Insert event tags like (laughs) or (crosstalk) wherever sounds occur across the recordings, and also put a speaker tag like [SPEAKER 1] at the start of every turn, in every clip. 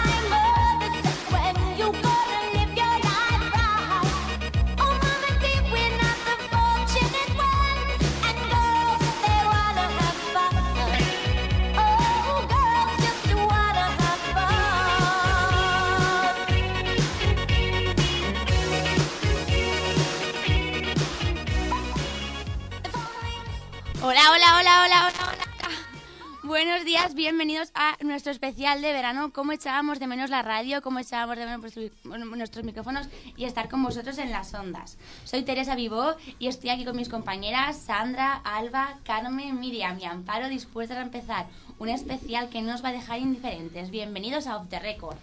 [SPEAKER 1] oh, Oh,
[SPEAKER 2] Hola, hola, hola, hola, hola, hola. Buenos días, bienvenidos a nuestro especial de verano. ¿Cómo echábamos de menos la radio? ¿Cómo echábamos de menos pues, nuestros micrófonos y estar con vosotros en las ondas? Soy Teresa Vivó y estoy aquí con mis compañeras Sandra, Alba, Carmen, Miriam y Amparo dispuestas a empezar un especial que no os va a dejar indiferentes. Bienvenidos a Off the Record.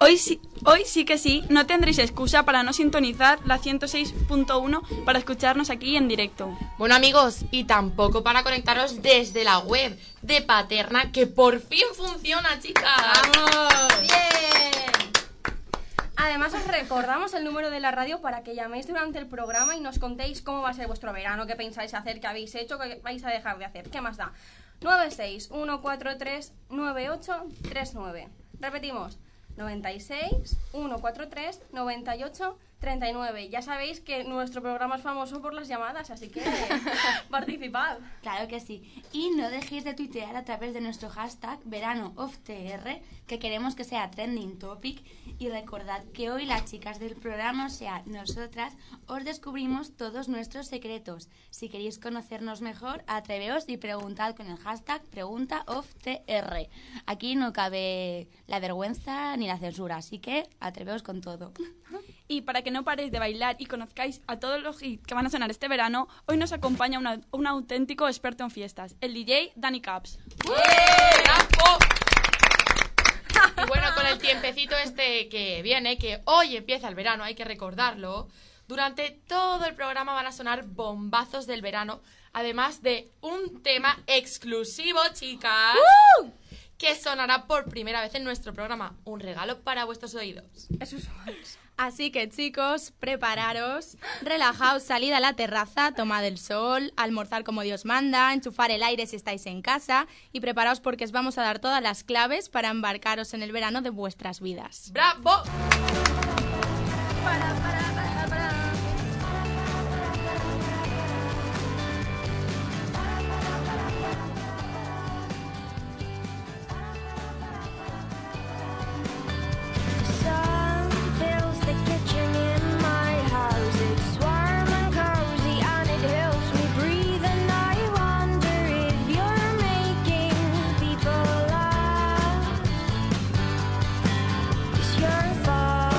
[SPEAKER 3] Hoy sí, hoy sí que sí, no tendréis excusa para no sintonizar la 106.1 para escucharnos aquí en directo.
[SPEAKER 4] Bueno amigos, y tampoco para conectaros desde la web de Paterna, que por fin funciona, chicas.
[SPEAKER 5] ¡Vamos! ¡Bien! Además os recordamos el número de la radio para que llaméis durante el programa y nos contéis cómo va a ser vuestro verano, qué pensáis hacer, qué habéis hecho, qué vais a dejar de hacer. ¿Qué más da? 96-143-9839. Repetimos, 96 143 98 39. Ya sabéis que nuestro programa es famoso por las llamadas, así
[SPEAKER 4] (laughs)
[SPEAKER 5] que participad.
[SPEAKER 2] Claro que sí. Y no dejéis de tuitear a través de nuestro hashtag veranoofTR, que queremos que sea trending topic. Y recordad que hoy las chicas del programa, o sea, nosotras, os descubrimos todos nuestros secretos. Si queréis conocernos mejor, atreveos y preguntad con el hashtag preguntaoftr. Aquí no cabe la vergüenza ni la censura, así que atreveos con todo.
[SPEAKER 3] Y para que no paréis de bailar y conozcáis a todos los hits que van a sonar este verano, hoy nos acompaña una- un auténtico experto en fiestas, el DJ Danny Caps.
[SPEAKER 4] ¡Eh, Campo! Y bueno, con el tiempecito este que viene, que hoy empieza el verano, hay que recordarlo. Durante todo el programa van a sonar bombazos del verano, además de un tema exclusivo, chicas, que sonará por primera vez en nuestro programa. Un regalo para vuestros oídos.
[SPEAKER 5] Eso es
[SPEAKER 6] Así que chicos, prepararos, relajaos, salid a la terraza, tomad el sol, almorzar como Dios manda, enchufar el aire si estáis en casa y preparaos porque os vamos a dar todas las claves para embarcaros en el verano de vuestras vidas.
[SPEAKER 4] ¡Bravo!
[SPEAKER 7] Sun fills the kitchen in my house. It's warm and cozy and it helps me breathe. And I wonder if you're making people laugh. 'Cause your thoughts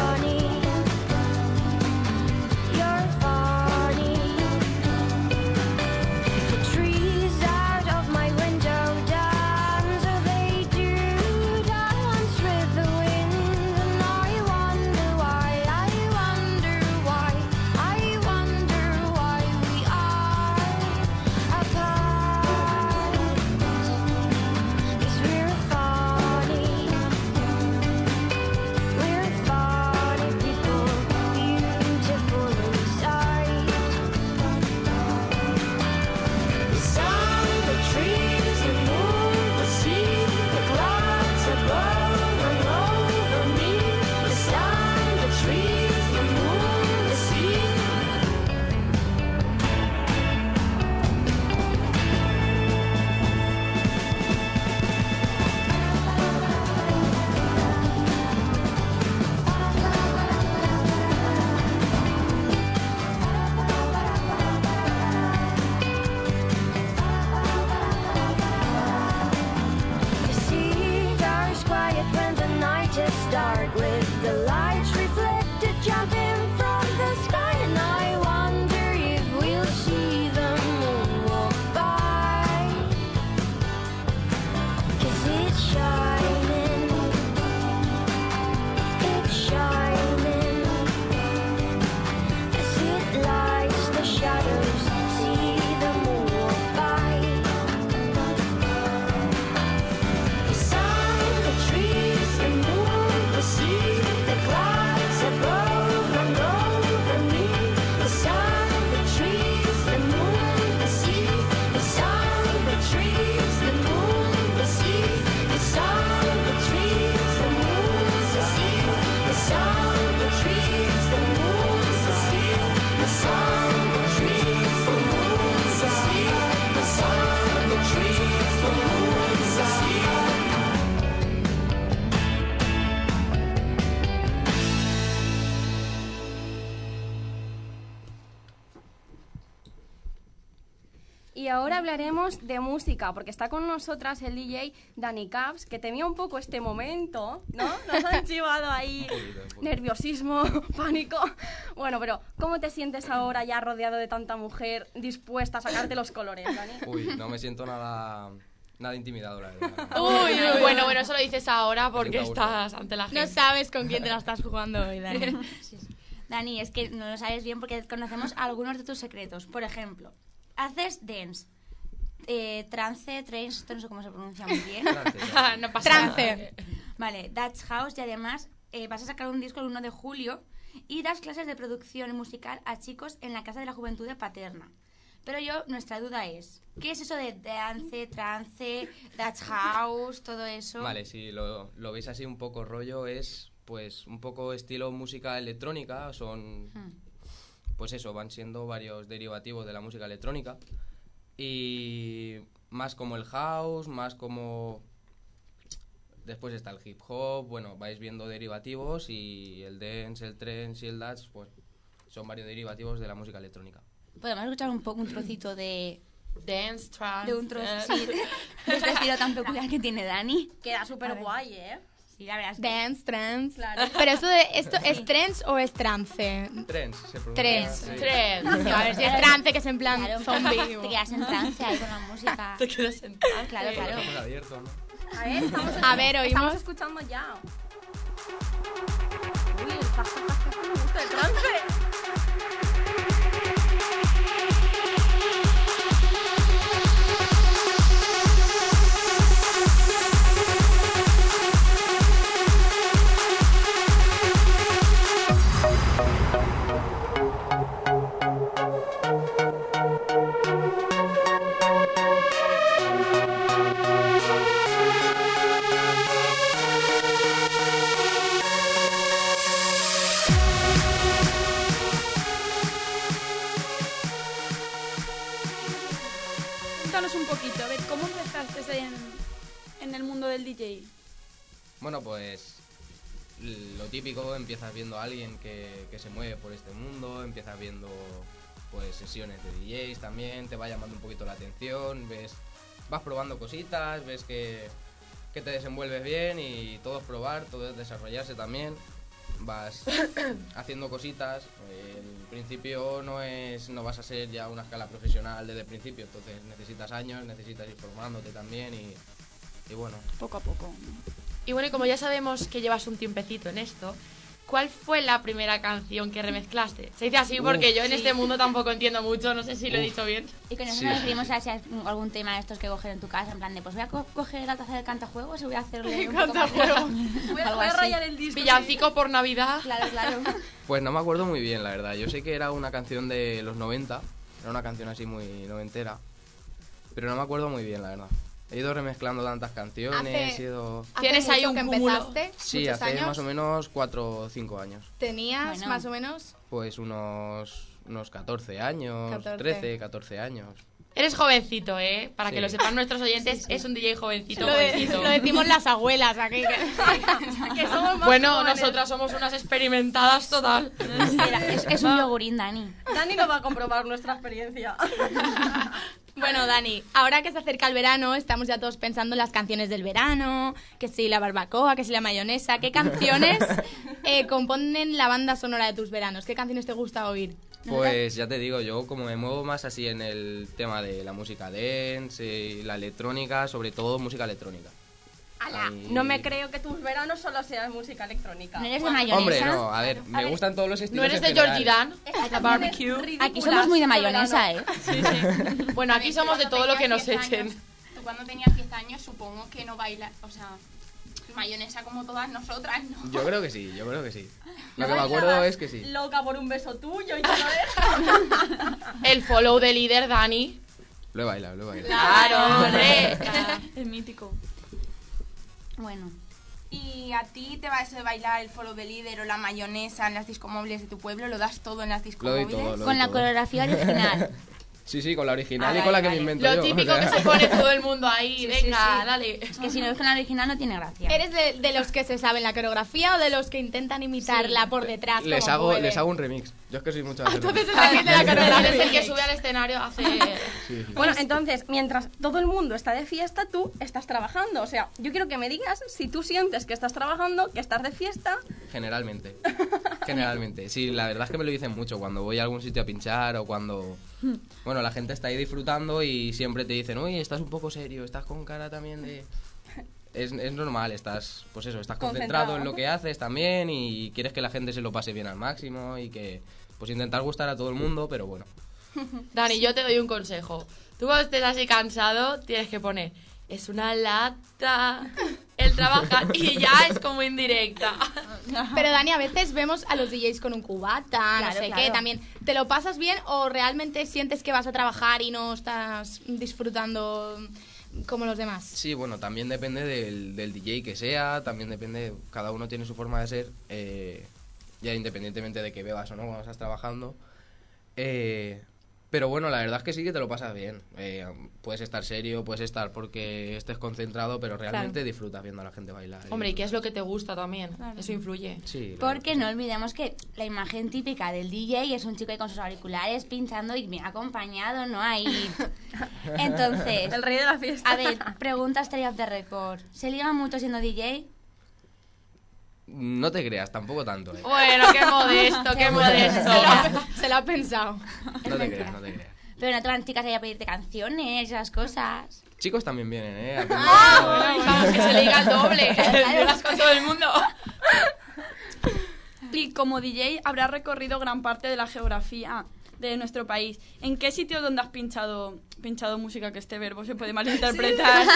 [SPEAKER 5] Y ahora hablaremos de música, porque está con nosotras el DJ Dani Caps, que temía un poco este momento, ¿no? Nos han llevado ahí
[SPEAKER 8] poquito, un poquito.
[SPEAKER 5] nerviosismo, (laughs) pánico. Bueno, pero ¿cómo te sientes ahora ya rodeado de tanta mujer dispuesta a sacarte los colores, Dani?
[SPEAKER 8] Uy, no me siento nada, nada intimidado, la verdad.
[SPEAKER 4] (laughs) Uy, bueno, bueno, eso lo dices ahora porque
[SPEAKER 8] Me siento a gusto.
[SPEAKER 4] estás ante la gente.
[SPEAKER 6] No sabes con quién te la estás jugando hoy,
[SPEAKER 4] (laughs)
[SPEAKER 6] Dani.
[SPEAKER 2] Dani, es que no lo sabes bien porque conocemos algunos de tus secretos. Por ejemplo, haces dance, eh, trance, trance, esto no sé cómo se pronuncia muy bien.
[SPEAKER 8] Espérate,
[SPEAKER 4] (laughs) no pasa nada.
[SPEAKER 6] Trance.
[SPEAKER 2] Vale, Dutch House y además eh, vas a sacar un disco el 1 de julio y das clases de producción musical a chicos en la Casa de la Juventud de Paterna. Pero yo, nuestra duda es, ¿qué es eso de dance, trance, Dutch House, todo eso?
[SPEAKER 8] Vale, si lo, lo veis así un poco rollo, es pues un poco estilo música electrónica, son
[SPEAKER 4] Hmm.
[SPEAKER 8] pues eso, van siendo varios derivativos de la música electrónica y más como el house, más como después está el hip hop, bueno, vais viendo derivativos y el dance, el trance y el dance, pues son varios derivativos de la música electrónica.
[SPEAKER 2] Podemos escuchar un poco un trocito de,
[SPEAKER 4] Dance, trance.
[SPEAKER 2] de un trozo,
[SPEAKER 4] eh.
[SPEAKER 2] sí, de este estilo
[SPEAKER 4] (laughs)
[SPEAKER 2] tan peculiar que tiene
[SPEAKER 5] (laughs)
[SPEAKER 2] Dani.
[SPEAKER 5] Queda súper guay, ¿eh?
[SPEAKER 2] Sí, la verdad es que-
[SPEAKER 6] Dance, trance.
[SPEAKER 5] Claro.
[SPEAKER 6] Pero esto, de, esto es trance o es trance.
[SPEAKER 8] Trance, se pronuncia.
[SPEAKER 6] Trance.
[SPEAKER 8] sí.
[SPEAKER 4] Trance.
[SPEAKER 6] A ver si es trance, que es en plan
[SPEAKER 2] Claro,
[SPEAKER 6] zombie.
[SPEAKER 2] te quedas en trance ahí con la música.
[SPEAKER 4] Te quedas sentada.
[SPEAKER 2] Claro,
[SPEAKER 8] Lo
[SPEAKER 2] claro.
[SPEAKER 8] dejamos abierto, ¿no?
[SPEAKER 5] A ver, estamos,
[SPEAKER 6] A ver,
[SPEAKER 5] estamos
[SPEAKER 6] oímos.
[SPEAKER 5] escuchando ya. Uy, el paso, paso, paso, me gusta el trance.
[SPEAKER 3] Cuéntanos un poquito, a ver, ¿cómo empezaste en, en el mundo del DJ?
[SPEAKER 8] Bueno, pues lo típico, empiezas viendo a alguien que, que se mueve por este mundo, empiezas viendo pues sesiones de DJs también, te va llamando un poquito la atención, ves, vas probando cositas, ves que, que te desenvuelves bien y todo es probar, todo es desarrollarse también, vas haciendo cositas, el principio no es, no vas a ser ya una escala profesional desde el principio, entonces necesitas años, necesitas ir formándote también y, y bueno,
[SPEAKER 3] Poco a poco.
[SPEAKER 4] Y bueno, y como ya sabemos que llevas un tiempecito en esto, ¿cuál fue la primera canción que remezclaste? Se dice así porque
[SPEAKER 8] Uf.
[SPEAKER 4] yo en este mundo tampoco entiendo mucho, no sé si lo he dicho bien.
[SPEAKER 2] Y con eso
[SPEAKER 8] Sí,
[SPEAKER 2] nos
[SPEAKER 8] sí,
[SPEAKER 2] referimos
[SPEAKER 8] sí.
[SPEAKER 2] a si hay algún tema de estos que coger en tu casa, en plan de, pues voy a co- coger la taza del cantajuegos y voy a hacerle un poco más de- (laughs)
[SPEAKER 5] Voy a,
[SPEAKER 2] algo
[SPEAKER 5] voy a
[SPEAKER 2] así.
[SPEAKER 5] rayar el disco.
[SPEAKER 4] Villancico
[SPEAKER 5] (laughs)
[SPEAKER 4] por Navidad.
[SPEAKER 2] Claro, claro.
[SPEAKER 8] Pues no me acuerdo muy bien, la verdad. Yo sé que era una canción de los 90, era una canción así muy noventera, pero no me acuerdo muy bien, la verdad. He ido remezclando tantas canciones,
[SPEAKER 6] Hace-
[SPEAKER 8] he ido...
[SPEAKER 6] ¿Hace
[SPEAKER 4] Tienes ahí
[SPEAKER 6] mucho
[SPEAKER 4] un
[SPEAKER 6] que
[SPEAKER 4] cúmulo.
[SPEAKER 6] empezaste?
[SPEAKER 8] Sí,
[SPEAKER 6] ¿Muchos
[SPEAKER 8] hace
[SPEAKER 6] años?
[SPEAKER 8] más o menos 4 o 5 años.
[SPEAKER 6] ¿Tenías
[SPEAKER 2] Bueno.
[SPEAKER 6] más o menos?
[SPEAKER 8] Pues unos, unos 14 años,
[SPEAKER 6] 14.
[SPEAKER 8] 13, 14 años.
[SPEAKER 4] (laughs) Eres jovencito, ¿eh? Para que
[SPEAKER 8] Sí.
[SPEAKER 4] lo sepan nuestros oyentes, es un DJ jovencito.
[SPEAKER 6] Lo, de-
[SPEAKER 4] jovencito.
[SPEAKER 6] lo decimos las abuelas aquí. que-
[SPEAKER 4] (laughs)
[SPEAKER 5] que somos más
[SPEAKER 4] Bueno,
[SPEAKER 5] jóvenes.
[SPEAKER 4] nosotras somos unas experimentadas total. Ah,
[SPEAKER 2] Mira,
[SPEAKER 6] (laughs)
[SPEAKER 2] es, es un yogurín, Dani.
[SPEAKER 5] Dani no va a comprobar nuestra experiencia.
[SPEAKER 6] Bueno, Dani, ahora que se acerca el verano, estamos ya todos pensando en las canciones del verano, que si la barbacoa, que si la mayonesa, ¿qué
[SPEAKER 2] (laughs)
[SPEAKER 6] canciones eh, componen la banda sonora de tus veranos? ¿Qué canciones te gusta oír?
[SPEAKER 8] Pues ya te digo, yo como me muevo más así en el tema de la música dance eh, y la electrónica, sobre todo música electrónica.
[SPEAKER 5] Ala,
[SPEAKER 8] Ahí-
[SPEAKER 5] no me creo que tus veranos solo sean música electrónica.
[SPEAKER 2] No eres de mayonesa.
[SPEAKER 8] Hombre, no, a ver, me
[SPEAKER 5] ver,
[SPEAKER 8] gustan todos los estilos
[SPEAKER 4] ¿No eres
[SPEAKER 8] en
[SPEAKER 4] de
[SPEAKER 8] general.
[SPEAKER 4] Georgie Dan?
[SPEAKER 2] Aquí somos muy de mayonesa, ¿eh?
[SPEAKER 4] Bueno, aquí somos de todo lo que nos echen.
[SPEAKER 9] Tú cuando tenías 10 años supongo que no bailas, o sea, mayonesa como todas nosotras, ¿no?
[SPEAKER 8] Yo
[SPEAKER 9] (laughs)
[SPEAKER 8] creo que sí, yo creo que sí. Lo que me acuerdo es que sí.
[SPEAKER 5] Loca por un beso tuyo y todo eso.
[SPEAKER 4] El follow de líder, Dani.
[SPEAKER 8] Lo he bailado, lo he bailado.
[SPEAKER 4] Claro, hombre.
[SPEAKER 3] (laughs) Es mítico.
[SPEAKER 2] Bueno,
[SPEAKER 9] Y a ti te vas a bailar el follow de líder o la mayonesa en las discomóviles de tu pueblo, lo das todo en las
[SPEAKER 8] Lo doy
[SPEAKER 9] discomóviles.
[SPEAKER 8] todo, lo doy
[SPEAKER 2] con la
[SPEAKER 8] todo.
[SPEAKER 2] coreografía original.
[SPEAKER 8] (laughs) Sí, sí, con la original
[SPEAKER 9] Ah,
[SPEAKER 8] y con la
[SPEAKER 9] vale,
[SPEAKER 8] que me
[SPEAKER 9] vale.
[SPEAKER 8] invento yo.
[SPEAKER 4] Lo típico
[SPEAKER 8] o sea.
[SPEAKER 4] que se pone todo el mundo ahí.
[SPEAKER 2] sí,
[SPEAKER 4] Venga,
[SPEAKER 2] sí.
[SPEAKER 4] dale.
[SPEAKER 2] Es que si no es con la original no tiene gracia.
[SPEAKER 6] ¿Eres de, de los que se saben la coreografía o de los que intentan imitarla por detrás?
[SPEAKER 8] (laughs) Les
[SPEAKER 6] como
[SPEAKER 8] hago,
[SPEAKER 6] pueden?
[SPEAKER 8] les hago un remix. Yo es que soy muchas veces.
[SPEAKER 4] Entonces es
[SPEAKER 5] Ah.
[SPEAKER 4] el de la catedral, es el que sube al escenario, hace...
[SPEAKER 8] Sí, sí.
[SPEAKER 5] (laughs) Bueno, entonces, mientras todo el mundo está de fiesta, tú estás trabajando. O sea, yo quiero que me digas si tú sientes que estás trabajando, que estás de fiesta.
[SPEAKER 8] Generalmente. (laughs) Generalmente. Sí, la verdad es que me lo dicen mucho cuando voy a algún sitio a pinchar o cuando... Bueno, la gente está ahí disfrutando y siempre te dicen, uy, estás un poco serio, estás con cara también de... Es, es normal, estás, pues eso, estás concentrado,
[SPEAKER 5] Concentrado.
[SPEAKER 8] en lo que haces también y quieres que la gente se lo pase bien al máximo y que... Pues intentar gustar a todo el mundo, pero bueno.
[SPEAKER 4] Dani, yo te doy un consejo. Tú cuando estés así cansado, tienes que poner, es una lata, él
[SPEAKER 9] (laughs)
[SPEAKER 4] trabaja y ya es como indirecta.
[SPEAKER 6] Pero Dani, a veces vemos a los DJs con un cubata, no sé qué, también. ¿Te lo pasas bien o realmente sientes que vas a trabajar y no estás disfrutando como los demás?
[SPEAKER 8] Sí, bueno, también depende del, del DJ que sea, también depende, cada uno tiene su forma de ser, eh, ya independientemente de que bebas o no cuando estás trabajando. Eh, pero bueno, la verdad es que sí que te lo pasas bien. Eh, puedes estar serio, puedes estar porque estés concentrado, pero realmente disfrutas viendo a la gente bailar. eh.
[SPEAKER 4] Hombre, ¿y qué es lo que te gusta también? Eso influye.
[SPEAKER 8] Sí, la
[SPEAKER 2] Porque no
[SPEAKER 8] verdad
[SPEAKER 2] olvidemos que la imagen típica del DJ es un chico ahí con sus auriculares pinchando y bien acompañado, no hay.
[SPEAKER 5] (laughs)
[SPEAKER 2] Entonces,
[SPEAKER 6] (laughs)
[SPEAKER 5] El rey de la fiesta.
[SPEAKER 2] a ver, pregunta estrella de récord. ¿Se liga mucho siendo DJ?
[SPEAKER 8] que sí. No te creas, tampoco tanto, eh.
[SPEAKER 4] Bueno, qué modesto,
[SPEAKER 2] (laughs)
[SPEAKER 4] qué modesto.
[SPEAKER 6] Se lo ha pensado.
[SPEAKER 8] No te creas, no te creas.
[SPEAKER 2] Pero no te van chicas ahí a pedirte canciones, esas cosas.
[SPEAKER 8] Chicos también vienen, eh. a
[SPEAKER 4] Ay, Ah, Vamos, que se le diga el doble. Llevas con todo el mundo.
[SPEAKER 3] (laughs) Y como DJ habrá recorrido gran parte de la geografía de nuestro país. ¿En qué sitio donde has pinchado, pinchado música que este verbo se puede malinterpretar?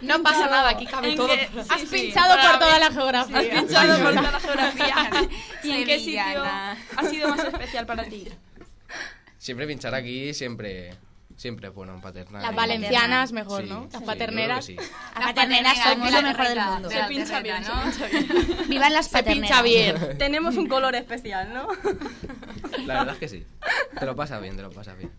[SPEAKER 4] No pasa nada, aquí cabe
[SPEAKER 3] ¿En
[SPEAKER 4] todo.
[SPEAKER 3] qué- has
[SPEAKER 6] Pinchado por toda la geografía.
[SPEAKER 3] Has pinchado por (laughs) toda la geografía. ¿Y en qué sitio
[SPEAKER 9] Sevillana.
[SPEAKER 3] ha sido más especial para ti?
[SPEAKER 8] Siempre pinchar aquí, siempre, siempre es bueno en paternal.
[SPEAKER 6] Las
[SPEAKER 8] y-
[SPEAKER 6] valencianas mejor,
[SPEAKER 8] Sí, sí,
[SPEAKER 6] ¿no? Las
[SPEAKER 8] yo creo que
[SPEAKER 6] paterneras.
[SPEAKER 8] sí.
[SPEAKER 2] Las paterneras somos lo mejor del mundo.
[SPEAKER 9] Se
[SPEAKER 3] pincha bien,
[SPEAKER 9] ¿no?
[SPEAKER 2] Vivan las paterneras.
[SPEAKER 4] Pincha bien.
[SPEAKER 5] (laughs) Tenemos un color especial, ¿no?
[SPEAKER 8] La verdad es que sí. Te lo pasas bien, te lo pasas bien.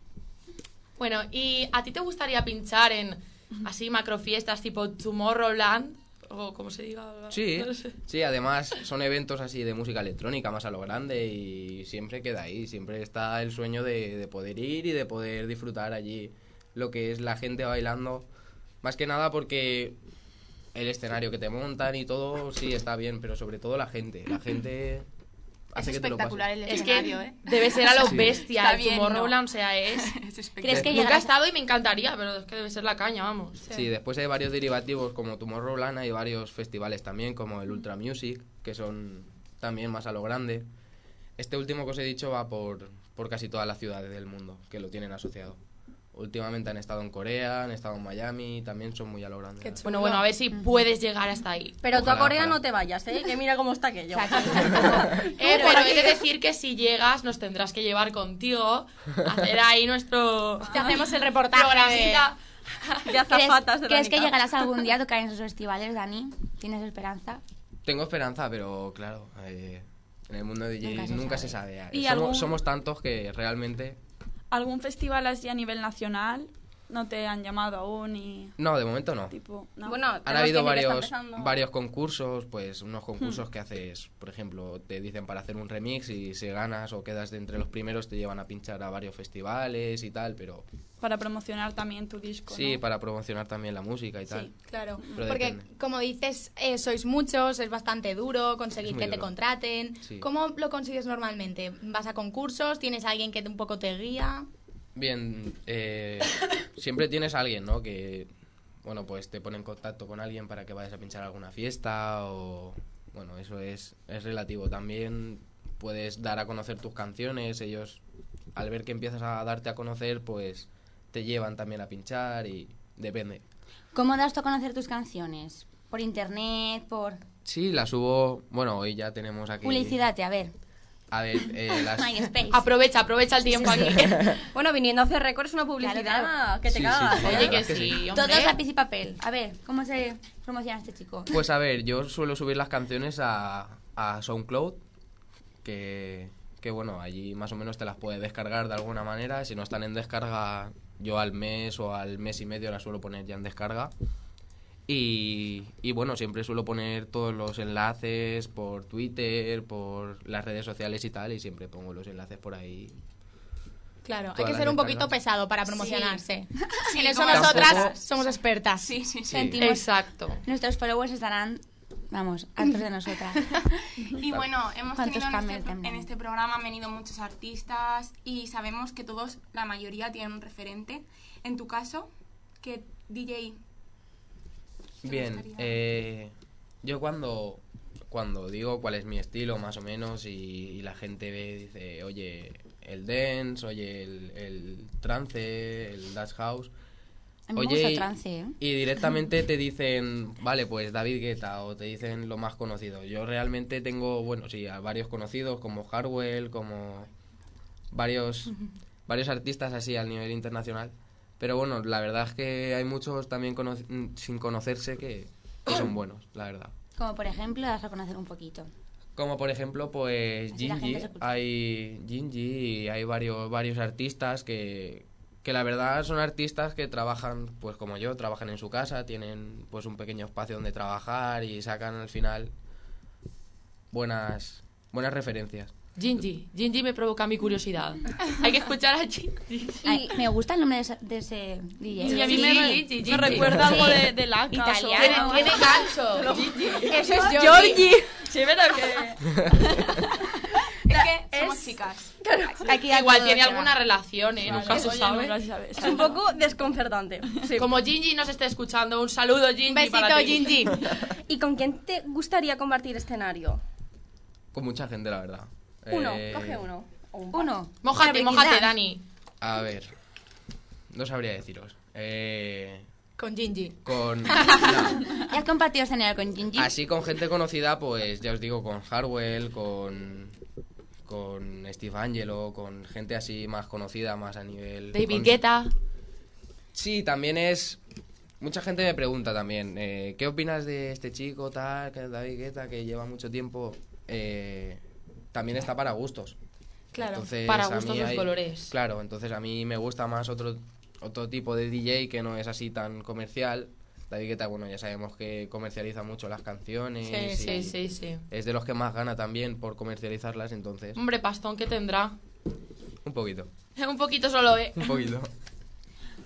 [SPEAKER 4] Bueno, ¿y a ti te gustaría pinchar en así macrofiestas tipo Tomorrowland? O como se diga.
[SPEAKER 8] Sí,
[SPEAKER 4] no lo sé.
[SPEAKER 8] sí, además son eventos así de música electrónica más a lo grande y siempre queda ahí, siempre está el sueño de, de poder ir y de poder disfrutar allí lo que es la gente bailando. Más que nada porque el escenario que te montan y todo, sí, está bien, pero sobre todo la gente. La gente
[SPEAKER 9] Es
[SPEAKER 8] hace que te lo
[SPEAKER 9] espectacular
[SPEAKER 8] pases.
[SPEAKER 9] el
[SPEAKER 4] Es que
[SPEAKER 9] escenario, ¿eh?
[SPEAKER 4] debe ser a lo
[SPEAKER 8] Sí.
[SPEAKER 4] bestia
[SPEAKER 9] (laughs) Está
[SPEAKER 4] el
[SPEAKER 9] bien,
[SPEAKER 4] Tomorrowland, o sea, es...
[SPEAKER 9] (laughs) Es
[SPEAKER 2] ¿Crees que
[SPEAKER 4] Nunca he
[SPEAKER 2] llegará?
[SPEAKER 4] estado y me encantaría, pero es que debe ser la caña, vamos.
[SPEAKER 8] Sí, después hay varios derivativos como Tomorrowland, hay varios festivales también como el Ultra Music, que son también más a lo grande. Este último que os he dicho va por, por casi todas las ciudades del mundo que lo tienen asociado. Últimamente han estado en Corea, han estado en Miami, también son muy a lo grande.
[SPEAKER 4] Bueno, bueno, a ver si puedes llegar hasta ahí.
[SPEAKER 5] Pero tú a
[SPEAKER 8] Ojalá,
[SPEAKER 5] Corea
[SPEAKER 8] ojalá.
[SPEAKER 5] no te vayas, ¿eh? Que mira cómo está aquello. (laughs)
[SPEAKER 4] Eh, pero he de decir que si llegas nos tendrás que llevar contigo a (laughs) hacer ahí nuestro
[SPEAKER 6] Te hacemos el reportaje.
[SPEAKER 4] programita.
[SPEAKER 5] De
[SPEAKER 2] ¿Crees,
[SPEAKER 5] azafatas de la
[SPEAKER 2] crees que
[SPEAKER 5] mitad.
[SPEAKER 2] llegarás algún día a tocar en esos festivales, Dani? ¿Tienes esperanza?
[SPEAKER 8] Tengo esperanza, pero claro, eh, en el mundo de DJ
[SPEAKER 2] Nunca
[SPEAKER 8] nunca,
[SPEAKER 2] se
[SPEAKER 8] se sabe.
[SPEAKER 3] ¿Y
[SPEAKER 8] somos,
[SPEAKER 3] algún-
[SPEAKER 8] somos tantos que realmente...
[SPEAKER 3] ¿Algún festival así a nivel nacional? ¿No te han llamado aún y
[SPEAKER 8] No, de momento no.
[SPEAKER 3] tipo...? no?
[SPEAKER 5] Bueno,
[SPEAKER 8] Han
[SPEAKER 5] tenemos
[SPEAKER 8] habido
[SPEAKER 5] gente que está
[SPEAKER 8] varios,
[SPEAKER 5] empezando. Hmm.
[SPEAKER 8] varios concursos, pues unos concursos que haces, por ejemplo, te dicen para hacer un remix y si ganas o quedas de entre los primeros te llevan a pinchar a varios festivales y tal, pero
[SPEAKER 3] Para promocionar también tu disco,
[SPEAKER 8] sí,
[SPEAKER 3] ¿no?
[SPEAKER 8] para promocionar también la música y tal.
[SPEAKER 6] Claro,
[SPEAKER 8] Pero
[SPEAKER 6] porque
[SPEAKER 8] depende.
[SPEAKER 6] como dices, eh, sois muchos, es bastante duro conseguir
[SPEAKER 8] Es muy
[SPEAKER 6] que te
[SPEAKER 8] duro.
[SPEAKER 6] contraten.
[SPEAKER 8] Sí.
[SPEAKER 6] ¿Cómo lo consigues normalmente? ¿Vas a concursos? ¿Tienes a alguien que te- un poco te guía?
[SPEAKER 8] Bien, eh, siempre tienes a alguien, ¿no? Que, bueno, pues te pone en contacto con alguien para que vayas a pinchar a alguna fiesta o, bueno, eso es, es relativo. También puedes dar a conocer tus canciones, ellos al ver que empiezas a darte a conocer, pues te llevan también a pinchar y depende.
[SPEAKER 2] ¿Cómo das tú a conocer tus canciones? ¿Por internet? ¿Por
[SPEAKER 8] Sí, las subo, bueno, hoy ya tenemos aquí...
[SPEAKER 2] publicidad? A ver.
[SPEAKER 8] A ver, eh, las...
[SPEAKER 2] MySpace.
[SPEAKER 4] Aprovecha, aprovecha el tiempo aquí. (laughs)
[SPEAKER 5] Bueno, viniendo a hacer récords es una publicidad
[SPEAKER 2] Claro,
[SPEAKER 5] (laughs) que
[SPEAKER 8] Sí,
[SPEAKER 5] te
[SPEAKER 8] sí,
[SPEAKER 5] cagas.
[SPEAKER 8] sí.
[SPEAKER 5] ¿eh?
[SPEAKER 4] Oye, que
[SPEAKER 8] Es que sí.
[SPEAKER 4] sí,
[SPEAKER 2] Todos
[SPEAKER 4] hombre.
[SPEAKER 2] lápiz y papel. A ver, ¿cómo se promociona este chico?
[SPEAKER 8] Pues a ver, yo suelo subir las canciones a, a SoundCloud, que, que bueno, allí más o menos te las puedes descargar de alguna manera. Si no están en descarga, yo al mes o al mes y medio las suelo poner ya en descarga. Y, y bueno, siempre suelo poner todos los enlaces por Twitter, por las redes sociales y tal, y siempre pongo los enlaces por ahí.
[SPEAKER 6] Claro, hay
[SPEAKER 8] Todas
[SPEAKER 6] que
[SPEAKER 8] las
[SPEAKER 6] ser un poquito
[SPEAKER 8] descargas.
[SPEAKER 6] pesado para promocionarse.
[SPEAKER 9] Sí,
[SPEAKER 6] en eso
[SPEAKER 9] como las
[SPEAKER 6] nosotras
[SPEAKER 8] cosas.
[SPEAKER 6] somos expertas.
[SPEAKER 9] Sí, sí, sí.
[SPEAKER 2] Sentimos-
[SPEAKER 4] Exacto.
[SPEAKER 2] Nuestros followers estarán, vamos, hartos de nosotras.
[SPEAKER 9] Y bueno, hemos
[SPEAKER 2] ¿Cuántos
[SPEAKER 9] tenido en este,
[SPEAKER 2] cambios también?
[SPEAKER 9] en este programa han venido muchos artistas y sabemos que todos, la mayoría, tienen un referente. En tu caso, que DJ, ¿Te
[SPEAKER 8] Bien,
[SPEAKER 9] gustaría?
[SPEAKER 8] eh, yo cuando, cuando digo cuál es mi estilo más o menos y, y la gente ve, dice, oye, el dance, oye, el, el trance, el dash house,
[SPEAKER 2] A mí
[SPEAKER 8] Oye,
[SPEAKER 2] me gusta el
[SPEAKER 8] y-
[SPEAKER 2] trance, ¿eh?
[SPEAKER 8] y directamente te dicen, vale, pues David Guetta, o te dicen lo más conocido. Yo realmente tengo, bueno, sí, a varios conocidos, como Hardwell, como varios, varios artistas así al nivel internacional. Pero bueno, la verdad es que hay muchos también cono- mm, sin conocerse que, que son buenos, la verdad.
[SPEAKER 2] Como por ejemplo, vas a conocer un poquito.
[SPEAKER 8] Como por ejemplo, pues
[SPEAKER 2] Así la
[SPEAKER 8] Gingy,
[SPEAKER 2] gente se escucha.
[SPEAKER 8] hay Gingy y hay varios, varios artistas que, que la verdad son artistas que trabajan, pues como yo, trabajan en su casa, tienen pues un pequeño espacio donde trabajar y sacan al final buenas, buenas referencias.
[SPEAKER 4] Gingy. Gingy me provoca mi curiosidad. Hay que escuchar a Gingy.
[SPEAKER 2] Ay, me gusta el nombre de, esa- de ese DJ.
[SPEAKER 3] Y a mí
[SPEAKER 4] Sí,
[SPEAKER 3] me, Ah,
[SPEAKER 4] sí,
[SPEAKER 3] re-
[SPEAKER 4] sí,
[SPEAKER 3] me
[SPEAKER 4] sí.
[SPEAKER 3] recuerda algo
[SPEAKER 2] Sí.
[SPEAKER 3] de, de la
[SPEAKER 2] Italiano.
[SPEAKER 9] Ah,
[SPEAKER 4] Tiene, tiene
[SPEAKER 2] (laughs)
[SPEAKER 4] gancho.
[SPEAKER 6] Eso es
[SPEAKER 3] Sí, pero que...
[SPEAKER 9] (laughs) es que somos chicas.
[SPEAKER 2] Aquí hay
[SPEAKER 4] Igual
[SPEAKER 2] todo
[SPEAKER 4] tiene
[SPEAKER 2] que va.
[SPEAKER 4] alguna relación, ¿eh? Nunca se
[SPEAKER 3] Oye,
[SPEAKER 4] sabe.
[SPEAKER 3] nunca se sabe.
[SPEAKER 5] Es un poco
[SPEAKER 4] (laughs)
[SPEAKER 5] desconcertante. sí.
[SPEAKER 4] Como Gingy nos esté escuchando, un saludo, Gingy.
[SPEAKER 6] Un besito,
[SPEAKER 4] para ti.
[SPEAKER 6] Gingy.
[SPEAKER 5] ¿Y con quién te gustaría compartir escenario?
[SPEAKER 8] Con mucha gente, la verdad.
[SPEAKER 5] Uno,
[SPEAKER 8] Eh,
[SPEAKER 5] coge uno. O un par.
[SPEAKER 2] Uno.
[SPEAKER 4] Mójate,
[SPEAKER 2] Celebridad.
[SPEAKER 4] mójate, Dani.
[SPEAKER 8] A ver, no sabría deciros. Eh,
[SPEAKER 6] Con Gingy.
[SPEAKER 2] (laughs)
[SPEAKER 8] con... no.
[SPEAKER 2] ¿Y has compartido escenario con Gingy?
[SPEAKER 8] Así con gente conocida, pues ya os digo, con Harwell, con, con Steve Angelo, con gente así más conocida, más a nivel...
[SPEAKER 4] David
[SPEAKER 8] con-
[SPEAKER 4] Guetta.
[SPEAKER 8] Sí, también es... Mucha gente me pregunta también, eh, ¿qué opinas de este chico tal, que es David Guetta, que lleva mucho tiempo? Eh, también está para gustos.
[SPEAKER 6] Claro,
[SPEAKER 8] Entonces,
[SPEAKER 4] para
[SPEAKER 8] a mí
[SPEAKER 4] gustos los
[SPEAKER 8] hay-
[SPEAKER 4] colores.
[SPEAKER 8] Claro, entonces a mí me gusta más otro, otro tipo de DJ que no es así tan comercial. David Guetta, bueno, ya sabemos que comercializa mucho las canciones.
[SPEAKER 4] Sí,
[SPEAKER 8] y-
[SPEAKER 4] sí, sí, sí.
[SPEAKER 8] es de los que más gana también por comercializarlas, entonces.
[SPEAKER 4] Hombre, pastón que tendrá.
[SPEAKER 8] Un poquito.
[SPEAKER 4] Un poquito solo, ¿eh?
[SPEAKER 8] Un
[SPEAKER 2] (laughs)
[SPEAKER 8] poquito.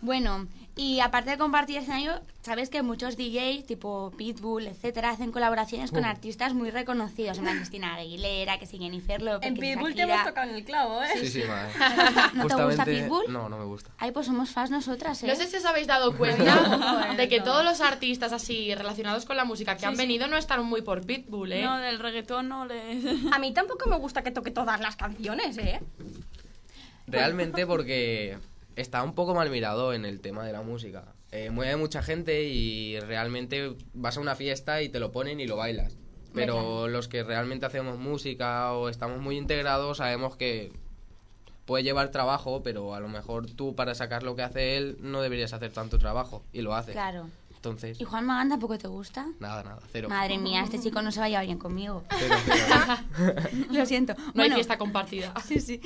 [SPEAKER 2] Bueno, y aparte de compartir escenario, sabes que muchos DJs, tipo Pitbull, etcétera, hacen colaboraciones con
[SPEAKER 8] Uh.
[SPEAKER 2] artistas muy reconocidos, como Cristina Aguilera, que sí, Jennifer López,
[SPEAKER 5] En
[SPEAKER 2] que
[SPEAKER 5] Pitbull te
[SPEAKER 2] Shakira.
[SPEAKER 5] hemos tocado en el clavo, ¿eh?
[SPEAKER 8] Sí, sí, madre.
[SPEAKER 2] (laughs) ¿No te gusta Pitbull?
[SPEAKER 8] No, no me gusta.
[SPEAKER 2] Ay, pues somos fans nosotras, ¿eh?
[SPEAKER 4] No sé si os habéis dado cuenta de que todos los artistas así relacionados con la música que han venido no están muy por Pitbull, ¿eh?
[SPEAKER 3] No, del reggaetón no le...
[SPEAKER 5] A mí tampoco me gusta que toque todas las
[SPEAKER 2] (laughs)
[SPEAKER 5] canciones, ¿eh?
[SPEAKER 8] Realmente porque está un poco mal mirado en el tema de la música. Eh, mueve mucha gente y realmente vas a una fiesta y te lo ponen y lo bailas. Pero los que realmente hacemos música o estamos muy integrados sabemos que puede llevar trabajo, pero a lo mejor tú para sacar lo que hace él no deberías hacer tanto trabajo y lo haces.
[SPEAKER 2] Claro.
[SPEAKER 8] Entonces,
[SPEAKER 2] ¿Y Juan Magán tampoco te gusta?
[SPEAKER 8] nada, nada, cero.
[SPEAKER 2] Madre mía, este chico no se va a llevar bien conmigo.
[SPEAKER 8] Cero, cero.
[SPEAKER 2] (laughs) Lo siento.
[SPEAKER 4] No hay
[SPEAKER 2] bueno,
[SPEAKER 4] fiesta compartida.
[SPEAKER 2] sí, sí.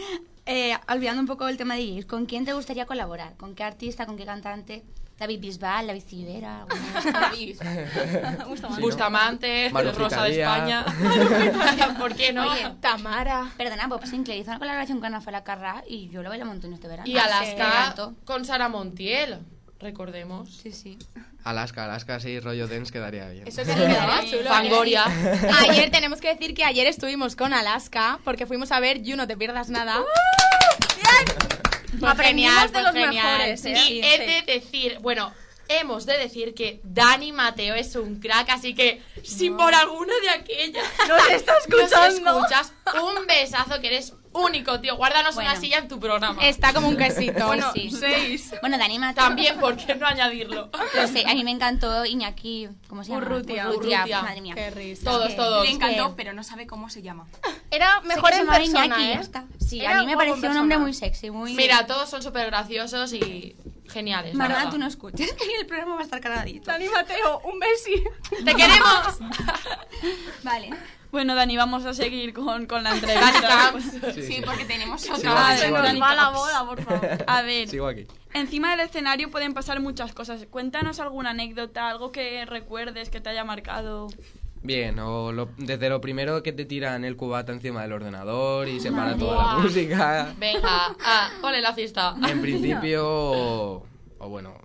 [SPEAKER 2] Eh, olvidando un poco el tema de DJs, ¿con quién te gustaría colaborar? ¿Con qué artista? ¿Con qué cantante? David Bisbal, David
[SPEAKER 4] (laughs)
[SPEAKER 2] Civera, alguno de esos.
[SPEAKER 8] Sí, ¿no? Ah.
[SPEAKER 4] Bustamante,
[SPEAKER 8] Maluf
[SPEAKER 4] Rosa de
[SPEAKER 8] Italia. (laughs)
[SPEAKER 4] España. ¿Por qué no?
[SPEAKER 2] Oye,
[SPEAKER 6] Tamara.
[SPEAKER 2] Perdona, Bob Sinclair hizo una colaboración con Rafaela Carrá y yo lo bailo montones este verano.
[SPEAKER 4] Y
[SPEAKER 2] Me
[SPEAKER 4] Alaska
[SPEAKER 2] encantó.
[SPEAKER 4] con Sara Montiel, recordemos.
[SPEAKER 2] Sí, sí.
[SPEAKER 8] Alaska, Alaska, sí, rollo dance quedaría bien.
[SPEAKER 4] (laughs)
[SPEAKER 6] Eso sí que quedaba chulo. ¿eh?
[SPEAKER 4] Fangoria.
[SPEAKER 6] Ayer tenemos que decir que ayer estuvimos con Alaska porque fuimos a ver You No Te Pierdas Nada. Fue
[SPEAKER 5] Aprendimos
[SPEAKER 6] genial,
[SPEAKER 5] de
[SPEAKER 6] fue
[SPEAKER 5] los
[SPEAKER 6] genial.
[SPEAKER 5] mejores, ¿eh?
[SPEAKER 4] Y he de decir, bueno, hemos de decir que Dani Mateo es un crack, así que si por alguna de aquellas
[SPEAKER 5] Nos está
[SPEAKER 4] nos
[SPEAKER 5] escuchando.
[SPEAKER 4] escuchas, un besazo que eres único, tío. Guárdanos una
[SPEAKER 2] Bueno.
[SPEAKER 4] silla en tu programa.
[SPEAKER 6] Está como un quesito.
[SPEAKER 2] Bueno,
[SPEAKER 6] sí.
[SPEAKER 5] Seis.
[SPEAKER 2] Bueno, Dani Mateo.
[SPEAKER 4] También, ¿por qué no añadirlo?
[SPEAKER 2] Lo sé, a mí me encantó Iñaki. ¿Cómo se llama? pues,
[SPEAKER 5] Urrutia.
[SPEAKER 4] Urrutia.
[SPEAKER 2] Madre mía.
[SPEAKER 6] Qué risa.
[SPEAKER 4] Todos,
[SPEAKER 2] que-
[SPEAKER 4] todos.
[SPEAKER 9] Le encantó,
[SPEAKER 2] que-
[SPEAKER 9] pero no sabe cómo se llama.
[SPEAKER 5] Era
[SPEAKER 2] Sé
[SPEAKER 5] mejor
[SPEAKER 2] que se
[SPEAKER 5] en
[SPEAKER 2] llamaba
[SPEAKER 5] persona,
[SPEAKER 2] Iñaki,
[SPEAKER 5] ¿eh?
[SPEAKER 2] ya está. Sí,
[SPEAKER 5] Era
[SPEAKER 2] a mí me
[SPEAKER 5] guapo en
[SPEAKER 2] pareció un hombre (laughs)
[SPEAKER 5] persona.
[SPEAKER 2] muy sexy, muy.
[SPEAKER 4] Mira, todos son súper graciosos y geniales. la
[SPEAKER 2] Marta,
[SPEAKER 4] verdad.
[SPEAKER 2] tú no escuches, que el programa va a estar cargadito.
[SPEAKER 5] Dani Mateo, un Messi.
[SPEAKER 4] ¡Te queremos!
[SPEAKER 9] Vale.
[SPEAKER 3] Bueno, Dani, vamos a seguir con, con la
[SPEAKER 9] Ah,
[SPEAKER 3] entrevista.
[SPEAKER 9] Sí,
[SPEAKER 8] Sí, sí.
[SPEAKER 9] porque tenemos
[SPEAKER 8] Sí,
[SPEAKER 9] otra.
[SPEAKER 8] vale,
[SPEAKER 3] Ay,
[SPEAKER 5] Se
[SPEAKER 8] sigo
[SPEAKER 5] nos
[SPEAKER 8] aquí.
[SPEAKER 5] va la boda, por favor.
[SPEAKER 3] A ver,
[SPEAKER 8] Sigo (laughs) aquí.
[SPEAKER 3] encima del escenario pueden pasar muchas cosas. Cuéntanos alguna anécdota, algo que recuerdes que te haya marcado.
[SPEAKER 8] Bien, o lo- desde lo primero que te tiran el cubata encima del ordenador y se para toda la música.
[SPEAKER 4] Venga, ah, ponle la fiesta.
[SPEAKER 8] En principio, o, o bueno,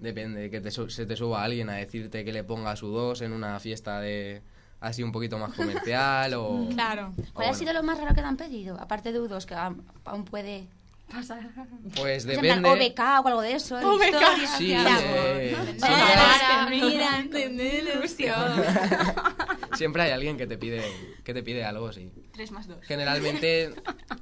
[SPEAKER 8] depende, que te su- se te suba alguien a decirte que le ponga su dos en una fiesta de así un poquito más comercial
[SPEAKER 2] (laughs)
[SPEAKER 8] o...
[SPEAKER 6] Claro.
[SPEAKER 8] o
[SPEAKER 2] ¿Cuál ha
[SPEAKER 8] bueno,
[SPEAKER 2] sido lo más raro que te han pedido? Aparte de U2, que am- aún puede...
[SPEAKER 8] Pues
[SPEAKER 2] Es en plan
[SPEAKER 8] depende...
[SPEAKER 2] OBK o algo de eso. ¿eh? Historia,
[SPEAKER 8] Sí,
[SPEAKER 2] claro.
[SPEAKER 8] eh,
[SPEAKER 2] Son
[SPEAKER 8] sí.
[SPEAKER 2] caras
[SPEAKER 4] Claro.
[SPEAKER 2] que miran con ilusión.
[SPEAKER 8] Siempre hay alguien que te pide, que te pide algo, sí.
[SPEAKER 9] 3 más 2.
[SPEAKER 8] Generalmente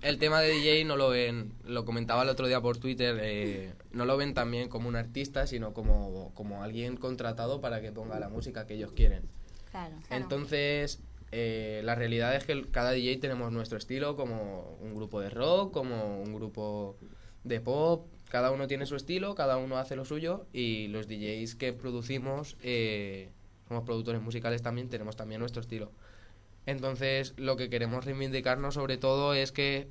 [SPEAKER 8] el tema de DJ no lo ven, lo comentaba el otro día por Twitter, eh, no lo ven también como un artista, sino como, como alguien contratado para que ponga la música que ellos quieren.
[SPEAKER 2] Claro.
[SPEAKER 8] Entonces, eh, la realidad es que el- cada DJ tenemos nuestro estilo, como un grupo de rock, como un grupo de pop. Cada uno tiene su estilo, cada uno hace lo suyo y los DJs que producimos, eh, somos productores musicales también, tenemos también nuestro estilo. Entonces, lo que queremos reivindicarnos sobre todo es que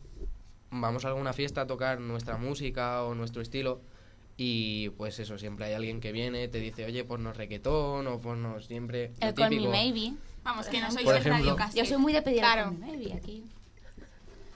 [SPEAKER 8] vamos a alguna fiesta a tocar nuestra música o nuestro estilo y pues eso, siempre hay alguien que viene, te dice, oye, ponnos requetón o ponnos siempre... lo
[SPEAKER 2] El Call Me
[SPEAKER 8] típico.
[SPEAKER 2] Maybe.
[SPEAKER 9] Vamos, que no sois
[SPEAKER 8] Por
[SPEAKER 9] el radio
[SPEAKER 8] ejemplo.
[SPEAKER 9] cassette.
[SPEAKER 2] Yo soy muy de pedir el
[SPEAKER 9] Claro.
[SPEAKER 2] Call Me Maybe aquí.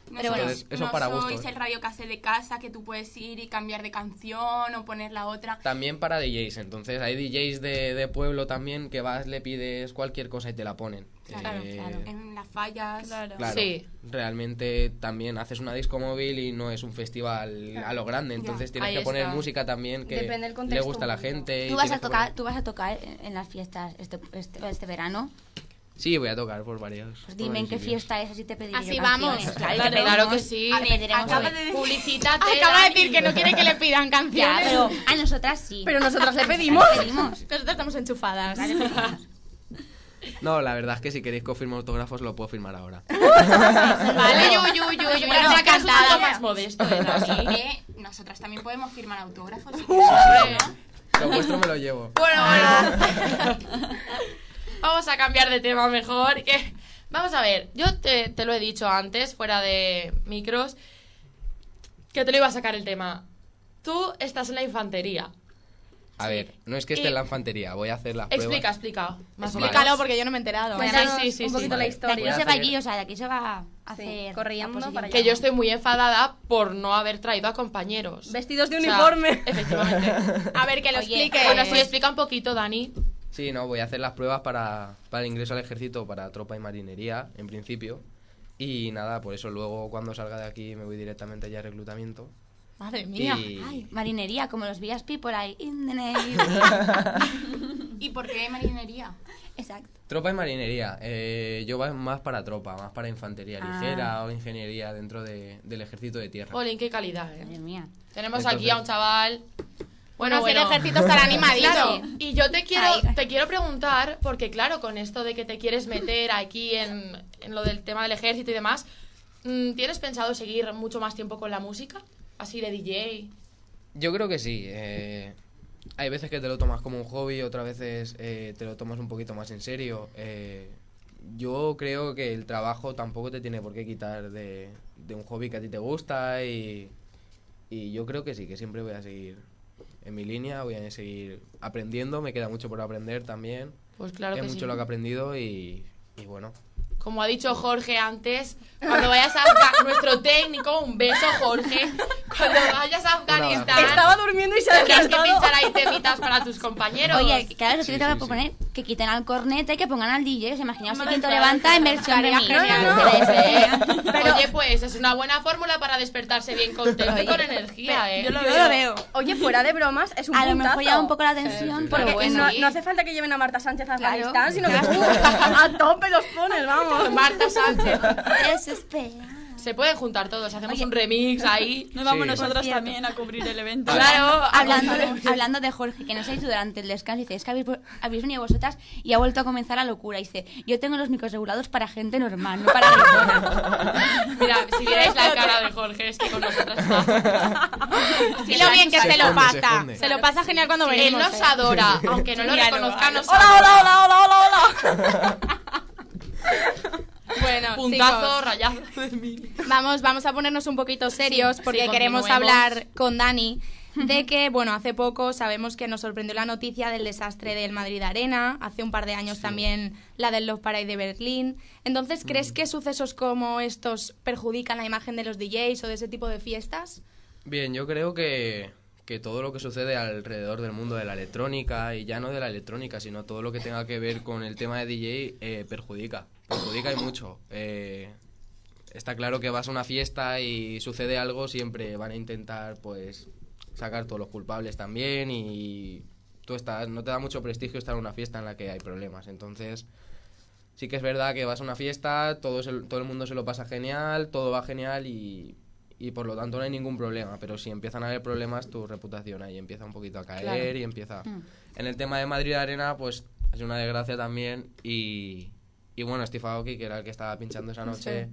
[SPEAKER 9] No
[SPEAKER 8] Pero
[SPEAKER 9] sois-
[SPEAKER 8] bueno. Eso
[SPEAKER 9] no
[SPEAKER 8] para gusto,
[SPEAKER 9] sois
[SPEAKER 8] ¿eh?
[SPEAKER 9] el radio cassette de casa que tú puedes ir y cambiar de canción o poner la otra.
[SPEAKER 8] También para DJs, entonces hay DJs de, de pueblo también que vas, le pides cualquier cosa y te la ponen. Eh,
[SPEAKER 2] Claro, claro.
[SPEAKER 9] En las fallas.
[SPEAKER 3] Claro.
[SPEAKER 8] claro.
[SPEAKER 4] Sí.
[SPEAKER 8] Realmente también haces una disco móvil y no es un festival a lo grande, entonces tienes
[SPEAKER 4] Ahí
[SPEAKER 8] que poner
[SPEAKER 4] está.
[SPEAKER 8] música también que
[SPEAKER 5] Depende del contexto
[SPEAKER 8] le gusta a la
[SPEAKER 5] un poquito.
[SPEAKER 8] gente. Eh, y
[SPEAKER 2] Tú vas,
[SPEAKER 8] tienes
[SPEAKER 2] a
[SPEAKER 8] que
[SPEAKER 2] tocar,
[SPEAKER 8] poner-
[SPEAKER 2] tú vas a tocar en en las fiestas este, este, este verano.
[SPEAKER 8] Sí, voy a tocar por varios. por
[SPEAKER 2] Pues dime en qué
[SPEAKER 8] varios sitios.
[SPEAKER 2] fiesta es, así te pediré
[SPEAKER 9] Así
[SPEAKER 2] yo
[SPEAKER 9] vamos.
[SPEAKER 2] canciones. Claro,
[SPEAKER 4] Claro,
[SPEAKER 2] te
[SPEAKER 4] claro que
[SPEAKER 2] pedimos,
[SPEAKER 4] sí.
[SPEAKER 2] te pediremos
[SPEAKER 9] acaba
[SPEAKER 2] hoy.
[SPEAKER 9] de decir-
[SPEAKER 4] Publicítate.
[SPEAKER 9] Acaba de
[SPEAKER 4] Dani.
[SPEAKER 9] decir que no quiere que le pidan
[SPEAKER 2] Ya,
[SPEAKER 9] canciones.
[SPEAKER 2] pero a nosotras sí.
[SPEAKER 6] Pero (laughs) nosotras le pedimos.
[SPEAKER 2] Nosotras pedimos.
[SPEAKER 6] Nosotras estamos enchufadas.
[SPEAKER 8] No, la verdad es que si queréis que os firme autógrafos lo puedo firmar ahora.
[SPEAKER 4] Vale, yo, yo, yo, yo,
[SPEAKER 9] Bueno,
[SPEAKER 4] una
[SPEAKER 9] caso
[SPEAKER 4] cantada
[SPEAKER 9] suyo.
[SPEAKER 4] más modesto, ¿eh,
[SPEAKER 9] Así
[SPEAKER 4] Dani?
[SPEAKER 9] que nosotras también podemos firmar autógrafos. si
[SPEAKER 4] Hombre.
[SPEAKER 8] lo vuestro me lo llevo.
[SPEAKER 4] Bueno, bueno. Vamos a cambiar de tema mejor. que- Vamos a ver, yo te, te lo he dicho antes, fuera de micros, que te lo iba a sacar el tema. Tú estás en la infantería.
[SPEAKER 8] A ver, no es que esté
[SPEAKER 4] Y-
[SPEAKER 8] en la infantería, voy a hacer las
[SPEAKER 4] Explica,
[SPEAKER 8] pruebas.
[SPEAKER 4] explica. Más o menos.
[SPEAKER 6] Explícalo porque yo no me he enterado.
[SPEAKER 4] Pues-
[SPEAKER 5] Cuéntanos
[SPEAKER 4] sí, sí,
[SPEAKER 5] un
[SPEAKER 4] sí.
[SPEAKER 5] poquito la
[SPEAKER 8] Vale.
[SPEAKER 2] De aquí
[SPEAKER 5] historia.
[SPEAKER 8] Voy a
[SPEAKER 2] se va
[SPEAKER 8] hacer-
[SPEAKER 2] Guillo, o sea, de aquí se va a
[SPEAKER 5] Sí,
[SPEAKER 2] hacer...
[SPEAKER 5] corriendo
[SPEAKER 2] la posición.
[SPEAKER 5] para allá.
[SPEAKER 4] Que yo estoy muy enfadada por no haber traído a compañeros.
[SPEAKER 5] Vestidos de
[SPEAKER 4] O sea,
[SPEAKER 5] uniforme.
[SPEAKER 4] efectivamente.
[SPEAKER 9] A ver, que lo
[SPEAKER 2] Oye,
[SPEAKER 9] explique.
[SPEAKER 4] Bueno, sí, explica un poquito, Dani.
[SPEAKER 8] Sí, no, voy a hacer las pruebas para, para el ingreso al ejército, para tropa y marinería, en principio. Y nada, por eso luego cuando salga de aquí me voy directamente ya a reclutamiento.
[SPEAKER 6] Madre
[SPEAKER 8] Y (laughs)
[SPEAKER 2] Ay, marinería, como los VSP por ahí. In the navy.
[SPEAKER 9] ¿Y por qué marinería?
[SPEAKER 2] Exacto.
[SPEAKER 8] tropa y marinería. eh, yo voy más para tropa, más para infantería ligera o ingeniería dentro de- del ejército de tierra.
[SPEAKER 4] Jolín, qué calidad, eh.
[SPEAKER 2] Madre mía.
[SPEAKER 4] Tenemos
[SPEAKER 8] Entonces-
[SPEAKER 4] aquí a un chaval. Bueno,
[SPEAKER 9] Bueno, si el
[SPEAKER 4] bueno. (laughs)
[SPEAKER 9] ejército estará animadito.
[SPEAKER 4] Claro, y yo te quiero,
[SPEAKER 2] Ay.
[SPEAKER 4] te quiero preguntar, porque claro, con esto de que te quieres meter aquí en, en lo del tema del ejército y demás, mm, ¿tienes pensado seguir mucho más tiempo con la música? Así de DJ.
[SPEAKER 8] Yo creo que sí. eh, hay veces que te lo tomas como un hobby, otras veces eh, te lo tomas un poquito más en serio. eh, yo creo que el trabajo tampoco te tiene por qué quitar de, de un hobby que a ti te gusta y, y yo creo que sí, que siempre voy a seguir en mi línea, voy a seguir aprendiendo, me queda mucho por aprender también.
[SPEAKER 4] Pues claro
[SPEAKER 8] es
[SPEAKER 4] que
[SPEAKER 8] mucho
[SPEAKER 4] sí.
[SPEAKER 8] lo que he aprendido y, y bueno.
[SPEAKER 4] Como ha dicho Jorge antes, cuando vayas a Afga- (laughs) nuestro técnico, un beso Jorge, cuando vayas a Afganistán,
[SPEAKER 5] Estaba durmiendo y se ha
[SPEAKER 4] tienes que
[SPEAKER 5] despertado.
[SPEAKER 4] pinchar ahí temitas para tus compañeros.
[SPEAKER 2] Oye, claro, eso
[SPEAKER 8] Sí,
[SPEAKER 2] que te voy
[SPEAKER 8] sí,
[SPEAKER 2] a
[SPEAKER 8] sí.
[SPEAKER 2] proponer que quiten al corneta y que pongan al DJ. ¿Os imagináis el
[SPEAKER 3] Hombre,
[SPEAKER 2] quinto
[SPEAKER 3] claro.
[SPEAKER 2] levanta en versión
[SPEAKER 9] Estaría
[SPEAKER 2] remix?
[SPEAKER 9] genial.
[SPEAKER 2] No, no, no.
[SPEAKER 4] Puede ser.
[SPEAKER 2] Pero-
[SPEAKER 4] Oye, pues es una buena fórmula para despertarse bien contento y con energía, ¿eh?
[SPEAKER 3] Yo lo
[SPEAKER 6] Yo
[SPEAKER 3] veo.
[SPEAKER 6] lo veo.
[SPEAKER 5] Oye, fuera
[SPEAKER 4] (laughs)
[SPEAKER 5] de bromas, es un
[SPEAKER 2] A lo mejor
[SPEAKER 5] puntazo.
[SPEAKER 2] ya un poco la tensión,
[SPEAKER 4] Pero
[SPEAKER 2] porque
[SPEAKER 4] bueno.
[SPEAKER 2] no-
[SPEAKER 5] no, no hace falta que lleven a Marta Sánchez a
[SPEAKER 2] Claro.
[SPEAKER 5] Afganistán, sino que tú
[SPEAKER 2] (laughs)
[SPEAKER 5] a tope los pones, vamos.
[SPEAKER 4] Marta Sánchez.
[SPEAKER 2] Desespera.
[SPEAKER 4] Se pueden juntar todos, hacemos un remix ahí.
[SPEAKER 3] Nos vamos
[SPEAKER 8] Sí.
[SPEAKER 3] nosotras
[SPEAKER 2] Por cierto.
[SPEAKER 3] también a cubrir el evento.
[SPEAKER 4] Claro,
[SPEAKER 2] Hablando de, hablando de Jorge, que no sé si durante el descanso dice, es que habéis, vu- habéis venido vosotras y ha vuelto a comenzar la locura. Y dice, yo tengo los micros regulados para gente normal, no para gritonas".
[SPEAKER 4] Mira, si vierais la cara de Jorge, es que con nosotras está.
[SPEAKER 6] Y lo bien que
[SPEAKER 8] Se
[SPEAKER 6] se
[SPEAKER 8] esconde,
[SPEAKER 6] lo
[SPEAKER 8] se
[SPEAKER 6] pasa.
[SPEAKER 8] esconde.
[SPEAKER 6] Se lo pasa genial cuando
[SPEAKER 4] Él
[SPEAKER 6] venimos.
[SPEAKER 4] nos
[SPEAKER 6] ¿eh? (laughs)
[SPEAKER 4] adora, aunque no lo
[SPEAKER 6] Míralo,
[SPEAKER 4] reconozca, nos
[SPEAKER 6] Hola,
[SPEAKER 4] adora.
[SPEAKER 6] hola, hola, hola, hola, hola. bueno,
[SPEAKER 4] (laughs) Puntazo
[SPEAKER 6] chicos,
[SPEAKER 4] rayado de mí.
[SPEAKER 6] vamos, vamos a ponernos un poquito serios
[SPEAKER 4] Sí,
[SPEAKER 6] porque
[SPEAKER 4] sí,
[SPEAKER 6] queremos
[SPEAKER 4] continuemos.
[SPEAKER 6] hablar con Dani
[SPEAKER 4] (laughs)
[SPEAKER 6] de que, bueno, hace poco sabemos que nos sorprendió la noticia del desastre del Madrid Arena, hace un par de años también la del Love Parade de Berlín. Entonces,
[SPEAKER 4] Mm.
[SPEAKER 6] ¿crees que sucesos como estos perjudican la imagen de los DJs o de ese tipo de fiestas?
[SPEAKER 8] Bien, yo creo que, que todo lo que sucede alrededor del mundo de la electrónica, y ya no de la electrónica, sino todo lo que tenga que ver con el tema de DJ, eh, perjudica. Perjudica y mucho. Eh, está claro que vas a una fiesta y sucede algo, siempre van a intentar pues sacar todos los culpables también y tú estás, no te da mucho prestigio estar en una fiesta en la que hay problemas. Entonces, sí que es verdad que vas a una fiesta, todo, es el- todo el mundo se lo pasa genial, todo va genial y, y por lo tanto no hay ningún problema. Pero si empiezan a haber problemas, tu reputación ahí empieza un poquito a caer y empieza...
[SPEAKER 4] Hmm.
[SPEAKER 8] En el tema de Madrid Arena, pues es una desgracia también y, y bueno, Steve Aoki, que era el que estaba pinchando esa noche,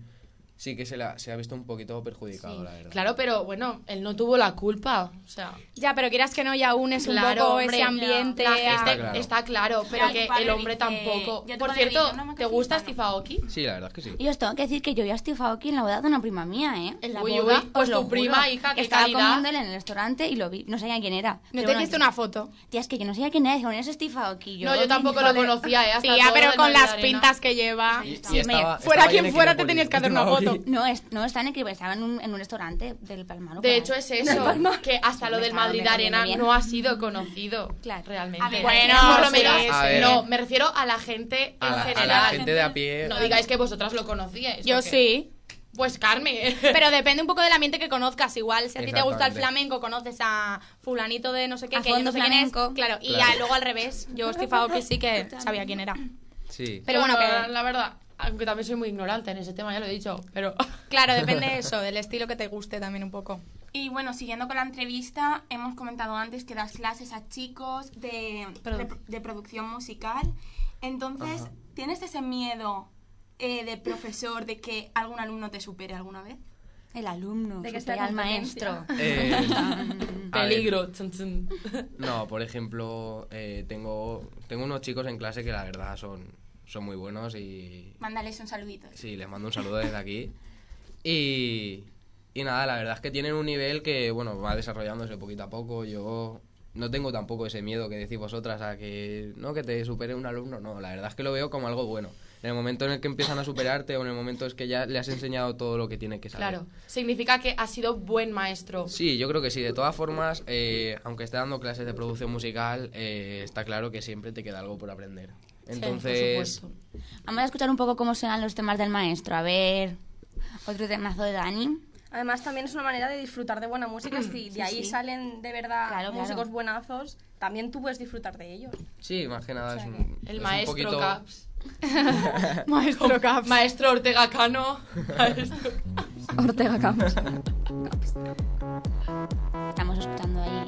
[SPEAKER 8] sí, que se, la, se ha visto un poquito perjudicado, la verdad.
[SPEAKER 4] Claro, pero bueno, él no tuvo la culpa. O sea,
[SPEAKER 6] Ya, pero quieras que no, ya unes un
[SPEAKER 4] Claro,
[SPEAKER 6] poco
[SPEAKER 4] hombre,
[SPEAKER 6] ese ambiente.
[SPEAKER 4] la
[SPEAKER 6] a-
[SPEAKER 4] gente está
[SPEAKER 8] claro.
[SPEAKER 4] claro, pero
[SPEAKER 9] Ya tu
[SPEAKER 4] que
[SPEAKER 9] padre
[SPEAKER 4] el hombre
[SPEAKER 9] dice,
[SPEAKER 4] tampoco.
[SPEAKER 9] ya tu
[SPEAKER 4] Por
[SPEAKER 9] padre
[SPEAKER 4] cierto,
[SPEAKER 9] dice, no, no,
[SPEAKER 4] ¿te
[SPEAKER 9] que
[SPEAKER 4] gusta
[SPEAKER 9] flipa,
[SPEAKER 4] Steve
[SPEAKER 9] no.
[SPEAKER 4] Aoki?
[SPEAKER 8] Sí, la verdad es que sí.
[SPEAKER 2] Y os tengo que decir que yo vi a Steve Aoki en la boda de una prima mía, ¿eh?
[SPEAKER 4] En la
[SPEAKER 2] Uy,
[SPEAKER 4] boda.
[SPEAKER 2] uy,
[SPEAKER 4] Pues
[SPEAKER 2] os
[SPEAKER 4] tu
[SPEAKER 2] lo juro.
[SPEAKER 4] prima, hija, qué
[SPEAKER 2] Estaba
[SPEAKER 4] calidad.
[SPEAKER 2] comiéndole en el restaurante y lo vi. No sabía quién era.
[SPEAKER 6] ¿No
[SPEAKER 2] Pero
[SPEAKER 6] te
[SPEAKER 2] bueno,
[SPEAKER 6] hiciste una foto?
[SPEAKER 2] Tía, es que yo no sabía quién era. Dijeron, es Steve Aoki.
[SPEAKER 4] no, yo tampoco lo conocía, ¿eh? Hasta
[SPEAKER 6] Tía,
[SPEAKER 4] todo
[SPEAKER 6] pero
[SPEAKER 4] del
[SPEAKER 6] con
[SPEAKER 4] Madrid
[SPEAKER 6] las
[SPEAKER 4] Arena.
[SPEAKER 6] pintas que lleva.
[SPEAKER 8] Y- y
[SPEAKER 2] sí, me-
[SPEAKER 6] fuera
[SPEAKER 8] bien
[SPEAKER 6] quien fuera, te
[SPEAKER 8] Equinópolis,
[SPEAKER 6] tenías que hacer una
[SPEAKER 8] Steve Aoki.
[SPEAKER 6] foto.
[SPEAKER 2] No, es, no está en equipo, estaba en un, en un restaurante (laughs) del Palmaro. por
[SPEAKER 4] De
[SPEAKER 2] ahí.
[SPEAKER 4] hecho, es eso, que hasta lo
[SPEAKER 2] Me
[SPEAKER 4] del
[SPEAKER 2] estaba
[SPEAKER 4] Madrid
[SPEAKER 2] comiendo
[SPEAKER 4] Arena
[SPEAKER 2] bien.
[SPEAKER 4] no ha
[SPEAKER 6] (laughs)
[SPEAKER 4] sido conocido
[SPEAKER 2] Claro.
[SPEAKER 4] realmente.
[SPEAKER 9] A ver,
[SPEAKER 6] Bueno,
[SPEAKER 4] por lo
[SPEAKER 6] sí,
[SPEAKER 4] menos,
[SPEAKER 6] sí.
[SPEAKER 8] A ver.
[SPEAKER 4] no, me refiero a la gente
[SPEAKER 8] A
[SPEAKER 4] en
[SPEAKER 8] la, a
[SPEAKER 4] general.
[SPEAKER 8] la gente de a pie.
[SPEAKER 4] No digáis que vosotras lo conocíais.
[SPEAKER 6] Yo
[SPEAKER 4] porque-
[SPEAKER 6] sí.
[SPEAKER 4] Pues Carmen.
[SPEAKER 6] Pero depende un poco del ambiente que conozcas. Igual, si a ti te gusta el
[SPEAKER 8] Exactamente.
[SPEAKER 6] flamenco, conoces a fulanito de no sé qué,
[SPEAKER 2] A
[SPEAKER 6] que yo no
[SPEAKER 2] fondo
[SPEAKER 6] sé quién es.
[SPEAKER 2] flamenco.
[SPEAKER 6] Claro, y
[SPEAKER 8] Claro.
[SPEAKER 6] ya, luego al revés. Yo, Steve Aoki sí que sabía quién era.
[SPEAKER 8] Sí.
[SPEAKER 6] Pero bueno,
[SPEAKER 4] Yo,
[SPEAKER 6] que-
[SPEAKER 4] la verdad, aunque también soy muy ignorante en ese tema, ya lo he dicho, pero... (laughs)
[SPEAKER 6] Claro, depende de eso, del estilo que te guste también un poco.
[SPEAKER 9] Y bueno, siguiendo con la entrevista, hemos comentado antes que das clases a chicos de, de,
[SPEAKER 4] Produ-
[SPEAKER 9] de producción musical. Entonces,
[SPEAKER 8] Ajá.
[SPEAKER 9] ¿tienes ese miedo eh, de profesor de que algún alumno te supere alguna vez?
[SPEAKER 2] El alumno,
[SPEAKER 5] De que
[SPEAKER 2] supera
[SPEAKER 5] sea
[SPEAKER 2] al
[SPEAKER 5] competencia.
[SPEAKER 2] maestro.
[SPEAKER 8] Eh, a ver,
[SPEAKER 4] Peligro. chun, chun.
[SPEAKER 2] (laughs)
[SPEAKER 8] no, por ejemplo, eh, tengo, tengo unos chicos en clase que la verdad son, son muy buenos y,
[SPEAKER 9] Mándales un saludito.
[SPEAKER 8] Sí, les mando un saludo desde aquí. Y, y nada, la verdad es que tienen un nivel que, bueno, va desarrollándose poquito a poco. Yo no tengo tampoco ese miedo que decís vosotras a que, no, que te supere un alumno. No, la verdad es que lo veo como algo bueno. En el momento en el que empiezan a superarte o en el momento es que ya le has enseñado todo lo que tiene que saber.
[SPEAKER 4] Claro, significa que ha sido buen maestro.
[SPEAKER 8] Sí, yo creo que sí. De todas formas, eh, aunque esté dando clases de producción musical, eh, está claro que siempre te queda algo por aprender. Entonces,
[SPEAKER 4] por supuesto.
[SPEAKER 2] Vamos a escuchar un poco cómo suenan los temas del maestro. A ver, otro temazo de Dani.
[SPEAKER 5] Además, también es una manera de disfrutar de buena música. Si de ahí
[SPEAKER 2] Mm, sí.
[SPEAKER 5] salen de verdad
[SPEAKER 2] Claro,
[SPEAKER 5] músicos
[SPEAKER 2] claro.
[SPEAKER 5] buenazos, también tú puedes disfrutar de ellos.
[SPEAKER 8] sí, más que nada
[SPEAKER 5] sea
[SPEAKER 8] es
[SPEAKER 5] que
[SPEAKER 8] un, es
[SPEAKER 4] El
[SPEAKER 8] un
[SPEAKER 4] maestro
[SPEAKER 8] poquito- (laughs)
[SPEAKER 4] Caps. (laughs)
[SPEAKER 6] (laughs) Maestro Cap.
[SPEAKER 4] Maestro Ortega Cano. (laughs) Maestro-
[SPEAKER 5] Ortega
[SPEAKER 2] (laughs)
[SPEAKER 5] Campos.
[SPEAKER 2] Estamos escuchando ahí.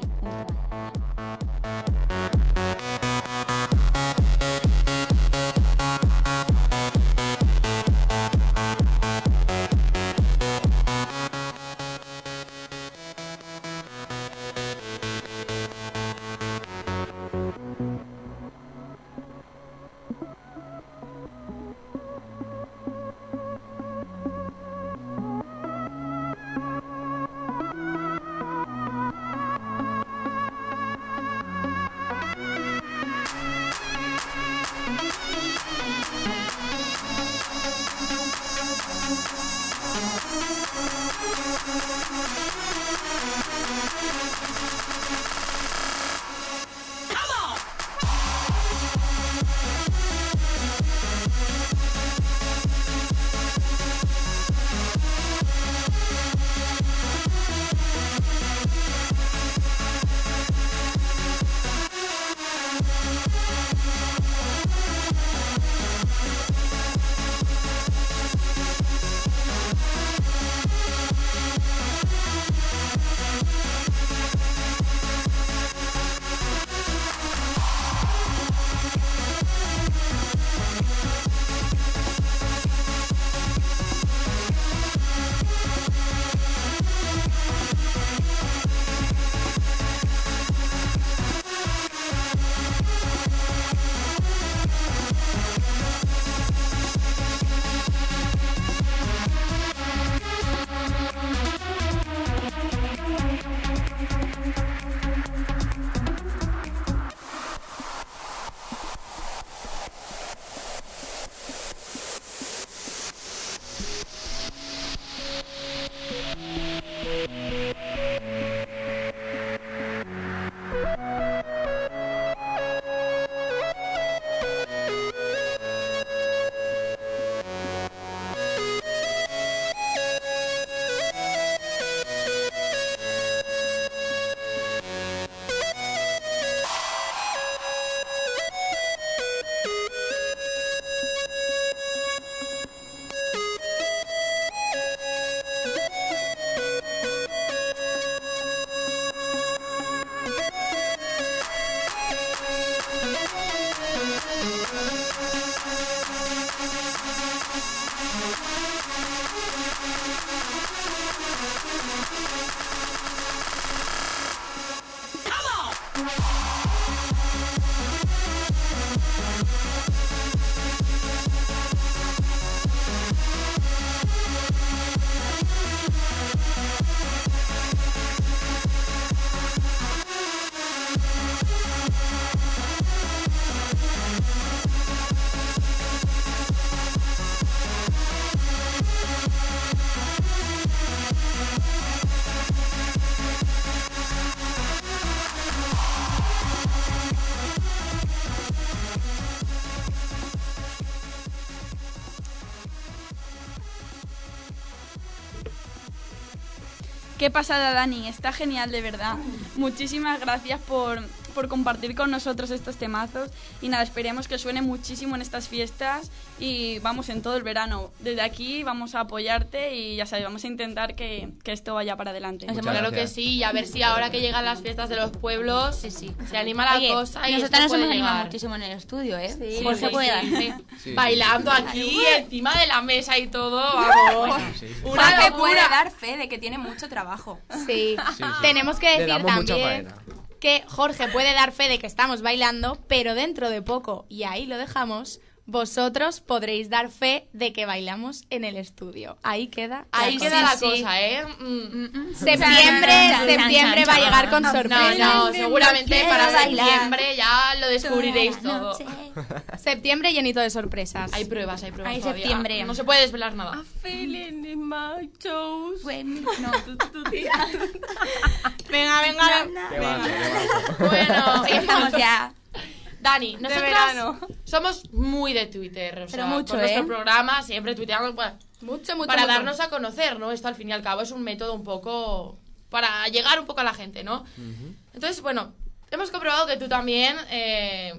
[SPEAKER 3] Qué pasada, Dani. Está genial, de verdad. Muchísimas gracias por, por compartir con nosotros estos temazos. Y nada, esperemos que suene muchísimo en estas fiestas y vamos en todo el verano. Desde aquí vamos a apoyarte y ya sabes, vamos a intentar que, que esto vaya para adelante.
[SPEAKER 8] Muchas
[SPEAKER 4] claro que
[SPEAKER 8] gracias.
[SPEAKER 4] sí, y a ver si ahora que llegan las fiestas de los pueblos
[SPEAKER 2] Sí, sí.
[SPEAKER 4] se anima la
[SPEAKER 2] Oye,
[SPEAKER 4] cosa y esto
[SPEAKER 2] nosotras nos
[SPEAKER 4] puede
[SPEAKER 2] hemos animado
[SPEAKER 4] llegar.
[SPEAKER 2] muchísimo en el estudio, ¿eh?
[SPEAKER 5] Sí,
[SPEAKER 2] Por
[SPEAKER 4] sí,
[SPEAKER 2] se puede
[SPEAKER 4] sí.
[SPEAKER 2] dar fe.
[SPEAKER 8] Sí,
[SPEAKER 4] Bailando aquí encima de la mesa y todo, vamos.
[SPEAKER 8] Sí, sí.
[SPEAKER 4] Una
[SPEAKER 9] Juanfe puede
[SPEAKER 4] locura.
[SPEAKER 9] dar fe de que tiene mucho trabajo.
[SPEAKER 6] Sí.
[SPEAKER 8] Sí, sí.
[SPEAKER 6] Tenemos que
[SPEAKER 8] Le
[SPEAKER 6] decir
[SPEAKER 8] damos mucha
[SPEAKER 6] también
[SPEAKER 8] faena.
[SPEAKER 6] que Jorge puede dar fe de que estamos bailando, pero dentro de poco, y ahí lo dejamos, vosotros podréis dar fe de que bailamos en el estudio. Ahí queda.
[SPEAKER 4] Ahí
[SPEAKER 6] cosa.
[SPEAKER 4] queda
[SPEAKER 6] Sí,
[SPEAKER 4] la
[SPEAKER 6] sí.
[SPEAKER 4] cosa, ¿eh? Mm, mm.
[SPEAKER 6] Septiembre,
[SPEAKER 2] Chan, chan,
[SPEAKER 6] septiembre
[SPEAKER 2] chan,
[SPEAKER 6] va a
[SPEAKER 2] chan.
[SPEAKER 6] llegar con
[SPEAKER 4] No,
[SPEAKER 6] sorpresa.
[SPEAKER 4] no, seguramente
[SPEAKER 2] quiero
[SPEAKER 4] para
[SPEAKER 2] bailar.
[SPEAKER 4] septiembre ya lo descubriréis
[SPEAKER 2] Toda la
[SPEAKER 4] todo.
[SPEAKER 2] noche.
[SPEAKER 6] (laughs) Septiembre llenito de sorpresas.
[SPEAKER 4] Hay pruebas, hay pruebas
[SPEAKER 2] Hay
[SPEAKER 4] todavía.
[SPEAKER 2] septiembre. Ah.
[SPEAKER 4] No se puede desvelar nada.
[SPEAKER 5] Feeling in my toes.
[SPEAKER 2] Bueno,
[SPEAKER 5] (laughs)
[SPEAKER 2] no. (laughs)
[SPEAKER 6] Venga, venga.
[SPEAKER 8] Qué bajo, qué bajo.
[SPEAKER 4] Bueno,
[SPEAKER 6] (laughs)
[SPEAKER 2] Estamos ya.
[SPEAKER 4] Dani, nosotros
[SPEAKER 5] verano.
[SPEAKER 4] somos muy de Twitter. O sea,
[SPEAKER 6] Pero mucho,
[SPEAKER 4] con nuestro
[SPEAKER 6] ¿eh?
[SPEAKER 4] programa siempre tuiteamos bueno,
[SPEAKER 6] Mucho, mucho.
[SPEAKER 4] para
[SPEAKER 6] mucho.
[SPEAKER 4] darnos a conocer, ¿no? Esto al fin y al cabo es un método un poco para llegar un poco a la gente, ¿no? Entonces, bueno, hemos comprobado que tú también... eh,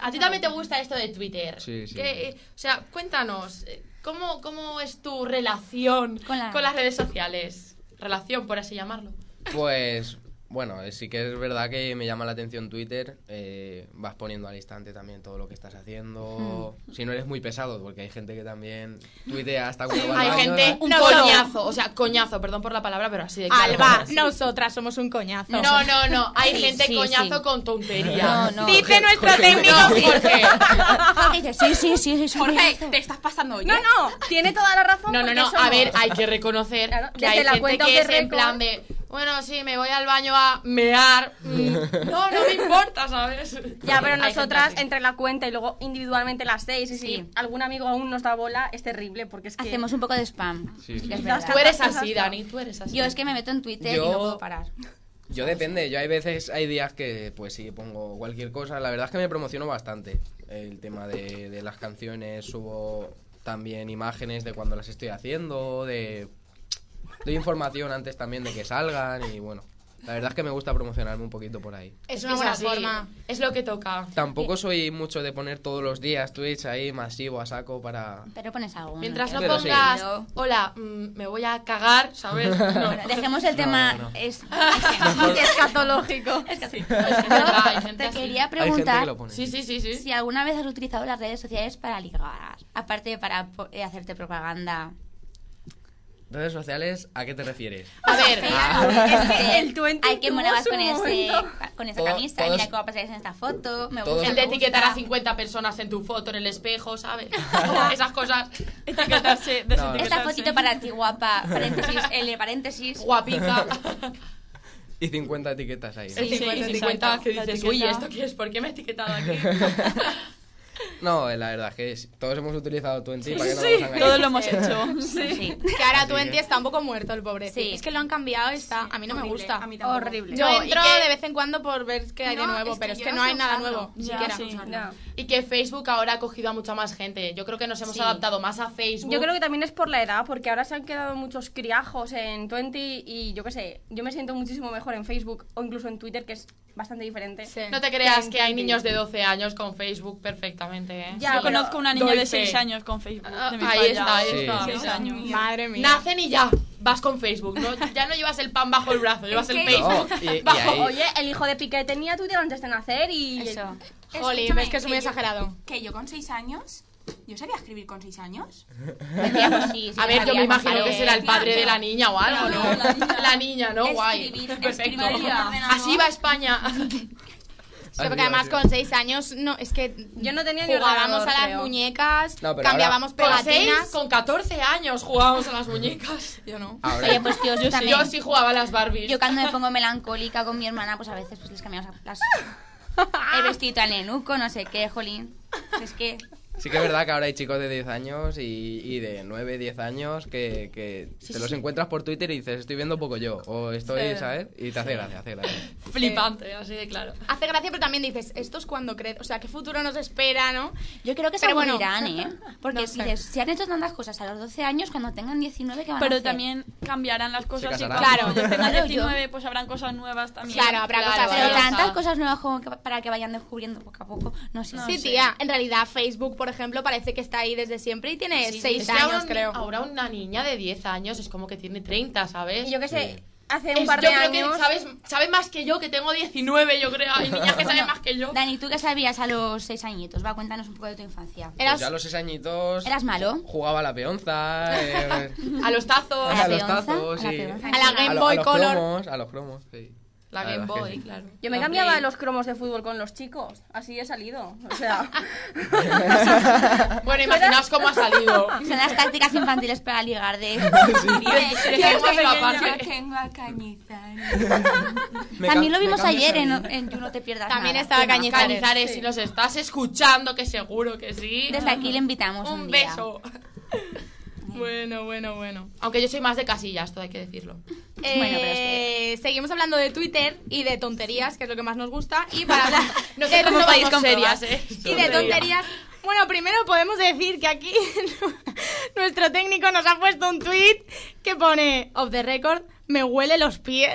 [SPEAKER 4] a ti también te gusta esto de Twitter.
[SPEAKER 8] Sí, sí.
[SPEAKER 4] Que, eh, o sea, cuéntanos, eh, ¿cómo, ¿cómo es tu relación
[SPEAKER 2] Con la-
[SPEAKER 4] las redes sociales? Relación, por así llamarlo.
[SPEAKER 8] Pues bueno, eh, sí que es verdad que me llama la atención Twitter. eh, vas poniendo al instante también todo lo que estás haciendo.
[SPEAKER 4] Hmm.
[SPEAKER 8] Si no eres muy pesado, porque hay gente que también tuitea hasta cuando va al
[SPEAKER 4] Hay
[SPEAKER 8] baño,
[SPEAKER 4] gente,
[SPEAKER 8] ¿verdad?
[SPEAKER 4] un
[SPEAKER 6] No,
[SPEAKER 4] coñazo, o sea, coñazo, perdón por la palabra, pero así de claro.
[SPEAKER 6] Alba, nosotras somos un coñazo.
[SPEAKER 4] No, no, no. Hay
[SPEAKER 2] Sí,
[SPEAKER 4] gente
[SPEAKER 2] sí,
[SPEAKER 4] coñazo
[SPEAKER 2] sí.
[SPEAKER 4] con tontería.
[SPEAKER 2] No, no.
[SPEAKER 4] Dice nuestro técnico Jorge.
[SPEAKER 2] Ella, Sí, sí, sí, sí, sí.
[SPEAKER 9] Jorge, te estás pasando hoy.
[SPEAKER 5] No, no, tiene toda la razón.
[SPEAKER 4] ¿eh? No, no,
[SPEAKER 5] porque
[SPEAKER 4] no.
[SPEAKER 5] somos-
[SPEAKER 4] A ver,
[SPEAKER 5] (laughs)
[SPEAKER 4] hay que reconocer
[SPEAKER 5] Claro,
[SPEAKER 4] que
[SPEAKER 5] desde
[SPEAKER 4] hay
[SPEAKER 5] la
[SPEAKER 4] gente
[SPEAKER 5] cuenta
[SPEAKER 4] que
[SPEAKER 5] de
[SPEAKER 4] es en
[SPEAKER 5] récord.
[SPEAKER 4] plan de, bueno, sí, me voy al baño a mear. mm, No, no me
[SPEAKER 5] (laughs)
[SPEAKER 4] importa, (laughs) ¿sabes?
[SPEAKER 5] Ya, pero
[SPEAKER 4] Hay gente
[SPEAKER 5] nosotras,
[SPEAKER 4] así.
[SPEAKER 5] entre la cuenta y luego individualmente las seis, y si algún amigo aún nos da bola, es terrible, porque es que...
[SPEAKER 2] Hacemos un poco de spam.
[SPEAKER 8] Sí,
[SPEAKER 2] Sí que es
[SPEAKER 8] sí.
[SPEAKER 2] verdad.
[SPEAKER 4] Tú eres así, Dani, tú eres así.
[SPEAKER 2] Yo es que me meto en Twitter y
[SPEAKER 8] Yo-
[SPEAKER 2] no puedo parar.
[SPEAKER 8] Yo depende, yo hay veces, hay días que pues sí, pongo cualquier cosa. La verdad es que me promociono bastante. El tema de, de las canciones, subo también imágenes de cuando las estoy haciendo, de... Doy información antes también de que salgan y bueno. La verdad es que me gusta promocionarme un poquito por ahí.
[SPEAKER 4] Es una buena forma. Es lo que toca.
[SPEAKER 8] Tampoco soy mucho de poner todos los días Twitch ahí masivo a saco para...
[SPEAKER 2] Pero pones algo.
[SPEAKER 4] Mientras no
[SPEAKER 8] Pero sí.
[SPEAKER 4] pongas, hola, mm, me voy a cagar,
[SPEAKER 8] (laughs)
[SPEAKER 4] ¿sabes? No.
[SPEAKER 2] Bueno, dejemos el tema.
[SPEAKER 8] no.
[SPEAKER 2] (laughs)
[SPEAKER 4] (laughs)
[SPEAKER 2] Es,
[SPEAKER 5] escatológico.
[SPEAKER 4] Es verdad, hay gente
[SPEAKER 2] te
[SPEAKER 4] así.
[SPEAKER 2] quería
[SPEAKER 8] Hay gente que
[SPEAKER 2] preguntar
[SPEAKER 8] lo pone.
[SPEAKER 4] Sí, sí, sí, sí.
[SPEAKER 2] si alguna vez has utilizado las redes sociales para ligar, aparte de para po- eh, hacerte propaganda.
[SPEAKER 8] Redes sociales, ¿a qué te refieres? Ah.
[SPEAKER 2] (laughs)
[SPEAKER 4] A ver,
[SPEAKER 5] Es que el 20
[SPEAKER 2] Hay que
[SPEAKER 5] tuvo
[SPEAKER 2] monabas
[SPEAKER 5] su
[SPEAKER 2] con, ese,
[SPEAKER 5] momento.
[SPEAKER 2] con esa
[SPEAKER 8] Todo-
[SPEAKER 2] camisa.
[SPEAKER 8] todos-
[SPEAKER 2] Mira cómo pasáis en esta foto. Me
[SPEAKER 8] todos-
[SPEAKER 2] gusta.
[SPEAKER 4] El
[SPEAKER 2] me
[SPEAKER 4] de
[SPEAKER 2] gusta.
[SPEAKER 4] etiquetar a 50 personas en tu foto, en el espejo, ¿sabes? Esas cosas. Eh,
[SPEAKER 3] Etiquetarse,
[SPEAKER 8] No, no.
[SPEAKER 2] Esta
[SPEAKER 3] desetiquetarse.
[SPEAKER 2] fotito para ti, guapa. Paréntesis, L paréntesis. (laughs)
[SPEAKER 4] Guapica.
[SPEAKER 8] (laughs) Y 50 etiquetas ahí. ¿no?
[SPEAKER 4] El
[SPEAKER 3] Sí,
[SPEAKER 4] 50,
[SPEAKER 3] sí,
[SPEAKER 4] el 50
[SPEAKER 3] exacto.
[SPEAKER 4] que
[SPEAKER 3] La
[SPEAKER 4] dices,
[SPEAKER 3] etiqueta.
[SPEAKER 4] uy, ¿esto qué es? ¿Por qué me he etiquetado aquí? (laughs)
[SPEAKER 8] No, eh, la verdad es que sí, todos hemos utilizado Twenty para que no nos
[SPEAKER 3] Todos lo hemos hecho.
[SPEAKER 2] Sí.
[SPEAKER 6] Que ahora
[SPEAKER 8] Así que-
[SPEAKER 6] Twenty está un poco muerto el pobre.
[SPEAKER 2] Sí.
[SPEAKER 6] Es que lo han cambiado, está. A mí no me
[SPEAKER 9] Horrible,
[SPEAKER 6] gusta.
[SPEAKER 9] a mí tampoco.
[SPEAKER 5] Horrible.
[SPEAKER 6] Yo
[SPEAKER 4] No, y
[SPEAKER 6] entro
[SPEAKER 4] que-
[SPEAKER 6] de vez en cuando por ver qué hay de
[SPEAKER 9] No,
[SPEAKER 6] nuevo,
[SPEAKER 9] es que
[SPEAKER 6] pero es
[SPEAKER 9] yo
[SPEAKER 6] que
[SPEAKER 9] no
[SPEAKER 6] no
[SPEAKER 9] sé
[SPEAKER 6] hay nada
[SPEAKER 9] usarlo,
[SPEAKER 6] nuevo,
[SPEAKER 9] ya,
[SPEAKER 6] siquiera.
[SPEAKER 9] sí.
[SPEAKER 5] No.
[SPEAKER 4] Y que Facebook ahora ha cogido a mucha más gente. Yo creo que nos hemos
[SPEAKER 2] Sí.
[SPEAKER 4] adaptado más a Facebook.
[SPEAKER 5] Yo creo que también es por la edad, porque ahora se han quedado muchos criajos en 20 y yo qué sé, yo me siento muchísimo mejor en Facebook o incluso en Twitter, que es bastante diferente.
[SPEAKER 6] Sí.
[SPEAKER 4] No te creas que hay niños de 12 años con Facebook perfectamente, ¿eh?
[SPEAKER 5] Ya,
[SPEAKER 3] Yo
[SPEAKER 5] pero
[SPEAKER 3] conozco una niña
[SPEAKER 4] doy
[SPEAKER 3] de
[SPEAKER 4] fe.
[SPEAKER 3] 6 años con Facebook.
[SPEAKER 4] Ah,
[SPEAKER 3] de mi
[SPEAKER 4] ahí
[SPEAKER 3] padre.
[SPEAKER 4] está, ahí
[SPEAKER 8] Sí.
[SPEAKER 4] está.
[SPEAKER 8] Sí.
[SPEAKER 3] Seis años.
[SPEAKER 6] Madre mía.
[SPEAKER 4] Nacen y ya, vas con Facebook, ¿no? Ya no llevas el pan bajo el brazo, llevas el
[SPEAKER 9] que-
[SPEAKER 4] Facebook.
[SPEAKER 8] No,
[SPEAKER 5] (laughs)
[SPEAKER 8] y- y
[SPEAKER 4] bajo-
[SPEAKER 8] ahí-
[SPEAKER 5] Oye, el hijo de Piqué tenía Twitter antes de nacer y...
[SPEAKER 2] Eso.
[SPEAKER 6] Jolín,
[SPEAKER 9] Escúchame,
[SPEAKER 6] es que es muy
[SPEAKER 9] yo-
[SPEAKER 6] exagerado.
[SPEAKER 9] que yo con 6 años. Yo sabía escribir con 6 años.
[SPEAKER 2] Decíamos, sí, sí,
[SPEAKER 4] A ver, yo me
[SPEAKER 2] sabíamos,
[SPEAKER 4] imagino que
[SPEAKER 2] ¿sabes?
[SPEAKER 4] será el padre de la niña o algo, ¿no? La niña, ¿no? Guay. (laughs)
[SPEAKER 9] Escribir,
[SPEAKER 4] Perfecto.
[SPEAKER 9] escribir en el ordenador.
[SPEAKER 4] Así va España.
[SPEAKER 6] Sí,
[SPEAKER 8] Así,
[SPEAKER 6] porque además
[SPEAKER 8] así.
[SPEAKER 6] con seis años no, es que
[SPEAKER 5] Yo no tenía ni
[SPEAKER 6] jugábamos
[SPEAKER 5] ordenador,
[SPEAKER 6] a las
[SPEAKER 5] creo.
[SPEAKER 6] muñecas,
[SPEAKER 8] No, pero
[SPEAKER 6] cambiábamos
[SPEAKER 4] Con seis,
[SPEAKER 6] pegatinas.
[SPEAKER 4] con 14 años jugábamos a las muñecas. Yo no.
[SPEAKER 8] Ahora,
[SPEAKER 2] Oye, pues yo,
[SPEAKER 4] Yo sí,
[SPEAKER 2] también.
[SPEAKER 4] yo sí jugaba a las Barbies.
[SPEAKER 2] Yo cuando me pongo melancólica con mi hermana, pues a veces
[SPEAKER 4] (laughs)
[SPEAKER 2] pues les cambiamos las... el vestido al nenuco, no sé qué, jolín. Es que
[SPEAKER 8] Sí que es verdad que ahora hay chicos de 10 años y, y de 9, 10 años que, que te los encuentras por Twitter y dices, estoy viendo poco yo, o estoy,
[SPEAKER 3] Sí.
[SPEAKER 8] ¿sabes? Y te hace gracia, hace gracia.
[SPEAKER 4] Flipante, así de claro.
[SPEAKER 6] Hace gracia, pero también dices, esto es cuando crees, o sea, qué futuro nos espera, ¿no?
[SPEAKER 2] Yo creo que se
[SPEAKER 6] Pero bueno.
[SPEAKER 2] aburrirán, ¿eh? Porque
[SPEAKER 6] No sé.
[SPEAKER 2] dices, si han hecho tantas cosas a pues, los 12 años, cuando tengan 19, ¿qué van a
[SPEAKER 3] Pero
[SPEAKER 2] hacer?
[SPEAKER 3] también cambiarán las cosas. y
[SPEAKER 8] casarán.
[SPEAKER 3] cuando
[SPEAKER 6] Claro.
[SPEAKER 3] ellos tengan
[SPEAKER 2] Claro, yo-
[SPEAKER 3] 19, pues habrán cosas nuevas también.
[SPEAKER 6] Claro, habrá
[SPEAKER 4] Claro,
[SPEAKER 6] cosas.
[SPEAKER 2] Pero
[SPEAKER 4] Vaya,
[SPEAKER 6] nuevas.
[SPEAKER 2] tantas
[SPEAKER 4] ojalá.
[SPEAKER 2] cosas nuevas como que- para que vayan descubriendo poco a poco. No sé.
[SPEAKER 6] sí, tía, en realidad Facebook, por ejemplo, parece que está ahí desde siempre y tiene
[SPEAKER 4] Sí,
[SPEAKER 6] seis
[SPEAKER 4] es que
[SPEAKER 6] años,
[SPEAKER 4] ahora, un-
[SPEAKER 6] creo.
[SPEAKER 4] Ahora una niña de 10 años es como que tiene 30, ¿sabes?
[SPEAKER 5] Y yo qué sé,
[SPEAKER 8] Sí.
[SPEAKER 5] hace un
[SPEAKER 4] Es-
[SPEAKER 5] par de
[SPEAKER 4] yo creo
[SPEAKER 5] años...
[SPEAKER 4] que sabes, sabes más que yo, que tengo 19, yo creo. Hay niñas
[SPEAKER 5] (laughs)
[SPEAKER 4] que saben más que yo.
[SPEAKER 2] Dani, ¿tú qué sabías a los 6 añitos? Va, cuéntanos un poco de tu infancia.
[SPEAKER 8] Pues
[SPEAKER 6] Eras-
[SPEAKER 8] ya a los 6 añitos
[SPEAKER 2] ¿Eras malo?
[SPEAKER 8] jugaba a la
[SPEAKER 2] (laughs)
[SPEAKER 8] peonza, eh,
[SPEAKER 4] A los tazos.
[SPEAKER 2] la
[SPEAKER 8] a los
[SPEAKER 2] peonza,
[SPEAKER 8] tazos,
[SPEAKER 2] a la
[SPEAKER 8] sí.
[SPEAKER 2] peonza.
[SPEAKER 6] A la
[SPEAKER 8] a
[SPEAKER 6] Game
[SPEAKER 8] lo-
[SPEAKER 6] Boy
[SPEAKER 8] a los
[SPEAKER 6] Color.
[SPEAKER 8] cromos, a los cromos, sí.
[SPEAKER 4] La Game
[SPEAKER 8] verdad es que
[SPEAKER 4] Boy,
[SPEAKER 8] sí.
[SPEAKER 4] claro.
[SPEAKER 5] Yo me
[SPEAKER 4] La
[SPEAKER 5] cambiaba
[SPEAKER 4] Play.
[SPEAKER 5] los cromos de fútbol con los chicos, así he salido, o sea...
[SPEAKER 4] Bueno, imaginaos cómo
[SPEAKER 5] (laughs)
[SPEAKER 4] ha salido.
[SPEAKER 2] (laughs) Son las tácticas infantiles para ligar de...
[SPEAKER 4] Dejémoslo
[SPEAKER 9] Yo
[SPEAKER 4] aparte.
[SPEAKER 9] tengo a Cañizares.
[SPEAKER 8] Me
[SPEAKER 2] También
[SPEAKER 8] ca-
[SPEAKER 2] lo vimos
[SPEAKER 8] me cambio
[SPEAKER 2] ayer en,
[SPEAKER 8] esa niña.
[SPEAKER 2] en You No Te Pierdas
[SPEAKER 6] También
[SPEAKER 2] Nada.
[SPEAKER 6] estaba
[SPEAKER 2] Tema.
[SPEAKER 6] Cañizares.
[SPEAKER 4] Canizares, si nos estás escuchando, que seguro que sí.
[SPEAKER 2] Desde aquí le invitamos un,
[SPEAKER 4] Un
[SPEAKER 2] día.
[SPEAKER 4] beso. Bueno, bueno, bueno. Aunque yo soy más de casillas, esto hay que decirlo.
[SPEAKER 6] Eh,
[SPEAKER 2] Bueno, pero es que-
[SPEAKER 6] Seguimos hablando de Twitter y de tonterías, que es lo que más nos gusta. Y
[SPEAKER 4] (laughs)
[SPEAKER 6] para hablar de
[SPEAKER 4] Nosotros no
[SPEAKER 6] tonterías-
[SPEAKER 4] vamos serias, ¿eh?
[SPEAKER 6] Y de tonterías. Bueno, primero podemos decir que aquí (laughs) nuestro técnico nos ha puesto un tweet que pone, of the record, me huele los pies.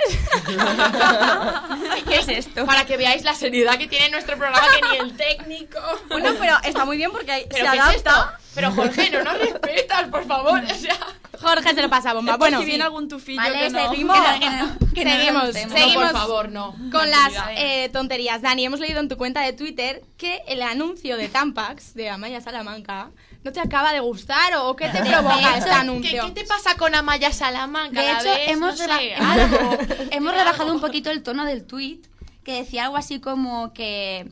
[SPEAKER 4] (laughs) ¿Qué es esto? Para que veáis la seriedad que tiene nuestro programa, que
[SPEAKER 5] (laughs)
[SPEAKER 4] ni el técnico.
[SPEAKER 5] Bueno, pero está muy bien porque hay- se
[SPEAKER 4] ¿Pero qué es esto?
[SPEAKER 5] adapta.
[SPEAKER 4] Pero Jorge, no nos respetas, por favor. O sea,
[SPEAKER 6] Jorge se lo pasa bomba.
[SPEAKER 3] Bueno,
[SPEAKER 6] Bueno,
[SPEAKER 3] si viene algún tufillo
[SPEAKER 2] Vale,
[SPEAKER 3] que no.
[SPEAKER 6] (laughs)
[SPEAKER 2] seguimos. Que no- que no- que no
[SPEAKER 6] Seguimos,
[SPEAKER 2] nos gustemos.
[SPEAKER 6] seguimos.
[SPEAKER 4] No, por favor, no.
[SPEAKER 6] Con las
[SPEAKER 4] Tranquilidad.
[SPEAKER 6] eh, tonterías, Dani, hemos leído en tu cuenta de Twitter que el anuncio de Tampax de Amaya Salamanca no te acaba de gustar o qué te provoca este
[SPEAKER 4] ¿Qué,
[SPEAKER 6] anuncio.
[SPEAKER 4] qué te pasa con Amaya Salamanca?
[SPEAKER 2] De
[SPEAKER 4] ¿La
[SPEAKER 2] hecho,
[SPEAKER 4] ves?
[SPEAKER 2] hemos,
[SPEAKER 4] No
[SPEAKER 2] reba-
[SPEAKER 4] sé,
[SPEAKER 2] (laughs) hemos-
[SPEAKER 4] algo.
[SPEAKER 2] hemos
[SPEAKER 4] Era
[SPEAKER 2] rebajado
[SPEAKER 4] algo.
[SPEAKER 2] un poquito el tono del tweet que decía algo así como que...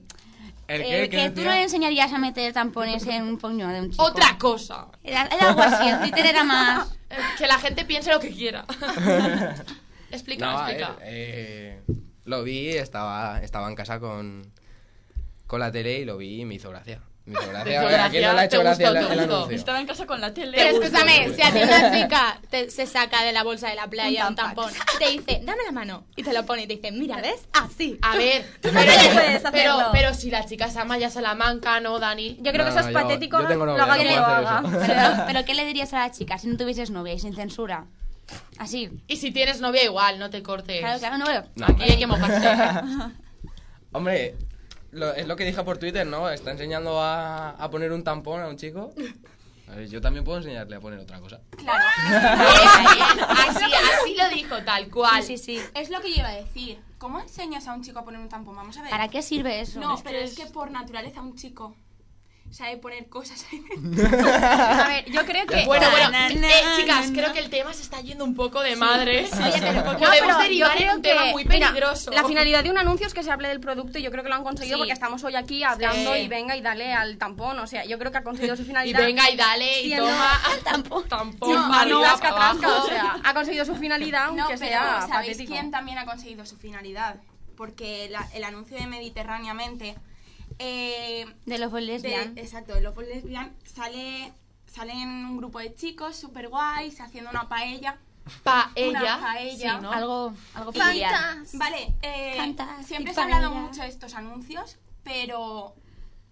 [SPEAKER 8] ¿El
[SPEAKER 2] eh,
[SPEAKER 8] qué? ¿Qué
[SPEAKER 2] que tú
[SPEAKER 8] decía?
[SPEAKER 2] no le enseñarías a meter tampones en un puño de un chico.
[SPEAKER 4] Otra cosa.
[SPEAKER 2] Era, era algo así, el Twitter era más...
[SPEAKER 4] Eh, Que la gente piense lo que quiera. explica,
[SPEAKER 8] No, a ver,
[SPEAKER 4] explica.
[SPEAKER 8] eh, lo vi, estaba, estaba en casa con, con la tele y lo vi y me hizo gracia. Me hizo
[SPEAKER 4] (laughs)
[SPEAKER 8] gracia.
[SPEAKER 4] hizo
[SPEAKER 8] A ver, ¿a quién no le ha
[SPEAKER 4] gracia?
[SPEAKER 8] hecho
[SPEAKER 4] ¿Te
[SPEAKER 8] gracia el,
[SPEAKER 4] gustó? ¿Te
[SPEAKER 8] el
[SPEAKER 4] gustó?
[SPEAKER 8] anuncio?
[SPEAKER 3] Estaba en casa con la tele.
[SPEAKER 6] Pero
[SPEAKER 8] gusta,
[SPEAKER 6] escúchame,
[SPEAKER 8] hombre.
[SPEAKER 6] si a ti
[SPEAKER 4] (laughs)
[SPEAKER 3] (laughs)
[SPEAKER 6] una chica te- se saca de la bolsa de la playa
[SPEAKER 9] Un
[SPEAKER 6] un tampón, y te dice, dame la mano, y te lo pone y te dice, mira, ¿ves? Así.
[SPEAKER 4] A ver, pero,
[SPEAKER 5] también puedes
[SPEAKER 4] pero,
[SPEAKER 5] hacerlo.
[SPEAKER 4] pero si la chica es Amaya Salamanca, no, Dani.
[SPEAKER 5] Yo creo que
[SPEAKER 8] No,
[SPEAKER 5] eso es
[SPEAKER 8] Ah, yo-
[SPEAKER 5] patético,
[SPEAKER 8] yo tengo
[SPEAKER 5] lo
[SPEAKER 8] novia,
[SPEAKER 5] haga
[SPEAKER 8] no
[SPEAKER 5] quien lo
[SPEAKER 8] puedo
[SPEAKER 5] haga.
[SPEAKER 8] hacer
[SPEAKER 5] O
[SPEAKER 2] Pero,
[SPEAKER 5] sea,
[SPEAKER 8] (laughs)
[SPEAKER 2] pero ¿qué le dirías a la chica si no tuvieses novia y sin censura? Así.
[SPEAKER 4] Y si tienes novia, igual, no te cortes.
[SPEAKER 2] Claro, claro, no veo.
[SPEAKER 8] No,
[SPEAKER 4] Aquí
[SPEAKER 8] hombre.
[SPEAKER 4] hay que mojarse.
[SPEAKER 8] (laughs) Hombre, lo- es lo que dije por Twitter, ¿no? Está enseñando a, a poner un tampón a un chico. A ver, yo también puedo enseñarle a poner otra cosa.
[SPEAKER 4] así, así lo dijo, tal cual.
[SPEAKER 2] Sí, sí, sí.
[SPEAKER 9] Es lo que yo iba a decir. ¿Cómo enseñas a un chico a poner un tampón? Vamos a ver.
[SPEAKER 2] ¿Para qué sirve eso?
[SPEAKER 9] No, pero es que por naturaleza un chico sabe poner cosas ahí dentro.
[SPEAKER 5] (laughs) A ver, yo creo que...
[SPEAKER 4] Bueno, bueno,
[SPEAKER 3] Na, na,
[SPEAKER 4] eh,
[SPEAKER 3] na,
[SPEAKER 4] chicas,
[SPEAKER 3] na.
[SPEAKER 4] creo que el tema se está yendo un poco de madre.
[SPEAKER 5] Oye,
[SPEAKER 4] (laughs)
[SPEAKER 5] pero- no,
[SPEAKER 4] podemos
[SPEAKER 5] pero yo
[SPEAKER 4] derivar en
[SPEAKER 5] creo
[SPEAKER 4] un tema
[SPEAKER 5] que-
[SPEAKER 4] muy
[SPEAKER 5] mira,
[SPEAKER 4] peligroso.
[SPEAKER 5] la finalidad de un anuncio es que se hable del producto y yo creo que lo han conseguido
[SPEAKER 4] Sí.
[SPEAKER 5] porque estamos hoy aquí hablando
[SPEAKER 4] Sí.
[SPEAKER 5] y venga y dale al tampón. O sea, yo creo que ha conseguido su
[SPEAKER 4] Y
[SPEAKER 5] finalidad.
[SPEAKER 4] venga y dale y
[SPEAKER 5] Siendo-
[SPEAKER 4] toma.
[SPEAKER 5] (laughs)
[SPEAKER 4] Tampón.
[SPEAKER 5] No,
[SPEAKER 4] para
[SPEAKER 5] no,
[SPEAKER 4] arriba,
[SPEAKER 5] rasca,
[SPEAKER 4] para abajo.
[SPEAKER 5] rasca, o sea, ha conseguido su finalidad
[SPEAKER 9] No,
[SPEAKER 5] aunque
[SPEAKER 9] pero
[SPEAKER 5] sea
[SPEAKER 9] ¿sabéis
[SPEAKER 5] patético.
[SPEAKER 9] quién también ha conseguido su finalidad? Porque la- el anuncio de Mediterráneamente... eh,
[SPEAKER 2] De los
[SPEAKER 9] de, eh,
[SPEAKER 2] lesbianas.
[SPEAKER 9] exacto, de Love for Lesbian sale, salen un grupo de chicos super guays haciendo una paella.
[SPEAKER 4] Paella.
[SPEAKER 9] Una paella.
[SPEAKER 4] Sí, ¿no?
[SPEAKER 2] Algo, algo peculiar.
[SPEAKER 9] Vale, eh,
[SPEAKER 2] Fantas
[SPEAKER 9] siempre
[SPEAKER 2] y
[SPEAKER 9] se ha hablado
[SPEAKER 2] paella.
[SPEAKER 9] mucho de estos anuncios, pero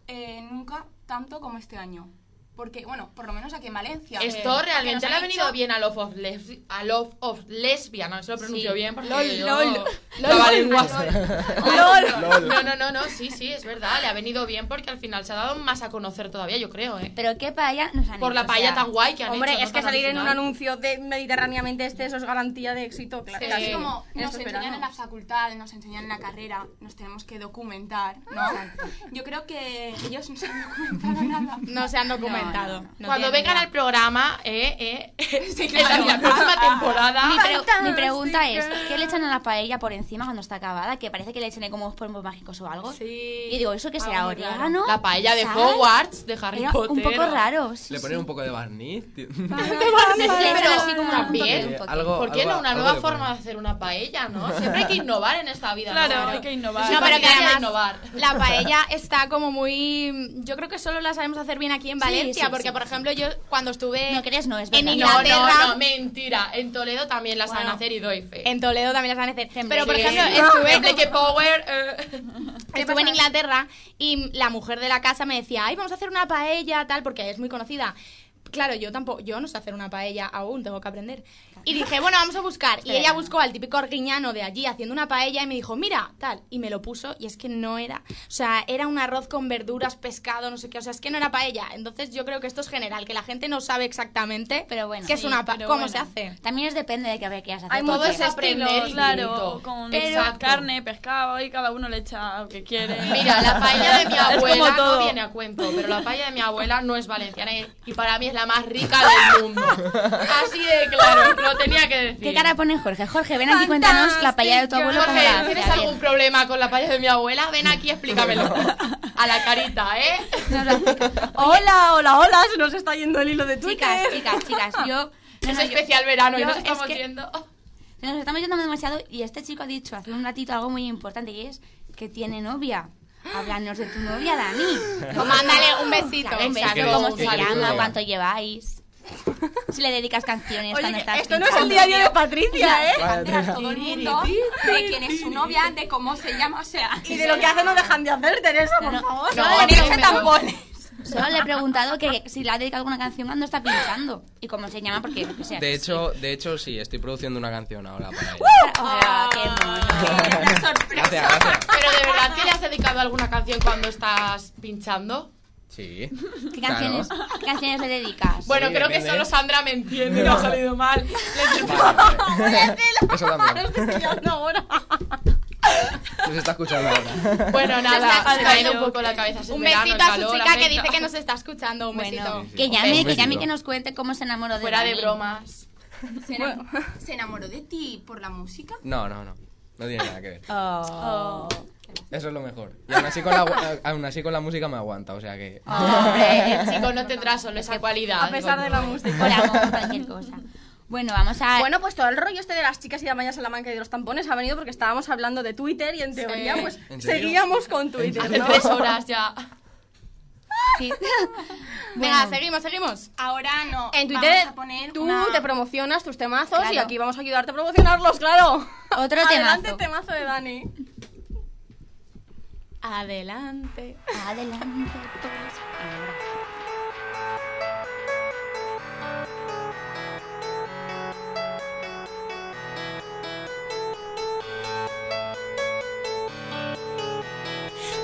[SPEAKER 9] eh, nunca tanto como este año. Porque, bueno, por lo menos aquí en Valencia.
[SPEAKER 4] Esto
[SPEAKER 9] eh,
[SPEAKER 4] realmente
[SPEAKER 9] porque nos
[SPEAKER 4] le ha
[SPEAKER 9] han
[SPEAKER 4] venido
[SPEAKER 9] hecho-
[SPEAKER 4] bien a Love of, Lesb- a Love of Lesbian. No se lo pronuncio
[SPEAKER 2] Sí.
[SPEAKER 4] bien porque
[SPEAKER 2] Lol,
[SPEAKER 4] yo...
[SPEAKER 2] lol.
[SPEAKER 4] trabalenguas.
[SPEAKER 8] Lol.
[SPEAKER 4] No, no, no, no, sí, sí, es verdad. Le ha venido bien porque al final se ha dado más a conocer todavía, yo creo, ¿eh?
[SPEAKER 2] Pero qué paella nos han
[SPEAKER 4] Por
[SPEAKER 2] hecho,
[SPEAKER 4] la paella
[SPEAKER 2] o sea,
[SPEAKER 4] tan guay que han
[SPEAKER 5] Hombre,
[SPEAKER 4] hecho,
[SPEAKER 5] es
[SPEAKER 4] ¿no?
[SPEAKER 5] que
[SPEAKER 4] Tan
[SPEAKER 5] salir en un
[SPEAKER 4] original.
[SPEAKER 5] anuncio de Mediterráneamente este, eso es garantía de éxito, claro.
[SPEAKER 4] Sí.
[SPEAKER 9] Es
[SPEAKER 5] casi
[SPEAKER 9] como
[SPEAKER 5] en
[SPEAKER 9] nos
[SPEAKER 5] estos
[SPEAKER 9] enseñan en la
[SPEAKER 5] veranos.
[SPEAKER 9] facultad, nos enseñan en la carrera, nos tenemos que documentar, ¿no? Yo creo que ellos no se han documentado nada.
[SPEAKER 6] No se han documentado.
[SPEAKER 2] No, no, no.
[SPEAKER 6] No
[SPEAKER 4] Cuando
[SPEAKER 6] tienen
[SPEAKER 4] vengan
[SPEAKER 6] idea.
[SPEAKER 4] al programa, eh, (laughs) eh,
[SPEAKER 9] Sí,
[SPEAKER 4] en la,
[SPEAKER 9] claro.
[SPEAKER 4] la próxima temporada,
[SPEAKER 2] Mi, pregu- mi pregunta es, ¿qué le echan a la paella por encima cuando está acabada? Que parece que le echan ahí como unos polvos mágicos o algo.
[SPEAKER 4] Sí.
[SPEAKER 2] Y digo, ¿eso qué será?
[SPEAKER 4] Algo muy raro.
[SPEAKER 2] ¿Orégano?
[SPEAKER 4] La paella de
[SPEAKER 2] ¿Sal?
[SPEAKER 4] Hogwarts, de Harry
[SPEAKER 2] Era
[SPEAKER 4] Potter.
[SPEAKER 2] un poco
[SPEAKER 4] o-
[SPEAKER 2] raro. sí,
[SPEAKER 8] Le
[SPEAKER 2] sí.
[SPEAKER 8] ponen un poco de barniz.
[SPEAKER 4] (laughs)
[SPEAKER 8] tío.
[SPEAKER 4] Ah,
[SPEAKER 8] (laughs)
[SPEAKER 2] Le echan así como un
[SPEAKER 4] también.
[SPEAKER 2] poquito, un
[SPEAKER 8] Eh,
[SPEAKER 2] poquito.
[SPEAKER 8] algo-
[SPEAKER 4] ¿Por qué
[SPEAKER 8] algo-
[SPEAKER 4] no? Una
[SPEAKER 8] algo
[SPEAKER 4] nueva
[SPEAKER 8] le
[SPEAKER 4] forma de
[SPEAKER 8] ponen.
[SPEAKER 4] hacer una paella, ¿no? Siempre hay que innovar en esta vida.
[SPEAKER 3] Claro,
[SPEAKER 4] ¿no?
[SPEAKER 3] hay que innovar.
[SPEAKER 4] Es una
[SPEAKER 3] No, pero que
[SPEAKER 4] facilidad de
[SPEAKER 6] además-
[SPEAKER 4] innovar.
[SPEAKER 6] La paella está como muy... Yo creo que solo la sabemos hacer bien aquí en
[SPEAKER 2] Sí,
[SPEAKER 6] Valencia,
[SPEAKER 2] sí,
[SPEAKER 6] porque,
[SPEAKER 2] sí,
[SPEAKER 6] por
[SPEAKER 2] sí.
[SPEAKER 6] ejemplo, yo cuando estuve...
[SPEAKER 2] No crees, no es
[SPEAKER 6] En
[SPEAKER 2] verdad.
[SPEAKER 6] Inglaterra-
[SPEAKER 4] No, no, no, (laughs) mentira. En Toledo también la saben
[SPEAKER 6] Bueno,
[SPEAKER 4] hacer y doy fe.
[SPEAKER 3] Eh,
[SPEAKER 6] En Toledo también las van a hacer. Pero, por
[SPEAKER 4] Sí.
[SPEAKER 6] ejemplo, estuve...
[SPEAKER 4] En Blake Power. eh.
[SPEAKER 6] Estuve en Inglaterra y la mujer de la casa me decía, ay, vamos a hacer una paella, tal, porque es muy conocida. Claro, yo tampoco, yo no sé hacer una paella aún, tengo que aprender. Y dije, bueno, vamos a
[SPEAKER 2] (laughs)
[SPEAKER 6] buscar. Y ella buscó al típico arguiñano de allí haciendo una paella y me dijo, mira, tal. Y me lo puso y es que no era. O sea, era un arroz con verduras, pescado, no sé qué. O sea, es que no era paella. Entonces yo creo que esto es general, que la gente no sabe exactamente
[SPEAKER 2] Pero bueno.
[SPEAKER 6] qué es
[SPEAKER 2] Sí,
[SPEAKER 6] una paella,
[SPEAKER 3] pero
[SPEAKER 6] cómo
[SPEAKER 3] bueno.
[SPEAKER 6] se hace.
[SPEAKER 2] También es depende
[SPEAKER 6] (laughs)
[SPEAKER 2] de qué ver quieras hacer.
[SPEAKER 5] Hay
[SPEAKER 2] porque-
[SPEAKER 4] Todo es
[SPEAKER 5] muchos
[SPEAKER 4] aprender y
[SPEAKER 3] Claro,
[SPEAKER 4] punto.
[SPEAKER 3] con
[SPEAKER 4] Exacto.
[SPEAKER 3] carne, pescado y cada uno le echa lo que quiere.
[SPEAKER 4] Mira, la
[SPEAKER 3] (laughs)
[SPEAKER 4] paella de mi
[SPEAKER 3] Es como
[SPEAKER 4] abuela no
[SPEAKER 3] todo.
[SPEAKER 4] viene a cuento, pero la paella de mi abuela no es valenciana y- y para mí es la más rica
[SPEAKER 3] (laughs)
[SPEAKER 4] del mundo. Así de claro, lo tenía que decir.
[SPEAKER 2] ¿Qué cara pone Jorge? Jorge, ven aquí y cuéntanos la paella de tu abuelo. cómo
[SPEAKER 4] Jorge,
[SPEAKER 2] la hace.
[SPEAKER 4] ¿tienes
[SPEAKER 2] A ver,
[SPEAKER 4] algún problema con la paella de mi abuela? Ven aquí, explícamelo. A la carita, ¿eh?
[SPEAKER 2] nos lo explicas.
[SPEAKER 5] Hola, hola, hola, se nos está yendo el hilo de
[SPEAKER 2] Chicas, chicas, chicas, yo... no,
[SPEAKER 4] es
[SPEAKER 2] no, yo-
[SPEAKER 4] especial verano y
[SPEAKER 2] yo
[SPEAKER 4] nos
[SPEAKER 2] es
[SPEAKER 4] estamos
[SPEAKER 2] que- (laughs)
[SPEAKER 4] viendo.
[SPEAKER 2] Se nos estamos yendo demasiado y este chico ha dicho hace un ratito algo muy importante y es que tiene novia. Háblanos de tu novia, Dani.
[SPEAKER 6] O mándale un besito.
[SPEAKER 2] Claro,
[SPEAKER 6] un
[SPEAKER 2] exacto,
[SPEAKER 8] ¿Qué queréis-
[SPEAKER 2] cómo
[SPEAKER 8] qué
[SPEAKER 2] se
[SPEAKER 8] queréis que os
[SPEAKER 2] llama,
[SPEAKER 8] diga?
[SPEAKER 2] cuánto lleváis. Si le dedicas canciones cuando estás
[SPEAKER 5] esto no es el
[SPEAKER 2] pinchando.
[SPEAKER 5] diario de Patricia, ¿eh?
[SPEAKER 8] Vale,
[SPEAKER 9] todo el mundo de quién es su novia, de cómo se llama, o sea.
[SPEAKER 5] (laughs) Y de lo que hacen no dejan de hacer, Teresa, por
[SPEAKER 2] No, no.
[SPEAKER 5] favor.
[SPEAKER 4] No,
[SPEAKER 5] Solo
[SPEAKER 4] ni
[SPEAKER 5] ponerse
[SPEAKER 4] un beso.
[SPEAKER 5] tampones.
[SPEAKER 2] Solo le he preguntado que si le ha dedicado alguna canción cuando está pinchando y cómo se llama porque o sea,
[SPEAKER 8] De hecho, de hecho, sí, estoy produciendo una canción ahora para ella.
[SPEAKER 2] Ah, qué mono.
[SPEAKER 8] Gracias, gracias.
[SPEAKER 4] Pero de verdad, ¿que le has dedicado alguna canción cuando estás pinchando?
[SPEAKER 8] Sí.
[SPEAKER 2] ¿Qué
[SPEAKER 8] Claro.
[SPEAKER 4] (laughs)
[SPEAKER 2] canciones, qué canciones le dedicas?
[SPEAKER 4] Bueno, creo que
[SPEAKER 8] depende.
[SPEAKER 4] solo Sandra me entiende, no ha salido mal.
[SPEAKER 8] (laughs) Vale,
[SPEAKER 4] Oh,
[SPEAKER 8] vale. Eso también. Nos está escuchando ahora.
[SPEAKER 4] Bueno, nada,
[SPEAKER 6] está
[SPEAKER 4] se me ha ido
[SPEAKER 3] escuchando.
[SPEAKER 4] un poco la cabeza. es el
[SPEAKER 6] Un
[SPEAKER 4] verano,
[SPEAKER 6] besito
[SPEAKER 4] el
[SPEAKER 6] a su
[SPEAKER 4] calor,
[SPEAKER 6] chica que
[SPEAKER 4] afecta.
[SPEAKER 6] dice que nos está escuchando. Un besito.
[SPEAKER 2] Bueno,
[SPEAKER 8] Sí, sí.
[SPEAKER 2] que llame, que
[SPEAKER 8] Besito.
[SPEAKER 2] llame y que nos cuente cómo se enamoró de
[SPEAKER 4] Fuera de
[SPEAKER 2] Dani.
[SPEAKER 4] bromas.
[SPEAKER 9] ¿Se, enam- se enamoró de ti por la música?
[SPEAKER 8] No, no, no. No tiene nada que ver.
[SPEAKER 2] Oh.
[SPEAKER 8] Eso es lo mejor. Y aún así con la, agu- aún así con la música me aguanta, o sea que...
[SPEAKER 2] Oh,
[SPEAKER 4] Ah, Hombre, el chico no tendrá solo esa cualidad.
[SPEAKER 5] A pesar de la
[SPEAKER 4] digo,
[SPEAKER 5] música.
[SPEAKER 2] Hola, amor, cualquier cosa. Bueno, vamos a...
[SPEAKER 5] Bueno, pues todo el rollo este de las chicas y la Maya Salamanca y de los tampones ha venido porque estábamos hablando de Twitter y en teoría pues
[SPEAKER 8] ¿En serio?
[SPEAKER 5] seguíamos con Twitter,
[SPEAKER 4] Hace
[SPEAKER 5] ¿no? (laughs)
[SPEAKER 4] tres horas ya.
[SPEAKER 2] Sí.
[SPEAKER 6] Venga, seguimos, seguimos.
[SPEAKER 9] Ahora no.
[SPEAKER 5] En
[SPEAKER 9] Vamos
[SPEAKER 5] Twitter
[SPEAKER 9] a poner
[SPEAKER 5] tú
[SPEAKER 9] una-
[SPEAKER 5] te promocionas tus temazos y
[SPEAKER 2] Claro.
[SPEAKER 5] aquí vamos a ayudarte a promocionarlos, claro.
[SPEAKER 2] Otro
[SPEAKER 5] (laughs) Adelante
[SPEAKER 2] temazo.
[SPEAKER 5] el temazo de Dani.
[SPEAKER 6] Adelante.
[SPEAKER 2] Adelante, todos. Ahora.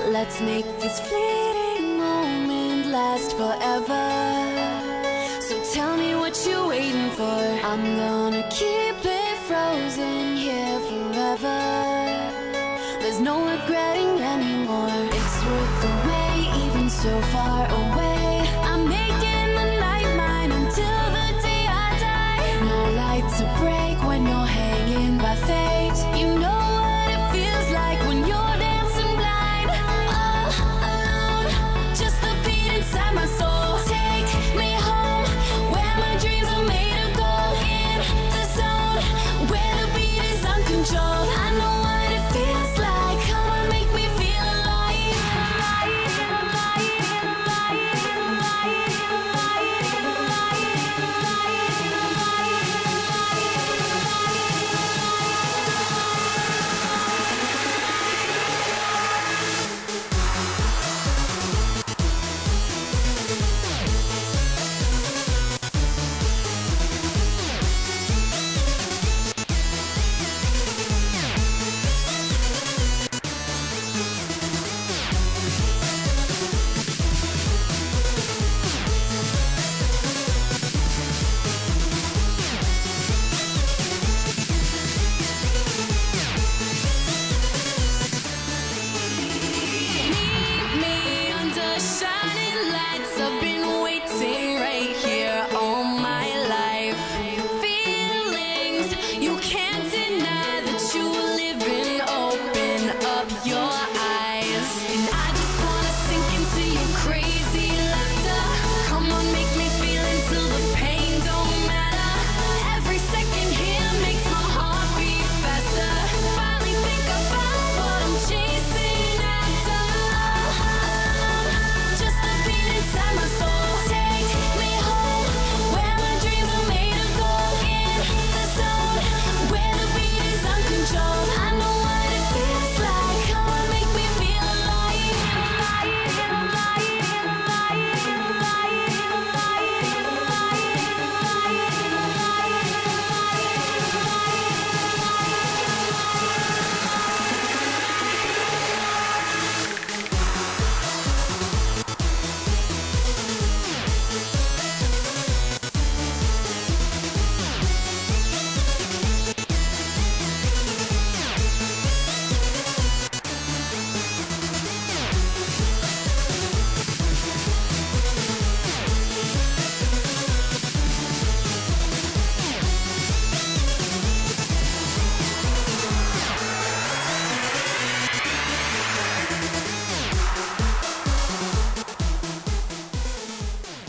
[SPEAKER 1] Let's make this fleeting moment last forever. So tell me what you're waiting for. I'm gonna keep it frozen here forever. There's no regretting anymore. It's worth the wait, even so far away. I'm making the night mine until the day I die. No light to break when you're hanging by fate. You know what it feels like when you're dancing blind. Oh. All alone, just the beat inside my soul. Take me home, where my dreams are made of gold. In the zone, where the beat is uncontrolled. I know what it feels like. Come on, make me feel alive. alive, alive, alive.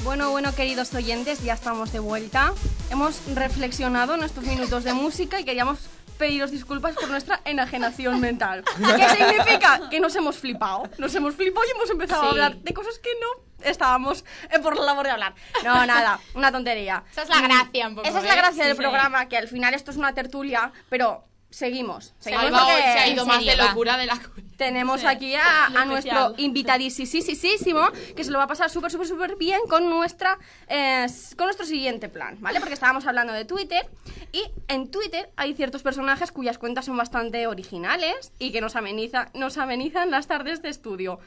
[SPEAKER 5] Bueno, bueno, queridos oyentes, ya estamos de vuelta. Hemos reflexionado nuestros minutos de música y queríamos pediros disculpas por nuestra enajenación mental. ¿Qué significa? Que nos hemos flipado. Nos hemos flipado y hemos empezado a
[SPEAKER 4] Sí.
[SPEAKER 5] hablar de cosas que no estábamos eh, por la labor de hablar. No, nada, una tontería. Mm,
[SPEAKER 4] Esa es la gracia, un poco.
[SPEAKER 5] Esa es la
[SPEAKER 4] ¿eh?
[SPEAKER 5] gracia del
[SPEAKER 4] Sí.
[SPEAKER 5] programa, que al final esto es una tertulia, pero seguimos. Seguimos
[SPEAKER 4] Salva hoy
[SPEAKER 5] porque
[SPEAKER 4] se ha ido más de
[SPEAKER 2] serio, va.
[SPEAKER 4] locura de la cu-
[SPEAKER 5] tenemos aquí a,
[SPEAKER 3] lo
[SPEAKER 5] a nuestro
[SPEAKER 3] especial.
[SPEAKER 5] invitadísimo, que se lo va a pasar súper, súper, súper bien con, nuestra, eh, s- con nuestro siguiente plan, ¿vale? Porque estábamos hablando de Twitter y en Twitter hay ciertos personajes cuyas cuentas son bastante originales y que nos, ameniza, nos amenizan las tardes de estudio.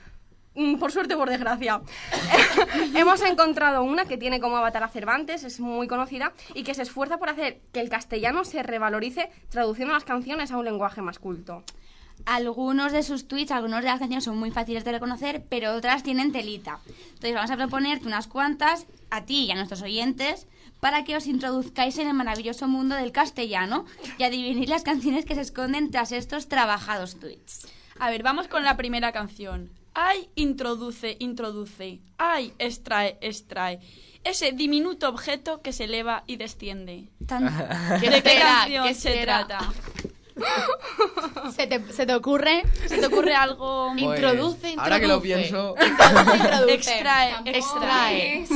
[SPEAKER 5] Mm, Por suerte o por desgracia. (laughs) Hemos encontrado una que tiene como avatar a Cervantes, es muy conocida, y que se esfuerza por hacer que el castellano se revalorice traduciendo las canciones a un lenguaje más culto.
[SPEAKER 2] Algunos de sus tweets, algunos de las canciones son muy fáciles de reconocer, pero otras tienen telita. Entonces vamos a proponerte unas cuantas a ti y a nuestros oyentes para que os introduzcáis en el maravilloso mundo del castellano y adivinéis las canciones que se esconden tras estos trabajados tweets.
[SPEAKER 3] A ver, vamos con la primera canción. Ay, introduce, introduce. Ay, extrae, extrae. Ese diminuto objeto que se eleva y desciende.
[SPEAKER 2] (laughs) Tan-
[SPEAKER 4] ¿Qué
[SPEAKER 3] ¿De qué
[SPEAKER 4] será?
[SPEAKER 3] canción
[SPEAKER 4] ¿Qué
[SPEAKER 3] se
[SPEAKER 4] será?
[SPEAKER 3] trata?
[SPEAKER 6] ¿Se te, se te ocurre?
[SPEAKER 3] ¿Se te ocurre algo?
[SPEAKER 8] Pues,
[SPEAKER 4] Introduce,
[SPEAKER 8] Ahora que lo
[SPEAKER 4] introduce.
[SPEAKER 8] pienso,
[SPEAKER 4] Introduce.
[SPEAKER 3] Extrae,
[SPEAKER 4] (laughs) Extrae.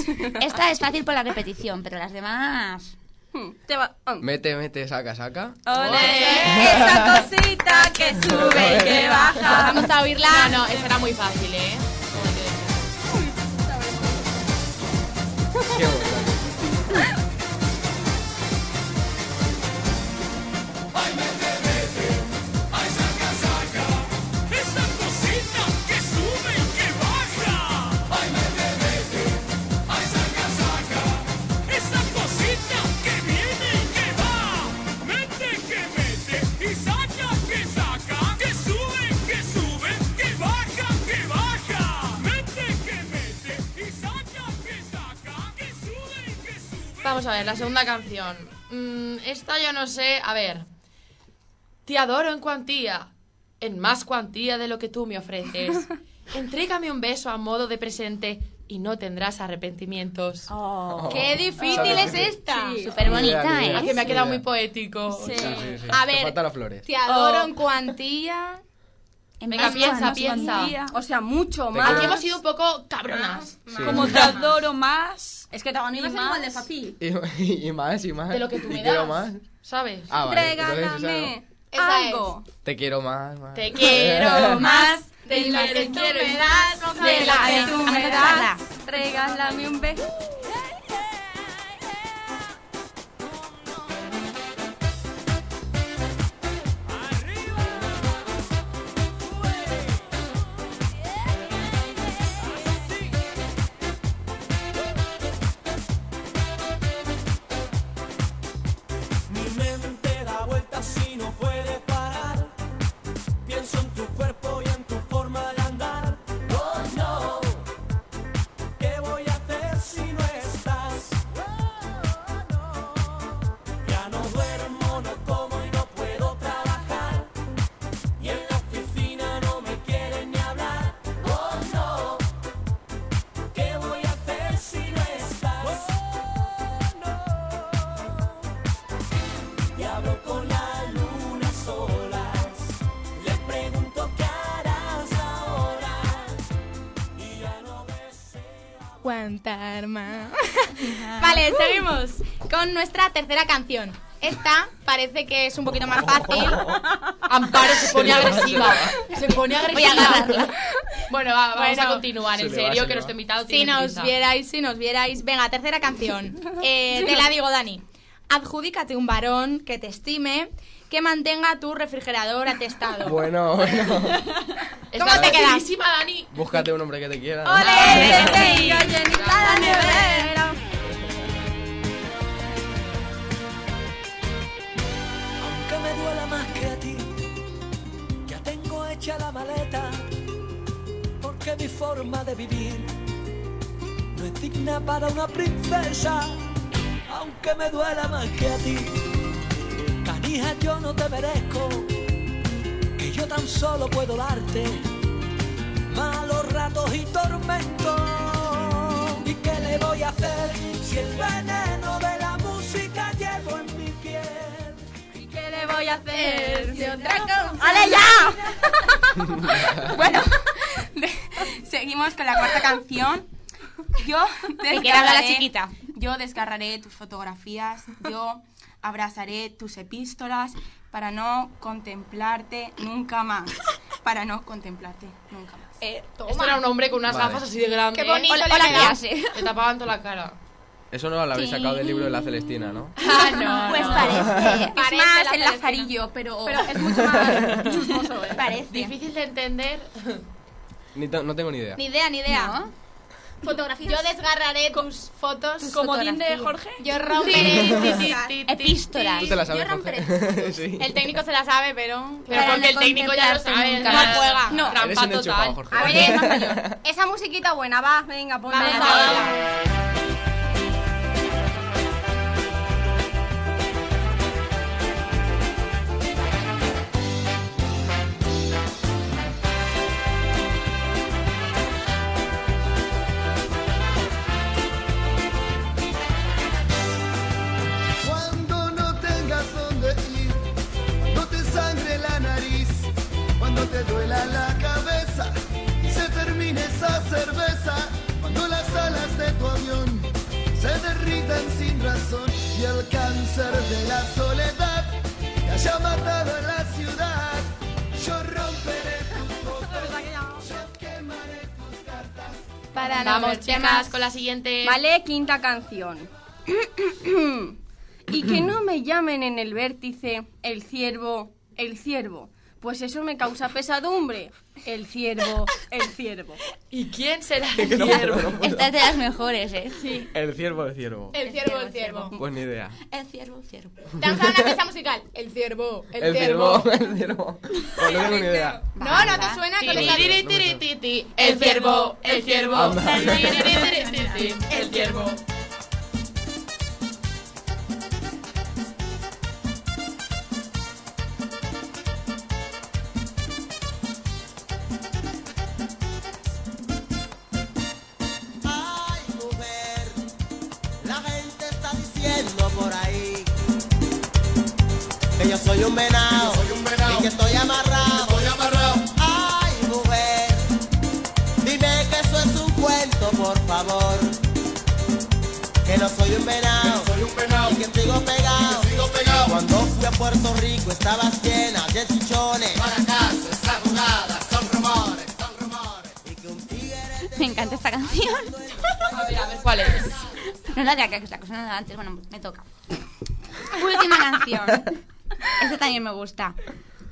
[SPEAKER 2] Esta es fácil por la repetición, pero las demás...
[SPEAKER 5] Hmm, te va- ah.
[SPEAKER 8] mete, mete, saca, saca.
[SPEAKER 3] Ole.
[SPEAKER 5] Esa cosita que sube y que baja.
[SPEAKER 6] Vamos a
[SPEAKER 4] No,
[SPEAKER 6] oírla.
[SPEAKER 4] no, esa era muy fácil, ¿eh?
[SPEAKER 8] Qué bueno.
[SPEAKER 4] Vamos a ver, la segunda canción. Mm, esta yo no sé. A ver. Te adoro en cuantía. En más cuantía de lo que tú me
[SPEAKER 8] (laughs)
[SPEAKER 4] ofreces. Entrégame un beso a modo de presente y no tendrás arrepentimientos.
[SPEAKER 8] Oh.
[SPEAKER 6] ¡Qué difícil es esta!
[SPEAKER 2] Súper bonita,
[SPEAKER 8] Ni idea,
[SPEAKER 2] ¿eh?
[SPEAKER 4] Ah,
[SPEAKER 8] ni
[SPEAKER 4] que me
[SPEAKER 8] idea.
[SPEAKER 4] ha quedado muy poético.
[SPEAKER 8] Sí, sí, sí.
[SPEAKER 6] A
[SPEAKER 8] Te
[SPEAKER 6] ver,
[SPEAKER 8] faltan las flores.
[SPEAKER 6] Te adoro
[SPEAKER 3] Oh.
[SPEAKER 6] en cuantía.
[SPEAKER 2] En
[SPEAKER 4] Venga,
[SPEAKER 2] más
[SPEAKER 4] piensa,
[SPEAKER 2] cuantas-
[SPEAKER 4] piensa.
[SPEAKER 5] O sea, mucho
[SPEAKER 8] Te
[SPEAKER 5] más.
[SPEAKER 4] Aquí hemos sido un poco cabronas.
[SPEAKER 8] Sí.
[SPEAKER 3] Como
[SPEAKER 4] (laughs)
[SPEAKER 3] te adoro más.
[SPEAKER 5] Es que te van a
[SPEAKER 3] más.
[SPEAKER 5] igual de fácil.
[SPEAKER 8] (laughs) Y, y más, y más.
[SPEAKER 4] De lo que tú
[SPEAKER 8] y
[SPEAKER 4] me
[SPEAKER 8] quiero
[SPEAKER 4] das.
[SPEAKER 8] más.
[SPEAKER 4] ¿Sabes?
[SPEAKER 8] Ah, vale. entonces esa
[SPEAKER 5] Regálame
[SPEAKER 6] Esa
[SPEAKER 5] algo.
[SPEAKER 8] no. Te quiero más, más.
[SPEAKER 4] Te
[SPEAKER 8] (laughs)
[SPEAKER 5] (laughs)
[SPEAKER 4] quiero más de lo que
[SPEAKER 6] que tú
[SPEAKER 4] quiero
[SPEAKER 6] me
[SPEAKER 4] más de
[SPEAKER 2] la
[SPEAKER 4] lo
[SPEAKER 2] que
[SPEAKER 4] que
[SPEAKER 2] tú me das.
[SPEAKER 5] Regálame un beso.
[SPEAKER 1] Mi mente da vueltas y no puede parar. Pienso en tu cuerpo y en tu forma de andar. Oh no, ¿qué voy a hacer si no estás? Ya no duermo, no como y no puedo trabajar. Y en la oficina no me quieren ni hablar. Oh no, ¿qué voy a hacer si no estás? y hablo con la luna solas. Le pregunto qué harás ahora y ya no deseo.
[SPEAKER 6] Guantarma. vale, seguimos con nuestra tercera canción. Esta parece que es un poquito más fácil.
[SPEAKER 4] Amparo se pone
[SPEAKER 8] (laughs)
[SPEAKER 4] agresiva. Se pone agresiva.
[SPEAKER 6] Voy a agarrarla.
[SPEAKER 4] Bueno, va, vamos
[SPEAKER 6] Bueno.
[SPEAKER 4] a continuar,
[SPEAKER 8] Se
[SPEAKER 4] en
[SPEAKER 8] le va,
[SPEAKER 4] serio,
[SPEAKER 8] se le
[SPEAKER 4] que nuestro
[SPEAKER 8] va.
[SPEAKER 4] invitado
[SPEAKER 6] Si
[SPEAKER 4] tiene
[SPEAKER 6] nos
[SPEAKER 4] prisa.
[SPEAKER 6] vierais, si nos vierais. Venga, tercera canción. Eh, te la digo, Dani. Adjudícate un varón que te estime, que mantenga tu refrigerador atestado.
[SPEAKER 8] Bueno, bueno.
[SPEAKER 6] ¿Cómo
[SPEAKER 4] Está
[SPEAKER 6] te quedas?
[SPEAKER 4] facilísima, Dani.
[SPEAKER 8] Búscate un hombre que te quiera.
[SPEAKER 6] ¡Ole!
[SPEAKER 5] Que tenga llenita la nevera.
[SPEAKER 1] aunque me duela más que a ti. Ya tengo hecha la maleta, porque mi forma de vivir no es digna para una princesa, aunque me duela más que a ti. Canija, yo no te merezco, que yo tan solo puedo darte malos ratos y tormentos.
[SPEAKER 10] ¿Y qué le voy a hacer si el veneno de la música llevo en mi piel?
[SPEAKER 5] ¿Qué le voy a hacer? Si otra
[SPEAKER 11] ¡Ale ya!
[SPEAKER 9] Bueno, seguimos con la cuarta canción. Yo
[SPEAKER 11] Que quiere hablar la
[SPEAKER 9] desgarraré-
[SPEAKER 11] chiquita.
[SPEAKER 9] Yo desgarraré tus fotografías, yo abrazaré tus epístolas para no contemplarte nunca más. Para no contemplarte nunca más.
[SPEAKER 4] Esto Este era un hombre con unas
[SPEAKER 8] Vale.
[SPEAKER 4] gafas así de grande.
[SPEAKER 6] Qué bonito
[SPEAKER 11] Hola-
[SPEAKER 6] le
[SPEAKER 11] hola,
[SPEAKER 6] queda.
[SPEAKER 11] clase.
[SPEAKER 4] Te tapaban toda la cara.
[SPEAKER 8] Eso no lo habéis sacado del libro de la Celestina, ¿no?
[SPEAKER 4] Ah, no,
[SPEAKER 11] Pues
[SPEAKER 8] (laughs)
[SPEAKER 4] no.
[SPEAKER 11] parece.
[SPEAKER 9] Es
[SPEAKER 6] Parece
[SPEAKER 9] más
[SPEAKER 6] la
[SPEAKER 9] el
[SPEAKER 6] Celestina.
[SPEAKER 9] lazarillo, pero, es mucho más chusmoso. ¿eh?
[SPEAKER 11] Parece.
[SPEAKER 4] Difícil de entender.
[SPEAKER 8] Ni to- no tengo ni idea.
[SPEAKER 11] Ni idea, ni idea.
[SPEAKER 6] Fotografías. Yo desgarraré tus fotos.
[SPEAKER 3] Comodín de Jorge.
[SPEAKER 6] Yo romperé.
[SPEAKER 11] Epístolas.
[SPEAKER 8] ¿Tú te la sabes, (laughs) Jorge? sí.
[SPEAKER 6] El técnico se la sabe, pero.
[SPEAKER 4] Pero
[SPEAKER 2] Para
[SPEAKER 4] porque
[SPEAKER 2] no
[SPEAKER 4] el técnico ya lo sabe.
[SPEAKER 2] contemplarte nunca.
[SPEAKER 4] ya-
[SPEAKER 6] No juega.
[SPEAKER 4] No,
[SPEAKER 8] Eres un
[SPEAKER 4] trampa
[SPEAKER 8] enchufado,
[SPEAKER 4] total.
[SPEAKER 8] Jorge.
[SPEAKER 5] A ver, esa,
[SPEAKER 4] (laughs)
[SPEAKER 5] esa musiquita buena, va, venga, ponla.
[SPEAKER 6] Vamos
[SPEAKER 5] Venga,
[SPEAKER 6] a
[SPEAKER 5] ponla.
[SPEAKER 6] verla.
[SPEAKER 10] Cuando no tengas dónde ir, cuando te sangre la nariz, cuando te duela la cabeza y se termine esa cerveza, cuando las alas de tu avión se derritan sin razón y el cáncer de la soledad te haya matado a la ciudad, yo romperé tus fotos, yo quemaré tus cartas.
[SPEAKER 6] Para no
[SPEAKER 4] Vamos,
[SPEAKER 6] ver,
[SPEAKER 4] chicas, con la siguiente.
[SPEAKER 5] Vale, quinta canción. (coughs) y que no me llamen en el vértice el ciervo, el ciervo. Pues eso me causa pesadumbre. El ciervo, el ciervo.
[SPEAKER 4] ¿Y quién será el hierro?
[SPEAKER 2] Esta es de las mejores, ¿eh?
[SPEAKER 8] El ciervo, el ciervo.
[SPEAKER 6] El ciervo, el ciervo.
[SPEAKER 8] Pues ni idea.
[SPEAKER 2] El ciervo, el ciervo.
[SPEAKER 6] Danza una pieza musical. El ciervo,
[SPEAKER 8] el
[SPEAKER 6] el, ciervo.
[SPEAKER 8] ciervo. Pues no tengo ni idea.
[SPEAKER 6] No, no te suena con esa
[SPEAKER 4] Tiri, tiri, tiri, tiri. El ciervo, el ciervo.
[SPEAKER 8] Anda.
[SPEAKER 4] Tiri, tiri, tiri, tiri. El ciervo.
[SPEAKER 10] Ay, mujer, la gente está diciendo por ahí que yo soy un venado, y que estoy amarrado. Ay, mujer, dime que eso es un cuento, por favor. Que no soy un venado, y que sigo pegado. Cuando fui a Puerto Rico estabas llena de chichones. Y que un tigre
[SPEAKER 2] Me encanta esta canción.
[SPEAKER 4] A ver, a ver, ¿cuál es?
[SPEAKER 2] No la de acá, que es la cosa de antes. Bueno, me toca. Última canción. Esta también me gusta.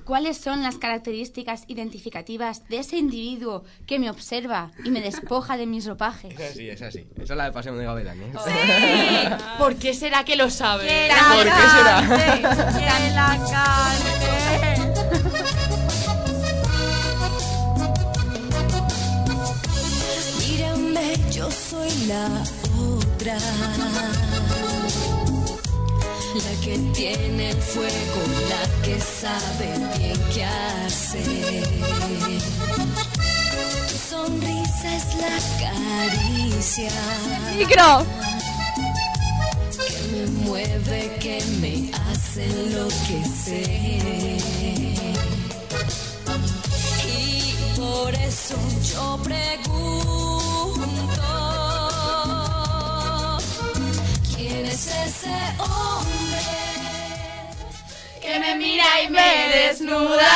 [SPEAKER 2] ¿Cuáles son las características identificativas de ese individuo que me observa y me despoja de mis ropajes?
[SPEAKER 8] Es así, es así. Esa es la de Pasión de Gavilán, ¿eh? (laughs)
[SPEAKER 4] ¿Por qué será que lo sabe?
[SPEAKER 8] ¿Por qué será?
[SPEAKER 1] Mírame, yo soy la otra. La que tiene el fuego, la que sabe bien qué hacer. Tu sonrisa es la caricia
[SPEAKER 11] Micro.
[SPEAKER 1] que me mueve, que me hace lo que sé. Y por eso yo pregunto, ¿quién es ese hombre?
[SPEAKER 6] que me mira y me desnuda.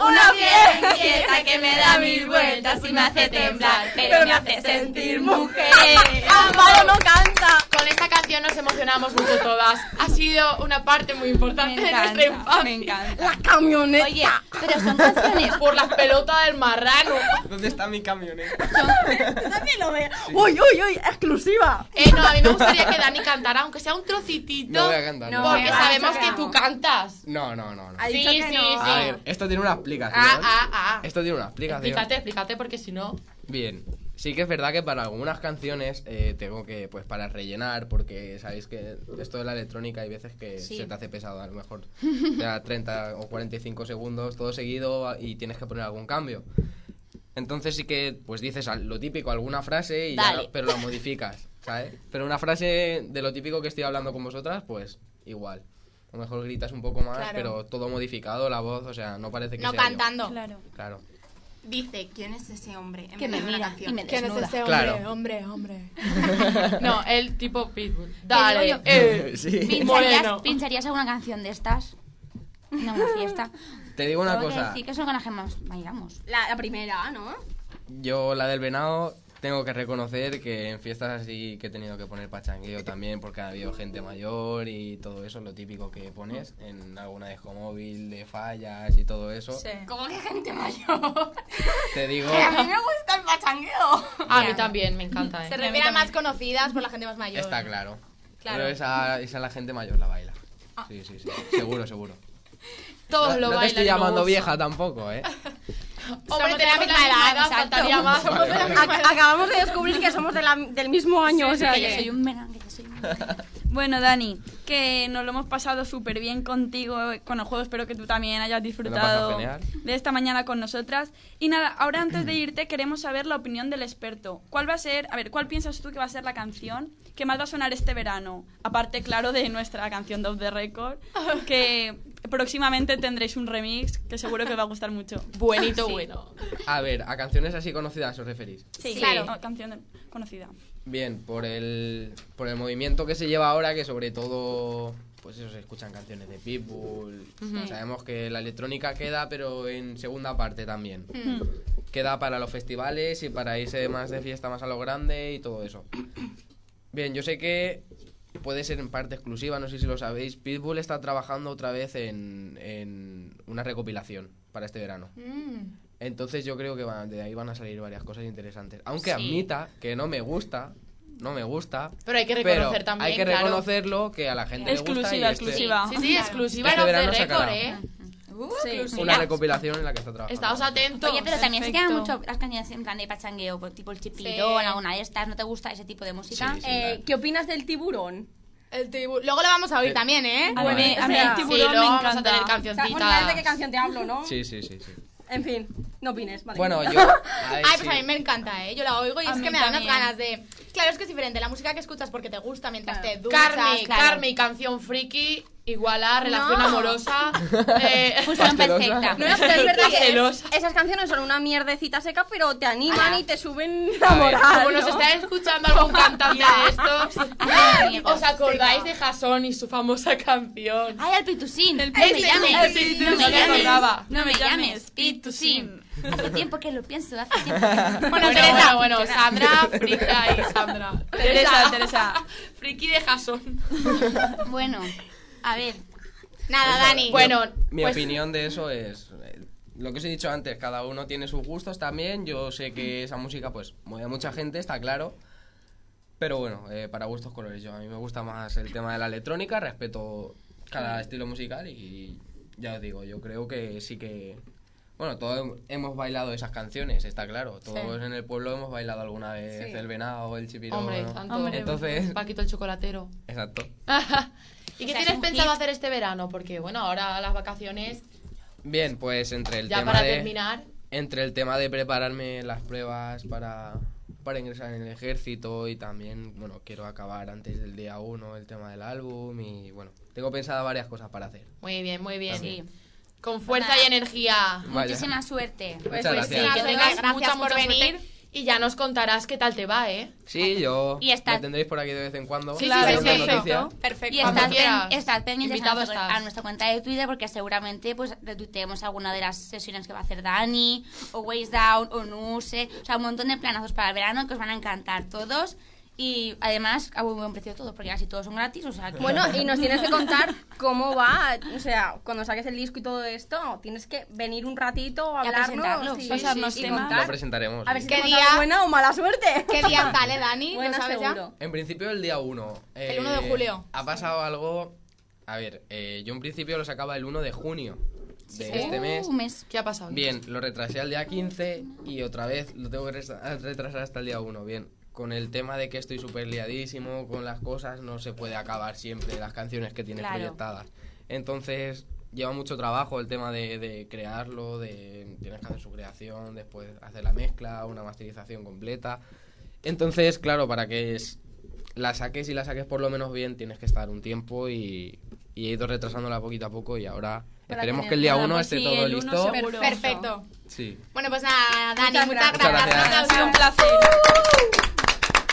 [SPEAKER 6] Una pieza inquieta que me da mil vueltas y me hace temblar, pero me hace sentir mujer.
[SPEAKER 4] Ah,
[SPEAKER 5] ¡Amado no canta!
[SPEAKER 4] Con esta canción nos emocionamos mucho todas. Ha sido una parte muy importante de nuestra infancia.
[SPEAKER 3] Me encanta.
[SPEAKER 5] ¡La camioneta!
[SPEAKER 2] Oye, pero son canciones.
[SPEAKER 4] Por las pelotas del marrano.
[SPEAKER 8] ¿Dónde está mi camioneta?
[SPEAKER 5] ¡Uy, uy, uy! ¡Exclusiva!
[SPEAKER 4] Eh, no, a mí me gustaría que Dani cantara, aunque sea un trocitito.
[SPEAKER 8] No voy a cantar.
[SPEAKER 5] No,
[SPEAKER 4] porque
[SPEAKER 5] me vas a
[SPEAKER 4] sabemos que
[SPEAKER 5] cantar.
[SPEAKER 4] tú cantas.
[SPEAKER 8] No, no, no. no.
[SPEAKER 5] Ha dicho
[SPEAKER 4] Sí,
[SPEAKER 5] que
[SPEAKER 4] sí,
[SPEAKER 5] no.
[SPEAKER 4] sí.
[SPEAKER 8] A ver, esto tiene una explicación.
[SPEAKER 4] Ah, ah, ah.
[SPEAKER 8] Esto tiene una explicación.
[SPEAKER 4] Explícate, explícate, porque si no.
[SPEAKER 8] Bien, sí que es verdad que para algunas canciones eh, tengo que, pues para rellenar, porque sabéis que esto de la electrónica hay veces que
[SPEAKER 2] Sí.
[SPEAKER 8] se te hace pesado, a lo mejor te da 30 o 45 segundos todo seguido y tienes que poner algún cambio. Entonces sí que pues dices al- lo típico, alguna frase, y ya
[SPEAKER 12] Dale.
[SPEAKER 8] la- pero la modificas, ¿sabes? Pero una frase de lo típico que estoy hablando con vosotras, pues igual. A lo mejor gritas un poco más,
[SPEAKER 6] Claro.
[SPEAKER 8] pero todo modificado, la voz, o sea, no parece que
[SPEAKER 6] No
[SPEAKER 8] sea yo.
[SPEAKER 6] cantando.
[SPEAKER 13] Claro.
[SPEAKER 8] Claro.
[SPEAKER 9] Dice, ¿quién es ese hombre? En
[SPEAKER 6] Que
[SPEAKER 9] vez
[SPEAKER 6] me
[SPEAKER 9] de una
[SPEAKER 6] mira
[SPEAKER 9] canción.
[SPEAKER 6] y me
[SPEAKER 13] ¿Quién es
[SPEAKER 6] Desnuda.
[SPEAKER 13] ese hombre?
[SPEAKER 8] Claro.
[SPEAKER 13] Hombre, hombre.
[SPEAKER 4] No, el tipo Pitbull. Dale,
[SPEAKER 6] yo-
[SPEAKER 4] eh,
[SPEAKER 8] Sí.
[SPEAKER 4] moreno.
[SPEAKER 2] ¿Pincharías, pincharías alguna canción de estas? No, una fiesta.
[SPEAKER 8] Te digo (laughs) una
[SPEAKER 2] Tengo que
[SPEAKER 8] cosa,
[SPEAKER 2] decir que son con las que más bailamos.
[SPEAKER 5] La, la primera, ¿no?
[SPEAKER 8] yo la del venado tengo que reconocer que en fiestas así que he tenido que poner pachangueo también porque ha habido gente mayor y todo eso, lo típico que pones en alguna de móvil, de fallas y todo eso.
[SPEAKER 9] ¿Cómo que gente mayor?
[SPEAKER 8] Te digo...
[SPEAKER 9] Que a mí me gusta el pachangueo.
[SPEAKER 4] A mí también, me encanta.
[SPEAKER 6] Se
[SPEAKER 4] ¿eh?
[SPEAKER 6] refiere a más conocidas por la gente más mayor.
[SPEAKER 8] Está claro.
[SPEAKER 6] Claro.
[SPEAKER 8] Pero esa, esa la gente mayor la baila. Sí, sí, sí. Seguro, seguro.
[SPEAKER 4] Todos
[SPEAKER 8] no,
[SPEAKER 4] lo
[SPEAKER 8] no
[SPEAKER 4] bailan.
[SPEAKER 8] te estoy
[SPEAKER 4] y lo
[SPEAKER 8] llamando
[SPEAKER 4] usan.
[SPEAKER 8] vieja tampoco, ¿eh?
[SPEAKER 4] Hombre,
[SPEAKER 6] Somos de la
[SPEAKER 4] tenemos la
[SPEAKER 6] misma edad,
[SPEAKER 4] misma edad,
[SPEAKER 6] exacto.
[SPEAKER 8] (laughs)
[SPEAKER 4] faltaría más.
[SPEAKER 8] Somos de la
[SPEAKER 5] Ac- acabamos de descubrir que somos de la- del mismo año, o sea
[SPEAKER 2] que yo
[SPEAKER 5] que-
[SPEAKER 2] soy un verano, que yo soy un verano.
[SPEAKER 3] Bueno, Dani, que nos lo hemos pasado súper bien contigo eh, con el juego. Espero que tú también hayas
[SPEAKER 8] pasado
[SPEAKER 3] disfrutado
[SPEAKER 8] genial.
[SPEAKER 3] de esta mañana con nosotras. Y nada, ahora antes de irte queremos saber la opinión del experto. ¿Cuál va a ser, a ver, cuál piensas tú que va a ser la canción que más va a sonar este verano? Aparte, claro, de nuestra canción de Off the Record, que próximamente tendréis un remix que seguro que os va a gustar mucho.
[SPEAKER 4] Buenito, bueno.
[SPEAKER 8] A ver, ¿a canciones así conocidas os referís?
[SPEAKER 3] Sí,
[SPEAKER 6] Claro.
[SPEAKER 3] Oh, canción conocida.
[SPEAKER 8] Bien, por el, por el movimiento que se lleva ahora, que sobre todo, pues eso, se escuchan canciones de Pitbull. Sabemos que la electrónica queda, pero en segunda parte también. Queda para los festivales y para irse más de fiesta más a lo grande y todo eso. Bien, yo sé que puede ser en parte exclusiva, no sé si lo sabéis, Pitbull está trabajando otra vez en, en una recopilación para este verano. Entonces yo creo que van- de ahí van a salir varias cosas interesantes. Aunque
[SPEAKER 4] Sí.
[SPEAKER 8] admita que no me gusta, no me gusta.
[SPEAKER 4] Pero hay que reconocer también,
[SPEAKER 8] Hay que
[SPEAKER 4] claro.
[SPEAKER 8] reconocerlo que a la gente le gusta. y este-
[SPEAKER 2] (laughs)
[SPEAKER 3] Exclusiva,
[SPEAKER 2] Ah.
[SPEAKER 3] exclusiva.
[SPEAKER 4] Sí, sí, exclusiva
[SPEAKER 8] Este
[SPEAKER 4] en
[SPEAKER 8] verano
[SPEAKER 4] Off the Record,
[SPEAKER 8] sacará.
[SPEAKER 4] ¿eh?
[SPEAKER 8] Una
[SPEAKER 2] Uh,
[SPEAKER 4] Exclusiva.
[SPEAKER 8] recopilación en la que está trabajando.
[SPEAKER 4] Estaos atentos.
[SPEAKER 2] Oye, pero también se
[SPEAKER 3] Perfecto.
[SPEAKER 2] quedan mucho las canciones en plan de pachangueo, por- tipo el chipirón, alguna de estas. ¿No te gusta ese tipo de música?
[SPEAKER 8] Sí, sí,
[SPEAKER 5] Eh,
[SPEAKER 8] claro.
[SPEAKER 5] ¿Qué opinas del tiburón?
[SPEAKER 6] El tibu- Luego lo vamos a oír
[SPEAKER 8] Eh,
[SPEAKER 6] también, ¿eh?
[SPEAKER 3] A mí, a mí
[SPEAKER 5] o sea,
[SPEAKER 3] el
[SPEAKER 4] Sí,
[SPEAKER 3] tiburón
[SPEAKER 4] luego
[SPEAKER 3] me
[SPEAKER 4] vamos a
[SPEAKER 3] encanta.
[SPEAKER 4] tener
[SPEAKER 5] O sea, bueno,
[SPEAKER 4] cancioncitas.
[SPEAKER 5] sabes de qué canción te hablo, ¿no?
[SPEAKER 8] Sí, sí, sí, sí.
[SPEAKER 5] En fin, no opines, vale.
[SPEAKER 8] Bueno, yo... a ver,
[SPEAKER 6] Ay, pues
[SPEAKER 8] sí.
[SPEAKER 6] a mí me encanta, ¿eh? Yo la oigo y
[SPEAKER 3] A
[SPEAKER 6] es
[SPEAKER 3] mí
[SPEAKER 6] que me dan unas
[SPEAKER 3] también.
[SPEAKER 6] ganas de... Claro, es que es diferente. La música que escuchas porque te gusta mientras te duchas.
[SPEAKER 4] Carmen,
[SPEAKER 6] claro.
[SPEAKER 4] Carmen y canción friki igual a ah, relación
[SPEAKER 6] No.
[SPEAKER 5] (laughs)
[SPEAKER 4] amorosa. eh,
[SPEAKER 6] Pues
[SPEAKER 8] Pastelosa.
[SPEAKER 2] Fusión perfecta.
[SPEAKER 5] No, no, pero es verdad que
[SPEAKER 4] Celosa.
[SPEAKER 5] es- esas canciones son una mierdecita seca, pero te animan y te suben
[SPEAKER 8] A
[SPEAKER 5] la
[SPEAKER 8] ver,
[SPEAKER 5] moral.
[SPEAKER 4] Ah. Como nos
[SPEAKER 5] ¿no?
[SPEAKER 4] está escuchando algún cantante de (laughs)
[SPEAKER 2] Ah,
[SPEAKER 4] estos,
[SPEAKER 2] amigos.
[SPEAKER 4] ¿os acordáis de Jason y su famosa canción?
[SPEAKER 2] Ay, al pitusín.
[SPEAKER 3] El
[SPEAKER 2] Ay,
[SPEAKER 3] pitusín,
[SPEAKER 2] no me
[SPEAKER 3] el
[SPEAKER 2] llames.
[SPEAKER 3] pitusín,
[SPEAKER 2] no me
[SPEAKER 3] no me
[SPEAKER 2] llames.
[SPEAKER 3] acordaba.
[SPEAKER 2] No me llames. Pitusín.
[SPEAKER 3] Pitusín.
[SPEAKER 2] Hace tiempo que lo pienso. Hace tiempo. que-
[SPEAKER 4] Bueno,
[SPEAKER 6] Teresa.
[SPEAKER 4] bueno, bueno, Sandra, Frita y Sandra.
[SPEAKER 3] Teresa, Teresa.
[SPEAKER 4] (laughs) Friki de Jason.
[SPEAKER 2] (laughs) Bueno, a ver.
[SPEAKER 6] Nada, Dani.
[SPEAKER 4] Bueno,
[SPEAKER 8] Mi
[SPEAKER 4] pues-
[SPEAKER 8] opinión de eso es eh, lo que os he dicho antes, cada uno tiene sus gustos también. Yo sé
[SPEAKER 4] Mm.
[SPEAKER 8] que esa música pues mueve a mucha gente, está claro. Pero bueno, eh, para gustos colores. Yo a mí me gusta más el tema de la electrónica, respeto
[SPEAKER 4] Mm.
[SPEAKER 8] cada estilo musical y ya os digo, yo creo que sí que bueno, todos hemos bailado esas canciones, está claro. Todos en el pueblo hemos bailado alguna vez el venado, el chipirón.
[SPEAKER 4] Hombre,
[SPEAKER 8] ¿no?
[SPEAKER 4] tanto.
[SPEAKER 3] Hombre,
[SPEAKER 8] Entonces,
[SPEAKER 4] Paquito el chocolatero. (laughs)
[SPEAKER 8] exacto.
[SPEAKER 4] ¿Y
[SPEAKER 2] O
[SPEAKER 4] qué
[SPEAKER 2] sea, es
[SPEAKER 4] tienes
[SPEAKER 2] un
[SPEAKER 4] pensado
[SPEAKER 2] hit.
[SPEAKER 4] hacer este verano? Porque bueno, ahora las vacaciones,
[SPEAKER 8] Bien, pues entre el
[SPEAKER 4] ya
[SPEAKER 8] tema
[SPEAKER 4] para
[SPEAKER 8] de
[SPEAKER 4] terminar.
[SPEAKER 8] entre el tema de prepararme las pruebas para, para ingresar en el ejército y también, bueno, quiero acabar antes del día 1 el tema del álbum y bueno, tengo pensada varias cosas para hacer.
[SPEAKER 4] Muy bien, muy bien.
[SPEAKER 8] También.
[SPEAKER 4] Con fuerza y energía.
[SPEAKER 8] Vaya.
[SPEAKER 2] Muchísima suerte.
[SPEAKER 8] Muchas
[SPEAKER 6] pues
[SPEAKER 8] gracias.
[SPEAKER 6] sí,
[SPEAKER 4] Que
[SPEAKER 6] Gracias,
[SPEAKER 4] tengas
[SPEAKER 6] gracias
[SPEAKER 4] mucha,
[SPEAKER 6] por
[SPEAKER 4] mucha suerte
[SPEAKER 6] venir.
[SPEAKER 4] Y ya nos contarás qué tal te va, ¿eh?
[SPEAKER 8] Sí, yo
[SPEAKER 2] Y está-
[SPEAKER 8] me tendréis por aquí de vez en cuando.
[SPEAKER 4] Sí, sí,
[SPEAKER 8] daré
[SPEAKER 4] sí,
[SPEAKER 8] una
[SPEAKER 4] perfecto.
[SPEAKER 8] noticia.
[SPEAKER 6] Perfecto.
[SPEAKER 2] Y
[SPEAKER 4] Cuando
[SPEAKER 2] estad,
[SPEAKER 4] quieras.
[SPEAKER 2] pen- estad pendientes
[SPEAKER 4] Invitado
[SPEAKER 2] a, nuestra,
[SPEAKER 4] estás.
[SPEAKER 2] a nuestra cuenta de Twitter porque seguramente pues retuiteemos alguna de las sesiones que va a hacer Dani, o Ways Down, o Nuse, o sea, un montón de planazos para el verano que os van a encantar todos. Y además a muy buen precio todos, porque casi todos son gratis, o sea que...
[SPEAKER 5] Bueno, y nos tienes que contar cómo va, o sea, cuando saques el disco y todo esto, tienes que venir un ratito a
[SPEAKER 2] Y a presentarlo,
[SPEAKER 5] hablarnos y,
[SPEAKER 3] pasarnos
[SPEAKER 5] y
[SPEAKER 3] temas.
[SPEAKER 8] Lo
[SPEAKER 5] contar.
[SPEAKER 8] presentaremos.
[SPEAKER 5] A ver si
[SPEAKER 6] ¿Qué
[SPEAKER 5] te hemos
[SPEAKER 6] día?
[SPEAKER 5] dado buena o mala suerte.
[SPEAKER 6] ¿Qué día sale, Dani? ¿Lo
[SPEAKER 5] Buena
[SPEAKER 6] sabes
[SPEAKER 5] seguro.
[SPEAKER 8] En principio el día 1.
[SPEAKER 6] El 1 de julio.
[SPEAKER 8] Ha pasado algo... A ver, eh, yo en principio lo sacaba el 1 de junio de este mes.
[SPEAKER 2] Un mes.
[SPEAKER 4] ¿Qué ha pasado?
[SPEAKER 8] Bien, lo retrasé al día 15 y otra vez lo tengo que resta- retrasar hasta el día 1. Bien, con el tema de que estoy súper liadísimo, con las cosas, no se puede acabar siempre las canciones que tienes
[SPEAKER 2] Claro.
[SPEAKER 8] proyectadas. Entonces, lleva mucho trabajo el tema de, de crearlo, de tienes que hacer su creación, después hacer la mezcla, una masterización completa. Entonces, claro, para que es- la saques y la saques por lo menos bien, tienes que estar un tiempo y, y he ido retrasándola poquito a poco y ahora
[SPEAKER 6] Para
[SPEAKER 8] esperemos
[SPEAKER 6] tener-
[SPEAKER 8] que el día
[SPEAKER 6] Nada,
[SPEAKER 8] 1
[SPEAKER 6] pues
[SPEAKER 8] esté
[SPEAKER 6] sí,
[SPEAKER 8] todo
[SPEAKER 6] el uno
[SPEAKER 8] listo.
[SPEAKER 6] seguro.
[SPEAKER 12] Perfecto.
[SPEAKER 8] Sí.
[SPEAKER 12] Bueno, pues nada, Dani, muchas,
[SPEAKER 8] gracias.
[SPEAKER 12] gracias.
[SPEAKER 8] Muchas gracias.
[SPEAKER 12] Un aplauso.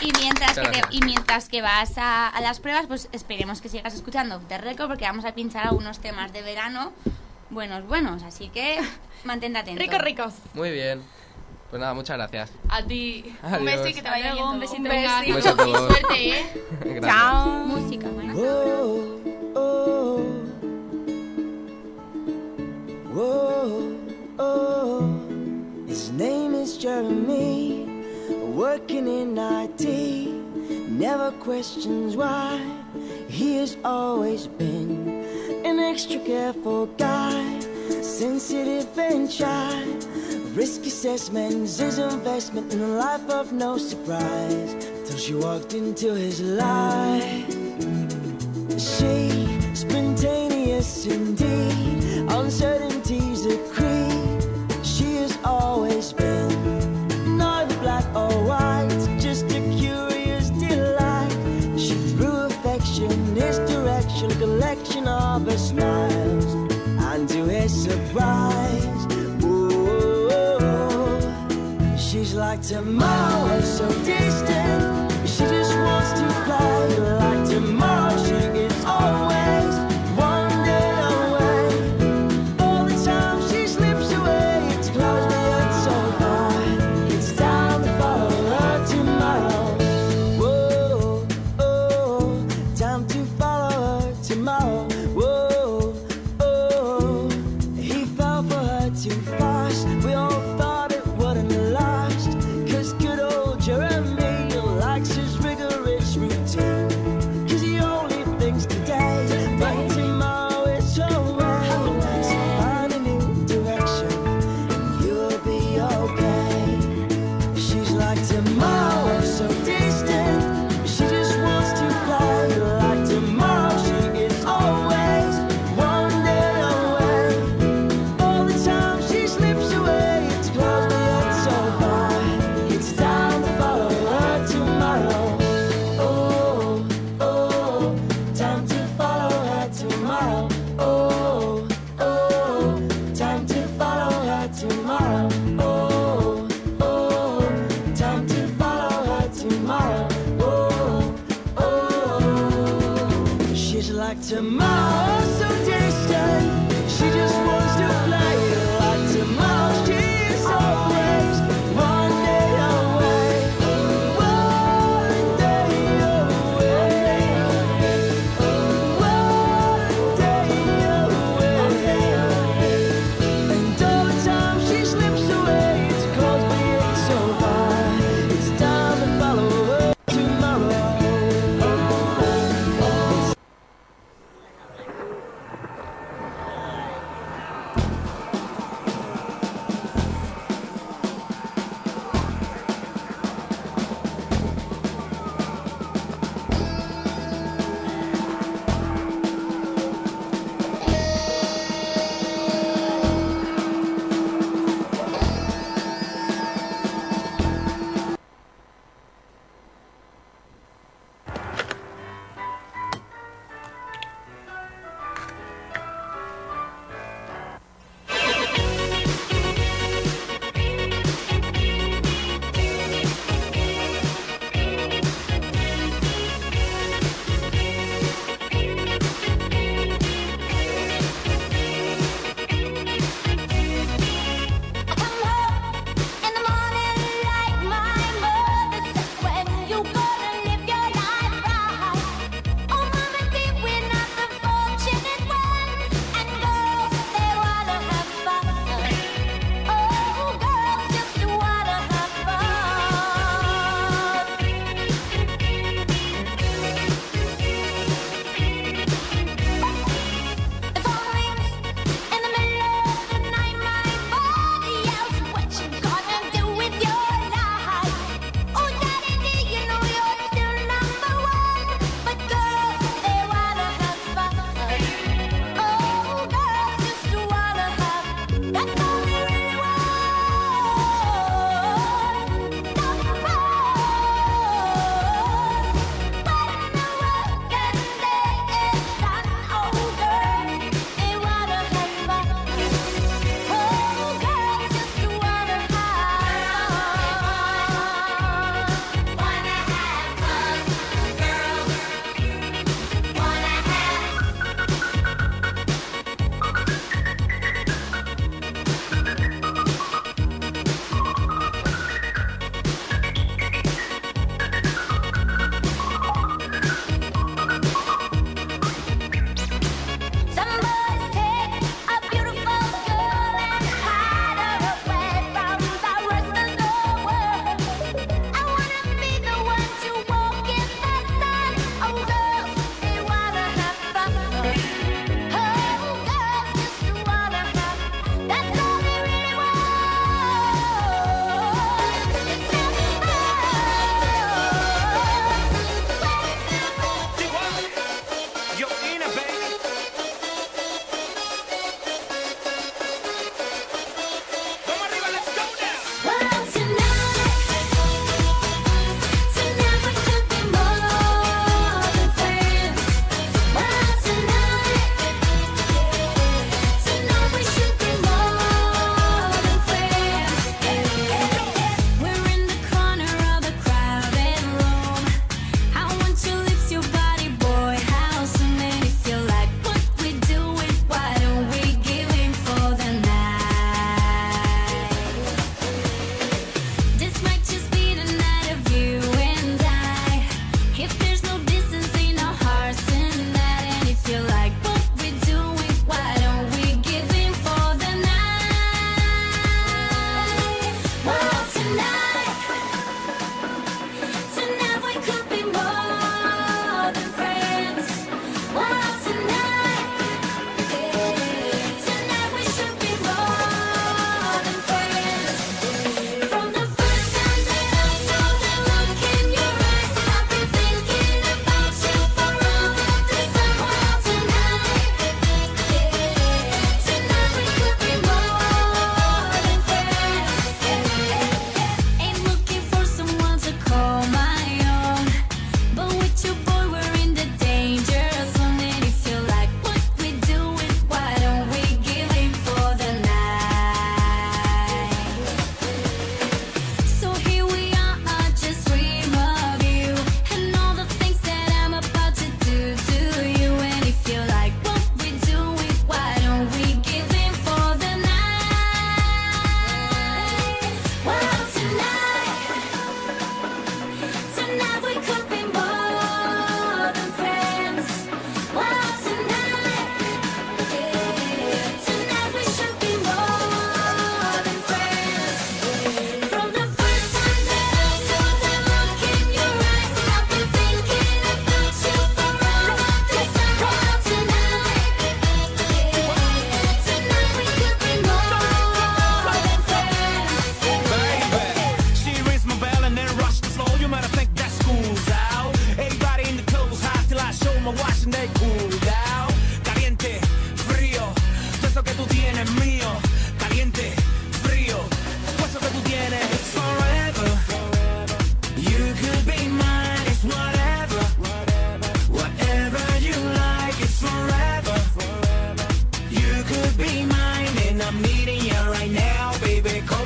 [SPEAKER 2] Y mientras, que
[SPEAKER 8] Muchas
[SPEAKER 2] te-
[SPEAKER 8] gracias.
[SPEAKER 2] y mientras que vas a, a las pruebas, pues esperemos que sigas escuchando Off the Record porque vamos a pinchar algunos temas de verano buenos, buenos. Así
[SPEAKER 12] (laughs)
[SPEAKER 2] que mantente atento.
[SPEAKER 12] Ricos, ricos.
[SPEAKER 8] Muy bien. Pues nada, muchas gracias.
[SPEAKER 4] A ti.
[SPEAKER 8] Adiós.
[SPEAKER 12] Un beso y que te vaya bien. todo.
[SPEAKER 4] Venga,
[SPEAKER 8] Un beso a todos.
[SPEAKER 4] suerte, ¿eh?
[SPEAKER 8] Gracias.
[SPEAKER 2] Música, bueno.
[SPEAKER 11] Oh, oh, oh, oh. His name is Jeremy, working in IT. Never questions why. He has always been an extra careful guy, sensitive and shy. Risk assessments is investment in a life of no surprise. Till she walked into his life. She, spontaneous indeed, uncertainties a creed. She has always been neither black or white, just a curious delight. She threw affection his direction, a collection of her smiles, and to his surprise, ooh. She's like tomorrow, so distant. She just wants to play. Like tomorrow, she is always one day away. All the time she slips away, it's close but so far. It's time to follow her tomorrow. Whoa, oh, time to follow her tomorrow. Whoa, oh, he fell for her too fast. We all thought it wouldn't last. Cause good old Jeremy likes his rigorous routine. Cause he only thinks today, but tomorrow it's alright. So find a new direction, and you'll be okay. She's like tomorrow, so distant. She just wants to play. Like tomorrow, she is always one day away. All the time she slips away, it's close but so far. It's time to follow her tomorrow. Oh, oh, time to follow her tomorrow. Oh, oh, time to follow her tomorrow. Oh, oh, time to follow her tomorrow. Oh, oh, she's like tomorrow, so distant. She just wants to play like tomorrow. She's always one day away. One day away. One day away. And all the time she slips away, it's close, but it's so far. It's time to follow her tomorrow.
[SPEAKER 1] Oh, Oh, Oh,
[SPEAKER 9] Ah,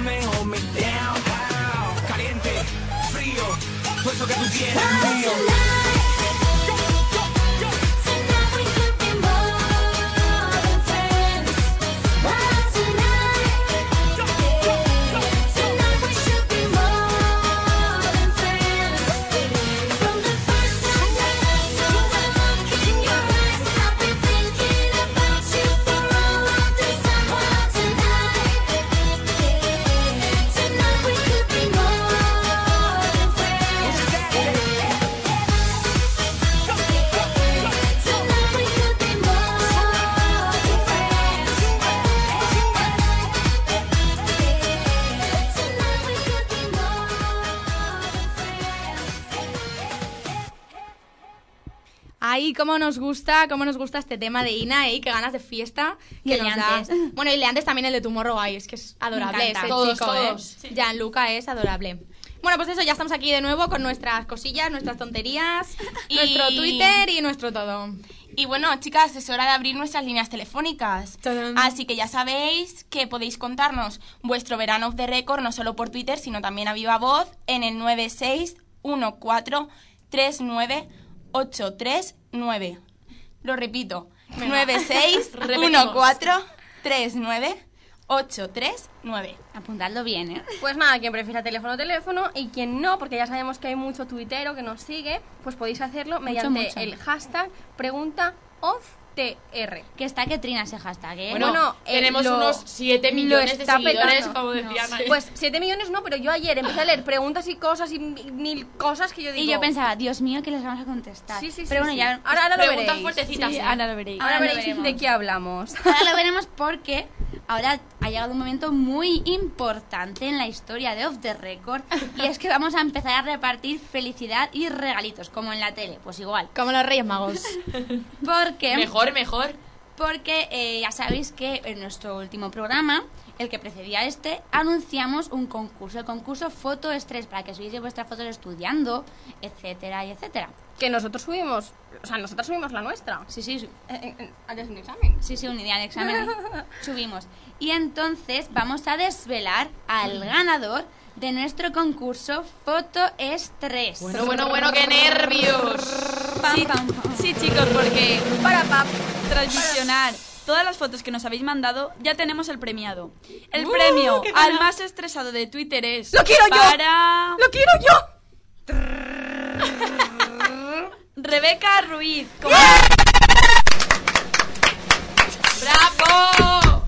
[SPEAKER 6] Ahí, cómo nos gusta, cómo nos gusta este tema de Ina, y qué ganas de fiesta
[SPEAKER 2] Y
[SPEAKER 6] que
[SPEAKER 2] el
[SPEAKER 6] nos
[SPEAKER 2] de
[SPEAKER 6] da.
[SPEAKER 2] antes.
[SPEAKER 6] Bueno, y el de antes también el de Tomorrow es que es adorable
[SPEAKER 2] encanta.
[SPEAKER 6] ese
[SPEAKER 2] Todos,
[SPEAKER 6] chico,
[SPEAKER 2] todos.
[SPEAKER 6] ¿eh? Gianluca es adorable. Bueno, pues eso, ya estamos aquí de nuevo con nuestras cosillas, nuestras tonterías,
[SPEAKER 9] Y-
[SPEAKER 6] nuestro Twitter y nuestro todo.
[SPEAKER 9] Y bueno, chicas, es hora de abrir nuestras líneas telefónicas. Así que ya sabéis que podéis contarnos vuestro verano of the record no solo por Twitter, sino también a viva voz en el 961439839. Lo repito,
[SPEAKER 5] Venga.
[SPEAKER 9] 961439839.
[SPEAKER 2] Apuntadlo bien, ¿eh?
[SPEAKER 5] Pues nada, quien prefiera teléfono, teléfono y quien no, porque ya sabemos que hay mucho tuitero que nos sigue, pues podéis hacerlo mediante
[SPEAKER 2] mucho.
[SPEAKER 5] el hashtag pregunta OFTR.
[SPEAKER 2] Que está que trina ese hashtag, ¿eh?
[SPEAKER 4] Bueno,
[SPEAKER 5] eh,
[SPEAKER 4] tenemos
[SPEAKER 5] lo-
[SPEAKER 4] unos 7
[SPEAKER 5] lo
[SPEAKER 4] millones de
[SPEAKER 5] está
[SPEAKER 4] seguidores,
[SPEAKER 5] petando.
[SPEAKER 4] como decía Ana.
[SPEAKER 5] Pues 7 millones no, pero yo ayer empecé a leer preguntas y cosas y mi- mil cosas que yo digo...
[SPEAKER 2] y yo pensaba, Dios mío, que les vamos a contestar.
[SPEAKER 5] Sí, sí, sí,
[SPEAKER 2] Pero bueno,
[SPEAKER 5] sí.
[SPEAKER 2] ya...
[SPEAKER 5] Ahora, ahora lo
[SPEAKER 4] Preguntas
[SPEAKER 5] veréis.
[SPEAKER 4] fuertecitas,
[SPEAKER 3] Sí,
[SPEAKER 4] ¿eh?
[SPEAKER 3] ahora lo veréis.
[SPEAKER 5] Ahora
[SPEAKER 2] Ahora lo
[SPEAKER 5] veréis de
[SPEAKER 2] veremos.
[SPEAKER 5] qué hablamos.
[SPEAKER 2] (laughs) Ahora lo veremos porque ahora ha llegado un momento muy importante en la historia de Off the Record y es que vamos a empezar a repartir felicidad y regalitos, como en la tele, pues igual.
[SPEAKER 6] Como los Reyes Magos.
[SPEAKER 2] Porque,
[SPEAKER 4] Mejor, mejor.
[SPEAKER 2] porque eh, ya sabéis que en nuestro último programa, el que precedía a este, anunciamos un concurso, el concurso Foto Estrés, para que subáis vuestras fotos estudiando, etcétera, y etcétera.
[SPEAKER 5] Que nosotros subimos, o sea, nosotros subimos la nuestra.
[SPEAKER 2] Sí, sí, sí.
[SPEAKER 5] Eh, eh, Antes de un examen.
[SPEAKER 2] Sí, sí, un ideal
[SPEAKER 5] (laughs)
[SPEAKER 2] examen. Subimos. Y entonces vamos a desvelar al ganador de nuestro concurso Foto Estrés.
[SPEAKER 4] Bueno, bueno, bueno, qué nervios.
[SPEAKER 3] Sí, sí, chicos, porque
[SPEAKER 5] Para pap.
[SPEAKER 3] tras visionar todas las fotos que nos habéis mandado, ya tenemos el premiado. El premio al más estresado de Twitter es...
[SPEAKER 9] ¡Lo quiero yo!
[SPEAKER 3] Para...
[SPEAKER 9] ¡Lo quiero yo!
[SPEAKER 3] Rebeca Ruiz. Como-
[SPEAKER 4] ¡Bravo!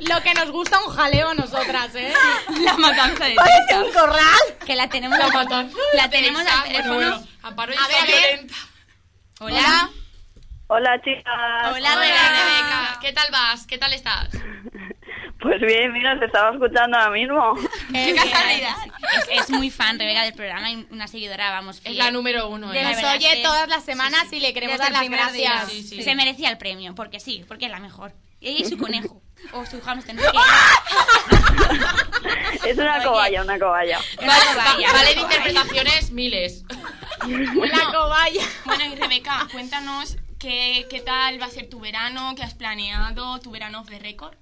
[SPEAKER 6] Lo que nos gusta un jaleo a nosotras, ¿eh?
[SPEAKER 2] (laughs)
[SPEAKER 3] La matanza de
[SPEAKER 9] ¡Es un corral!
[SPEAKER 2] Que la tenemos
[SPEAKER 4] La matanza.
[SPEAKER 2] La tenemos al teléfono.
[SPEAKER 4] Amparo
[SPEAKER 2] A ver,
[SPEAKER 4] está
[SPEAKER 2] a ver.
[SPEAKER 4] violenta.
[SPEAKER 2] Hola.
[SPEAKER 13] Hola chicas. (laughs)
[SPEAKER 2] Hola, Rebeca.
[SPEAKER 4] Rebeca, ¿qué tal vas? ¿Qué tal estás?
[SPEAKER 13] Pues bien, mira, te estaba escuchando ahora mismo.
[SPEAKER 2] Eh, Qué casualidad. Es, es muy fan, Rebeca, del programa y una seguidora, vamos.
[SPEAKER 4] Es
[SPEAKER 2] fiel.
[SPEAKER 4] la número uno. ¿eh?
[SPEAKER 2] De la
[SPEAKER 6] Nos
[SPEAKER 2] verdad
[SPEAKER 6] oye
[SPEAKER 2] que-
[SPEAKER 6] todas las semanas y le queremos dar
[SPEAKER 5] Desde
[SPEAKER 6] las
[SPEAKER 5] el primer día.
[SPEAKER 6] gracias.
[SPEAKER 4] Sí, sí.
[SPEAKER 2] Se merecía el premio, porque sí, porque es la mejor. Ella y su conejo. O su
[SPEAKER 6] (laughs)
[SPEAKER 2] hamster. no sé
[SPEAKER 13] (laughs) Es una
[SPEAKER 2] Oye.
[SPEAKER 13] cobaya, una cobaya.
[SPEAKER 2] qué.
[SPEAKER 4] Vale,
[SPEAKER 2] Una cobaya.
[SPEAKER 4] va- vale de interpretaciones miles.
[SPEAKER 2] Bueno,
[SPEAKER 6] cobaya.
[SPEAKER 9] Bueno, y Rebeca, cuéntanos qué, qué tal va a ser tu verano, qué has planeado, tu verano off the record.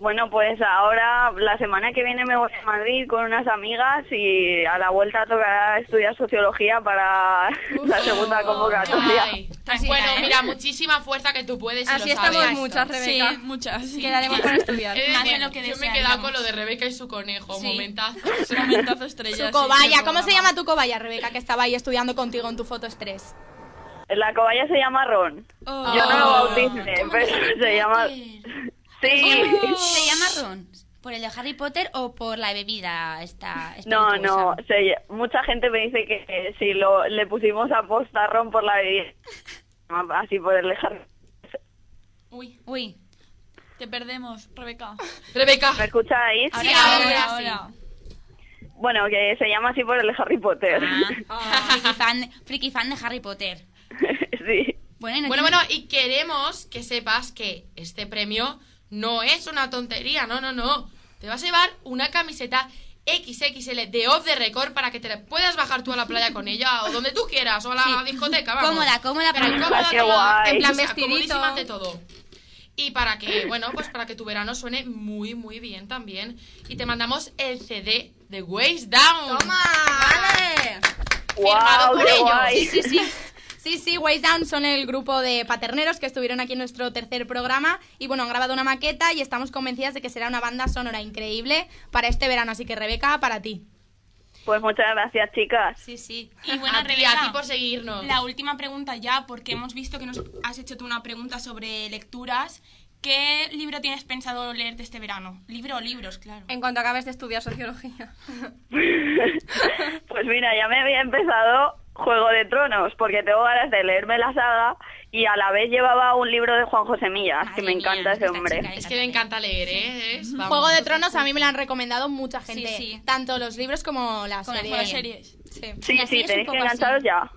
[SPEAKER 13] Bueno, pues ahora la semana que viene me voy a Madrid con unas amigas y a la vuelta tocará estudiar sociología para (laughs) la segunda convocatoria.
[SPEAKER 4] Ay.
[SPEAKER 5] Así
[SPEAKER 4] Bueno,
[SPEAKER 5] era, ¿eh?
[SPEAKER 4] mira, muchísima fuerza que tú puedes. y
[SPEAKER 5] Así
[SPEAKER 4] lo sabes.
[SPEAKER 5] estamos muchas, Rebeca.
[SPEAKER 3] Sí, muchas. sí.
[SPEAKER 5] Quedaremos con estudiar.
[SPEAKER 4] (laughs) He de
[SPEAKER 6] Más de
[SPEAKER 4] decir,
[SPEAKER 6] lo que
[SPEAKER 4] yo me he quedado
[SPEAKER 6] desearíamos.
[SPEAKER 4] con lo de Rebeca y su conejo,
[SPEAKER 2] Sí.
[SPEAKER 4] momentazo.
[SPEAKER 3] Su momentazo estrella.
[SPEAKER 6] Su
[SPEAKER 3] sí,
[SPEAKER 6] cobaya.
[SPEAKER 3] del
[SPEAKER 6] ¿Cómo se
[SPEAKER 3] programa.
[SPEAKER 6] llama tu cobaya, Rebeca, que estaba ahí estudiando contigo en tu foto estrés?
[SPEAKER 13] La cobaya se llama Ron. Yo no lo bauticé, pero se llama... Sí.
[SPEAKER 2] ¿Se llama Ron? ¿Por el de Harry Potter o por la bebida esta?
[SPEAKER 13] No,
[SPEAKER 2] espirituosa?
[SPEAKER 13] no, se- mucha gente me dice que eh, si lo, le pusimos a posta Ron por la bebida, así por el dejar.
[SPEAKER 3] Uy,
[SPEAKER 2] Uy,
[SPEAKER 3] te perdemos, Rebeca.
[SPEAKER 4] Rebeca,
[SPEAKER 13] ¿Me escucháis?
[SPEAKER 2] ahora,
[SPEAKER 4] Sí,
[SPEAKER 2] ahora,
[SPEAKER 3] ahora.
[SPEAKER 13] Bueno, que se llama así por el Harry Potter.
[SPEAKER 2] sí. Ah, friki, fan, friki fan de
[SPEAKER 6] (laughs)
[SPEAKER 2] Harry Potter.
[SPEAKER 13] sí.
[SPEAKER 2] Bueno, y no
[SPEAKER 4] Bueno,
[SPEAKER 2] tiene-
[SPEAKER 4] bueno, y queremos que sepas que este premio no es una tontería, no, no, no. Te vas a llevar una camiseta XXL de Off the Record para que te la puedas bajar tú a la playa con ella o donde tú quieras o a la discoteca, vamos.
[SPEAKER 2] Cómoda, cómoda
[SPEAKER 4] Pero
[SPEAKER 2] para ti.
[SPEAKER 4] cómoda,
[SPEAKER 13] Ah, Qué
[SPEAKER 4] cómoda,
[SPEAKER 13] guay.
[SPEAKER 4] En plan,
[SPEAKER 5] Un
[SPEAKER 4] vestidito.
[SPEAKER 5] vestidito.
[SPEAKER 4] de todo. Y para que, bueno, pues para que tu verano suene muy, muy bien también. Y te mandamos el CD de Ways Down.
[SPEAKER 5] ¡Toma! ¡Vale!
[SPEAKER 6] Firmado
[SPEAKER 13] ¡Guau,
[SPEAKER 6] por
[SPEAKER 13] qué
[SPEAKER 6] ellos.
[SPEAKER 13] guay!
[SPEAKER 6] Sí, sí, sí. Sí, sí, Ways Down son el grupo de paterneros que estuvieron aquí en nuestro tercer programa y bueno, han grabado una maqueta y estamos convencidas de que será una banda sonora increíble para este verano. Así que Rebeca, para ti.
[SPEAKER 13] (laughs) Pues muchas gracias, chicas.
[SPEAKER 2] Sí, sí.
[SPEAKER 9] Y bueno,
[SPEAKER 4] A ti,
[SPEAKER 9] Rebeca,
[SPEAKER 4] a ti por seguirnos.
[SPEAKER 9] La última pregunta ya, porque hemos visto que nos has hecho tú una pregunta sobre lecturas. ¿Qué libro tienes pensado leer de este verano? Libro o libros, claro.
[SPEAKER 5] En cuanto acabes de estudiar sociología. (laughs)
[SPEAKER 13] Pues mira, ya me había empezado Juego de Tronos, porque tengo ganas de leerme la saga y a la vez llevaba un libro de Juan José Millas, que me encanta ese hombre.
[SPEAKER 4] Es que me encanta leer, ¿eh? Es- vamos.
[SPEAKER 6] Juego de Tronos a mí me lo han recomendado mucha gente,
[SPEAKER 2] Sí, sí.
[SPEAKER 6] tanto los libros como las
[SPEAKER 2] Como
[SPEAKER 6] series.
[SPEAKER 2] las series.
[SPEAKER 6] Sí.
[SPEAKER 13] Sí,
[SPEAKER 2] Así
[SPEAKER 13] sí,
[SPEAKER 2] es un
[SPEAKER 13] tenéis que
[SPEAKER 2] poco así.
[SPEAKER 13] engancharos ya.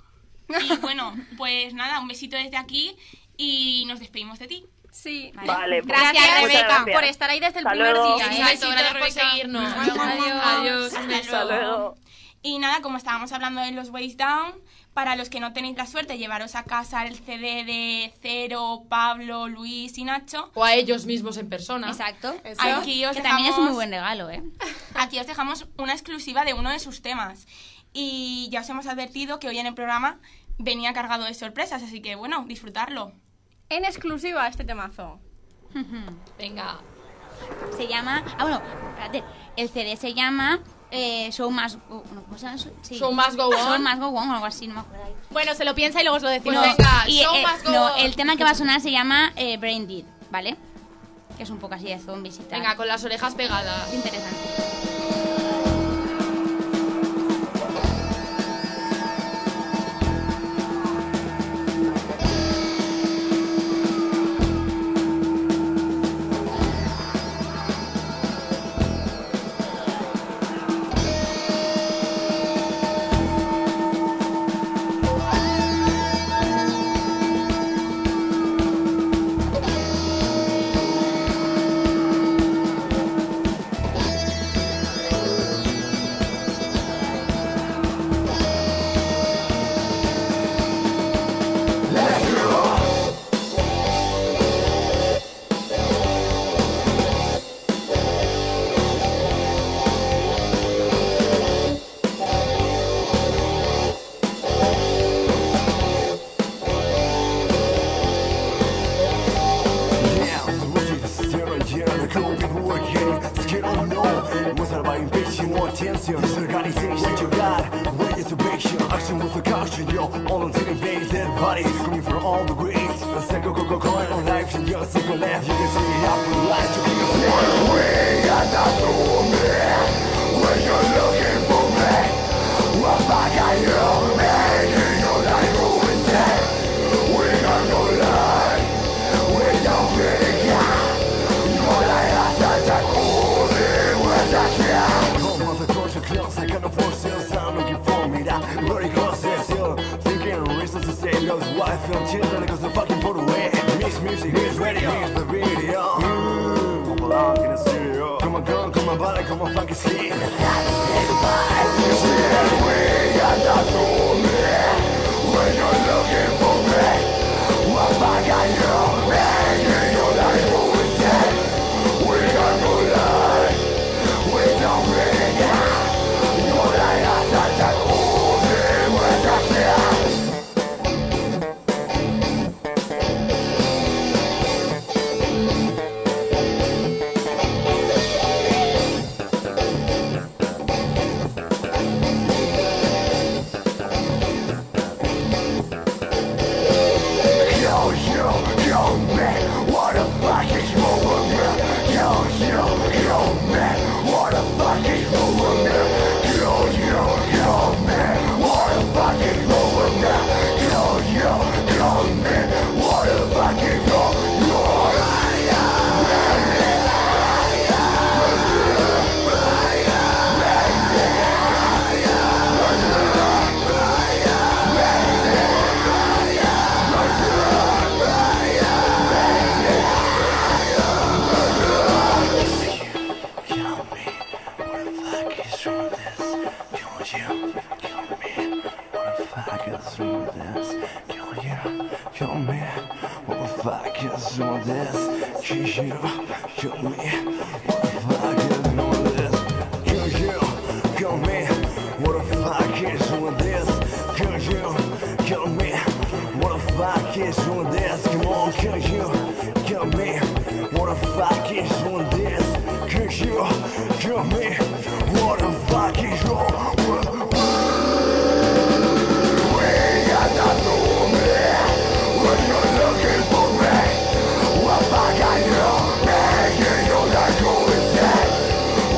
[SPEAKER 9] Y bueno, pues nada, un besito desde aquí y nos despedimos de ti.
[SPEAKER 5] Sí.
[SPEAKER 13] Vale, pues
[SPEAKER 6] Gracias,
[SPEAKER 13] muchas
[SPEAKER 6] Rebeca,
[SPEAKER 13] gracias.
[SPEAKER 5] Por estar ahí desde el
[SPEAKER 13] Hasta
[SPEAKER 5] primer
[SPEAKER 13] luego.
[SPEAKER 5] día. ¿eh?
[SPEAKER 4] Un beso, gracias por seguirnos. Adiós. un beso.
[SPEAKER 13] Hasta luego.
[SPEAKER 9] Y nada, como estábamos hablando de los Ways Down, para los que no tenéis la suerte, llevaros a casa el CD de Cero, Pablo, Luis y Nacho.
[SPEAKER 4] O a ellos mismos en persona.
[SPEAKER 2] Exacto.
[SPEAKER 9] Aquí os
[SPEAKER 2] que también es
[SPEAKER 9] dejamos-
[SPEAKER 2] muy buen regalo, ¿eh?
[SPEAKER 9] Aquí os dejamos una exclusiva de uno de sus temas. Y ya os hemos advertido que hoy en el programa venía cargado de sorpresas, así que bueno, disfrutarlo.
[SPEAKER 5] En exclusiva este temazo.
[SPEAKER 4] Venga.
[SPEAKER 2] Se llama... Ah, bueno, espérate. El CD se llama eh, Show Más... ¿Cómo se llama? Sí.
[SPEAKER 4] Show Must Go On.
[SPEAKER 2] Show Must Go On o algo así, no me acuerdo.
[SPEAKER 6] Bueno, se lo piensa y luego os lo decimos.
[SPEAKER 4] Pues venga,
[SPEAKER 2] Y,
[SPEAKER 4] show
[SPEAKER 2] eh,
[SPEAKER 4] must go
[SPEAKER 2] no,
[SPEAKER 4] on.
[SPEAKER 2] el tema que va a sonar se llama eh, Brain Dead, ¿vale? Que es un poco así de zombies y tal.
[SPEAKER 4] Venga, con las orejas pegadas.
[SPEAKER 2] es interesante.
[SPEAKER 1] Yeah, this is Sarah Jenner, cool people again. Skin on no, what's our ambition? More attention, disorganization. What you got? Where is the picture? Action with a caution, yo. All on daily days, dead bodies coming from all the graves. The second go go coin on life, and you're a single left. You can see it out for life. You can see it. Way at the tomb, where you're looking for me. What back I know, man, you know that you would say. We are no lie, we don't really care. Home of the culture close, I cannot force it, I'm looking for me that very close is still thinking reasons to say because wife and children because the fucking put away Miss music, miss radio, miss the video Mmm, I belong in the studio Come on girl, come on body, come on fucking sleep Say goodbye, you see that way, I'm not doing it When you're looking for me, what back I know, man, you know that who is dead We are good life, we don't really care You know that I'm not that old, it was a fear Yo, yo, yo, man, what the fuck is wrong with me? Yo, yo, yo, man, what the fuck is wrong with me? Yo, yo, yo, man, what the fuck is wrong with me? Yo, yo, yo, man, what the fuck is wrong with me? Kill me, what the fuck is wrong with this? Kill you, kill me, what the fuck is wrong with this? Kill you, kill me, what the fuck is wrong with this? Kill you, kill me, what the fuck is wrong with this? Kill you, kill me, what the fuck is wrong
[SPEAKER 14] fucking on this? Come on, can you come me? What a fucking on
[SPEAKER 1] with this?
[SPEAKER 14] this? Can you come me? What a fucking on We got that me When you're looking for me What fuck are you? Making you like who is that?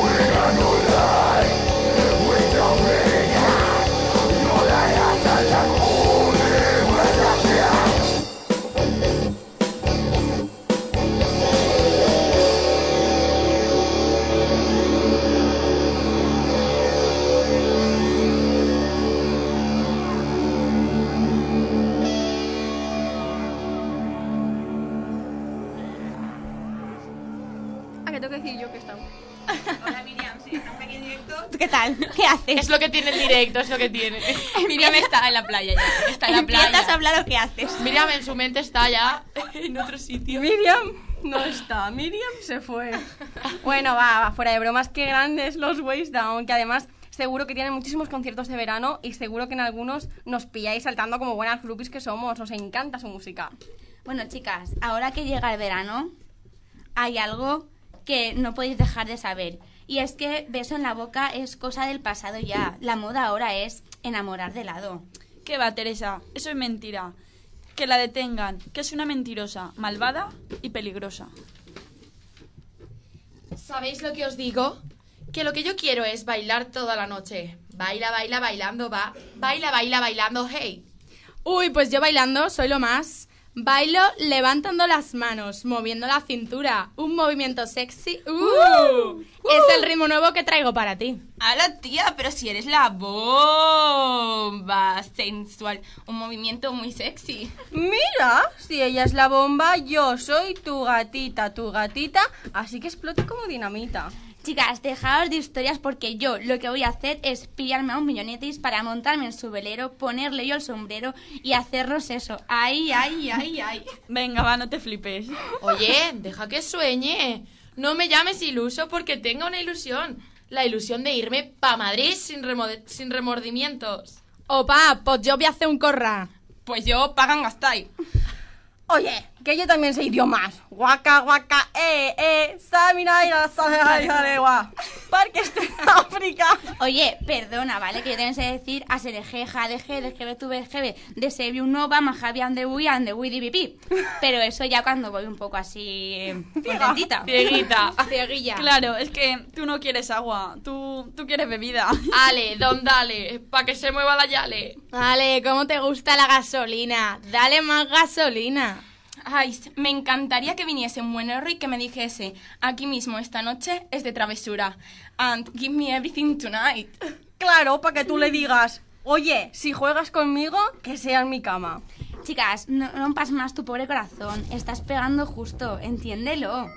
[SPEAKER 14] We got no life We don't really have No life after that Only with us, yeah
[SPEAKER 5] Ah, que tengo que decir yo que está.
[SPEAKER 9] Hola Miriam, sí, estamos aquí en directo.
[SPEAKER 6] ¿Qué
[SPEAKER 9] (laughs)
[SPEAKER 6] tal? ¿Qué haces?
[SPEAKER 4] Es lo que tiene el directo, es lo que tiene.
[SPEAKER 6] Miriam está en la playa ya.
[SPEAKER 4] está en la playa.
[SPEAKER 6] ¿Empiezas a hablar o qué haces?
[SPEAKER 4] Miriam en su mente está ya (laughs) en otro sitio.
[SPEAKER 5] Miriam no está, Miriam se fue. Bueno, va, va, fuera de bromas, qué grandes los Ways Down, que además seguro que tienen muchísimos conciertos de verano y seguro que en algunos nos pilláis saltando como buenas groupies que somos, os encanta su música.
[SPEAKER 2] Bueno, chicas, ahora que llega el verano, hay algo que no podéis dejar de saber. Y es que beso en la boca es cosa del pasado ya. La moda ahora es enamorar de lado.
[SPEAKER 3] ¿Qué va, Teresa? Eso es mentira. Que la detengan, que es una mentirosa, malvada y peligrosa.
[SPEAKER 4] ¿Sabéis lo que os digo? Que lo que yo quiero es bailar toda la noche. Baila, baila, bailando, va. Baila, baila, bailando, hey.
[SPEAKER 6] Uy, pues yo bailando soy lo más. Bailo levantando las manos, moviendo la cintura. Un movimiento sexy. ¡Uh! Es el ritmo nuevo que traigo para ti.
[SPEAKER 9] Hola tía, pero si eres la bomba sensual. Un movimiento muy sexy.
[SPEAKER 5] Mira, si ella es la bomba, yo soy tu gatita, tu gatita, así que explote como dinamita.
[SPEAKER 2] Chicas, dejaos de historias porque yo lo que voy a hacer es pillarme a un millonetis para montarme en su velero, ponerle yo el sombrero y hacernos eso. Ay, ay, ay, ay.
[SPEAKER 3] Venga, va, no te flipes.
[SPEAKER 4] Oye, deja que sueñe. No me llames iluso porque tengo una ilusión. La ilusión de irme pa' Madrid sin, remode- sin remordimientos.
[SPEAKER 6] Opa, pues yo voy a hacer un corra.
[SPEAKER 9] Pues yo pagan gastai.
[SPEAKER 5] Oye, que yo también sé idiomas. Guaca, guaca, eh, eh, samina, ira, samina, gua. Parque este África.
[SPEAKER 2] Oye, perdona, ¿vale? Que yo también sé decir "Ah, a SRG, JDG, DGB, TVGB, DSB, UNOVA, Majabi, Andewui, Andewui, DBP. Pero eso ya cuando voy un poco así eh, contentita.
[SPEAKER 4] (laughs) Cieguita.
[SPEAKER 6] Cieguilla.
[SPEAKER 3] Claro, es que tú no quieres agua, tú, tú quieres bebida. (laughs)
[SPEAKER 4] Ale, don dale, pa' que se mueva la yale.
[SPEAKER 6] Vale, ¿cómo te gusta la gasolina? Dale más gasolina.
[SPEAKER 9] Ay, me encantaría que viniese un buen error y que me dijese, aquí mismo esta noche es de travesura. And give me everything tonight.
[SPEAKER 5] Claro, para que tú le digas, oye, si juegas conmigo, que sea en mi cama.
[SPEAKER 2] Chicas, no rompas más tu pobre corazón. Estás pegando justo, entiéndelo.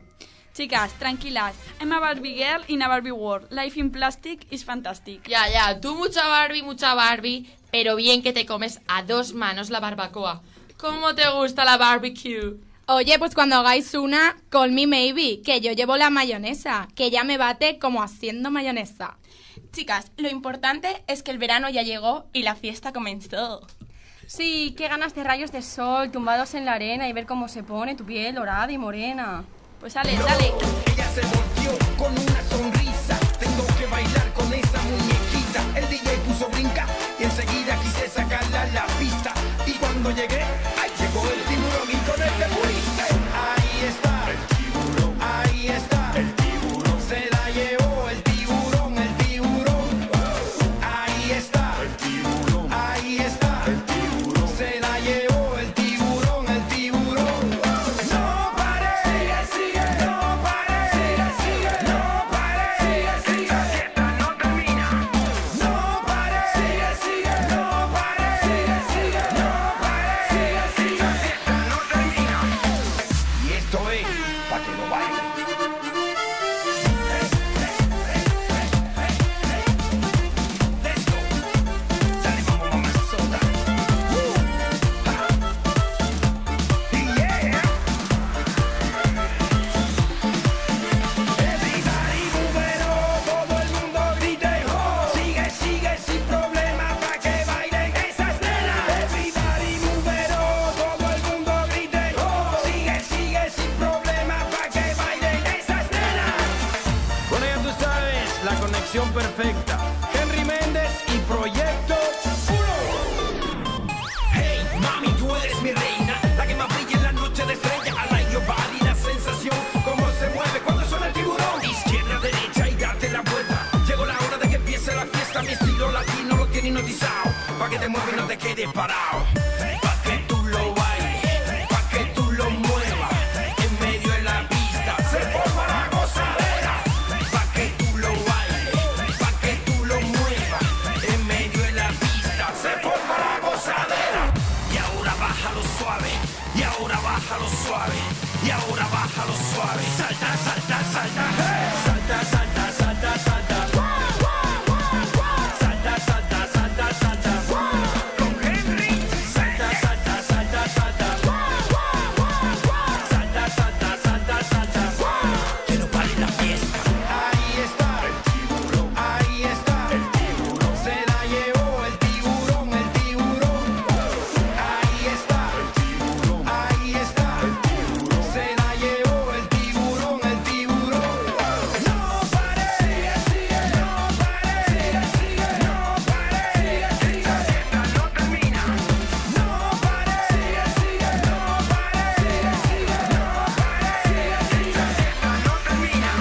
[SPEAKER 3] Chicas, tranquilas. I'm a Barbie girl in a Barbie world. Life in plastic is fantastic.
[SPEAKER 4] Ya, ya, tú mucha Barbie, mucha Barbie, pero bien que te comes a dos manos la barbacoa. ¿Cómo te gusta la barbecue?
[SPEAKER 6] Oye, pues cuando hagáis una, call me maybe, que yo llevo la mayonesa, que ya me bate como haciendo mayonesa.
[SPEAKER 9] Chicas, lo importante es que el verano ya llegó y la fiesta comenzó.
[SPEAKER 5] Sí, qué ganas de rayos de sol, tumbados en la arena y ver cómo se pone tu piel dorada y morena.
[SPEAKER 3] Pues dale, dale.
[SPEAKER 1] Ella se volteó con una sonrisa. Tengo que bailar con esa muñequita. El DJ puso brinca y enseguida quise sacarla a la pista. Y cuando llegué, ahí llegó el tiburón y con el te fuiste. Ahí está el tiburón. Ahí está el tiburón. Se la llevó el tiburón, el tiburón. Ahí está el tiburón. Ahí está el tiburón. Se la llevó el tiburón, el tiburón. No pares, sigue, sigue, no pares, sigue, sigue, no pares. combinación perfecta. Henry Méndez y Proyecto 1. Hey, mami, tú eres mi reina, la que más brilla en la noche de estrella. I like your body, la sensación, cómo se mueve cuando suena el tiburón. Izquierda, derecha y date la vuelta. Llegó la hora de que empiece la fiesta, mi estilo latino lo tiene hipnotizado. Pa' que te muevas y no te quedes parado. Pa' que tú lo bailes, pa' que tú lo muevas. En medio de la pista se forma la gozadera. Pa' que tú lo bailes, pa' que tú lo muevas. En medio de la pista se forma la gozadera. Y ahora bájalo suave, y ahora bájalo suave, y ahora bájalo suave. Salta, salta, salta, hey. salta, salta, salta, salta. Salta, salta, salta, salta. Con Henry. Salta, salta, salta, salta. Salta, salta, salta, salta. Que no pare la fiesta. Ahí está el tiburón. Ahí está el tiburón. Se la llevó el tiburón, el tiburón. Ahí está el tiburón. Ahí está el tiburón. Se la llevó el tiburón, el tiburón. No pare, sigue, sigue, no pare, sigue, sigue, no pare, sigue, sigue, no termina. No pare, sigue, sigue, no pare, sigue, sigue, no pare, sigue, sigue, no termina.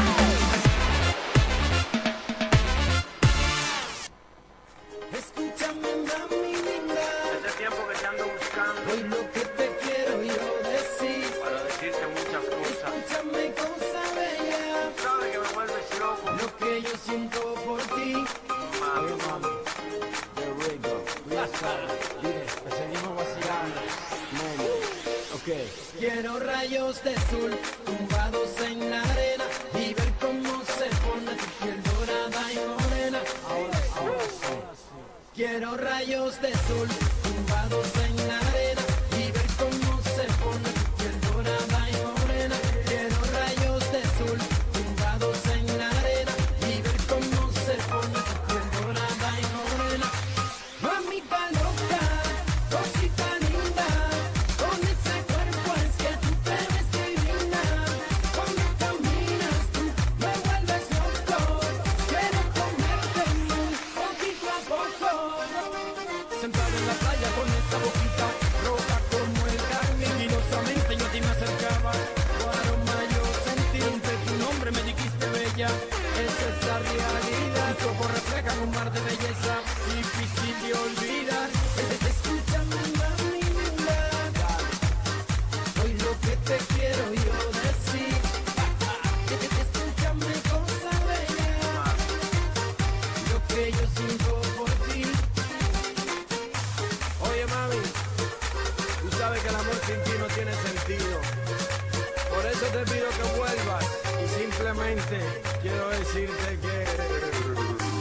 [SPEAKER 1] Escúchame, mami linda. Hace tiempo que te ando buscando. Hoy lo que te quiero yo decir. Para decirte muchas cosas. Escúchame, cosa bella. Sabes que me vuelves loco. Lo que yo siento por ti. Mami, mami. There we go. We are sorry. Dile, te seguimos vacilando. Mami. Okay. Quiero rayos de sol tumbados en la arena y ver cómo se pone tu piel dorada y morena. Ahora sí, ahora sí. Quiero rayos de sol tumbados en la arena y ver cómo se pone tu piel dorada y morena. Quiero rayos de sol tumbados en la arena y ver cómo se pone tu piel dorada y morena. Mami palota, cosita linda, con ese cuerpo es que tú te ves divina. Cuando caminas tú me vuelves loco, quiero comerte poquito a poco. Sentado en la playa con esa boquita roja como el carmín, Milagrosamente yo a ti me acercaba, tu aroma yo sentí, entre tu nombre me dijiste bella. Esa es la realidad, tus ojos reflejan un mar de belleza, difícil de olvidar. Escúchame, mami linda, hoy lo que te quiero yo decir. Escúchame, cosa bella, lo que yo siento por ti. Oye, mami, tú sabes que el amor sin ti no tiene sentido. Por eso te pido que vuelvas y simplemente quiero decirte que...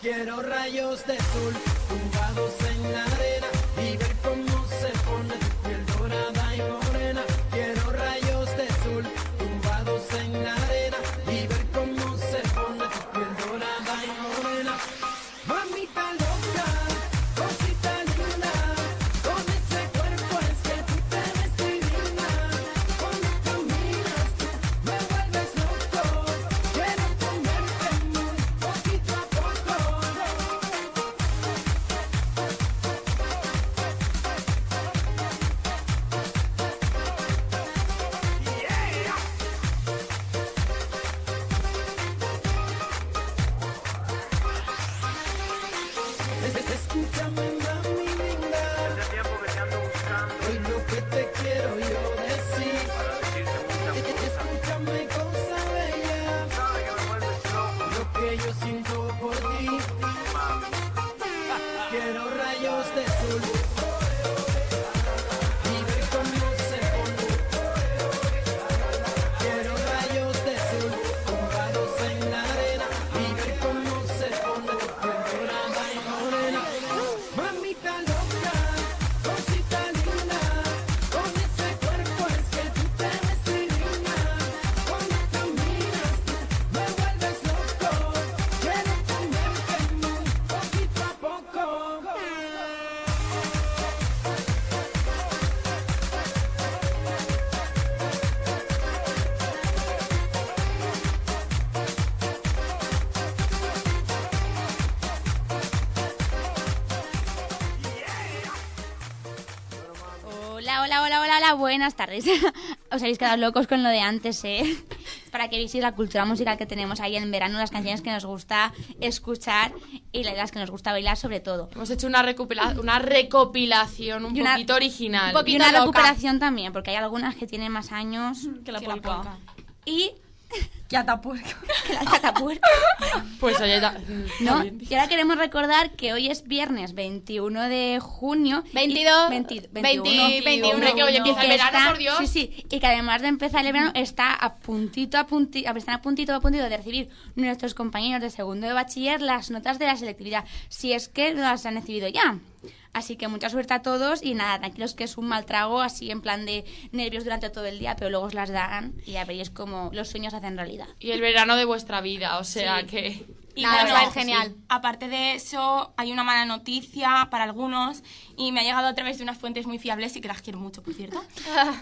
[SPEAKER 1] Quiero rayos de sol tumbados en la arena y ver cómo se pone tu piel dorada y morena. Quiero rayos de sol tumbados en la arena y ver cómo se pone tu piel dorada y morena. Mamita loca, cosita linda, con ese cuerpo es que tú te ves divina. Cuando caminas tú me vuelves loco, quiero comerte muy poquito a poco. Escúchame, mami linda. Hace tiempo que te ando buscando. Hoy lo que te quiero yo decir. Para decirte muchas cosas. Escúchame, cosa bella. Sabes que me vuelves loco. Lo que yo siento por ti. Mami. quiero rayos de sol. Y ver cómo se pone. Quiero rayos de sol tumbados en la arena y ver cómo se pone tu piel dorada y morena. Mamita loca, cosita linda, con ese cuerpo es que tú te ves divina. Cuando caminas tú me vuelves loco, quiero comerte muy poquito a poco.
[SPEAKER 2] Hola, hola, hola, hola, hola, buenas tardes. (laughs) Os habéis quedado locos con lo de antes, ¿eh? (laughs) Para que veáis la cultura musical que tenemos ahí en verano, las canciones que nos gusta escuchar y las que nos gusta bailar sobre todo.
[SPEAKER 4] Hemos hecho una, recopila- una recopilación un
[SPEAKER 2] Y una-
[SPEAKER 4] poquito original.
[SPEAKER 2] Un poquito de recuperación también, porque hay algunas que tienen más años
[SPEAKER 3] que la
[SPEAKER 2] polpa.
[SPEAKER 3] polca.
[SPEAKER 2] Y... (laughs)
[SPEAKER 9] Que atapuerca.
[SPEAKER 2] que la atapuerca.
[SPEAKER 4] Pues oye, ya-
[SPEAKER 2] (laughs) No, y ahora queremos recordar que hoy es viernes 21 de junio.
[SPEAKER 6] 22,
[SPEAKER 2] 20, 21.
[SPEAKER 6] 21, Hombre, que hoy empieza
[SPEAKER 2] Y
[SPEAKER 6] el verano,
[SPEAKER 2] está-
[SPEAKER 6] por Dios.
[SPEAKER 2] Sí, sí. Y que además de empezar el verano, está a puntito, a punti- a- están a puntito, a puntito de recibir nuestros compañeros de segundo de bachiller las notas de la selectividad. Si es que no las han recibido ya. Así que mucha suerte a todos y nada, tranquilos que es un mal trago, así en plan de nervios durante todo el día, pero luego os las dan y ya veréis cómo los sueños se hacen realidad.
[SPEAKER 4] Y el verano de vuestra vida, o sea
[SPEAKER 2] Sí.
[SPEAKER 4] que...
[SPEAKER 9] Y bueno, sí. Aparte de eso, hay una mala noticia para algunos y me ha llegado a través de unas fuentes muy fiables y que las quiero mucho,
[SPEAKER 4] (laughs)
[SPEAKER 9] por cierto.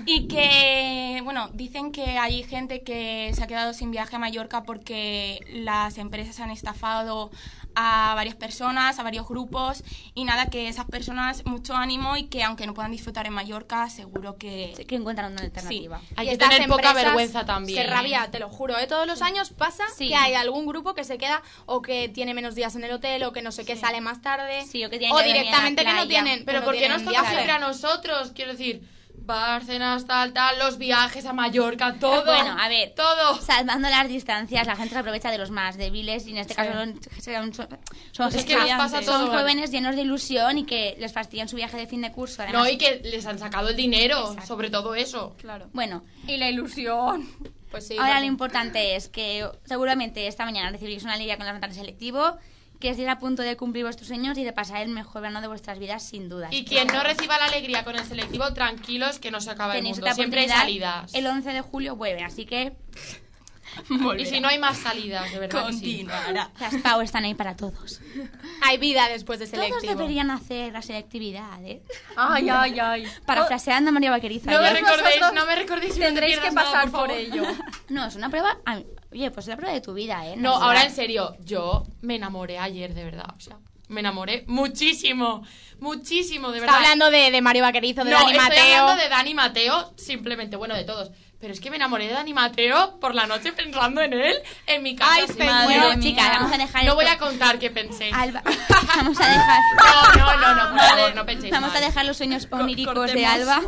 [SPEAKER 9] y que, bueno, dicen que hay gente que se ha quedado sin viaje a Mallorca porque las empresas han estafado a varias personas, a varios grupos y nada, que esas personas mucho ánimo y que aunque no puedan disfrutar en Mallorca, seguro que...
[SPEAKER 2] que encuentran una alternativa.
[SPEAKER 9] Sí.
[SPEAKER 4] Hay
[SPEAKER 9] Y
[SPEAKER 4] que
[SPEAKER 9] estas
[SPEAKER 4] tener poca
[SPEAKER 9] empresas-
[SPEAKER 4] vergüenza también.
[SPEAKER 6] Qué rabia, te lo juro, ¿eh? Todos los años pasa que hay algún grupo que se queda o que tiene menos días en el hotel o que no sé qué sale más tarde.
[SPEAKER 2] Sí, o
[SPEAKER 6] o directamente que no tienen. que
[SPEAKER 4] Pero
[SPEAKER 6] no
[SPEAKER 4] ¿por qué
[SPEAKER 6] tienen
[SPEAKER 4] nos toca
[SPEAKER 6] viaje.
[SPEAKER 4] siempre a nosotros? Quiero decir, Barcenas, tal, tal, los viajes a Mallorca, todo.
[SPEAKER 2] Ah, Bueno, a ver,
[SPEAKER 4] todo.
[SPEAKER 2] Salvando las distancias, la gente se aprovecha de los más débiles y en este caso son, son, son- son-
[SPEAKER 4] Es que nos pasa
[SPEAKER 2] son
[SPEAKER 4] todo.
[SPEAKER 2] jóvenes llenos de ilusión y que les fastidian su viaje de fin de curso. Además,
[SPEAKER 4] No, y que les han sacado el dinero, sobre todo eso.
[SPEAKER 6] Claro.
[SPEAKER 2] Bueno,
[SPEAKER 6] Y la ilusión. Pues sí.
[SPEAKER 2] ahora
[SPEAKER 6] vamos.
[SPEAKER 2] lo importante es que seguramente esta mañana recibiréis una liga con las notas de selectivo, que estéis a punto de cumplir vuestros sueños y de pasar el mejor verano de vuestras vidas, sin duda.
[SPEAKER 4] Y quien no reciba la alegría con el selectivo, tranquilos que no se acaba
[SPEAKER 2] Tenéis
[SPEAKER 4] el
[SPEAKER 2] otra
[SPEAKER 4] mundo. Siempre hay
[SPEAKER 2] oportunidad.
[SPEAKER 4] salidas.
[SPEAKER 2] El 11 de julio vuelven, así que...
[SPEAKER 4] (laughs) Y si no hay más salidas, de verdad. que sí.
[SPEAKER 2] Las PAU están ahí para todos.
[SPEAKER 6] Hay vida después de selectivo.
[SPEAKER 2] Todos deberían hacer la selectividad, ¿eh? (laughs)
[SPEAKER 6] Ay, ay, ay.
[SPEAKER 2] Parafraseando a María Vaqueriza.
[SPEAKER 4] No
[SPEAKER 2] ya.
[SPEAKER 4] me recordéis, no me recordéis. si
[SPEAKER 6] Tendréis que
[SPEAKER 4] pierdas nada,
[SPEAKER 6] pasar por
[SPEAKER 4] favor.
[SPEAKER 6] ello.
[SPEAKER 2] (laughs) No, es una prueba... a mí- Oye, pues es la prueba de tu vida, ¿eh?
[SPEAKER 4] No,
[SPEAKER 2] es
[SPEAKER 4] ahora
[SPEAKER 2] verdad.
[SPEAKER 4] en serio, yo me enamoré ayer, de verdad. O sea, me enamoré muchísimo, muchísimo, de
[SPEAKER 6] Está
[SPEAKER 4] verdad.
[SPEAKER 6] hablando de, de Mario Vaquerizo, de
[SPEAKER 4] no,
[SPEAKER 6] Dani
[SPEAKER 4] estoy
[SPEAKER 6] Mateo.
[SPEAKER 4] hablando de Dani Mateo, simplemente, bueno, de todos. Pero es que me enamoré de Dani Mateo por la noche pensando en él, en mi casa.
[SPEAKER 6] Ay,
[SPEAKER 4] así.
[SPEAKER 6] señor. Bueno,
[SPEAKER 2] chicas, vamos a dejar
[SPEAKER 4] No
[SPEAKER 2] esto.
[SPEAKER 4] voy a contar qué pensé.
[SPEAKER 2] Alba- Vamos a dejar...
[SPEAKER 4] No, no, no, no,
[SPEAKER 2] (laughs)
[SPEAKER 4] por favor, no penséis
[SPEAKER 2] Vamos
[SPEAKER 4] mal.
[SPEAKER 2] a dejar los sueños oníricos de
[SPEAKER 4] (laughs) cortemos.
[SPEAKER 2] Alba.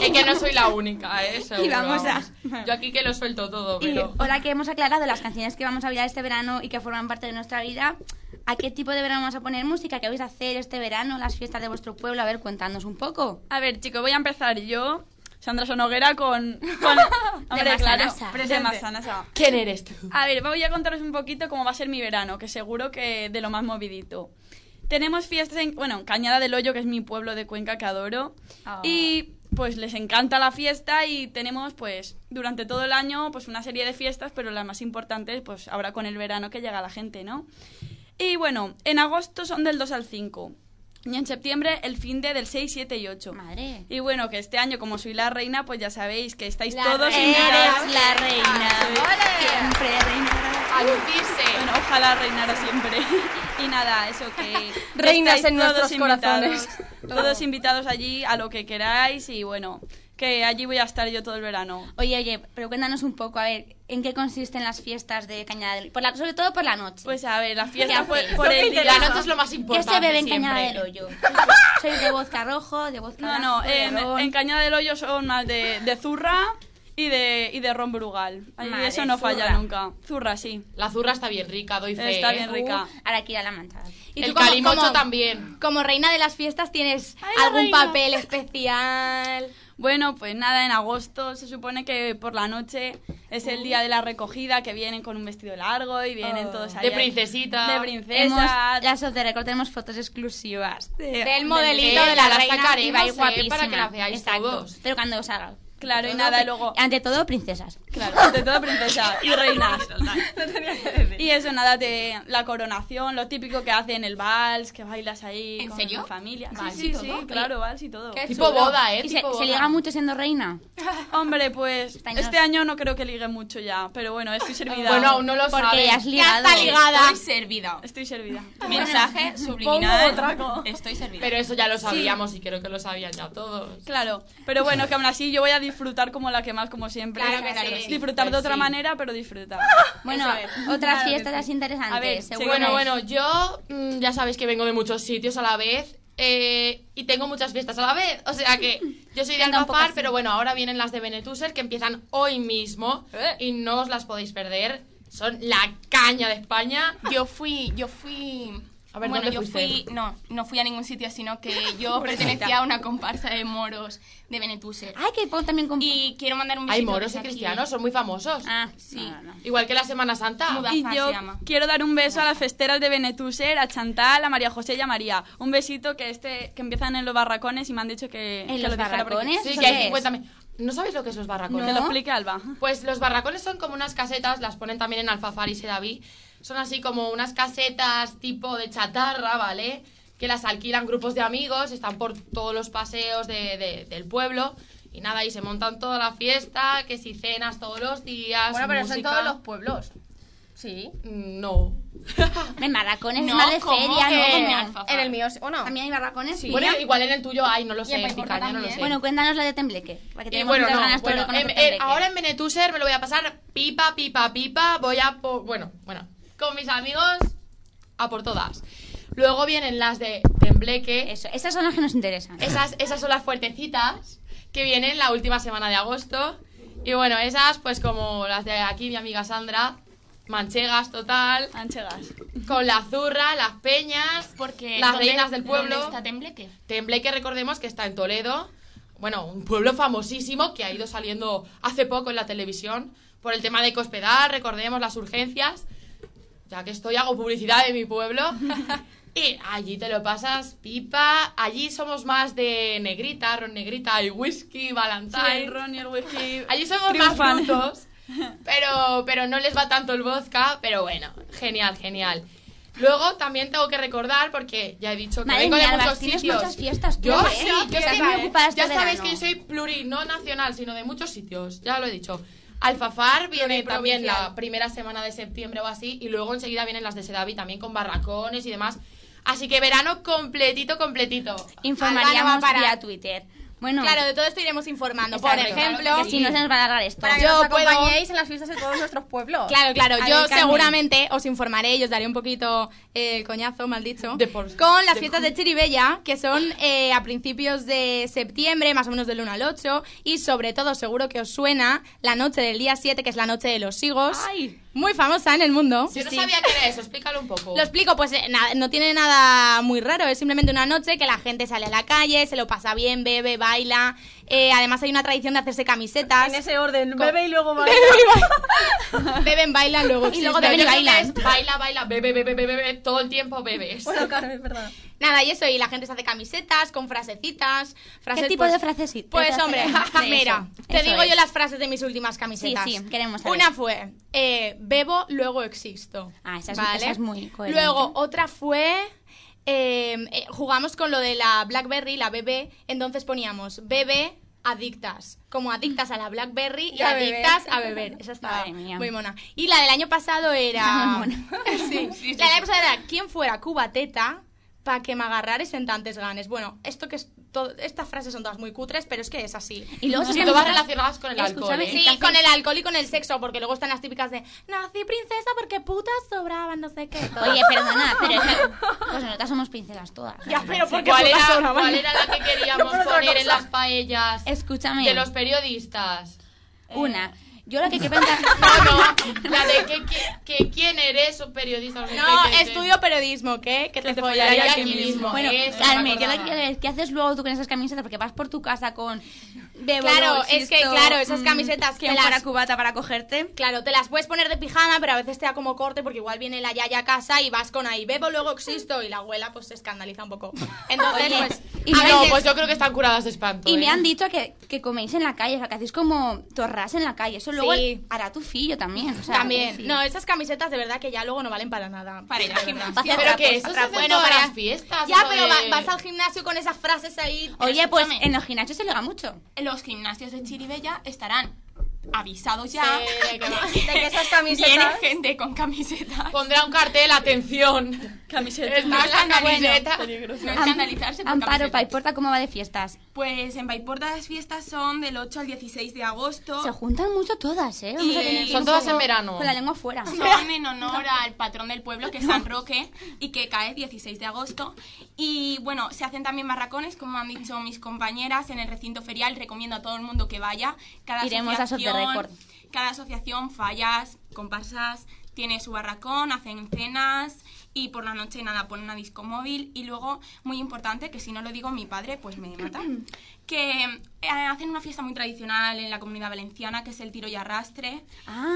[SPEAKER 4] Es que no soy la única, ¿eh?
[SPEAKER 2] (laughs)
[SPEAKER 4] Seguro,
[SPEAKER 2] Y vamos a-
[SPEAKER 4] vamos. Yo aquí que lo suelto todo,
[SPEAKER 2] Y
[SPEAKER 4] pero...
[SPEAKER 2] ahora que hemos aclarado las canciones que vamos a bailar este verano y que forman parte de nuestra vida, ¿a qué tipo de verano vamos a poner música? ¿Qué vais a hacer este verano? ¿Las fiestas de vuestro pueblo? A ver, cuéntanos un poco.
[SPEAKER 3] A ver, chicos, voy a empezar yo, Sandra Sonoguera, con...
[SPEAKER 4] (laughs)
[SPEAKER 3] con hombre, claro,
[SPEAKER 2] Masanasa.
[SPEAKER 3] de Masanasa.
[SPEAKER 4] ¿Quién eres tú?
[SPEAKER 3] A ver, voy a contaros un poquito cómo va a ser mi verano, que seguro que de lo más movidito. Tenemos fiestas en, bueno, en Cañada del Hoyo, que es mi pueblo de Cuenca que adoro.
[SPEAKER 2] Ah.
[SPEAKER 3] Y pues les encanta la fiesta y tenemos pues durante todo el año pues una serie de fiestas, pero las más importantes pues ahora con el verano que llega la gente, ¿no? Y bueno, en agosto son del 2 al 5. Y en septiembre el fin de del 6, 7 y 8.
[SPEAKER 2] Madre.
[SPEAKER 3] Y bueno, que este año como soy la reina, pues ya sabéis que estáis
[SPEAKER 6] La
[SPEAKER 3] todos
[SPEAKER 6] reina.
[SPEAKER 3] invitados.
[SPEAKER 2] Eres la reina. Siempre reina.
[SPEAKER 4] A lucirse.
[SPEAKER 3] Bueno, ojalá reinara siempre. (laughs) Y nada, eso que.
[SPEAKER 5] Reinas
[SPEAKER 3] estáis
[SPEAKER 5] en
[SPEAKER 3] todos
[SPEAKER 5] nuestros corazones.
[SPEAKER 3] Todos invitados allí a lo que queráis y bueno, que allí voy a estar yo todo el verano.
[SPEAKER 2] Oye, oye, pero cuéntanos un poco, a ver, ¿en qué consisten las fiestas de Cañada del Hoyo? Por la- Sobre todo por la noche.
[SPEAKER 3] Pues a ver, la
[SPEAKER 2] ¿Qué
[SPEAKER 3] fiesta
[SPEAKER 2] hacéis?
[SPEAKER 3] fue
[SPEAKER 2] Lo
[SPEAKER 3] por
[SPEAKER 2] que
[SPEAKER 3] el día.
[SPEAKER 4] La noche es lo más
[SPEAKER 2] ¿Qué
[SPEAKER 4] importante
[SPEAKER 2] se bebe en
[SPEAKER 4] siempre.
[SPEAKER 2] Cañada del
[SPEAKER 3] (laughs)
[SPEAKER 2] Hoyo? Soy de vodka rojo, de vodka
[SPEAKER 3] No, no,
[SPEAKER 2] blanco, de
[SPEAKER 3] en,
[SPEAKER 2] ron.
[SPEAKER 3] en Cañada del Hoyo son más de, de zurra y de, y de ron brugal. Ahí
[SPEAKER 2] Madre,
[SPEAKER 3] eso no falla
[SPEAKER 2] zurra.
[SPEAKER 3] nunca. Zurra, sí.
[SPEAKER 4] La zurra está bien rica, doy fe.
[SPEAKER 3] Está
[SPEAKER 4] ¿eh?
[SPEAKER 3] bien rica.
[SPEAKER 2] Ahora aquí a la manchada.
[SPEAKER 6] ¿Y
[SPEAKER 4] el
[SPEAKER 6] tú cómo-
[SPEAKER 4] calimocho
[SPEAKER 6] cómo-
[SPEAKER 4] también.
[SPEAKER 6] Como reina de las fiestas, ¿tienes
[SPEAKER 3] Ay, la
[SPEAKER 6] algún
[SPEAKER 3] reina.
[SPEAKER 6] papel especial?
[SPEAKER 3] Bueno, pues nada, en agosto se supone que por la noche es el día de la recogida, que vienen con un vestido largo y vienen
[SPEAKER 2] Ah.
[SPEAKER 3] todos ahí.
[SPEAKER 4] Oh. De princesita.
[SPEAKER 3] De
[SPEAKER 2] Hemos,
[SPEAKER 3] princesa.
[SPEAKER 2] las off the record tenemos fotos exclusivas. de-
[SPEAKER 6] Del modelito
[SPEAKER 4] Eh,
[SPEAKER 6] de la
[SPEAKER 4] las
[SPEAKER 6] reina.
[SPEAKER 4] sacaremos,
[SPEAKER 2] y va a ir
[SPEAKER 4] eh,
[SPEAKER 2] guapísima.
[SPEAKER 4] para que las veáis
[SPEAKER 2] Exacto.
[SPEAKER 4] todos.
[SPEAKER 2] Pero cuando os haga.
[SPEAKER 3] Claro, y
[SPEAKER 2] Todo
[SPEAKER 3] nada,
[SPEAKER 2] pri-
[SPEAKER 3] luego-
[SPEAKER 2] Ante todo, princesas.
[SPEAKER 3] Claro, (laughs) de toda
[SPEAKER 4] (laughs)
[SPEAKER 3] princesa y reina. (laughs) Y eso, nada, de la coronación, lo típico que hacen el vals, que bailas ahí
[SPEAKER 2] ¿En
[SPEAKER 3] con
[SPEAKER 2] serio?
[SPEAKER 3] tu familia.
[SPEAKER 2] ¿Vals y
[SPEAKER 3] Sí, sí,
[SPEAKER 2] todo?
[SPEAKER 3] sí,
[SPEAKER 2] Oye,
[SPEAKER 3] claro,
[SPEAKER 2] (laughs)
[SPEAKER 3] vals y todo.
[SPEAKER 2] qué Tipo chulo. boda, ¿eh? ¿Y se- Tipo se boda. liga mucho siendo reina?
[SPEAKER 3] Hombre, pues este año no creo que ligue mucho ya, pero bueno, estoy servida.
[SPEAKER 2] Bueno, aún no lo Porque sabes. ya has ligado.
[SPEAKER 9] Ya está ligada.
[SPEAKER 3] Estoy servida. Estoy servida.
[SPEAKER 9] Mensaje
[SPEAKER 3] Pongo
[SPEAKER 9] subliminal.
[SPEAKER 3] otra
[SPEAKER 9] Estoy servida.
[SPEAKER 4] Pero eso ya lo sabíamos
[SPEAKER 3] Sí.
[SPEAKER 4] y creo que lo sabían ya todos.
[SPEAKER 3] Claro, pero bueno, que aún así yo voy a disfrutar como la que más, como siempre.
[SPEAKER 2] Claro que sí.
[SPEAKER 3] Disfrutar de
[SPEAKER 2] Pues
[SPEAKER 3] otra
[SPEAKER 2] sí.
[SPEAKER 3] manera, pero disfrutar.
[SPEAKER 2] Bueno,
[SPEAKER 3] Eso es.
[SPEAKER 2] otras
[SPEAKER 3] Claro que
[SPEAKER 2] fiestas
[SPEAKER 3] sí.
[SPEAKER 2] así interesantes.
[SPEAKER 3] A ver,
[SPEAKER 2] seguro.
[SPEAKER 4] bueno, bueno, yo mm, ya sabéis que vengo de muchos sitios a la vez eh, y tengo muchas fiestas a la vez. O sea (laughs) que yo soy de Alfafar, pero bueno, ahora vienen las de Benetuser que empiezan hoy mismo y no os las podéis perder. Son la caña de (laughs) España.
[SPEAKER 9] Yo fui, yo fui.
[SPEAKER 4] A ver,
[SPEAKER 9] bueno,
[SPEAKER 4] ¿dónde
[SPEAKER 9] yo
[SPEAKER 4] fuiste?
[SPEAKER 9] fui, no, no fui a ningún sitio,
[SPEAKER 4] (laughs)
[SPEAKER 9] sino que yo
[SPEAKER 4] Pobrecita.
[SPEAKER 9] pertenecía a una comparsa de moros de Benetuse.
[SPEAKER 2] Ay, que también
[SPEAKER 9] Y quiero mandar un besito.
[SPEAKER 4] Hay moros y
[SPEAKER 9] desde aquí.
[SPEAKER 4] cristianos, son muy famosos.
[SPEAKER 9] Ah, sí.
[SPEAKER 4] Igual que la Semana Santa.
[SPEAKER 3] Y yo quiero dar un beso a las festeras de Benetuser, a Chantal, a María José y a María. Un besito que este que empiezan en los barracones y me han dicho que...
[SPEAKER 4] ¿En
[SPEAKER 3] que lo
[SPEAKER 4] los
[SPEAKER 3] dijera por aquí.
[SPEAKER 4] barracones?
[SPEAKER 3] Sí,
[SPEAKER 4] ¿Eso
[SPEAKER 3] que
[SPEAKER 4] qué
[SPEAKER 3] hay
[SPEAKER 4] es?
[SPEAKER 3] 50
[SPEAKER 4] mil- ¿No sabéis lo que es los barracones?
[SPEAKER 3] Que lo explique Alba.
[SPEAKER 4] Pues los barracones son como unas casetas, las ponen también en Alfafar y Sedaví. Son así como unas casetas tipo de chatarra, ¿vale? Que las alquilan grupos de amigos, están por todos los paseos de- de- del pueblo. Y nada, ahí se montan toda la fiesta, que si cenas todos los días.
[SPEAKER 9] Bueno, pero son
[SPEAKER 4] música. Mm,
[SPEAKER 9] todos los pueblos. Sí.
[SPEAKER 4] No.
[SPEAKER 2] En barracones
[SPEAKER 4] (laughs)
[SPEAKER 9] No,
[SPEAKER 2] es más de
[SPEAKER 9] ¿cómo
[SPEAKER 2] feria,
[SPEAKER 9] que?
[SPEAKER 2] ¿no?
[SPEAKER 9] En
[SPEAKER 2] Como-
[SPEAKER 9] Alfafar. En el mío, ¿o no?
[SPEAKER 2] ¿También hay barracones?
[SPEAKER 4] Bueno,
[SPEAKER 2] Mira.
[SPEAKER 4] igual en el tuyo hay, no lo sé,
[SPEAKER 2] en
[SPEAKER 4] en
[SPEAKER 2] Picorca
[SPEAKER 4] Picaña no lo
[SPEAKER 2] también.
[SPEAKER 4] sé.
[SPEAKER 2] Bueno, pues, cuéntanos la de Tembleque. Para que
[SPEAKER 4] Y
[SPEAKER 2] tenemos
[SPEAKER 4] bueno,
[SPEAKER 2] muchas
[SPEAKER 4] no,
[SPEAKER 2] ganas todos
[SPEAKER 4] bueno,
[SPEAKER 2] de conocer
[SPEAKER 4] em- em-
[SPEAKER 2] Tembleque.
[SPEAKER 4] ahora en Benetuser me lo voy a pasar pipa, pipa, pipa. Voy a por, bueno, bueno, con mis amigos a por todas. Luego vienen las de Tembleque.
[SPEAKER 2] esas son las que nos interesan.
[SPEAKER 4] Esas, esas son las fuertecitas que vienen la última semana de agosto. Y bueno, esas, pues como las de aquí, mi amiga Sandra, manchegas total.
[SPEAKER 3] Manchegas.
[SPEAKER 4] Con la zurra, las peñas,
[SPEAKER 9] Porque
[SPEAKER 4] las
[SPEAKER 9] ¿dónde-
[SPEAKER 4] reinas del pueblo.
[SPEAKER 9] ¿dónde está Tembleque?
[SPEAKER 4] Tembleque, recordemos que está en Toledo, bueno, un pueblo famosísimo que ha ido saliendo hace poco en la televisión por el tema de Cospedal, recordemos las urgencias, ya que estoy, hago publicidad de mi pueblo. Y allí te lo pasas pipa, allí somos más de negrita, ron negrita y whisky,
[SPEAKER 3] Sí, el
[SPEAKER 4] valentine.
[SPEAKER 3] ron y el whisky
[SPEAKER 4] allí somos
[SPEAKER 3] triunfan.
[SPEAKER 4] más
[SPEAKER 2] (laughs)
[SPEAKER 4] brutos, pero, pero no les va tanto el vodka, pero bueno, genial, genial. Luego también tengo que recordar, porque ya he dicho que
[SPEAKER 2] Madre
[SPEAKER 4] vengo de
[SPEAKER 2] mía, Alba,
[SPEAKER 4] muchos
[SPEAKER 2] tienes
[SPEAKER 4] sitios.
[SPEAKER 2] muchas fiestas tú,
[SPEAKER 4] Yo
[SPEAKER 2] ¿eh?
[SPEAKER 4] sí,
[SPEAKER 2] Sí,
[SPEAKER 4] yo
[SPEAKER 2] estás
[SPEAKER 4] sí,
[SPEAKER 2] muy
[SPEAKER 4] ¿eh?
[SPEAKER 2] ocupada este
[SPEAKER 4] Ya sabéis
[SPEAKER 2] verano.
[SPEAKER 4] que yo soy pluri, no nacional, sino de muchos sitios, ya lo he dicho. Alfafar viene también la primera semana de septiembre o así, y luego enseguida vienen las de Sedavi también con barracones y demás. Así que verano completito, completito.
[SPEAKER 2] Informaríamos
[SPEAKER 4] Alba no va a parar.
[SPEAKER 2] vía Twitter. Bueno,
[SPEAKER 6] Claro, de todo esto iremos informando.
[SPEAKER 2] Exacto.
[SPEAKER 6] Por ejemplo,
[SPEAKER 2] Que si no se nos va a alargar esto.
[SPEAKER 6] Para que
[SPEAKER 2] Yo
[SPEAKER 6] nos
[SPEAKER 2] puedo-
[SPEAKER 6] acompañéis
[SPEAKER 5] en las fiestas de todos nuestros pueblos.
[SPEAKER 6] Claro, claro.
[SPEAKER 2] A
[SPEAKER 6] Yo
[SPEAKER 2] ver, Carmen.
[SPEAKER 6] seguramente os informaré y os daré un poquito eh, el coñazo, mal dicho, con las
[SPEAKER 2] de
[SPEAKER 6] fiestas
[SPEAKER 2] por-
[SPEAKER 6] de Chiribella, que son eh, a principios de septiembre, más o menos del 1 al 8, y sobre todo seguro que os suena la noche del día 7, que es la noche de los higos, muy famosa en el mundo.
[SPEAKER 4] Yo no
[SPEAKER 6] Sí.
[SPEAKER 4] sabía qué era eso, explícalo un poco.
[SPEAKER 6] Lo explico, pues eh, na- no tiene nada muy raro, es simplemente una noche que la gente sale a la calle, se lo pasa bien, bebe, baila. eh, además hay una tradición de hacerse camisetas. En ese orden, bebe y (laughs) luego baila. Beben, bailan, luego
[SPEAKER 4] Sí,
[SPEAKER 6] y luego
[SPEAKER 4] pero
[SPEAKER 6] beben y
[SPEAKER 4] yo creo que
[SPEAKER 6] bailan.
[SPEAKER 4] es Baila, baila, bebe, bebe, bebe, bebe, todo el tiempo bebes.
[SPEAKER 6] Nada, y eso, y la gente se hace camisetas con frasecitas. frases,
[SPEAKER 2] ¿Qué tipo
[SPEAKER 6] pues-
[SPEAKER 2] de frases sí-
[SPEAKER 6] Pues
[SPEAKER 2] frases
[SPEAKER 6] hombre, (laughs)
[SPEAKER 2] tenemos? Sí,
[SPEAKER 6] mira,
[SPEAKER 2] eso,
[SPEAKER 6] te
[SPEAKER 2] eso
[SPEAKER 6] digo
[SPEAKER 2] es.
[SPEAKER 6] yo las frases de mis últimas camisetas.
[SPEAKER 2] sí, queremos saber.
[SPEAKER 6] Una fue, eh, bebo, luego existo.
[SPEAKER 2] Ah, esa es-
[SPEAKER 6] ¿vale?
[SPEAKER 2] esa es muy coherente.
[SPEAKER 6] Luego, otra fue... eh, eh, jugamos con lo de la Blackberry, la BB, entonces poníamos BB adictas, como adictas a la Blackberry y,
[SPEAKER 2] Y a beber.
[SPEAKER 6] adictas a beber. Esa estaba
[SPEAKER 2] Madre mía.
[SPEAKER 6] muy mona. Y la del año pasado (laughs) era...
[SPEAKER 2] Muy
[SPEAKER 6] Sí, la del año pasado era ¿Quién fuera cubateta para que me agarrares en tantes ganes? Bueno, esto que es todo- estas frases son todas muy cutres, pero es que es así.
[SPEAKER 4] Y luego si todas relacionadas con el alcohol,
[SPEAKER 6] Escúchame,
[SPEAKER 4] ¿eh?
[SPEAKER 6] Sí,
[SPEAKER 4] Casi-
[SPEAKER 6] con el alcohol y con el sexo, porque luego están las típicas de nací princesa porque putas sobraban, no (laughs) sé qué.
[SPEAKER 2] Oye, perdona, pero es
[SPEAKER 9] (laughs)
[SPEAKER 2] que- pues nosotras somos pincelas todas.
[SPEAKER 6] Ya, pero porque
[SPEAKER 4] ¿Cuál
[SPEAKER 6] putas
[SPEAKER 4] era,
[SPEAKER 6] sobraban.
[SPEAKER 4] cuál era (laughs) la que
[SPEAKER 6] No,
[SPEAKER 4] queríamos
[SPEAKER 6] por otra
[SPEAKER 4] poner en
[SPEAKER 6] cosa.
[SPEAKER 4] las paellas
[SPEAKER 2] Escúchame.
[SPEAKER 4] de los periodistas?
[SPEAKER 2] Una. Yo la que qué pensar...
[SPEAKER 4] (laughs) La de que, que- que quién eres un periodista. No, sé
[SPEAKER 6] No,
[SPEAKER 4] qué, qué, qué.
[SPEAKER 6] estudio periodismo, ¿qué? Que te, follaría,
[SPEAKER 4] follaría
[SPEAKER 6] aquí
[SPEAKER 4] aquí
[SPEAKER 6] mismo.
[SPEAKER 4] mismo.
[SPEAKER 2] Bueno,
[SPEAKER 4] Eso,
[SPEAKER 2] Carmen,
[SPEAKER 4] me
[SPEAKER 2] yo la
[SPEAKER 4] acordaba.
[SPEAKER 2] quiero ver, ¿qué haces luego tú con esas camisetas? Porque vas por tu casa con... Bebo,
[SPEAKER 6] Claro,
[SPEAKER 2] luego
[SPEAKER 6] es que
[SPEAKER 2] existo,
[SPEAKER 6] claro, esas
[SPEAKER 2] mm,
[SPEAKER 6] camisetas
[SPEAKER 2] ¿Quién
[SPEAKER 6] te las-
[SPEAKER 2] fuera cubata para cogerte?
[SPEAKER 6] Claro, te las puedes poner de pijama, pero a veces te da como corte porque igual viene la yaya a casa y vas con ahí, bebo, luego existo y la abuela pues se escandaliza un poco. Entonces,
[SPEAKER 2] Oye,
[SPEAKER 6] pues...
[SPEAKER 2] y
[SPEAKER 6] a
[SPEAKER 2] me-
[SPEAKER 6] veces-
[SPEAKER 4] No, pues yo creo que están curadas de espanto.
[SPEAKER 2] Y me
[SPEAKER 4] ¿eh?
[SPEAKER 2] han dicho que, que coméis en la calle, o sea, que hacéis como torras en la calle. Eso luego
[SPEAKER 6] Sí.
[SPEAKER 2] hará tu fillo también. o sea,
[SPEAKER 6] También.
[SPEAKER 2] sí.
[SPEAKER 6] No, esas camisetas de verdad que ya luego no valen para nada.
[SPEAKER 9] Para ir al gimnasio.
[SPEAKER 6] Vas a
[SPEAKER 2] Pero que
[SPEAKER 6] trapos,
[SPEAKER 2] eso se
[SPEAKER 6] trapos.
[SPEAKER 2] hace en todas
[SPEAKER 6] para-
[SPEAKER 2] las fiestas,
[SPEAKER 6] Ya,
[SPEAKER 2] lo
[SPEAKER 6] pero
[SPEAKER 2] de-
[SPEAKER 6] va- vas al gimnasio con esas frases ahí.
[SPEAKER 2] Oye, pues
[SPEAKER 9] escúchame.
[SPEAKER 2] en los gimnasios se le da mucho.
[SPEAKER 9] Los gimnasios de Chiribella estarán avisados ya
[SPEAKER 4] Sí, de
[SPEAKER 9] (laughs)
[SPEAKER 4] que va-
[SPEAKER 9] de
[SPEAKER 4] que esas camisetas-
[SPEAKER 9] Viene gente con camisetas.
[SPEAKER 4] Pondrá un cartel, atención.
[SPEAKER 9] Camiseta.
[SPEAKER 4] Está la camiseta.
[SPEAKER 9] No escandalizarse por
[SPEAKER 2] Amparo,
[SPEAKER 9] camisetas.
[SPEAKER 2] Paiporta, ¿cómo va de fiestas?
[SPEAKER 9] Pues en Paiporta las fiestas son del 8 al 16 de agosto.
[SPEAKER 2] Se juntan mucho todas, ¿eh? Vamos a
[SPEAKER 9] Sí.
[SPEAKER 2] tener que
[SPEAKER 9] Son
[SPEAKER 2] un
[SPEAKER 9] todas
[SPEAKER 2] poco
[SPEAKER 9] en verano.
[SPEAKER 2] Con la lengua fuera. (laughs)
[SPEAKER 9] Son en honor al patrón del pueblo, que es San Roque, y que cae el 16 de agosto. Y bueno, se hacen también barracones, como han dicho mis compañeras, en el recinto ferial. Recomiendo a todo el mundo que vaya. Cada
[SPEAKER 2] Iremos a Sot de
[SPEAKER 9] asociación-
[SPEAKER 2] Récord.
[SPEAKER 9] Cada asociación, fallas, comparsas, tiene su barracón, hacen cenas. Y por la noche, nada, ponen una disco móvil. Y luego, muy importante, que si no lo digo mi padre, pues me mata que eh, hacen una fiesta muy tradicional en la comunidad valenciana, que es el tiro y arrastre,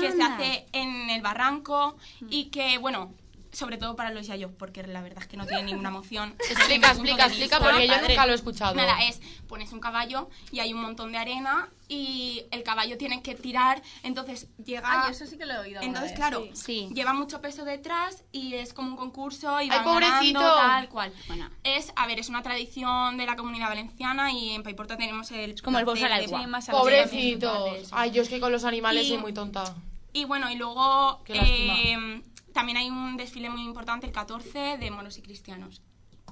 [SPEAKER 9] que se
[SPEAKER 2] Anda.
[SPEAKER 9] hace en el barranco y que, bueno, sobre todo para los yayos, porque la verdad es que no tiene
[SPEAKER 4] (laughs)
[SPEAKER 9] ninguna emoción. Desde mi
[SPEAKER 4] Explica,
[SPEAKER 9] punto
[SPEAKER 4] explica,
[SPEAKER 9] de
[SPEAKER 4] explica,
[SPEAKER 9] vista.
[SPEAKER 4] porque yo nunca lo he escuchado.
[SPEAKER 9] Nada, es pones un caballo y hay un montón de arena y el caballo tiene que tirar, entonces llega...
[SPEAKER 5] Ay, eso sí que lo he oído alguna
[SPEAKER 9] Entonces,
[SPEAKER 5] vez,
[SPEAKER 9] claro,
[SPEAKER 5] sí.
[SPEAKER 9] lleva mucho peso detrás y es como un concurso y
[SPEAKER 4] Ay,
[SPEAKER 9] van
[SPEAKER 4] pobrecito.
[SPEAKER 9] ganando, tal cual. Es, a ver, es una tradición de la comunidad valenciana y en Paiporta tenemos el...
[SPEAKER 4] como el bolso de la
[SPEAKER 9] placer de-
[SPEAKER 4] igua.
[SPEAKER 9] sí, más
[SPEAKER 4] Pobrecito.
[SPEAKER 9] animales.
[SPEAKER 4] Ay, yo es que con los animales
[SPEAKER 9] Y-
[SPEAKER 4] soy muy tonta.
[SPEAKER 9] Y bueno, y luego
[SPEAKER 4] Qué lástima.
[SPEAKER 9] eh, también hay un desfile muy importante, el 14, de monos y cristianos.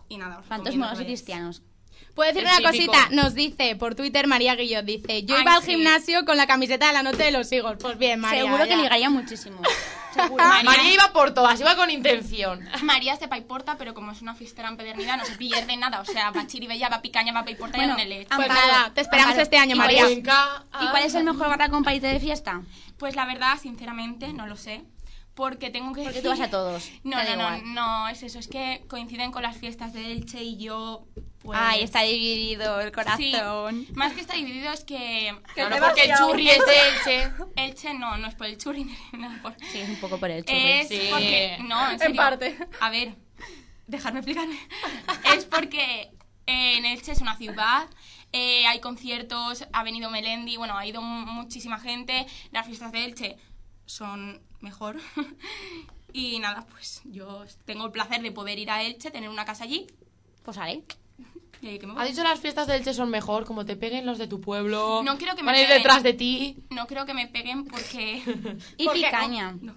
[SPEAKER 9] Y nada, os
[SPEAKER 2] ¿Cuántos
[SPEAKER 9] recomiendo
[SPEAKER 2] monos
[SPEAKER 9] que
[SPEAKER 2] y
[SPEAKER 9] vayáis.
[SPEAKER 2] cristianos?
[SPEAKER 6] Puedo decir
[SPEAKER 9] El
[SPEAKER 6] una
[SPEAKER 9] típico.
[SPEAKER 6] cosita, nos dice por Twitter María Guillot, dice, yo
[SPEAKER 2] Ay,
[SPEAKER 6] iba al
[SPEAKER 2] sí.
[SPEAKER 6] gimnasio con la camiseta de la noche de los higos. Pues bien, María.
[SPEAKER 2] Seguro que
[SPEAKER 6] ya. (laughs)
[SPEAKER 2] ligaría muchísimo.
[SPEAKER 4] María. iba por todas, iba con intención.
[SPEAKER 9] María es de Paiporta, pero como es una fiestera empedernida, no se pierde nada. O sea, va a Chiribella, va a Picaña, va a Paiporta y a Pues
[SPEAKER 2] Bueno,
[SPEAKER 9] donde le eche.
[SPEAKER 2] Amparo, este Amparo,
[SPEAKER 9] este
[SPEAKER 2] ¿y cuál es- ¿Y cuál es el mejor barracomparite de fiesta?
[SPEAKER 9] Pues la verdad, sinceramente, no lo sé. Porque tengo que
[SPEAKER 2] Porque
[SPEAKER 9] decir-
[SPEAKER 2] tú vas a todos.
[SPEAKER 9] No,
[SPEAKER 2] te
[SPEAKER 9] no,
[SPEAKER 2] da
[SPEAKER 9] no,
[SPEAKER 2] igual.
[SPEAKER 9] no, es eso. Es que coinciden con las fiestas de Elche y yo, pues...
[SPEAKER 2] Ay, está dividido el corazón.
[SPEAKER 9] Sí, más que está dividido es que...
[SPEAKER 2] Que Claro, porque el demasiado. churri es de
[SPEAKER 9] Elche. Elche no, no es por el churri (laughs) ni nada por...
[SPEAKER 2] Sí, es un poco por el churri.
[SPEAKER 9] Es porque... No, en,
[SPEAKER 2] En
[SPEAKER 9] serio.
[SPEAKER 2] parte.
[SPEAKER 9] A ver, dejarme explicarme. (laughs) es porque eh, en Elche es una ciudad... eh, hay conciertos, ha venido Melendi, bueno, ha ido mu- muchísima gente. Las fiestas de Elche son mejor. (laughs) y nada, pues yo tengo el placer de poder ir a Elche, tener una casa allí.
[SPEAKER 2] Pues haré.
[SPEAKER 4] Ha dicho las fiestas de Elche son mejor, como te peguen los de tu pueblo.
[SPEAKER 9] No creo que me
[SPEAKER 4] Van a ir
[SPEAKER 9] peguen.
[SPEAKER 4] detrás de ti.
[SPEAKER 9] No creo que me peguen porque...
[SPEAKER 2] (laughs) Y
[SPEAKER 9] porque-
[SPEAKER 2] picaña.
[SPEAKER 5] oh,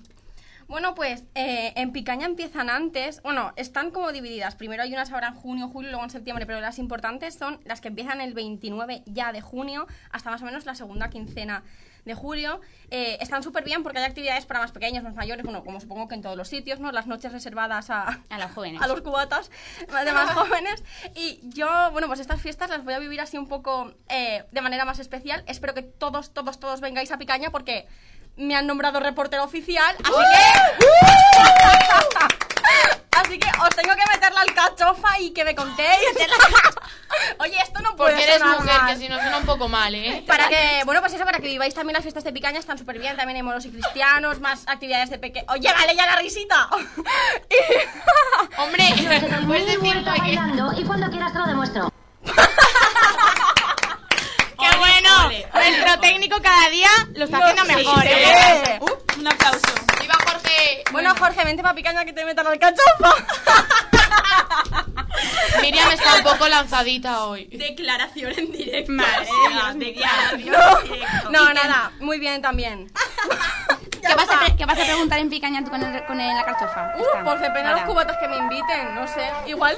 [SPEAKER 5] Bueno, pues eh, en Picaña empiezan antes. Bueno, están como divididas. Primero hay unas ahora en junio, julio, luego en septiembre, pero las importantes son las que empiezan el 29 ya de junio hasta más o menos la segunda quincena de julio. Eh, están súper bien porque hay actividades para más pequeños, más mayores, bueno, como supongo que en todos los sitios, ¿no? Las noches reservadas a,
[SPEAKER 2] A los jóvenes.
[SPEAKER 5] a los cubatas, más de más jóvenes. Y yo, bueno, pues estas fiestas las voy a vivir así un poco eh, de manera más especial. Espero que todos, todos, todos vengáis a Picaña porque me han nombrado reportera oficial, así que... Así que (laughs) os tengo que meter la alcachofa y que me contéis. Oye, esto no puede
[SPEAKER 4] Porque eres
[SPEAKER 5] sonar
[SPEAKER 4] mujer,
[SPEAKER 5] mal.
[SPEAKER 4] que si no suena un poco mal, ¿eh?
[SPEAKER 5] Para que, bueno, pues eso, para que viváis también las fiestas de picaña, están súper bien. También hay monos y cristianos, más actividades de peque. Oye, vale, ya la risita. (laughs)
[SPEAKER 4] Hombre,
[SPEAKER 5] puedes decir
[SPEAKER 12] bailando y cuando quieras te lo demuestro.
[SPEAKER 6] ¡Qué bueno! Nuestro técnico cada día lo está haciendo mejor.
[SPEAKER 5] sí.
[SPEAKER 6] ¿eh?
[SPEAKER 9] un aplauso.
[SPEAKER 4] ¡Viva Jorge!
[SPEAKER 5] Bueno, Jorge, vente para picaña que te metan la alcachofa.
[SPEAKER 4] Miriam está un poco lanzadita hoy.
[SPEAKER 9] (laughs) Declaración en directo. (laughs)
[SPEAKER 5] Madre
[SPEAKER 9] O sea, declaración (laughs) en directo.
[SPEAKER 5] No, nada, muy bien también.
[SPEAKER 2] ¿Qué vas, a pre- qué vas a preguntar en picaña tú con, el, con el- la cartofa? Ya está.
[SPEAKER 5] Uh, por depender los
[SPEAKER 2] Para.
[SPEAKER 5] cubatas que me inviten, no sé. Igual.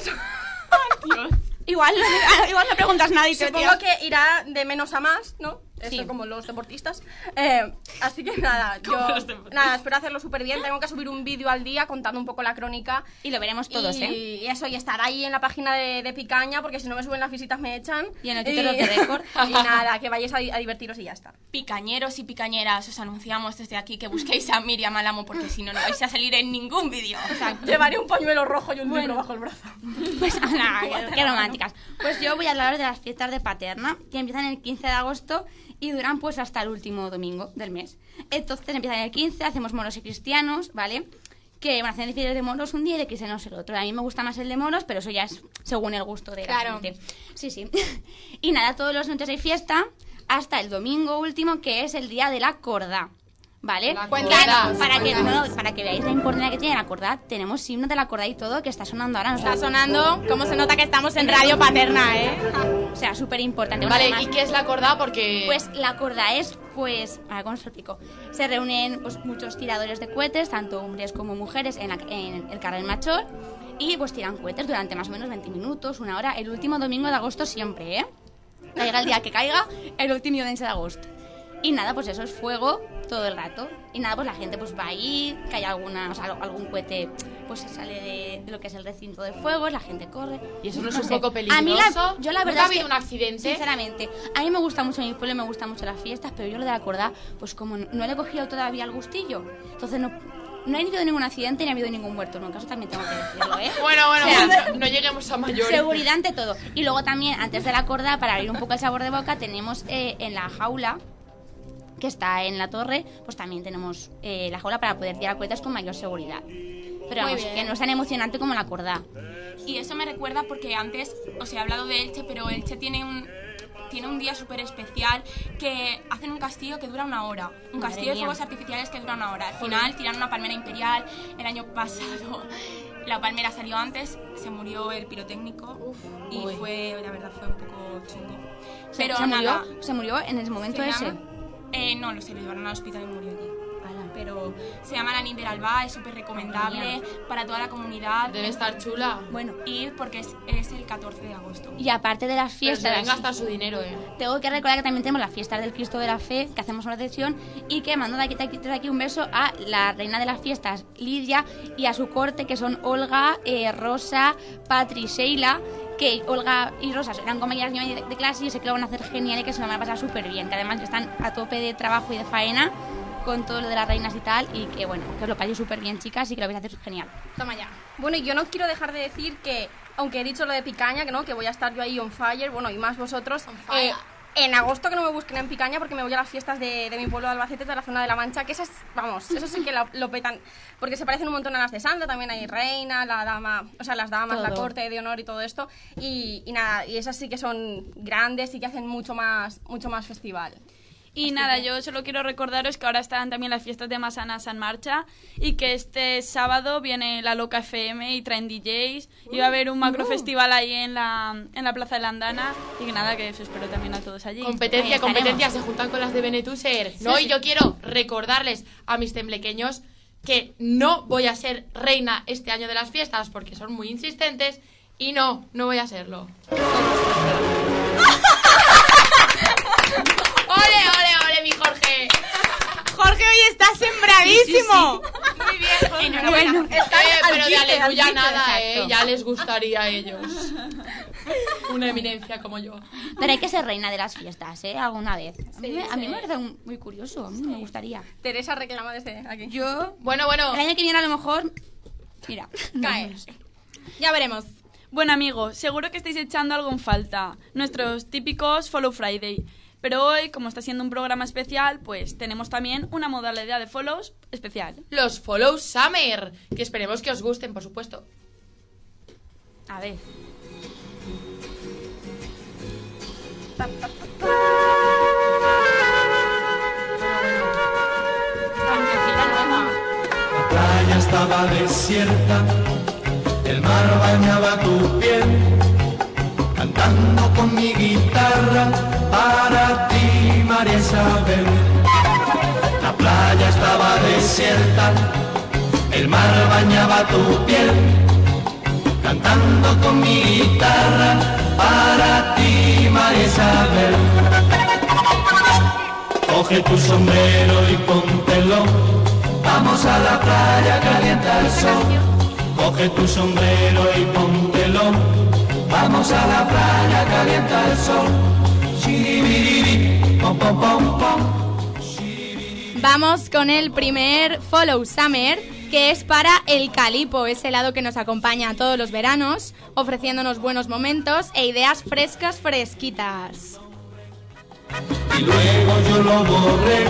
[SPEAKER 2] Igual, (laughs) ah, igual no preguntas nada y te
[SPEAKER 5] Supongo
[SPEAKER 2] tiras.
[SPEAKER 5] que irá de menos a más, ¿no? Eso
[SPEAKER 2] Sí.
[SPEAKER 5] como los deportistas. Eh, así que nada,
[SPEAKER 2] (laughs)
[SPEAKER 5] yo
[SPEAKER 2] Como los deportistas.
[SPEAKER 5] nada, espero hacerlo súper bien. Tengo que subir un vídeo al día contando un poco la crónica.
[SPEAKER 2] Y lo veremos todos,
[SPEAKER 5] y,
[SPEAKER 2] ¿eh?
[SPEAKER 5] Y eso, y estar ahí en la página de, de Picaña, porque si no me suben las visitas me echan.
[SPEAKER 2] Y en el Twitter de Record.
[SPEAKER 5] (laughs) Y nada, que vayáis a, a divertiros y ya está.
[SPEAKER 9] Picañeros y picañeras, os anunciamos desde aquí que busquéis a Miriam Alamo porque si no, no vais a salir en ningún vídeo.
[SPEAKER 5] Llevaré un pañuelo rojo y un libro bajo el brazo.
[SPEAKER 2] Pues,
[SPEAKER 5] (laughs)
[SPEAKER 2] ala, (laughs) qué románticas. Pues yo voy a hablaros de las fiestas de Paterna, que empiezan el 15 de agosto y duran pues hasta el último domingo del mes. Entonces empiezan el 15, hacemos moros y cristianos, ¿vale? Que van a hacer desfiles de moros un día y de cristianos el otro. A mí me gusta más el de moros, pero eso ya es según el gusto de la
[SPEAKER 6] Claro.
[SPEAKER 2] (laughs) gente. Sí, sí. Y nada, todos los noches hay fiesta. hasta el domingo último, que es el día de la corda. ¿Vale?
[SPEAKER 12] La
[SPEAKER 2] Cuéntanos,
[SPEAKER 12] corda,
[SPEAKER 2] para que,
[SPEAKER 12] cuéntanos.
[SPEAKER 2] no, para que veáis la importancia que tiene la corda, tenemos himno de la corda y todo que está sonando ahora.
[SPEAKER 6] Está sonando, ¿cómo se nota que estamos en radio paterna, eh?
[SPEAKER 2] O sea, súper importante.
[SPEAKER 4] Vale, ¿y qué es la corda? Porque-
[SPEAKER 2] Pues la corda es, pues, ahora cómo os lo explico. Se reúnen pues, muchos tiradores de cohetes, tanto hombres como mujeres, en, la- en el carril mayor y pues tiran cohetes durante más o menos 20 minutos, una hora, el último domingo de agosto siempre, ¿eh? Caiga el día que caiga, el último día de agosto. Y nada, pues eso es fuego todo el rato. Y nada, pues la gente pues va ahí, que hay alguna, o sea, algún cohete pues se sale de, de lo que es el recinto de fuegos, la gente corre.
[SPEAKER 4] ¿Y eso no es un poco
[SPEAKER 2] A mí la,
[SPEAKER 4] peligroso?
[SPEAKER 2] yo la
[SPEAKER 4] ¿Nunca
[SPEAKER 2] verdad
[SPEAKER 4] ha
[SPEAKER 2] es que,
[SPEAKER 4] habido un accidente?
[SPEAKER 2] Sinceramente, a mí me gusta mucho mi pueblo, me gustan mucho las fiestas, pero yo lo de la corda, pues como no, no le he cogido todavía el gustillo, entonces no, no ha habido ningún accidente ni ha habido ningún muerto nunca, eso también tengo que
[SPEAKER 4] (laughs)
[SPEAKER 2] decirlo, ¿eh?
[SPEAKER 4] Bueno, bueno,
[SPEAKER 2] O sea,
[SPEAKER 4] bueno, no lleguemos a mayores.
[SPEAKER 2] Seguridad ante todo. Y luego también, antes de la corda, para abrir un poco el sabor de boca, tenemos eh, en la jaula, que está en la torre, pues también tenemos eh, la jaula para poder tirar cuentas con mayor seguridad. Pero
[SPEAKER 9] Muy
[SPEAKER 2] vamos,
[SPEAKER 9] bien.
[SPEAKER 2] que no es tan emocionante como la corda.
[SPEAKER 9] Y eso me recuerda porque antes os he hablado de Elche, pero Elche tiene un, tiene un día súper especial que hacen un castillo que dura una hora. Un
[SPEAKER 2] Madre
[SPEAKER 9] castillo de
[SPEAKER 2] mía.
[SPEAKER 9] fuegos artificiales que dura una hora. Al
[SPEAKER 2] Joder.
[SPEAKER 9] final tiran una palmera imperial. El año pasado (laughs) la palmera salió antes, se murió el pirotécnico y
[SPEAKER 2] Uy.
[SPEAKER 9] fue, la verdad, fue un poco chungo.
[SPEAKER 2] Se-
[SPEAKER 9] Pero
[SPEAKER 2] se,
[SPEAKER 9] nada,
[SPEAKER 2] murió, se murió en el momento
[SPEAKER 9] se
[SPEAKER 2] ese.
[SPEAKER 9] llama- eh, no, lo sé, lo llevaron al hospital y murió allí. Pero se llama la Ninder Alba, es súper recomendable para toda la comunidad.
[SPEAKER 4] Debe estar chula.
[SPEAKER 2] Bueno,
[SPEAKER 9] ir porque es, es el 14 de agosto.
[SPEAKER 2] Y aparte de las
[SPEAKER 9] Pero se
[SPEAKER 2] fiestas.
[SPEAKER 9] deben gastar
[SPEAKER 4] su dinero, ¿eh?
[SPEAKER 2] Tengo que recordar que también tenemos las fiestas del Cristo de la Fe, que hacemos una sesión, y que mando de aquí, de aquí- de aquí un beso a la reina de las fiestas, Lidia, y a su corte, que son Olga, eh, Rosa, Patri, Sheila, que Olga y Rosa eran compañeras mías de, de clase y sé que lo van a hacer genial y que se lo van a pasar súper bien, que además están a tope de trabajo y de faena con todo lo de las reinas y tal, y que bueno, que os lo paséis súper bien, chicas, y que lo vais a hacer genial.
[SPEAKER 5] Toma ya. Bueno, y yo no quiero dejar de decir que, aunque he dicho lo de picaña, que no, que voy a estar yo ahí on fire, bueno, y más vosotros. eh, en agosto que no me busquen en picaña porque me voy a las fiestas de, de mi pueblo de Albacete, de la zona de La Mancha, que esas, vamos, eso sí que lo, lo petan, porque se parecen un montón a las de Sandra, también hay reina, la dama, o sea, las damas, la
[SPEAKER 6] Todo.
[SPEAKER 5] corte de honor y todo esto, y, y nada, y esas sí que son grandes y que hacen mucho más, mucho más festival.
[SPEAKER 3] Y nada, yo solo quiero recordaros que ahora están también las fiestas de Masana San Marcha y que este sábado viene la Loca FM y traen DJs y va a haber un
[SPEAKER 4] Uh, uh-huh.
[SPEAKER 3] macro festival ahí en la, en la Plaza de la Andana y que nada, que os espero también a todos allí.
[SPEAKER 4] Competencia, competencia, se juntan con las de Benetuser. no,
[SPEAKER 3] sí.
[SPEAKER 4] y yo quiero recordarles a mis temblequeños que no voy a ser reina este año de las fiestas porque son muy insistentes y no, no voy
[SPEAKER 2] (laughs)
[SPEAKER 4] a serlo. ¡Ole, ole, ole, mi Jorge!
[SPEAKER 12] Jorge, hoy estás sembradísimo.
[SPEAKER 4] Muy bien, Jorge.
[SPEAKER 12] Enhorabuena.
[SPEAKER 4] está bien,
[SPEAKER 12] Al
[SPEAKER 4] pero de
[SPEAKER 12] quite, al
[SPEAKER 4] aleluya
[SPEAKER 12] quite,
[SPEAKER 4] nada, eh,
[SPEAKER 12] exacto.
[SPEAKER 4] ya les gustaría a ellos. Una eminencia como yo.
[SPEAKER 2] Pero hay que ser reina de las fiestas, ¿eh? Alguna vez. A mí,
[SPEAKER 5] Sí,
[SPEAKER 2] me- a mí
[SPEAKER 5] sí.
[SPEAKER 2] me parece un- muy curioso, a mí me gustaría.
[SPEAKER 5] Teresa reclama desde aquí.
[SPEAKER 2] Yo...
[SPEAKER 4] Bueno, bueno.
[SPEAKER 2] El año que viene a lo mejor... Mira,
[SPEAKER 3] Cae.
[SPEAKER 6] Ya veremos.
[SPEAKER 3] Bueno amigos, seguro que estáis echando algo en falta, nuestros típicos Follow Friday. Pero hoy, como está siendo un programa especial, pues tenemos también una modalidad de follows especial.
[SPEAKER 4] Los Follow Summer, que esperemos que os gusten, por supuesto.
[SPEAKER 3] A ver.
[SPEAKER 1] La playa estaba desierta, el mar bañaba tu piel, cantando con mi guitarra para ti, María Isabel. La playa estaba desierta, el mar bañaba tu piel, cantando con mi guitarra para ti, María Isabel. Coge tu sombrero y póntelo. Vamos a la playa, calienta el sol. Coge tu sombrero y póntelo. Vamos a la playa, calienta el sol. Shiribiribi, pom pom pom pom.
[SPEAKER 6] Vamos con el primer Follow Summer, que es para el calipo, ese helado que nos acompaña todos los veranos, ofreciéndonos buenos momentos e ideas frescas, fresquitas.
[SPEAKER 1] Y luego yo lo borré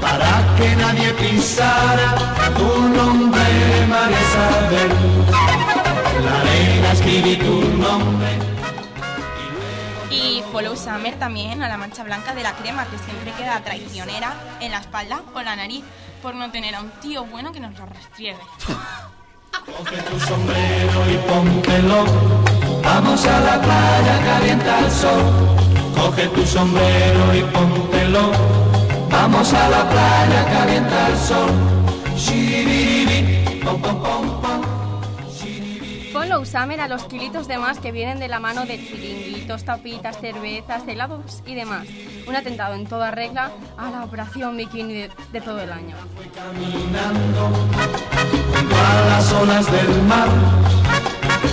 [SPEAKER 1] para que nadie pisara tu nombre, María Isabel. En la arena escribí tu nombre.
[SPEAKER 9] Y follow summer también a la mancha blanca de la crema, que siempre queda traicionera en la espalda o la nariz, por no tener a un tío bueno que nos lo rastriegue.
[SPEAKER 1] sombrero y póntelo. Vamos a la playa, calienta el sol. Coge tu sombrero y póntelo. Vamos a la playa, calienta el sol. Shiririrí, pom, pom, pom, pom.
[SPEAKER 5] Follow Summer a los kilitos de más que vienen de la mano de chiringuitos, tapitas, cervezas, helados y demás. Un atentado en toda regla a la operación bikini de, de todo el año.
[SPEAKER 1] a las olas del mar.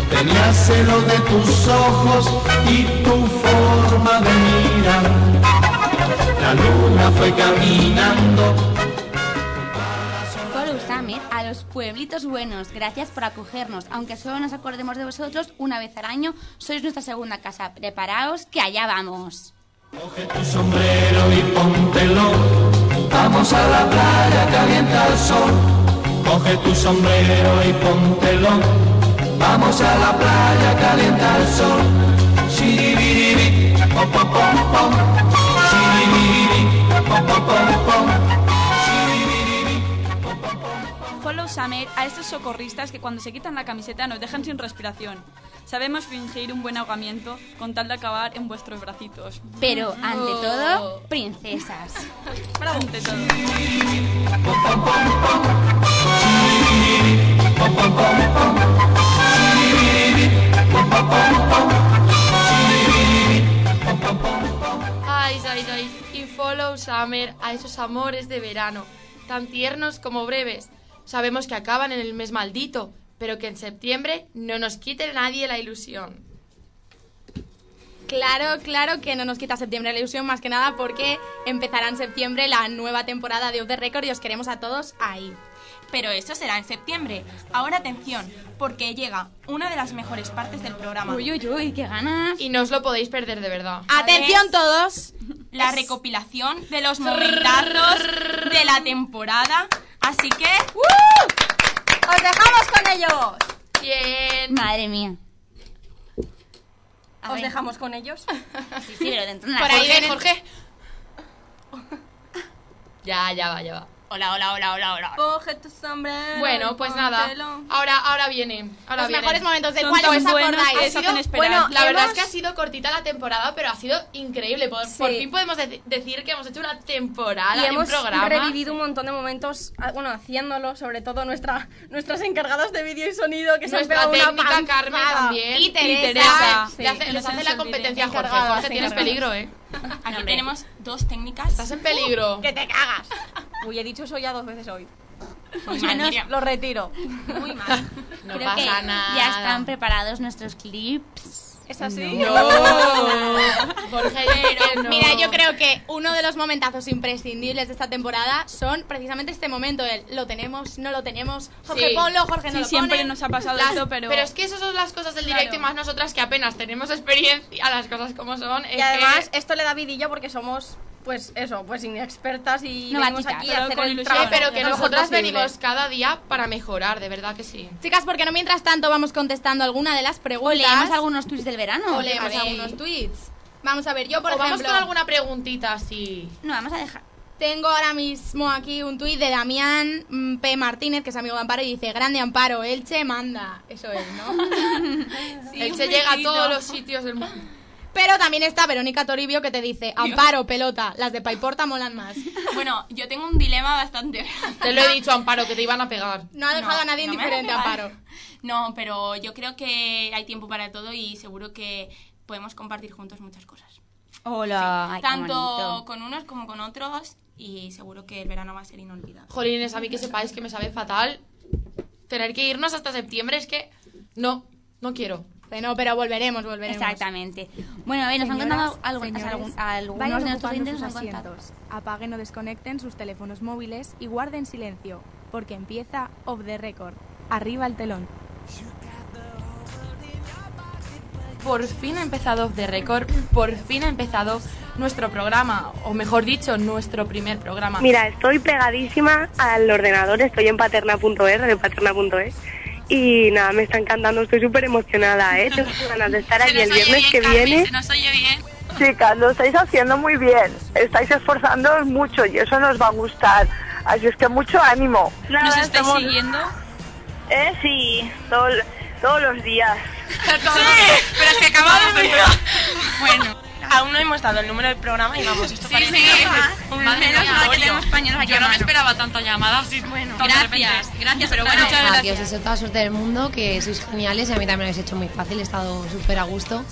[SPEAKER 1] Tenía celo de tus ojos y tu forma de mirar. La luna fue caminando.
[SPEAKER 2] Follow Summer a los pueblitos buenos. Gracias por acogernos. Aunque solo nos acordemos de vosotros una vez al año, sois nuestra segunda casa. Preparaos que allá vamos.
[SPEAKER 1] Coge tu sombrero y póntelo. Vamos a la playa, calienta el sol. Coge tu sombrero y póntelo. Vamos a la playa, calienta el sol. Shiribiribi, pom, pom, pom, pom. Shiribiribi, pom, pom, pom, pom.
[SPEAKER 3] Follow Summer a estos socorristas que cuando se quitan la camiseta nos dejan sin respiración. Sabemos fingir un buen ahogamiento con tal de acabar en vuestros bracitos. Oh.
[SPEAKER 2] Pero, ante todo, princesas.
[SPEAKER 3] Bravo. Ante todo.
[SPEAKER 4] Ay, ay, ay. Y follow summer a esos amores de verano, tan tiernos como breves. Sabemos que acaban en el mes maldito, pero que en septiembre no nos quite nadie la ilusión.
[SPEAKER 6] Claro, claro que no nos quita septiembre la ilusión, más que nada porque empezará en septiembre la nueva temporada de Off the Record y os queremos a todos ahí.
[SPEAKER 9] Pero eso será en septiembre. Ahora atención, porque llega una de las mejores partes del programa.
[SPEAKER 2] Uy, uy, uy, qué ganas.
[SPEAKER 4] Y no os lo podéis perder de verdad.
[SPEAKER 9] ¡Atención todos! La recopilación de los momentazos de la temporada. Así que... uh,
[SPEAKER 12] ¡Os dejamos con ellos!
[SPEAKER 4] Bien.
[SPEAKER 2] Madre mía.
[SPEAKER 5] ¿Os dejamos con
[SPEAKER 4] (laughs)
[SPEAKER 5] ellos?
[SPEAKER 2] Sí, sí, pero dentro de una
[SPEAKER 5] Por ahí vienen-
[SPEAKER 4] Jorge. Ya, ya va, ya va.
[SPEAKER 9] Hola, hola, hola, hola, hola.
[SPEAKER 5] Coge tu sombrero.
[SPEAKER 4] Bueno, pues nada. Ahora, ahora viene. Ahora
[SPEAKER 12] Los
[SPEAKER 4] vienen.
[SPEAKER 12] mejores momentos, ¿de Son cuál tan os buenos acordáis? que
[SPEAKER 4] Ha
[SPEAKER 12] se
[SPEAKER 4] sido-
[SPEAKER 12] hacen esperar.
[SPEAKER 4] Bueno, la
[SPEAKER 12] Hemos-
[SPEAKER 4] verdad es que ha sido cortita la temporada, pero ha sido increíble. Por, por fin podemos deci- decir que hemos hecho una temporada
[SPEAKER 5] Y
[SPEAKER 4] de
[SPEAKER 5] hemos
[SPEAKER 4] un programa.
[SPEAKER 5] revivido un montón de momentos, ah, bueno, haciéndolo, sobre todo nuestra, nuestras encargadas de vídeo y sonido, que se han
[SPEAKER 4] Nuestra
[SPEAKER 5] pegado una
[SPEAKER 4] técnica,
[SPEAKER 5] panzada.
[SPEAKER 4] Carmen, también. Y Teresa.
[SPEAKER 5] Sí.
[SPEAKER 4] Le hace- les hace la competencia a Jorge.
[SPEAKER 5] Encargadas,
[SPEAKER 4] Jorge, tienes
[SPEAKER 5] encargadas.
[SPEAKER 4] peligro, ¿eh?
[SPEAKER 9] Aquí tenemos dos técnicas. Uh,
[SPEAKER 4] Estás en peligro.
[SPEAKER 9] ¡Que te cagas!
[SPEAKER 5] Uy, he dicho eso ya dos veces hoy.
[SPEAKER 9] Muy
[SPEAKER 5] Ya
[SPEAKER 9] mal,
[SPEAKER 5] no-
[SPEAKER 9] Miriam.
[SPEAKER 5] lo retiro.
[SPEAKER 9] Muy mal.
[SPEAKER 4] No
[SPEAKER 2] Creo
[SPEAKER 4] pasa
[SPEAKER 2] que
[SPEAKER 4] nada.
[SPEAKER 2] ya están preparados nuestros clips.
[SPEAKER 5] ¿Es así?
[SPEAKER 6] (laughs)
[SPEAKER 4] No. Jorge, que no.
[SPEAKER 6] Mira, yo creo que uno de los momentazos imprescindibles de esta temporada son precisamente este momento, el lo tenemos, no lo tenemos, Jorge
[SPEAKER 4] Sí.
[SPEAKER 6] Polo, Jorge no
[SPEAKER 3] Sí,
[SPEAKER 6] lo
[SPEAKER 3] siempre
[SPEAKER 6] pone.
[SPEAKER 3] nos ha pasado
[SPEAKER 4] Las-
[SPEAKER 3] esto, pero...
[SPEAKER 4] es que esas son las cosas del directo
[SPEAKER 6] Claro.
[SPEAKER 4] y más nosotras que apenas tenemos experiencia, las cosas como son. es
[SPEAKER 5] Y además, esto le da vidilla porque somos, pues eso, pues inexpertas y venimos
[SPEAKER 2] Novatitas.
[SPEAKER 5] aquí
[SPEAKER 3] Pero
[SPEAKER 5] a hacer
[SPEAKER 3] con
[SPEAKER 5] el
[SPEAKER 3] ilusión.
[SPEAKER 4] que,
[SPEAKER 5] trabajo.
[SPEAKER 4] Eh, pero que
[SPEAKER 5] de lo mejor
[SPEAKER 4] nosotras
[SPEAKER 5] posible.
[SPEAKER 4] venimos cada día para mejorar, de verdad que sí.
[SPEAKER 6] Chicas, porque no mientras tanto vamos contestando alguna de las
[SPEAKER 2] O
[SPEAKER 6] preguntas.
[SPEAKER 2] leemos algunos tweets del verano.
[SPEAKER 6] O leemos
[SPEAKER 4] A ver.
[SPEAKER 6] algunos tweets. Vamos a ver, yo por
[SPEAKER 4] o vamos
[SPEAKER 6] ejemplo
[SPEAKER 4] con alguna preguntita así.
[SPEAKER 2] No, vamos a dejar.
[SPEAKER 6] tengo ahora mismo aquí un tuit de Damián mm, P. Martínez, que es amigo de Amparo, y dice, grande Amparo, Elche manda. Eso es,
[SPEAKER 4] (laughs)
[SPEAKER 6] ¿no?
[SPEAKER 4] Él se llega a todos los sitios del mundo.
[SPEAKER 6] Pero también está Verónica Toribio que te dice, Amparo, pelota, las de Paiporta molan más.
[SPEAKER 9] Bueno, yo tengo un dilema bastante grande.
[SPEAKER 4] Te lo he dicho, Amparo, que te iban a pegar.
[SPEAKER 6] No ha dejado a nadie
[SPEAKER 9] no me
[SPEAKER 6] indiferente,
[SPEAKER 9] hace mal.
[SPEAKER 6] Amparo.
[SPEAKER 9] (laughs) No, pero yo creo que hay tiempo para todo y seguro que podemos compartir juntos muchas cosas.
[SPEAKER 2] Hola. Ay, qué
[SPEAKER 9] Tanto
[SPEAKER 2] bonito.
[SPEAKER 9] con unos como con otros y seguro que el verano va a ser inolvidable.
[SPEAKER 4] Jolines, a mí que sepáis que me sabe fatal tener que irnos hasta septiembre. Es que no, no quiero.
[SPEAKER 6] Bueno, pero volveremos, volveremos.
[SPEAKER 2] Exactamente. Bueno, a ver, nos han
[SPEAKER 6] Señoras,
[SPEAKER 2] contado algún-
[SPEAKER 6] señores,
[SPEAKER 2] algún- algunos
[SPEAKER 6] vayan
[SPEAKER 2] de nuestros
[SPEAKER 6] ocupando
[SPEAKER 2] clientes
[SPEAKER 6] sus
[SPEAKER 2] nos han contado.
[SPEAKER 6] Apaguen o desconecten sus teléfonos móviles y guarden silencio, porque empieza Off the Record. Arriba el telón.
[SPEAKER 4] Por fin ha empezado de récord, por fin ha empezado nuestro programa, o mejor dicho, nuestro primer programa.
[SPEAKER 13] Mira, estoy pegadísima al ordenador, estoy en e, paterna.es, de paterna.es. Y nada, me está encantando, estoy súper emocionada, ¿eh? Tengo ganas de estar aquí el viernes que viene.
[SPEAKER 4] nos oye bien.
[SPEAKER 13] Chicas, lo estáis haciendo muy bien. Estáis esforzándoos mucho y eso nos va a gustar. Así es que mucho ánimo.
[SPEAKER 3] ¿Nos estáis siguiendo?
[SPEAKER 13] Eh, sí, todos los días.
[SPEAKER 9] Sí, pero es que acabamos de (laughs) Bueno, aún no hemos dado el número del programa y vamos, esto parece un menos mal que tenemos
[SPEAKER 3] pañuelos
[SPEAKER 9] aquí
[SPEAKER 4] Yo
[SPEAKER 9] a
[SPEAKER 4] no me
[SPEAKER 9] mano.
[SPEAKER 4] esperaba tanta llamada así. Bueno,
[SPEAKER 5] Gracias, gracias, pero bueno,
[SPEAKER 15] Nada, que os deseo toda suerte del mundo, que sois geniales y a mí también lo habéis hecho muy fácil, he estado súper a gusto.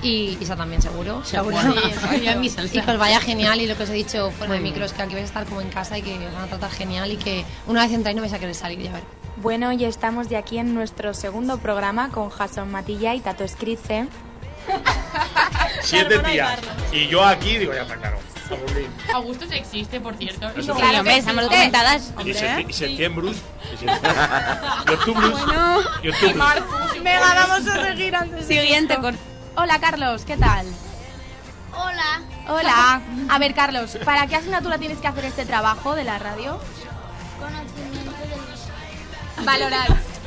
[SPEAKER 15] Y Isa también, seguro.
[SPEAKER 5] Seguro.
[SPEAKER 4] (laughs)
[SPEAKER 15] Sí,
[SPEAKER 5] Yo en mi salsa.
[SPEAKER 15] y que os vaya genial. Y lo que os he dicho fuera de
[SPEAKER 5] Muy bien.
[SPEAKER 15] micros, que aquí vais a estar como en casa y que os van a tratar genial. Y que una vez entráis no vais a querer salir, ya ver.
[SPEAKER 16] Bueno, y estamos de aquí en nuestro segundo programa con Jason Matilla y Tato Escritze.
[SPEAKER 17] Siete tías. Y yo aquí digo, ya está claro. aburrido.
[SPEAKER 4] Augusto sí existe, por cierto.
[SPEAKER 17] Eso sí. Claro que existe.
[SPEAKER 4] documentadas.
[SPEAKER 17] Y se- y septiembre. y (laughs) se- Y octubre. Y octubre.
[SPEAKER 6] Venga, vamos a seguir antes de Siguiente esto. Hola, Carlos, ¿qué tal?
[SPEAKER 2] Hola.
[SPEAKER 6] Hola. A ver, Carlos, ¿para qué asignatura tienes que hacer este trabajo de la radio?
[SPEAKER 2] Conocimiento de
[SPEAKER 6] Valorar.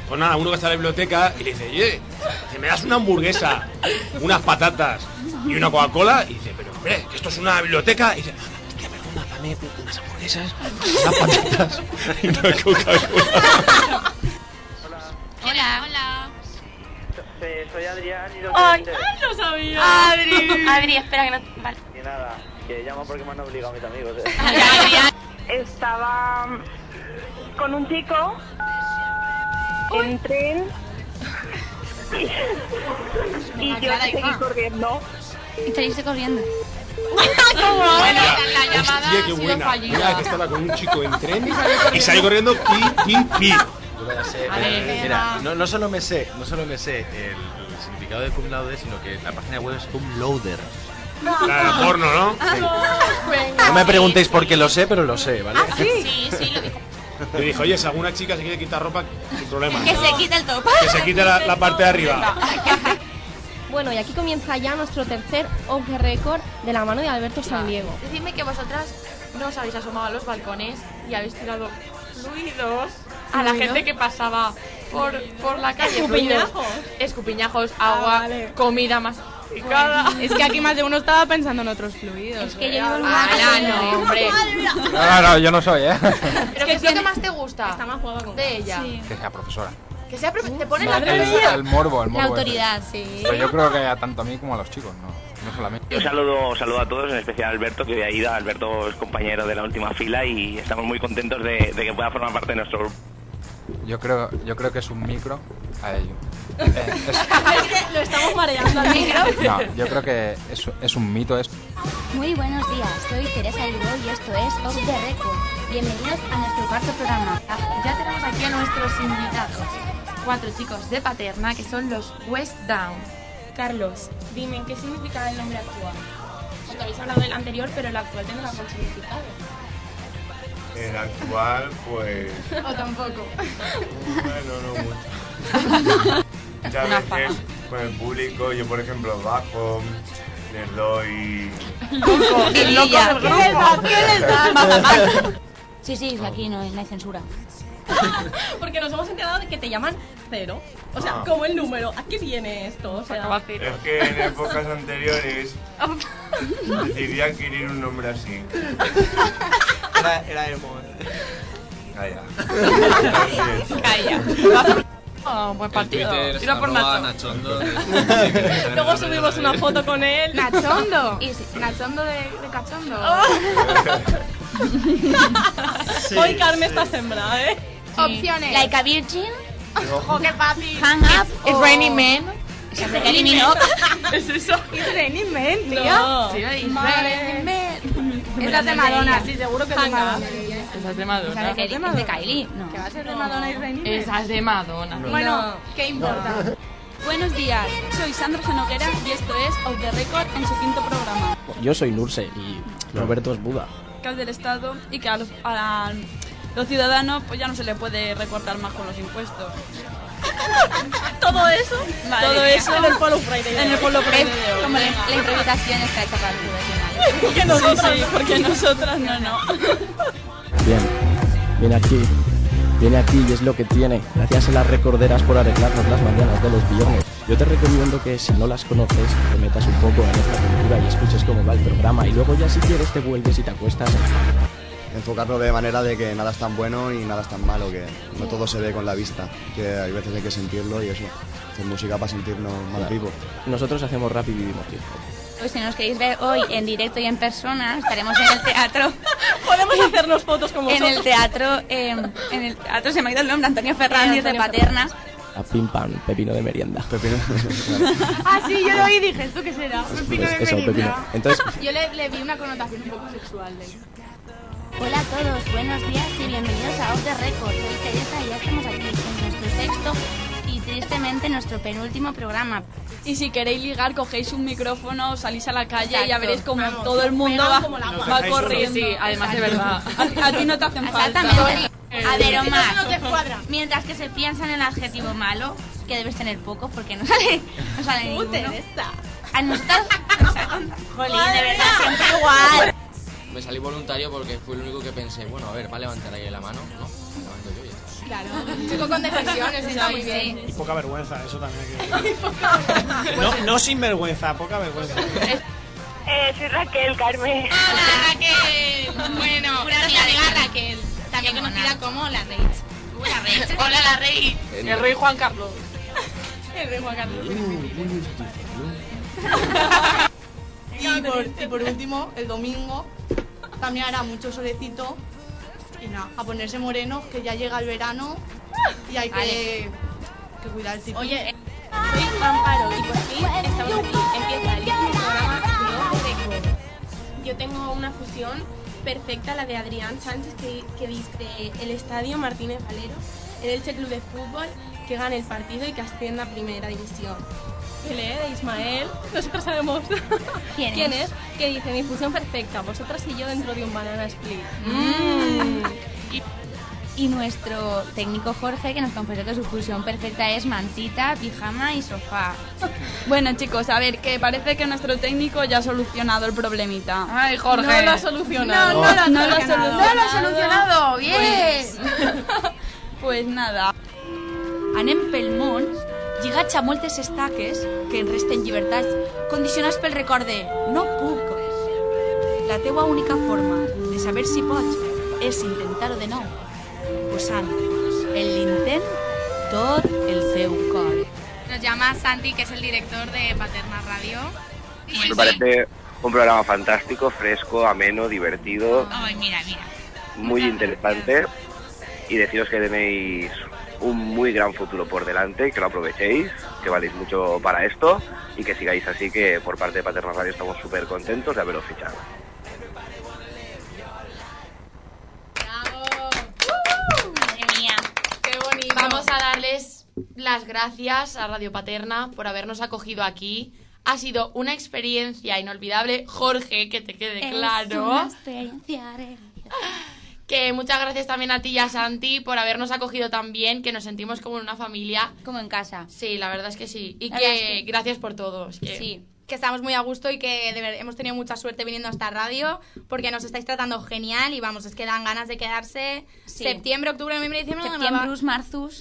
[SPEAKER 17] Pues nada, uno que está en la biblioteca y le dice, oye, que me das una hamburguesa, unas patatas y una Coca-Cola. Y dice, pero hombre, que esto es una biblioteca. Y dice, hostia, perdona, dame unas hamburguesas, unas patatas y una Coca-Cola. (laughs)
[SPEAKER 5] Hola, hola.
[SPEAKER 18] Soy Adrián y
[SPEAKER 9] Ay,
[SPEAKER 18] lo
[SPEAKER 9] sabía. Adri, Adri, espera que no. Vale.
[SPEAKER 18] Y nada, que llamo porque me han obligado mis amigos.
[SPEAKER 19] eh.
[SPEAKER 20] (laughs)
[SPEAKER 13] Estaba con un chico en tren y yo
[SPEAKER 5] Aclara,
[SPEAKER 13] seguí
[SPEAKER 2] Ah.
[SPEAKER 5] hija.
[SPEAKER 13] corriendo.
[SPEAKER 5] Y
[SPEAKER 15] (laughs)
[SPEAKER 5] saliste corriendo.
[SPEAKER 17] la llamada Hostia, qué buena. Mira, que estaba con un chico en tren y salió corriendo pi, pi, pi.
[SPEAKER 1] Yo me la sé,
[SPEAKER 17] A ver,
[SPEAKER 1] eh,
[SPEAKER 17] venga.
[SPEAKER 1] mira, no, no solo me sé, no solo me sé el, el significado de cum laude, sino que la página web es cum lauder.
[SPEAKER 17] Claro, porno, ¿no?
[SPEAKER 1] No me preguntéis por qué lo sé, pero lo sé, ¿vale?
[SPEAKER 17] Ah, Sí, sí, lo dijo. (laughs) Le dijo, oye, si alguna chica se quiere quitar ropa, sin problema.
[SPEAKER 2] Que se quite el top.
[SPEAKER 17] Que se quite la, la parte de arriba.
[SPEAKER 21] Bueno, y aquí comienza ya nuestro tercer Off the Record de la mano de Alberto San Diego.
[SPEAKER 4] Decidme que vosotras no os habéis asomado a los balcones y habéis tirado fluidos a la
[SPEAKER 9] ¿Fluidos?
[SPEAKER 4] gente que pasaba por, por la calle.
[SPEAKER 6] Escupiñajos.
[SPEAKER 4] Fluidos, Escupiñajos, agua, comida más picada.
[SPEAKER 6] Pues, Es que aquí más de uno estaba pensando en otros fluidos. ¿eh? Es
[SPEAKER 4] que yo llevo el Ah, no,
[SPEAKER 6] (laughs)
[SPEAKER 4] hombre.
[SPEAKER 1] No, no, yo no soy, ¿eh?
[SPEAKER 4] Pero ¿qué es lo que más te gusta de ella?
[SPEAKER 1] Que sea profesora.
[SPEAKER 4] Que sea profe- te pones la
[SPEAKER 1] Madre
[SPEAKER 4] cara.
[SPEAKER 1] mía. El morbo, el morbo.
[SPEAKER 6] sí.
[SPEAKER 1] Pero yo creo que a tanto a mí como a los chicos, ¿no? No solamente.
[SPEAKER 19] Yo saludo, saludo a todos, en especial a Alberto, que hoy ha ido. Alberto es compañero de la última fila y estamos muy contentos de, de que pueda formar parte de nuestro grupo.
[SPEAKER 1] Yo creo, yo creo que es un micro a Eh, ello.
[SPEAKER 2] Lo estamos mareando al (laughs)
[SPEAKER 1] No, yo creo que es, es un mito esto.
[SPEAKER 2] Muy buenos días, soy Teresa Irbo y esto es Off the Record. Bienvenidos a nuestro cuarto programa. Ah,
[SPEAKER 5] Ya tenemos aquí a nuestros invitados. Cuatro chicos de Paterna que son los West Down.
[SPEAKER 9] Carlos, dime, ¿qué significa el nombre actual? Cuando habéis hablado del anterior, pero el actual tendrá algún significado.
[SPEAKER 20] El actual, pues.
[SPEAKER 9] O
[SPEAKER 6] (laughs)
[SPEAKER 9] tampoco.
[SPEAKER 20] Bueno, no mucho. Ya
[SPEAKER 9] Una
[SPEAKER 20] ves que es con el público, yo por ejemplo bajo, les doy.
[SPEAKER 22] El loco del grupo.
[SPEAKER 2] Sí, sí, aquí no, no hay censura.
[SPEAKER 5] (laughs) Porque nos hemos enterado de que te llaman cero. O sea,
[SPEAKER 20] Ah.
[SPEAKER 5] como el número. ¿A qué viene esto? O sea,
[SPEAKER 20] Es que en
[SPEAKER 5] (laughs)
[SPEAKER 20] épocas anteriores decidí adquirir un nombre así.
[SPEAKER 18] Era, era emo.
[SPEAKER 20] Calla.
[SPEAKER 18] Calla.
[SPEAKER 4] Oh, buen partido.
[SPEAKER 23] Twitter,
[SPEAKER 4] Tira por
[SPEAKER 23] arroba
[SPEAKER 4] Nacho.
[SPEAKER 23] Nachondo.
[SPEAKER 4] Luego subimos una
[SPEAKER 5] foto con él. (laughs)
[SPEAKER 6] Nachondo. Y sí, Nachondo de, de cachondo.
[SPEAKER 5] Hoy Carmen está sembrada, ¿eh?
[SPEAKER 6] Opciones.
[SPEAKER 22] Like a virgin.
[SPEAKER 6] Ojo, qué fácil.
[SPEAKER 22] Hang up.
[SPEAKER 6] It's
[SPEAKER 22] o-
[SPEAKER 3] oh.
[SPEAKER 6] raining men.
[SPEAKER 22] Siempre que
[SPEAKER 6] (laughs)
[SPEAKER 22] eliminó.
[SPEAKER 5] ¿Es eso?
[SPEAKER 6] It's raining men,
[SPEAKER 5] No.
[SPEAKER 6] tía.
[SPEAKER 5] Sí, it's
[SPEAKER 6] Madre.
[SPEAKER 5] raining
[SPEAKER 6] Es la de Madonna, sí, seguro que es de
[SPEAKER 5] Hang up.
[SPEAKER 6] Madonna.
[SPEAKER 4] Esa es de Madonna.
[SPEAKER 6] ¿Sabes que es de Kylie?
[SPEAKER 4] No.
[SPEAKER 6] ¿Qué va a ser de Madonna y Raining Men?
[SPEAKER 4] Esa es de Madonna.
[SPEAKER 6] Bueno, ¿qué importa?
[SPEAKER 3] Buenos días, soy Sandra Sanoguera y esto es Off the Record en su quinto programa.
[SPEAKER 8] Yo soy Nurse y Roberto es Buda.
[SPEAKER 3] Que es del Estado y que a los, a los ciudadanos pues ya no se le puede recortar más con los impuestos.
[SPEAKER 5] Todo eso.
[SPEAKER 3] Madre
[SPEAKER 5] todo
[SPEAKER 3] mía.
[SPEAKER 5] eso en el Polo Friday.
[SPEAKER 3] En el Polo Friday de hoy.
[SPEAKER 5] Como la, la
[SPEAKER 6] interpretación está hecha para profesionales.
[SPEAKER 3] Porque nosotras, porque nosotras no, no.
[SPEAKER 8] Bien, bien aquí.
[SPEAKER 17] Viene aquí y es lo que tiene. Gracias a las recorderas por arreglarnos las mañanas de los viernes. Yo te recomiendo que si no las conoces, te metas un poco en esta cultura y escuches cómo va el programa. Y luego ya si quieres te vuelves y te acuestas.
[SPEAKER 24] Enfocarlo de manera de que nada es tan bueno y nada es tan malo, que no todo se ve con la vista, que hay veces hay que sentirlo y eso, hacer música para sentirnos más vivos.
[SPEAKER 17] Nosotros hacemos rap y vivimos tiempo.
[SPEAKER 2] Pues si nos queréis ver hoy en directo y en persona, estaremos en el teatro.
[SPEAKER 25] Podemos hacernos fotos como
[SPEAKER 2] En el teatro, eh, en el teatro se me ha ido el nombre, Antonio Fernández de
[SPEAKER 25] Antonio
[SPEAKER 2] Paterna.
[SPEAKER 17] A pim pam, pepino de merienda. Pepino
[SPEAKER 2] Ah, sí, yo lo
[SPEAKER 24] oí
[SPEAKER 2] oí
[SPEAKER 24] y
[SPEAKER 2] dije, ¿esto qué será?
[SPEAKER 17] eso, pepino. Entonces,
[SPEAKER 26] Yo le, le vi una connotación un poco sexual. de-
[SPEAKER 27] Hola a todos, buenos días y bienvenidos a Off the Record. Soy
[SPEAKER 6] (laughs)
[SPEAKER 27] Teresa y ya estamos aquí en nuestro sexto y tristemente nuestro penúltimo programa.
[SPEAKER 3] Y si queréis ligar, cogéis un micrófono, salís a la calle y ya
[SPEAKER 2] Exacto.
[SPEAKER 3] veréis como
[SPEAKER 2] Vamos,
[SPEAKER 3] todo el mundo
[SPEAKER 2] pegan
[SPEAKER 3] va,
[SPEAKER 2] como la
[SPEAKER 3] va
[SPEAKER 2] papa.
[SPEAKER 3] corriendo.
[SPEAKER 2] Sí, sí, además de
[SPEAKER 3] Exacto. A, a ti no te hacen falta.
[SPEAKER 2] Exactamente. A ver, Omar.
[SPEAKER 3] Eso no te cuadra.
[SPEAKER 2] Mientras que se piensa en el adjetivo malo, que debes tener poco porque no sale, no sale
[SPEAKER 9] Uh,
[SPEAKER 2] ninguno.
[SPEAKER 9] Teresa.
[SPEAKER 2] A nosotros. Jolín, de
[SPEAKER 9] Madre
[SPEAKER 2] verdad,
[SPEAKER 9] mía.
[SPEAKER 2] siempre igual.
[SPEAKER 8] Me salí voluntario porque fui el único que pensé, bueno, a ver, va a levantar ahí la mano. No, la levanto yo y ya está.
[SPEAKER 9] Claro.
[SPEAKER 25] Chico con decisiones, está muy bien.
[SPEAKER 28] Y poca vergüenza, ¿eh? eso también hay
[SPEAKER 25] Y
[SPEAKER 28] que... No, no sin vergüenza, poca vergüenza.
[SPEAKER 29] Eh, soy Raquel, Carmen.
[SPEAKER 9] Raquel. Bueno, una amiga Raquel, también conocida como la Rey. La Rey. Hola, la Rey.
[SPEAKER 4] El rey Juan Carlos.
[SPEAKER 9] El Rey Juan Carlos.
[SPEAKER 6] Y por, y por último, el domingo también hará mucho solecito y nada, a ponerse moreno, que ya llega el verano y hay que, que cuidar el tipo. Oye,
[SPEAKER 9] Soy eh, Amparo y por fin estamos aquí. Empieza el último programa de Off the Record. Yo tengo una fusión perfecta, la de Adrián Sánchez, que, que dice el estadio Martínez Valero, el Elche Club de Fútbol, que gane el partido y que ascienda a Primera División. Pelé de Ismael, nosotros sabemos
[SPEAKER 2] ¿Quién,
[SPEAKER 9] es? que dice mi fusión perfecta, vosotras y yo dentro de un banana split.
[SPEAKER 2] Y nuestro técnico Jorge que nos confesó que su fusión perfecta es mantita, pijama y sofá.
[SPEAKER 3] Bueno, chicos, a ver, que parece que nuestro técnico ya ha solucionado el problemita. Ay,
[SPEAKER 9] Jorge. No lo ha solucionado.
[SPEAKER 3] No, no lo ha
[SPEAKER 9] No lo ha
[SPEAKER 3] solucionado.
[SPEAKER 9] solucionado. No lo ha solucionado, bien.
[SPEAKER 3] Pues, (laughs) pues nada.
[SPEAKER 30] Anem pel món, lligats a moltes estaques que ens resten llibertats, condicionats pel record de no puc. La teua única forma de saber si pots és intentar-ho de nou, posant en l'intent tot el teu cor.
[SPEAKER 6] Nos llama Santi, que es el director de Paterna Radio.
[SPEAKER 20] Me parece un programa fantástico, fresco, ameno, divertido,
[SPEAKER 6] Ay, mira, mira.
[SPEAKER 20] muy interesante. Y deciros que tenéis un muy gran futuro por delante, que lo aprovechéis, que valéis mucho para esto y que sigáis así, que por parte de Paterna Radio estamos súper contentos de haberos fichado.
[SPEAKER 2] Madre mía.
[SPEAKER 4] Qué bonito. Vamos a darles las gracias a Radio Paterna por habernos acogido aquí. Ha sido una experiencia inolvidable, Jorge, que te quede claro.
[SPEAKER 31] Es una experiencia religiosa.
[SPEAKER 4] Que muchas gracias también a ti y a Santi por habernos acogido tan bien, que nos sentimos como en una familia.
[SPEAKER 2] Como en casa.
[SPEAKER 4] Sí, la verdad es que sí. Y
[SPEAKER 6] La
[SPEAKER 4] que,
[SPEAKER 6] verdad es que-
[SPEAKER 4] gracias por todos. que-
[SPEAKER 6] Sí, que estamos muy a gusto y que de ver- hemos tenido mucha suerte viniendo a esta radio porque nos estáis tratando genial y vamos, es que dan ganas de quedarse
[SPEAKER 2] Sí.
[SPEAKER 6] septiembre, octubre, noviembre, diciembre. cuando nos va-
[SPEAKER 2] Septiembrus, marzus.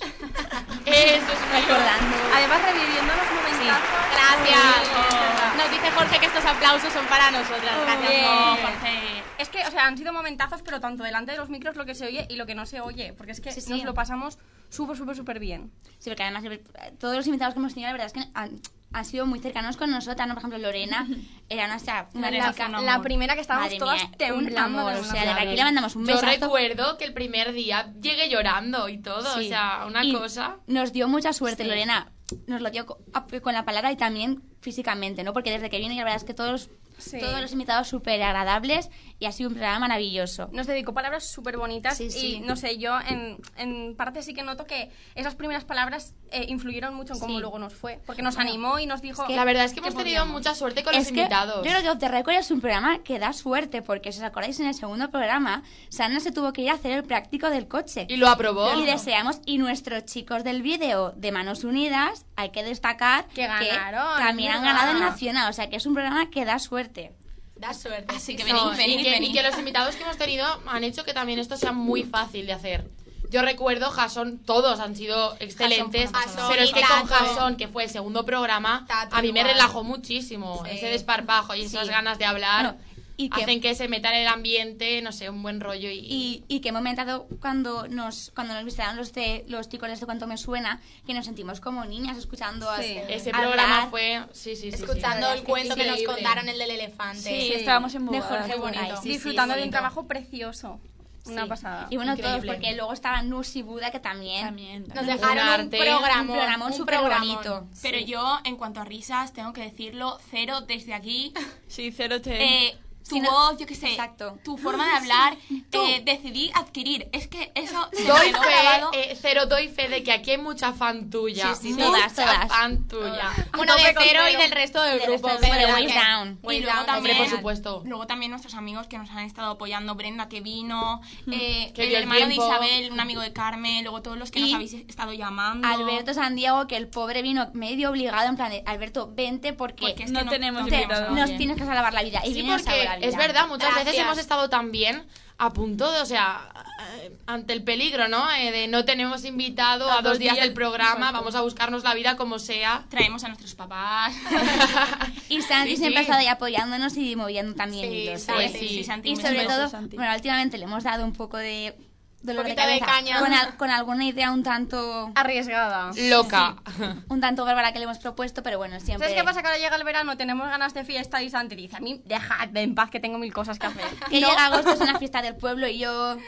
[SPEAKER 4] Eso es
[SPEAKER 2] Recordando.
[SPEAKER 6] Además, reviviendo los momentos.
[SPEAKER 2] Sí,
[SPEAKER 6] Gracias.
[SPEAKER 2] es verdad.
[SPEAKER 6] (laughs) Nos dice Jorge que estos aplausos son para nosotras. Gracias,
[SPEAKER 5] bien.
[SPEAKER 6] no, Jorge.
[SPEAKER 5] Es que, o sea, han sido momentazos, pero tanto delante de los micros lo que se oye y lo que no se oye, porque es que
[SPEAKER 2] Sí, sí.
[SPEAKER 5] nos lo pasamos súper, súper, súper bien.
[SPEAKER 2] Sí, porque además eh, todos los invitados que hemos tenido, la verdad es que han, han sido muy cercanos con nosotras, ¿no? Por ejemplo, Lorena era nuestra... una
[SPEAKER 6] Lorena
[SPEAKER 2] chica-
[SPEAKER 6] fue un amor.
[SPEAKER 2] Madre mía, Un amor, o sea, de aquí le mandamos un beso.
[SPEAKER 4] Yo recuerdo que el primer día llegué llorando y todo, o
[SPEAKER 2] Sí.
[SPEAKER 4] sea, una
[SPEAKER 2] Y
[SPEAKER 4] cosa.
[SPEAKER 2] Nos dio mucha suerte, Lorena. Nos lo dio co- a- con la palabra y también físicamente, ¿no? Porque desde que vino, la verdad es que todos, todos los invitados súper agradables y ha sido un programa maravilloso.
[SPEAKER 5] Nos dedicó palabras súper bonitas
[SPEAKER 2] Sí, sí.
[SPEAKER 5] y, no sé, yo en, en parte sí que noto que esas primeras palabras eh, influyeron mucho en cómo
[SPEAKER 2] Sí.
[SPEAKER 5] luego nos fue, porque nos
[SPEAKER 2] Bueno,
[SPEAKER 5] animó y nos dijo...
[SPEAKER 2] es que- La verdad es que
[SPEAKER 5] ¿qué
[SPEAKER 2] hemos
[SPEAKER 4] tenido
[SPEAKER 5] podíamos?
[SPEAKER 4] mucha suerte con
[SPEAKER 2] Es
[SPEAKER 4] los
[SPEAKER 2] que
[SPEAKER 4] invitados.
[SPEAKER 2] Yo creo que Off the Record es un programa que da suerte, porque si os acordáis en el segundo programa, Sana se tuvo que ir a hacer el práctico del coche.
[SPEAKER 4] Y lo aprobó.
[SPEAKER 2] Y deseamos, y nuestros chicos del vídeo de Manos Unidas, hay que destacar que,
[SPEAKER 5] ganaron,
[SPEAKER 2] también han
[SPEAKER 5] mira.
[SPEAKER 2] ganado el Nacional, o sea que es un programa que da suerte.
[SPEAKER 4] Da suerte. Así
[SPEAKER 6] que venid,
[SPEAKER 4] son.
[SPEAKER 6] venid,
[SPEAKER 4] y, que,
[SPEAKER 6] venid.
[SPEAKER 4] y que los invitados que hemos tenido han hecho que también esto sea muy fácil de hacer. Yo recuerdo Jason, todos han sido excelentes,
[SPEAKER 6] Jason, Jason,
[SPEAKER 4] pero es que
[SPEAKER 6] Tato.
[SPEAKER 4] con Jason, que fue el segundo programa,
[SPEAKER 6] Tato
[SPEAKER 4] a mí me
[SPEAKER 6] igual.
[SPEAKER 4] relajó muchísimo.
[SPEAKER 6] Sí.
[SPEAKER 4] Ese desparpajo y esas
[SPEAKER 2] Sí.
[SPEAKER 4] ganas de hablar
[SPEAKER 2] Bueno, y que-
[SPEAKER 4] hacen que se meta en el ambiente, no sé, un buen rollo y...
[SPEAKER 2] Y, y que momento dado, cuando nos cuando nos visitaron los de los chicos de cuánto me suena que nos sentimos como niñas escuchando a-
[SPEAKER 4] Sí.
[SPEAKER 2] a
[SPEAKER 4] Ese
[SPEAKER 2] hablar.
[SPEAKER 4] programa fue- sí, sí, sí, sí.
[SPEAKER 6] Escuchando
[SPEAKER 2] La verdad
[SPEAKER 6] el
[SPEAKER 2] es
[SPEAKER 6] cuento que, nos
[SPEAKER 2] increíble.
[SPEAKER 6] contaron, el del elefante.
[SPEAKER 2] Sí, Sí. estábamos
[SPEAKER 5] De
[SPEAKER 2] embobadas.
[SPEAKER 5] Jorge
[SPEAKER 2] Qué
[SPEAKER 5] Bonito.
[SPEAKER 2] bonito. Sí, sí,
[SPEAKER 5] Disfrutando de un
[SPEAKER 2] bonito.
[SPEAKER 5] trabajo precioso. Una
[SPEAKER 2] Sí.
[SPEAKER 5] pasada.
[SPEAKER 2] Y bueno, todos,
[SPEAKER 5] Increíble.
[SPEAKER 2] porque luego estaba Nus y Buda, que también,
[SPEAKER 5] Nos
[SPEAKER 9] dejaron un programón,
[SPEAKER 2] un programón
[SPEAKER 9] un
[SPEAKER 2] súper
[SPEAKER 9] programón.
[SPEAKER 2] bonito.
[SPEAKER 9] Pero yo, en cuanto a risas, tengo que decirlo, cero desde aquí.
[SPEAKER 3] Sí, cero te...
[SPEAKER 9] Eh, tu voz, yo qué sé, tu forma de (laughs) hablar, eh, decidí adquirir. Es que (laughs) eso se me
[SPEAKER 4] Doy
[SPEAKER 9] quedó grabado.
[SPEAKER 4] fe, eh, cero doy fe de que aquí hay mucha fan tuya.
[SPEAKER 9] Sí, sí,
[SPEAKER 4] mucha
[SPEAKER 9] todas, todas.
[SPEAKER 4] fan tuya. (laughs)
[SPEAKER 9] Bueno, de cero y del resto del
[SPEAKER 4] Del
[SPEAKER 9] grupo.
[SPEAKER 4] resto del grupo.
[SPEAKER 9] pero
[SPEAKER 4] Way
[SPEAKER 9] que-
[SPEAKER 4] down.
[SPEAKER 9] Y
[SPEAKER 4] Way
[SPEAKER 9] luego
[SPEAKER 4] down,
[SPEAKER 9] también,
[SPEAKER 4] hombre, por supuesto.
[SPEAKER 9] Luego también nuestros amigos que nos han estado apoyando. Brenda, que vino.
[SPEAKER 2] Mm.
[SPEAKER 9] eh,
[SPEAKER 2] Que
[SPEAKER 9] el
[SPEAKER 2] dio el
[SPEAKER 9] hermano de
[SPEAKER 2] tiempo.
[SPEAKER 9] Isabel, un amigo de Carmen. Luego todos los que nos
[SPEAKER 2] Y
[SPEAKER 9] habéis estado llamando.
[SPEAKER 2] Alberto San Diego, que el pobre vino medio obligado, en plan de, Alberto, vente porque,
[SPEAKER 9] Porque es que No no- tenemos
[SPEAKER 2] te-
[SPEAKER 9] invitado.
[SPEAKER 2] nos
[SPEAKER 4] Bien.
[SPEAKER 2] tienes que salvar la vida. Y
[SPEAKER 4] Sí,
[SPEAKER 2] vino y nos salvó
[SPEAKER 4] porque
[SPEAKER 2] la vida.
[SPEAKER 4] es verdad, muchas veces
[SPEAKER 2] Gracias.
[SPEAKER 4] hemos estado tan bien a punto de, o sea, eh, ante el peligro, ¿no? Eh, de no tenemos invitado a
[SPEAKER 9] Tantos
[SPEAKER 4] dos días
[SPEAKER 9] días.
[SPEAKER 4] del programa,
[SPEAKER 9] Exacto.
[SPEAKER 4] vamos a buscarnos la vida como sea.
[SPEAKER 9] Traemos a
[SPEAKER 4] (laughs)
[SPEAKER 9] nuestros papás.
[SPEAKER 2] Y Santi siempre
[SPEAKER 4] Sí, sí.
[SPEAKER 2] ha estado ahí apoyando y moviendo también
[SPEAKER 9] Sí,
[SPEAKER 2] hilos,
[SPEAKER 9] sí,
[SPEAKER 2] ¿sabes?
[SPEAKER 9] sí, sí, Santi,
[SPEAKER 2] y
[SPEAKER 9] muchas
[SPEAKER 2] sobre
[SPEAKER 9] gracias,
[SPEAKER 2] todo,
[SPEAKER 9] Santi.
[SPEAKER 2] bueno, últimamente le hemos dado un poco de dolor de
[SPEAKER 9] Poquito de
[SPEAKER 2] cabeza
[SPEAKER 9] caña.
[SPEAKER 2] Con, al- con alguna idea un tanto
[SPEAKER 5] arriesgada,
[SPEAKER 4] Loca.
[SPEAKER 2] un tanto bárbara que le hemos propuesto, pero bueno, siempre
[SPEAKER 5] ¿Sabes qué pasa? Que ahora llega el verano, tenemos ganas de fiesta y Santi dice, a mí dejadme en paz que tengo mil cosas que hacer.
[SPEAKER 2] (laughs) que llega agosto
[SPEAKER 5] (laughs)
[SPEAKER 2] es una fiesta del pueblo y yo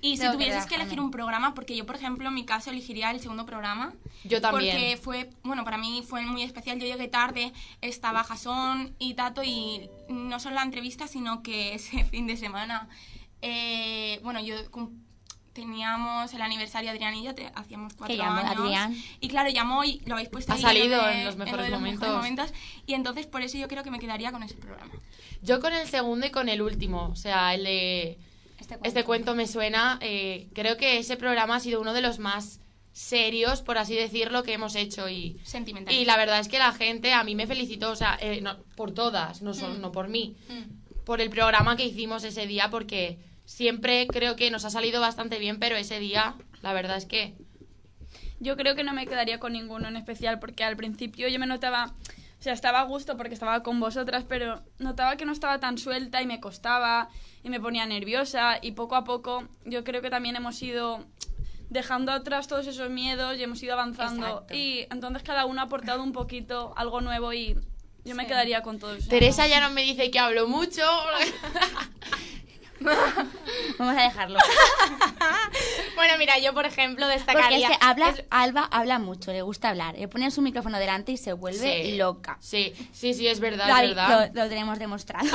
[SPEAKER 9] Y si
[SPEAKER 2] Tengo que
[SPEAKER 9] tuvieses que
[SPEAKER 2] relajarme.
[SPEAKER 9] elegir un programa, porque yo, por ejemplo, en mi caso elegiría el segundo programa.
[SPEAKER 4] Yo también.
[SPEAKER 9] Porque fue, bueno, para mí fue muy especial. Yo llegué tarde, estaba Jasón y Tato y no solo la entrevista, sino que ese (laughs) fin de semana, eh, bueno, yo cum- teníamos el aniversario de Adrián y yo, te- hacíamos cuatro
[SPEAKER 2] llamó
[SPEAKER 9] años.
[SPEAKER 2] Adrián.
[SPEAKER 9] Y claro, llamó y lo habéis puesto
[SPEAKER 4] Ha
[SPEAKER 9] ahí lo
[SPEAKER 4] salido
[SPEAKER 9] de-
[SPEAKER 4] en los
[SPEAKER 9] lo de
[SPEAKER 4] mejores momentos.
[SPEAKER 9] momentos. Y entonces por eso yo creo que me quedaría con ese programa.
[SPEAKER 4] Yo con el segundo y con el último, o sea, el de... Este cuento, me suena, eh, creo que ese programa ha sido uno de los más serios, por así decirlo, que hemos hecho y...
[SPEAKER 9] Sentimental.
[SPEAKER 4] Y la verdad es que la gente a mí me felicitó, o sea, eh, no, por todas, no, solo- no por mí, por el programa que hicimos ese día, porque siempre creo que nos ha salido bastante bien, pero ese día, la verdad es que...
[SPEAKER 3] Yo creo que no me quedaría con ninguno en especial porque al principio yo me notaba, o sea, estaba a gusto porque estaba con vosotras, pero notaba que no estaba tan suelta y me costaba y me ponía nerviosa y poco a poco yo creo que también hemos ido dejando atrás todos esos miedos y hemos ido avanzando
[SPEAKER 4] Exacto.
[SPEAKER 3] y entonces cada uno ha aportado un poquito algo nuevo y yo me quedaría con todos.
[SPEAKER 4] Teresa ya no me dice que hablo mucho.
[SPEAKER 2] vamos a dejarlo.
[SPEAKER 6] (laughs) Bueno, mira, yo por ejemplo
[SPEAKER 2] Porque
[SPEAKER 6] destacaría.
[SPEAKER 2] es que habla, Alba habla mucho, le gusta hablar. Le ponen su micrófono delante y se vuelve
[SPEAKER 4] Sí.
[SPEAKER 2] loca.
[SPEAKER 4] Sí, sí, sí, es verdad,
[SPEAKER 2] lo,
[SPEAKER 4] es
[SPEAKER 2] hay-
[SPEAKER 4] verdad.
[SPEAKER 2] lo- lo tenemos demostrado.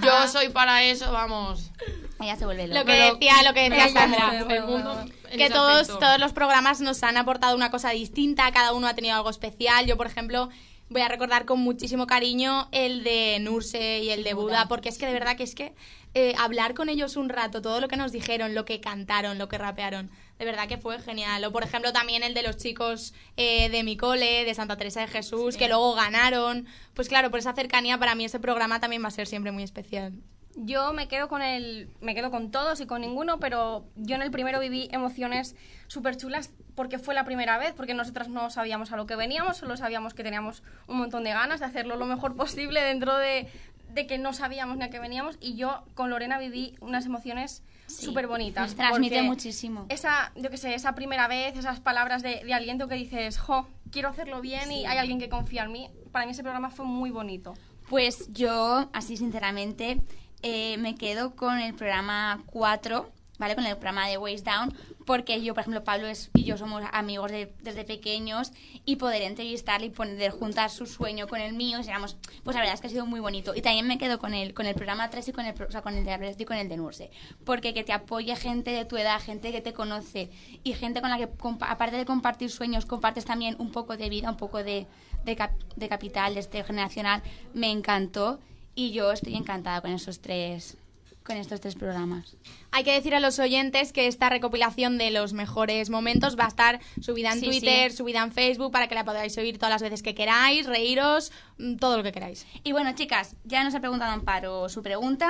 [SPEAKER 4] Yo soy para eso, vamos.
[SPEAKER 2] Ella se vuelve loca.
[SPEAKER 6] Lo que decía, lo que decía
[SPEAKER 4] El
[SPEAKER 6] Sandra.
[SPEAKER 4] mundo, el mundo en
[SPEAKER 6] que
[SPEAKER 4] ese
[SPEAKER 6] todos,
[SPEAKER 4] aspecto.
[SPEAKER 6] todos los programas nos han aportado una cosa distinta, cada uno ha tenido algo especial. Yo, por ejemplo, voy a recordar con muchísimo cariño el de Nurse y el de Buda, porque es que de verdad que es que eh, hablar con ellos un rato, todo lo que nos dijeron, lo que cantaron, lo que rapearon, de verdad que fue genial. O, por ejemplo, también el de los chicos eh, de mi cole, de Santa Teresa de Jesús, que luego ganaron. Pues claro, por esa cercanía, para mí ese programa también va a ser siempre muy especial.
[SPEAKER 5] Yo me quedo con el, me quedo con todos y con ninguno, pero yo en el primero viví emociones súper chulas porque fue la primera vez, porque nosotras no sabíamos a lo que veníamos, solo sabíamos que teníamos un montón de ganas de hacerlo lo mejor posible dentro de, de que no sabíamos ni a qué veníamos y yo con Lorena viví unas emociones súper bonitas.
[SPEAKER 2] Nos transmite muchísimo.
[SPEAKER 5] Esa, yo qué sé, esa primera vez, esas palabras de, de aliento que dices, jo, quiero hacerlo bien
[SPEAKER 2] Sí.
[SPEAKER 5] y hay alguien que confía en mí. Para mí ese programa fue muy bonito.
[SPEAKER 2] Pues yo, así sinceramente, eh, me quedo con el programa 4, ¿vale? Con el programa de Ways Down, porque yo, por ejemplo, Pablo es- y yo somos amigos de- desde pequeños y poder entrevistarle y poder juntar su sueño con el mío, y éramos, pues la verdad es que ha sido muy bonito. Y también me quedo con el, con el programa 3 y con el, pro- o sea, con el de Alberto y con el de Nurse, porque que te apoye gente de tu edad, gente que te conoce y gente con la que, compa- aparte de compartir sueños, compartes también un poco de vida, un poco de, de, cap- de capital, de este generacional, me encantó y yo estoy encantada con esos tres, con estos tres programas.
[SPEAKER 6] Hay que decir a los oyentes que esta recopilación de los mejores momentos va a estar subida en
[SPEAKER 2] Sí,
[SPEAKER 6] Twitter,
[SPEAKER 2] sí.
[SPEAKER 6] subida en Facebook, para que la podáis oír todas las veces que queráis, reíros, mm, todo lo que queráis.
[SPEAKER 2] Y bueno, chicas, ya nos ha preguntado Amparo su pregunta,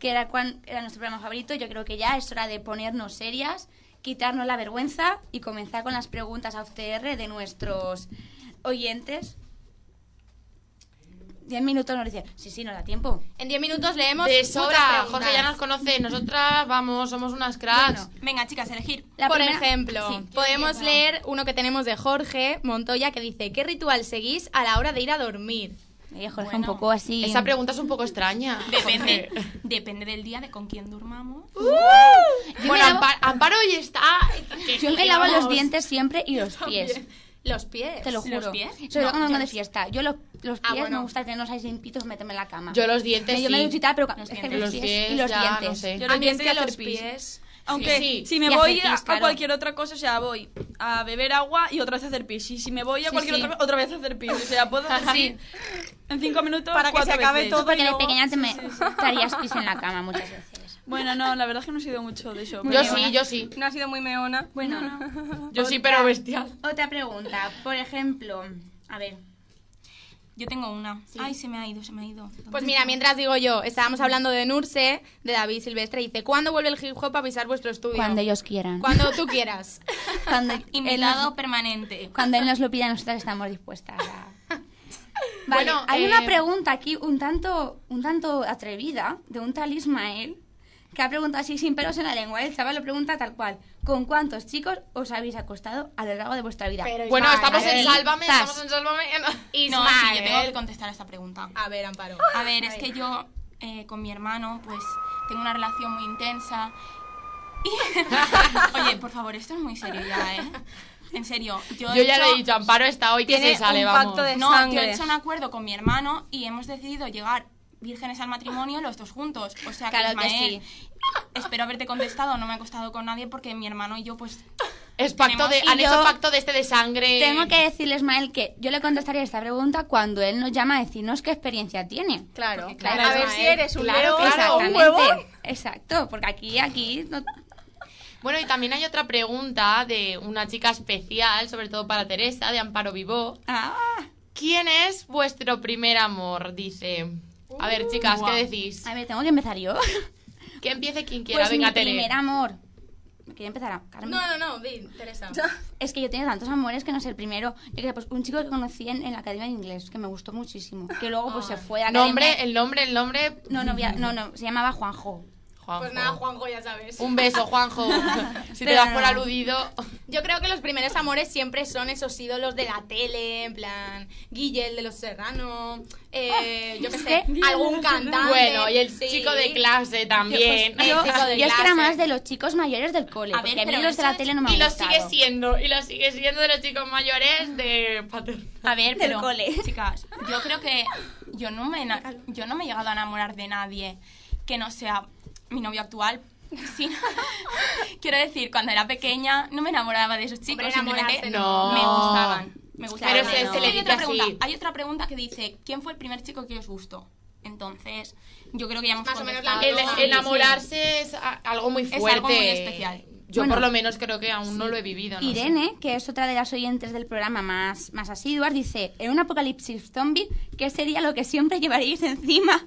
[SPEAKER 2] que era cuál era nuestro programa favorito. Yo creo que ya es hora de ponernos serias quitarnos la vergüenza y comenzar con las preguntas a UCR de nuestros oyentes. Diez minutos nos dice, sí, sí, nos da tiempo.
[SPEAKER 32] En diez minutos leemos.
[SPEAKER 4] De
[SPEAKER 32] muchas
[SPEAKER 4] sobra,
[SPEAKER 32] preguntas.
[SPEAKER 4] Jorge ya nos conoce. Nosotras, vamos, somos unas cracks.
[SPEAKER 9] Venga, chicas, elegir.
[SPEAKER 32] Por ejemplo, podemos leer uno que tenemos de Jorge Montoya que dice: ¿Qué ritual seguís a la hora de ir a dormir?
[SPEAKER 2] Jorge, un poco así.
[SPEAKER 4] Esa pregunta es un poco extraña.
[SPEAKER 9] (laughs) Depende, depende del día, de con quién durmamos.
[SPEAKER 6] ¡Uh!
[SPEAKER 4] Yo Bueno, me lavo- Ampar- Amparo hoy está.
[SPEAKER 9] (laughs)
[SPEAKER 2] Yo me lavo los dientes siempre y los pies.
[SPEAKER 32] Los pies.
[SPEAKER 2] Te lo juro.
[SPEAKER 32] ¿Los pies?
[SPEAKER 2] Sobre
[SPEAKER 32] No,
[SPEAKER 2] todo cuando
[SPEAKER 32] yo
[SPEAKER 2] vengo de
[SPEAKER 32] los-
[SPEAKER 2] fiesta. Yo los, los
[SPEAKER 32] Ah,
[SPEAKER 2] pies
[SPEAKER 32] bueno.
[SPEAKER 2] me gusta tenerlos ahí sin pitos, meterme en la cama.
[SPEAKER 4] Yo los dientes
[SPEAKER 2] Me- Yo me
[SPEAKER 4] sí.
[SPEAKER 2] doy chutar, pero
[SPEAKER 4] Los
[SPEAKER 2] es que los
[SPEAKER 4] dientes. Los
[SPEAKER 2] pies,
[SPEAKER 4] pies,
[SPEAKER 2] y los
[SPEAKER 4] ya,
[SPEAKER 2] dientes. Ah,
[SPEAKER 4] no sé.
[SPEAKER 3] Yo los dientes y los pies. Aunque si me voy a, a cualquier otra cosa, o sea, voy a beber agua y otra vez a hacer pis. Y si me voy a
[SPEAKER 2] Sí,
[SPEAKER 3] cualquier
[SPEAKER 2] sí.
[SPEAKER 3] otra otra vez a hacer pis. O sea,
[SPEAKER 4] (laughs)
[SPEAKER 3] puedo hacer
[SPEAKER 2] Sí.
[SPEAKER 3] pis en cinco minutos
[SPEAKER 2] Para que
[SPEAKER 3] cuatro
[SPEAKER 2] se acabe
[SPEAKER 3] veces.
[SPEAKER 2] todo Porque y de luego- pequeña te me- te harías
[SPEAKER 3] estarías
[SPEAKER 2] pis en la
[SPEAKER 32] (laughs)
[SPEAKER 2] cama muchas veces.
[SPEAKER 3] (laughs) Bueno, no, la verdad es que no he sido mucho de eso.
[SPEAKER 4] Yo sí, yo sí.
[SPEAKER 9] No ha sido muy meona.
[SPEAKER 3] Bueno,
[SPEAKER 4] Yo sí, pero bestial.
[SPEAKER 2] Otra pregunta, por ejemplo, a ver.
[SPEAKER 9] Yo tengo una. Ay, se me ha ido, se me ha ido.
[SPEAKER 32] Pues mira, mientras digo yo, estábamos hablando de Nurse, de David Silvestre, dice, ¿cuándo vuelve el hip hop a pisar vuestro estudio?
[SPEAKER 2] Cuando ellos quieran.
[SPEAKER 32] Cuando tú quieras.
[SPEAKER 2] (laughs) Cuando
[SPEAKER 9] Invitado permanente.
[SPEAKER 2] Cuando él nos lo pida, nosotras estamos dispuestas
[SPEAKER 32] (laughs)
[SPEAKER 2] a... Vale,
[SPEAKER 9] Bueno,
[SPEAKER 2] hay una
[SPEAKER 9] eh,
[SPEAKER 2] pregunta aquí un tanto, un tanto atrevida de un tal Ismael que ha preguntado así sin pelos en la lengua. El chaval lo pregunta tal cual. ¿Con cuántos chicos os habéis acostado a lo largo de vuestra vida?
[SPEAKER 4] Bueno, estamos en Sálvame,
[SPEAKER 9] Sálvame,
[SPEAKER 4] estamos en Sálvame.
[SPEAKER 9] No, sí, yo tengo que contestar a esta pregunta.
[SPEAKER 32] A ver, Amparo.
[SPEAKER 9] A ver, es que yo eh, con mi hermano, pues tengo una relación muy intensa. Y- (laughs) Oye, por favor, esto es muy serio ya, ¿eh? En serio, yo,
[SPEAKER 4] Yo
[SPEAKER 9] he
[SPEAKER 4] ya
[SPEAKER 9] hecho-
[SPEAKER 4] le he dicho, Amparo está hoy que
[SPEAKER 9] Tiene
[SPEAKER 4] se sale,
[SPEAKER 9] un
[SPEAKER 4] vamos.
[SPEAKER 9] pacto de no, yo he hecho un acuerdo con mi hermano y hemos decidido llegar vírgenes al matrimonio los dos juntos. O sea,
[SPEAKER 2] Claro
[SPEAKER 9] que,
[SPEAKER 2] que
[SPEAKER 9] Ismael, espero haberte contestado, no me he acostado con nadie porque mi hermano y yo, pues...
[SPEAKER 4] Es pacto de,
[SPEAKER 9] tenemos-
[SPEAKER 4] han hecho pacto de este de sangre.
[SPEAKER 2] Tengo que decirle, Ismael, que yo le contestaría esta pregunta cuando él nos llama a decirnos qué experiencia tiene.
[SPEAKER 32] Claro,
[SPEAKER 2] claro.
[SPEAKER 32] A ver si
[SPEAKER 4] ¿eh?
[SPEAKER 32] eres un
[SPEAKER 2] Claro,
[SPEAKER 32] león o un
[SPEAKER 2] exactamente.
[SPEAKER 32] huevón.
[SPEAKER 2] Exacto, porque aquí, aquí... no-
[SPEAKER 4] Bueno, y también hay otra pregunta de una chica especial, sobre todo para Teresa, de Amparo Vivó.
[SPEAKER 2] Ah.
[SPEAKER 4] ¿Quién es vuestro primer amor? Dice. A ver, chicas,
[SPEAKER 2] Guau.
[SPEAKER 4] ¿qué decís?
[SPEAKER 2] A ver, tengo que empezar yo.
[SPEAKER 4] (laughs) Que empiece quien quiera,
[SPEAKER 2] pues
[SPEAKER 4] venga,
[SPEAKER 2] mi
[SPEAKER 4] Tere.
[SPEAKER 2] primer amor. Quería empezar a... Carmen.
[SPEAKER 32] No, no, no, di, Teresa.
[SPEAKER 2] Es que yo tenía tantos amores que no sé, el primero, yo que sé, pues un chico que conocí en, en la Academia de Inglés, que me gustó muchísimo, que luego pues se fue a la
[SPEAKER 4] Nombre,
[SPEAKER 2] academia.
[SPEAKER 4] el nombre, el nombre.
[SPEAKER 2] No, no, voy a- no, no, se llamaba Juanjo.
[SPEAKER 4] Juanjo.
[SPEAKER 32] Pues nada, Juanjo, ya sabes.
[SPEAKER 4] Un
[SPEAKER 32] (laughs)
[SPEAKER 2] (laughs)
[SPEAKER 4] beso, Juanjo. si te
[SPEAKER 2] Pero
[SPEAKER 4] das
[SPEAKER 2] no.
[SPEAKER 4] por aludido.
[SPEAKER 32] Yo creo que los primeros amores siempre son esos ídolos de la tele, en plan, Guille, el de los Serrano, eh, yo qué
[SPEAKER 2] Ah, es
[SPEAKER 32] sé,
[SPEAKER 2] que-
[SPEAKER 32] algún cantante.
[SPEAKER 4] Bueno, y el
[SPEAKER 32] sí. pues,
[SPEAKER 4] chico de clase también.
[SPEAKER 2] Yo, yo es que era más de los chicos mayores del cole,
[SPEAKER 4] A ver,
[SPEAKER 2] porque a mí
[SPEAKER 4] pero
[SPEAKER 2] los de la
[SPEAKER 4] eso-
[SPEAKER 2] tele no me han
[SPEAKER 4] Y lo
[SPEAKER 2] gustado.
[SPEAKER 4] sigue siendo, y lo sigue siendo de los chicos mayores de paterno.
[SPEAKER 9] A ver,
[SPEAKER 4] Del
[SPEAKER 9] pero,
[SPEAKER 4] cole.
[SPEAKER 9] (laughs) chicas, yo
[SPEAKER 32] (laughs)
[SPEAKER 9] creo que yo no, me, ena- yo no me he llegado a enamorar de nadie que no sea mi novio actual. (laughs) Sí. Quiero decir, cuando era pequeña no me enamoraba de esos chicos,
[SPEAKER 32] Hombre,
[SPEAKER 9] simplemente
[SPEAKER 32] enamorarse no.
[SPEAKER 9] me
[SPEAKER 32] No.
[SPEAKER 9] gustaban. Me gustaban.
[SPEAKER 32] Pero se- se le
[SPEAKER 9] hay,
[SPEAKER 32] dice
[SPEAKER 9] otra pregunta,
[SPEAKER 32] así.
[SPEAKER 9] hay otra pregunta que dice, ¿quién fue el primer chico que os gustó? Entonces, yo creo que ya hemos
[SPEAKER 32] Más o menos
[SPEAKER 9] contestado.
[SPEAKER 4] El
[SPEAKER 9] Sí, sí.
[SPEAKER 4] enamorarse es a- algo muy
[SPEAKER 9] Es
[SPEAKER 4] fuerte.
[SPEAKER 9] algo muy especial.
[SPEAKER 4] Yo
[SPEAKER 2] Bueno,
[SPEAKER 4] por lo menos creo que aún no lo he vivido. No sé.
[SPEAKER 2] Irene, que es otra de las oyentes del programa más, más asiduas, dice, en un apocalipsis zombie, ¿qué sería lo que siempre llevaríais encima?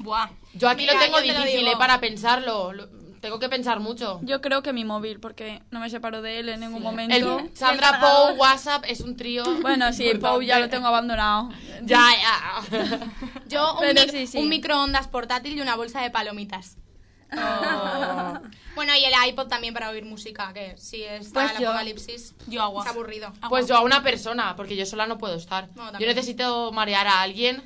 [SPEAKER 9] Buah.
[SPEAKER 4] Uh, Yo aquí lo
[SPEAKER 3] Mira,
[SPEAKER 4] tengo
[SPEAKER 3] yo te lo
[SPEAKER 4] difícil
[SPEAKER 3] digo.
[SPEAKER 4] eh, para pensarlo. Lo- tengo que pensar mucho.
[SPEAKER 3] Yo creo que mi móvil, porque no me separo de él en ningún momento.
[SPEAKER 4] El Sandra Pou, WhatsApp, es un trío.
[SPEAKER 3] (laughs) Bueno, sí, Pou ya lo tengo abandonado. (laughs)
[SPEAKER 4] Ya, eh, ya.
[SPEAKER 32] Yo un,
[SPEAKER 3] Pero
[SPEAKER 32] mic-
[SPEAKER 3] sí, sí.
[SPEAKER 32] un microondas portátil y una bolsa de palomitas.
[SPEAKER 4] Oh.
[SPEAKER 9] Oh.
[SPEAKER 32] Bueno, y el iPod también para oír música, que si está
[SPEAKER 4] Pues
[SPEAKER 32] el
[SPEAKER 4] yo-
[SPEAKER 32] apocalipsis,
[SPEAKER 9] yo agua.
[SPEAKER 32] es aburrido.
[SPEAKER 4] Pues yo a una persona, porque yo sola no puedo estar.
[SPEAKER 32] No,
[SPEAKER 4] yo
[SPEAKER 32] también.
[SPEAKER 4] necesito marear a alguien.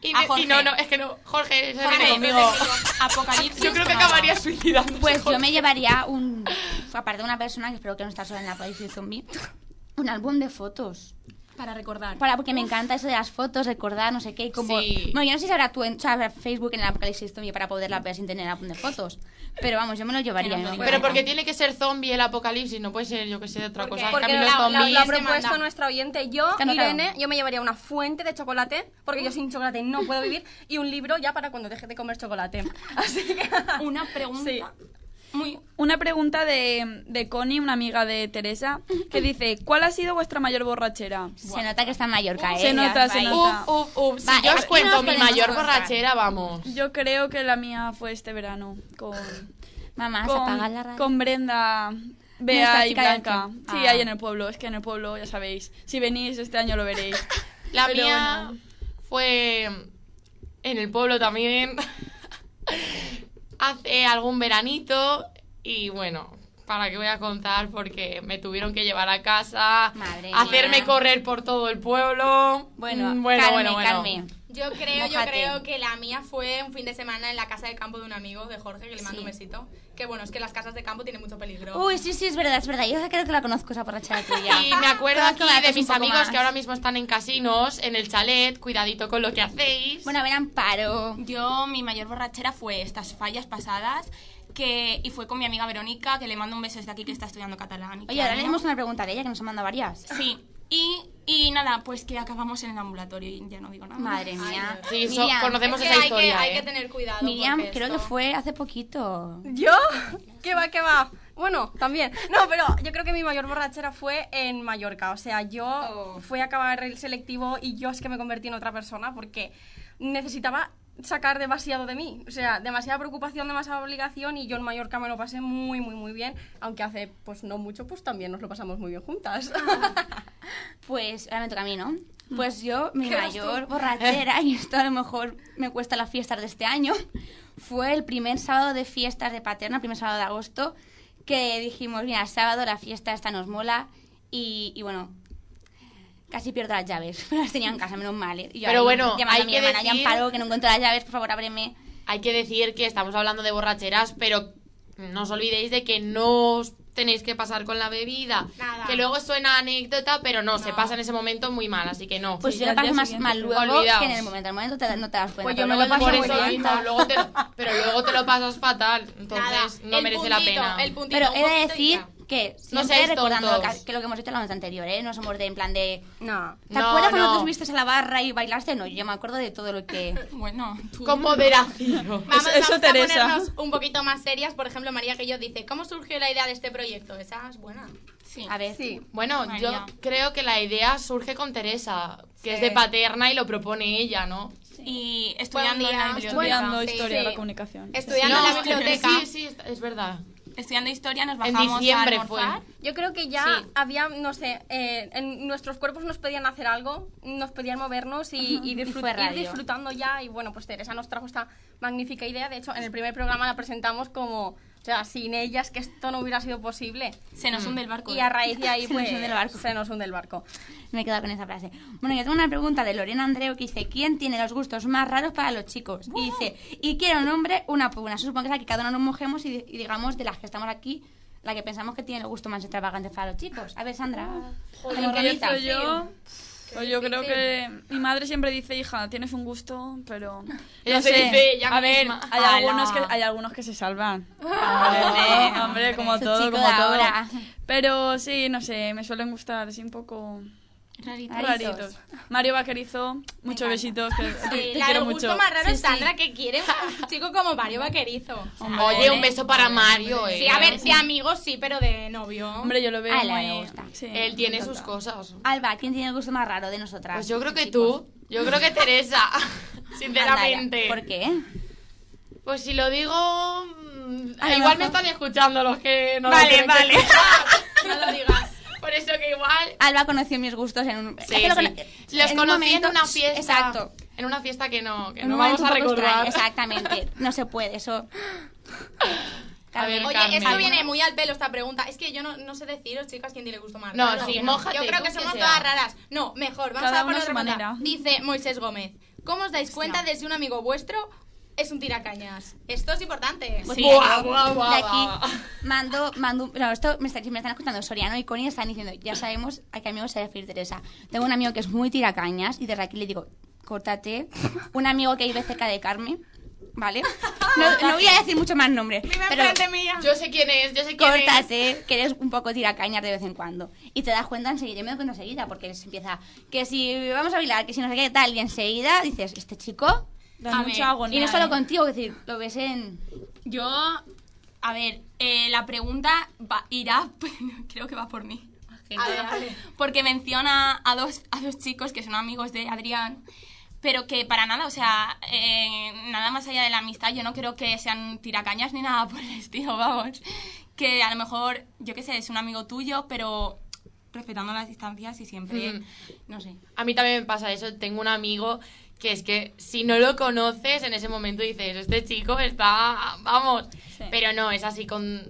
[SPEAKER 4] Y,
[SPEAKER 32] A
[SPEAKER 4] me- y
[SPEAKER 32] Jorge.
[SPEAKER 4] no, no, es que no. Jorge se
[SPEAKER 2] Jorge,
[SPEAKER 4] viene conmigo.
[SPEAKER 9] Apocalipsis.
[SPEAKER 4] Yo creo que
[SPEAKER 2] nada.
[SPEAKER 4] acabaría suicidándose.
[SPEAKER 2] Pues yo
[SPEAKER 4] Jorge.
[SPEAKER 2] me llevaría un, aparte de una persona, que espero que no está sola en la apocalipsis zombie, un álbum de fotos.
[SPEAKER 9] Para recordar.
[SPEAKER 2] Para, porque me encanta eso de las fotos, recordar, no sé qué, y como...
[SPEAKER 9] Sí.
[SPEAKER 2] Bueno, yo no sé si habrá, tu, en- o sea, habrá Facebook en el apocalipsis zombie para poderlas ver sin tener álbum de fotos, pero vamos, yo me lo llevaría. ¿no?
[SPEAKER 4] Pero porque tiene que ser zombie el apocalipsis, no puede ser, yo que sé, de otra cosa.
[SPEAKER 5] Porque
[SPEAKER 4] que a
[SPEAKER 5] la,
[SPEAKER 4] mí los
[SPEAKER 5] la-
[SPEAKER 4] zombies
[SPEAKER 5] la ha
[SPEAKER 4] me
[SPEAKER 5] propuesto
[SPEAKER 4] mandan.
[SPEAKER 5] nuestra oyente. Yo,
[SPEAKER 4] Claro, claro.
[SPEAKER 5] Irene, yo me llevaría una fuente de chocolate, porque yo sin chocolate no puedo vivir, y un libro ya para cuando deje de comer chocolate. Así que...
[SPEAKER 9] Una pregunta.
[SPEAKER 3] Una pregunta de, de Connie, una amiga de Teresa,
[SPEAKER 4] (laughs)
[SPEAKER 3] que dice, ¿cuál ha sido vuesta mayor borrachera? Uh,
[SPEAKER 2] Se nota que está en Mallorca, ¿eh?
[SPEAKER 3] Se nota, se nota.
[SPEAKER 4] Uf, uf, Si yo os cuento mi mayor borrachera, vamos.
[SPEAKER 3] Yo creo que la mía fue este verano con
[SPEAKER 33] Mamá, se
[SPEAKER 3] con,
[SPEAKER 33] apaga la radio.
[SPEAKER 3] con Brenda,
[SPEAKER 33] Nuestra
[SPEAKER 3] Bea y
[SPEAKER 33] chica del
[SPEAKER 3] Blanca.
[SPEAKER 33] club.
[SPEAKER 3] Sí,
[SPEAKER 33] Ah.
[SPEAKER 3] hay en el pueblo. Es que en el pueblo, ya sabéis, si venís este año lo veréis.
[SPEAKER 4] La
[SPEAKER 3] Pero
[SPEAKER 4] mía fue en el pueblo también. Hace algún veranito y bueno, para qué voy a contar porque me tuvieron que llevar a casa, hacerme
[SPEAKER 6] mía.
[SPEAKER 4] correr por todo el pueblo.
[SPEAKER 6] Bueno,
[SPEAKER 4] Mm, bueno,
[SPEAKER 6] Carmen,
[SPEAKER 4] bueno, bueno.
[SPEAKER 6] Carmen. Yo creo, yo
[SPEAKER 4] Mójate.
[SPEAKER 6] creo que la mía fue un fin de semana en la casa de campo de un amigo de Jorge, que le mando un besito. Que bueno, es que las casas de campo tienen mucho peligro.
[SPEAKER 2] Uy, sí, sí, es verdad, es verdad. Yo creo que la conozco esa borrachera tuya.
[SPEAKER 4] Y me acuerdo
[SPEAKER 2] Todas
[SPEAKER 4] aquí
[SPEAKER 2] todas,
[SPEAKER 4] de
[SPEAKER 2] es un
[SPEAKER 4] mis
[SPEAKER 2] poco
[SPEAKER 4] amigos
[SPEAKER 2] más.
[SPEAKER 4] que ahora mismo están en casinos, en el chalet, cuidadito con lo que hacéis.
[SPEAKER 2] Bueno, a ver, Amparo.
[SPEAKER 9] Yo, mi mayor borrachera fue estas fallas pasadas que, y fue con mi amiga Verónica, que le mando un beso desde aquí que está estudiando catalán. y que
[SPEAKER 2] Oye, ahora
[SPEAKER 9] ánimo.
[SPEAKER 2] le haremos una pregunta a ella que nos ha mandado varias.
[SPEAKER 9] Sí. Y, y nada, pues que acabamos en el ambulatorio y ya no digo nada.
[SPEAKER 2] Madre mía.
[SPEAKER 4] Sí, so- conocemos esa historia, ¿eh?
[SPEAKER 2] Miriam,
[SPEAKER 5] porque
[SPEAKER 2] creo
[SPEAKER 5] esto-
[SPEAKER 2] que fue hace poquito.
[SPEAKER 5] ¿Yo? ¿Qué va, qué va? Bueno, también. No, pero yo creo que mi mayor borrachera fue en Mallorca. O sea, yo
[SPEAKER 2] Oh.
[SPEAKER 5] fui a acabar el selectivo y yo es que me convertí en otra persona porque necesitaba sacar demasiado de mí. O sea, demasiada preocupación, demasiada obligación y yo en Mallorca me lo pasé muy, muy, muy bien. Aunque hace, pues no mucho, pues también nos lo pasamos muy bien juntas.
[SPEAKER 2] (laughs) Pues ahora me toca a mí, ¿no? Pues yo, mi
[SPEAKER 5] ¿Qué eras
[SPEAKER 2] mayor
[SPEAKER 5] tú?
[SPEAKER 2] borrachera, y esto a lo mejor me cuesta las fiestas de este año, fue el primer sábado de fiestas de Paterna, el primer sábado de agosto, que dijimos, mira, sábado la fiesta esta nos mola, y, y bueno, casi pierdo las llaves, (laughs) pero las tenía en casa, menos mal. ¿eh? Y yo
[SPEAKER 4] Pero
[SPEAKER 2] ahí
[SPEAKER 4] bueno,
[SPEAKER 2] llamando
[SPEAKER 4] hay
[SPEAKER 2] a mi
[SPEAKER 4] que
[SPEAKER 2] hermana,
[SPEAKER 4] decir-
[SPEAKER 2] "Ya, Amparo, que no encuentro las llaves, por favor, ábreme.
[SPEAKER 4] Hay que decir que estamos hablando de borracheras, pero no os olvidéis de que no os tenéis que pasar con la bebida.
[SPEAKER 2] Nada.
[SPEAKER 4] Que luego suena anécdota, pero no, se pasa en ese momento muy mal, así que no.
[SPEAKER 2] Pues yo lo paso más mal luego
[SPEAKER 4] Olvidaos.
[SPEAKER 2] que en el momento, en el momento te- no te das cuenta.
[SPEAKER 4] Pues yo
[SPEAKER 2] pero
[SPEAKER 4] me
[SPEAKER 2] luego
[SPEAKER 4] lo paso
[SPEAKER 2] pasas
[SPEAKER 4] por eso
[SPEAKER 2] muy bien.
[SPEAKER 4] mismo, luego te- pero luego te lo pasas fatal, entonces
[SPEAKER 2] Nada,
[SPEAKER 4] no
[SPEAKER 2] el
[SPEAKER 4] merece la
[SPEAKER 2] puntito,
[SPEAKER 4] pena.
[SPEAKER 2] el puntito, Pero un he de poquito y decir ya. que
[SPEAKER 4] No
[SPEAKER 2] siempre
[SPEAKER 4] seáis
[SPEAKER 2] recordando lo
[SPEAKER 4] tontos.
[SPEAKER 2] que, que lo que hemos hecho la noche anterior, ¿eh? No somos de en plan de...
[SPEAKER 5] No.
[SPEAKER 2] ¿Te
[SPEAKER 4] No,
[SPEAKER 2] acuerdas cuando
[SPEAKER 4] no.
[SPEAKER 2] tú subiste a la barra y bailaste? No, yo me acuerdo de todo lo que...
[SPEAKER 9] bueno,
[SPEAKER 2] (laughs)
[SPEAKER 4] Con moderación.
[SPEAKER 6] Vamos, vamos a ponernos un poquito más serias. Por ejemplo, María que yo dice, ¿cómo surgió la idea de este proyecto? Esa es buena.
[SPEAKER 9] Sí.
[SPEAKER 2] A ver.
[SPEAKER 4] Bueno,
[SPEAKER 6] María.
[SPEAKER 4] yo creo que la idea surge con Teresa, que es
[SPEAKER 6] Sí.
[SPEAKER 4] de paterna y lo propone ella, ¿no?
[SPEAKER 9] Y estudiando en la biblioteca.
[SPEAKER 3] Estudiando historia de la comunicación.
[SPEAKER 4] No,
[SPEAKER 9] en
[SPEAKER 4] sí,
[SPEAKER 9] la
[SPEAKER 4] creo que
[SPEAKER 9] biblioteca.
[SPEAKER 4] Sí, sí, es verdad.
[SPEAKER 9] Estudiando historia nos
[SPEAKER 4] En
[SPEAKER 9] bajamos
[SPEAKER 4] diciembre
[SPEAKER 9] a almorzar.
[SPEAKER 5] Yo creo que ya había, no sé, eh, en nuestros cuerpos nos pedían hacer algo, nos pedían movernos y,
[SPEAKER 2] Ujú,
[SPEAKER 5] y
[SPEAKER 2] y
[SPEAKER 5] disfrut-
[SPEAKER 2] fue
[SPEAKER 5] ir
[SPEAKER 2] radio.
[SPEAKER 5] disfrutando ya. Y bueno, pues Teresa nos trajo esta magnífica idea. De hecho, en el primer programa la presentamos como, o sea, sin ellas que esto no hubiera sido posible. Mm.
[SPEAKER 9] Se nos hunde el barco,
[SPEAKER 5] Y
[SPEAKER 9] ¿eh?
[SPEAKER 5] a raíz de
[SPEAKER 2] (laughs)
[SPEAKER 5] ahí,
[SPEAKER 2] Se nos
[SPEAKER 5] pues,
[SPEAKER 2] hunde el barco.
[SPEAKER 5] (laughs) se nos hunde el barco.
[SPEAKER 2] Me he quedado con esa frase. Bueno, yo tengo una pregunta de Lorena Andreu que dice, ¿quién tiene los gustos más raros para los chicos? Y dice, y quiero un hombre, una por una. Supongo que es la que cada uno nos mojemos y, di- y digamos de las que estamos aquí, la que pensamos que tiene los gustos más extravagantes para los chicos. A ver, Sandra.
[SPEAKER 3] Joder,
[SPEAKER 2] como
[SPEAKER 3] que
[SPEAKER 2] Ronita.
[SPEAKER 3] esto yo. Pues yo creo que mi madre siempre dice, hija, tienes un gusto, pero...
[SPEAKER 4] Ella
[SPEAKER 3] no
[SPEAKER 4] se
[SPEAKER 3] sé.
[SPEAKER 4] dice ella
[SPEAKER 3] a ver,
[SPEAKER 4] misma.
[SPEAKER 3] hay
[SPEAKER 4] Ala.
[SPEAKER 3] algunos, que, hay algunos que se salvan. (laughs)
[SPEAKER 4] Ah,
[SPEAKER 3] Hombre, hombre, como
[SPEAKER 2] Ese
[SPEAKER 3] todo,
[SPEAKER 2] chico
[SPEAKER 3] como
[SPEAKER 2] de
[SPEAKER 3] todo.
[SPEAKER 2] ahora.
[SPEAKER 3] Pero sí, no sé, me suelen gustar así un poco...
[SPEAKER 2] Raritos.
[SPEAKER 3] Raritos. Mario Vaquerizo, muchos besitos, que te, te
[SPEAKER 6] la
[SPEAKER 3] quiero
[SPEAKER 6] del
[SPEAKER 3] mucho.
[SPEAKER 6] gusto más raro
[SPEAKER 3] Sí,
[SPEAKER 6] es
[SPEAKER 3] sí.
[SPEAKER 6] Sandra, que quiere un chico como Mario
[SPEAKER 4] (laughs)
[SPEAKER 6] Vaquerizo. O sea,
[SPEAKER 4] Oye, un beso para Mario, eh.
[SPEAKER 6] Sí, a ver, de amigos sí, pero de novio.
[SPEAKER 3] Hombre, yo lo veo
[SPEAKER 2] A él
[SPEAKER 3] muy-
[SPEAKER 2] le gusta.
[SPEAKER 4] Él tiene sus cosas.
[SPEAKER 2] Alba, ¿quién tiene el gusto más raro de nosotras?
[SPEAKER 4] Pues yo creo que tú, yo creo
[SPEAKER 2] (laughs)
[SPEAKER 4] que Teresa, sinceramente.
[SPEAKER 2] ¿Por qué?
[SPEAKER 4] Pues si lo digo, mm,
[SPEAKER 2] A lo
[SPEAKER 4] igual me
[SPEAKER 2] mejor.
[SPEAKER 4] están escuchando los que no
[SPEAKER 2] Vale,
[SPEAKER 4] lo quieren (laughs)
[SPEAKER 2] vale.
[SPEAKER 4] escuchar. no lo digas. Por eso que igual
[SPEAKER 2] Alba conoció mis gustos en un...
[SPEAKER 4] Sí,
[SPEAKER 2] es que lo
[SPEAKER 4] sí.
[SPEAKER 2] cono-
[SPEAKER 4] Los
[SPEAKER 2] en un
[SPEAKER 4] conocí en
[SPEAKER 2] momento-
[SPEAKER 4] una fiesta.
[SPEAKER 2] Exacto.
[SPEAKER 4] En una fiesta que no, que
[SPEAKER 2] En
[SPEAKER 4] no
[SPEAKER 2] un
[SPEAKER 4] vamos
[SPEAKER 2] momento
[SPEAKER 4] a
[SPEAKER 2] un poco
[SPEAKER 4] recordar.
[SPEAKER 2] extraño, exactamente. No se puede, eso...
[SPEAKER 4] (laughs) A ver,
[SPEAKER 6] Oye,
[SPEAKER 4] Carmen.
[SPEAKER 6] esto viene muy al pelo esta pregunta. Es que yo no, no sé deciros, chicas, quién tiene gusto más
[SPEAKER 4] No,
[SPEAKER 6] raro.
[SPEAKER 4] sí, mójate,
[SPEAKER 6] Yo creo
[SPEAKER 4] tú
[SPEAKER 6] que
[SPEAKER 4] que
[SPEAKER 6] somos
[SPEAKER 4] sea.
[SPEAKER 6] todas raras. No, mejor, vamos
[SPEAKER 3] Cada
[SPEAKER 6] a poner
[SPEAKER 3] una a su
[SPEAKER 6] otra pregunta.
[SPEAKER 3] manera.
[SPEAKER 6] Dice Moisés Gómez, ¿cómo os dais cuenta de si un amigo vuestro es un tiracañas? Esto es importante.
[SPEAKER 2] Pues mira, yo de aquí mando, mando, un- no, esto me, está- me están escuchando Soriano y Connie están diciendo, ya sabemos a qué amigo se refiere Teresa. Tengo un amigo que es muy tiracañas y desde aquí le digo, córtate. Un amigo que vive cerca de Carmen, ¿vale? No, no voy a decir mucho más nombres, pero
[SPEAKER 4] Yo sé quién es, yo sé quién es.
[SPEAKER 2] córtate, que eres un poco tiracañas de vez en cuando. Y te das cuenta enseguida, yo me doy cuenta enseguida, porque se empieza, que si vamos a bailar, que si no sé qué tal, y enseguida dices, este chico...
[SPEAKER 3] Da
[SPEAKER 9] mucha agonía,
[SPEAKER 2] y no solo
[SPEAKER 9] ¿eh?
[SPEAKER 2] contigo, es decir, lo ves en...
[SPEAKER 9] Yo, a ver, eh, la pregunta va- irá, creo que va por mí.
[SPEAKER 6] A ver, a ver.
[SPEAKER 9] Porque menciona a dos, a dos chicos que son amigos de Adrián, pero que para nada, o sea, eh, nada más allá de la amistad, yo no creo que sean tiracañas ni nada (laughs) por el estilo, vamos. Que a lo mejor, yo qué sé, es un amigo tuyo, pero respetando las distancias y siempre,
[SPEAKER 4] Mm.
[SPEAKER 9] no sé.
[SPEAKER 4] A mí también me pasa eso. Tengo un amigo que es que si no lo conoces, en ese momento dices, este chico está, vamos. Pero no, es así con,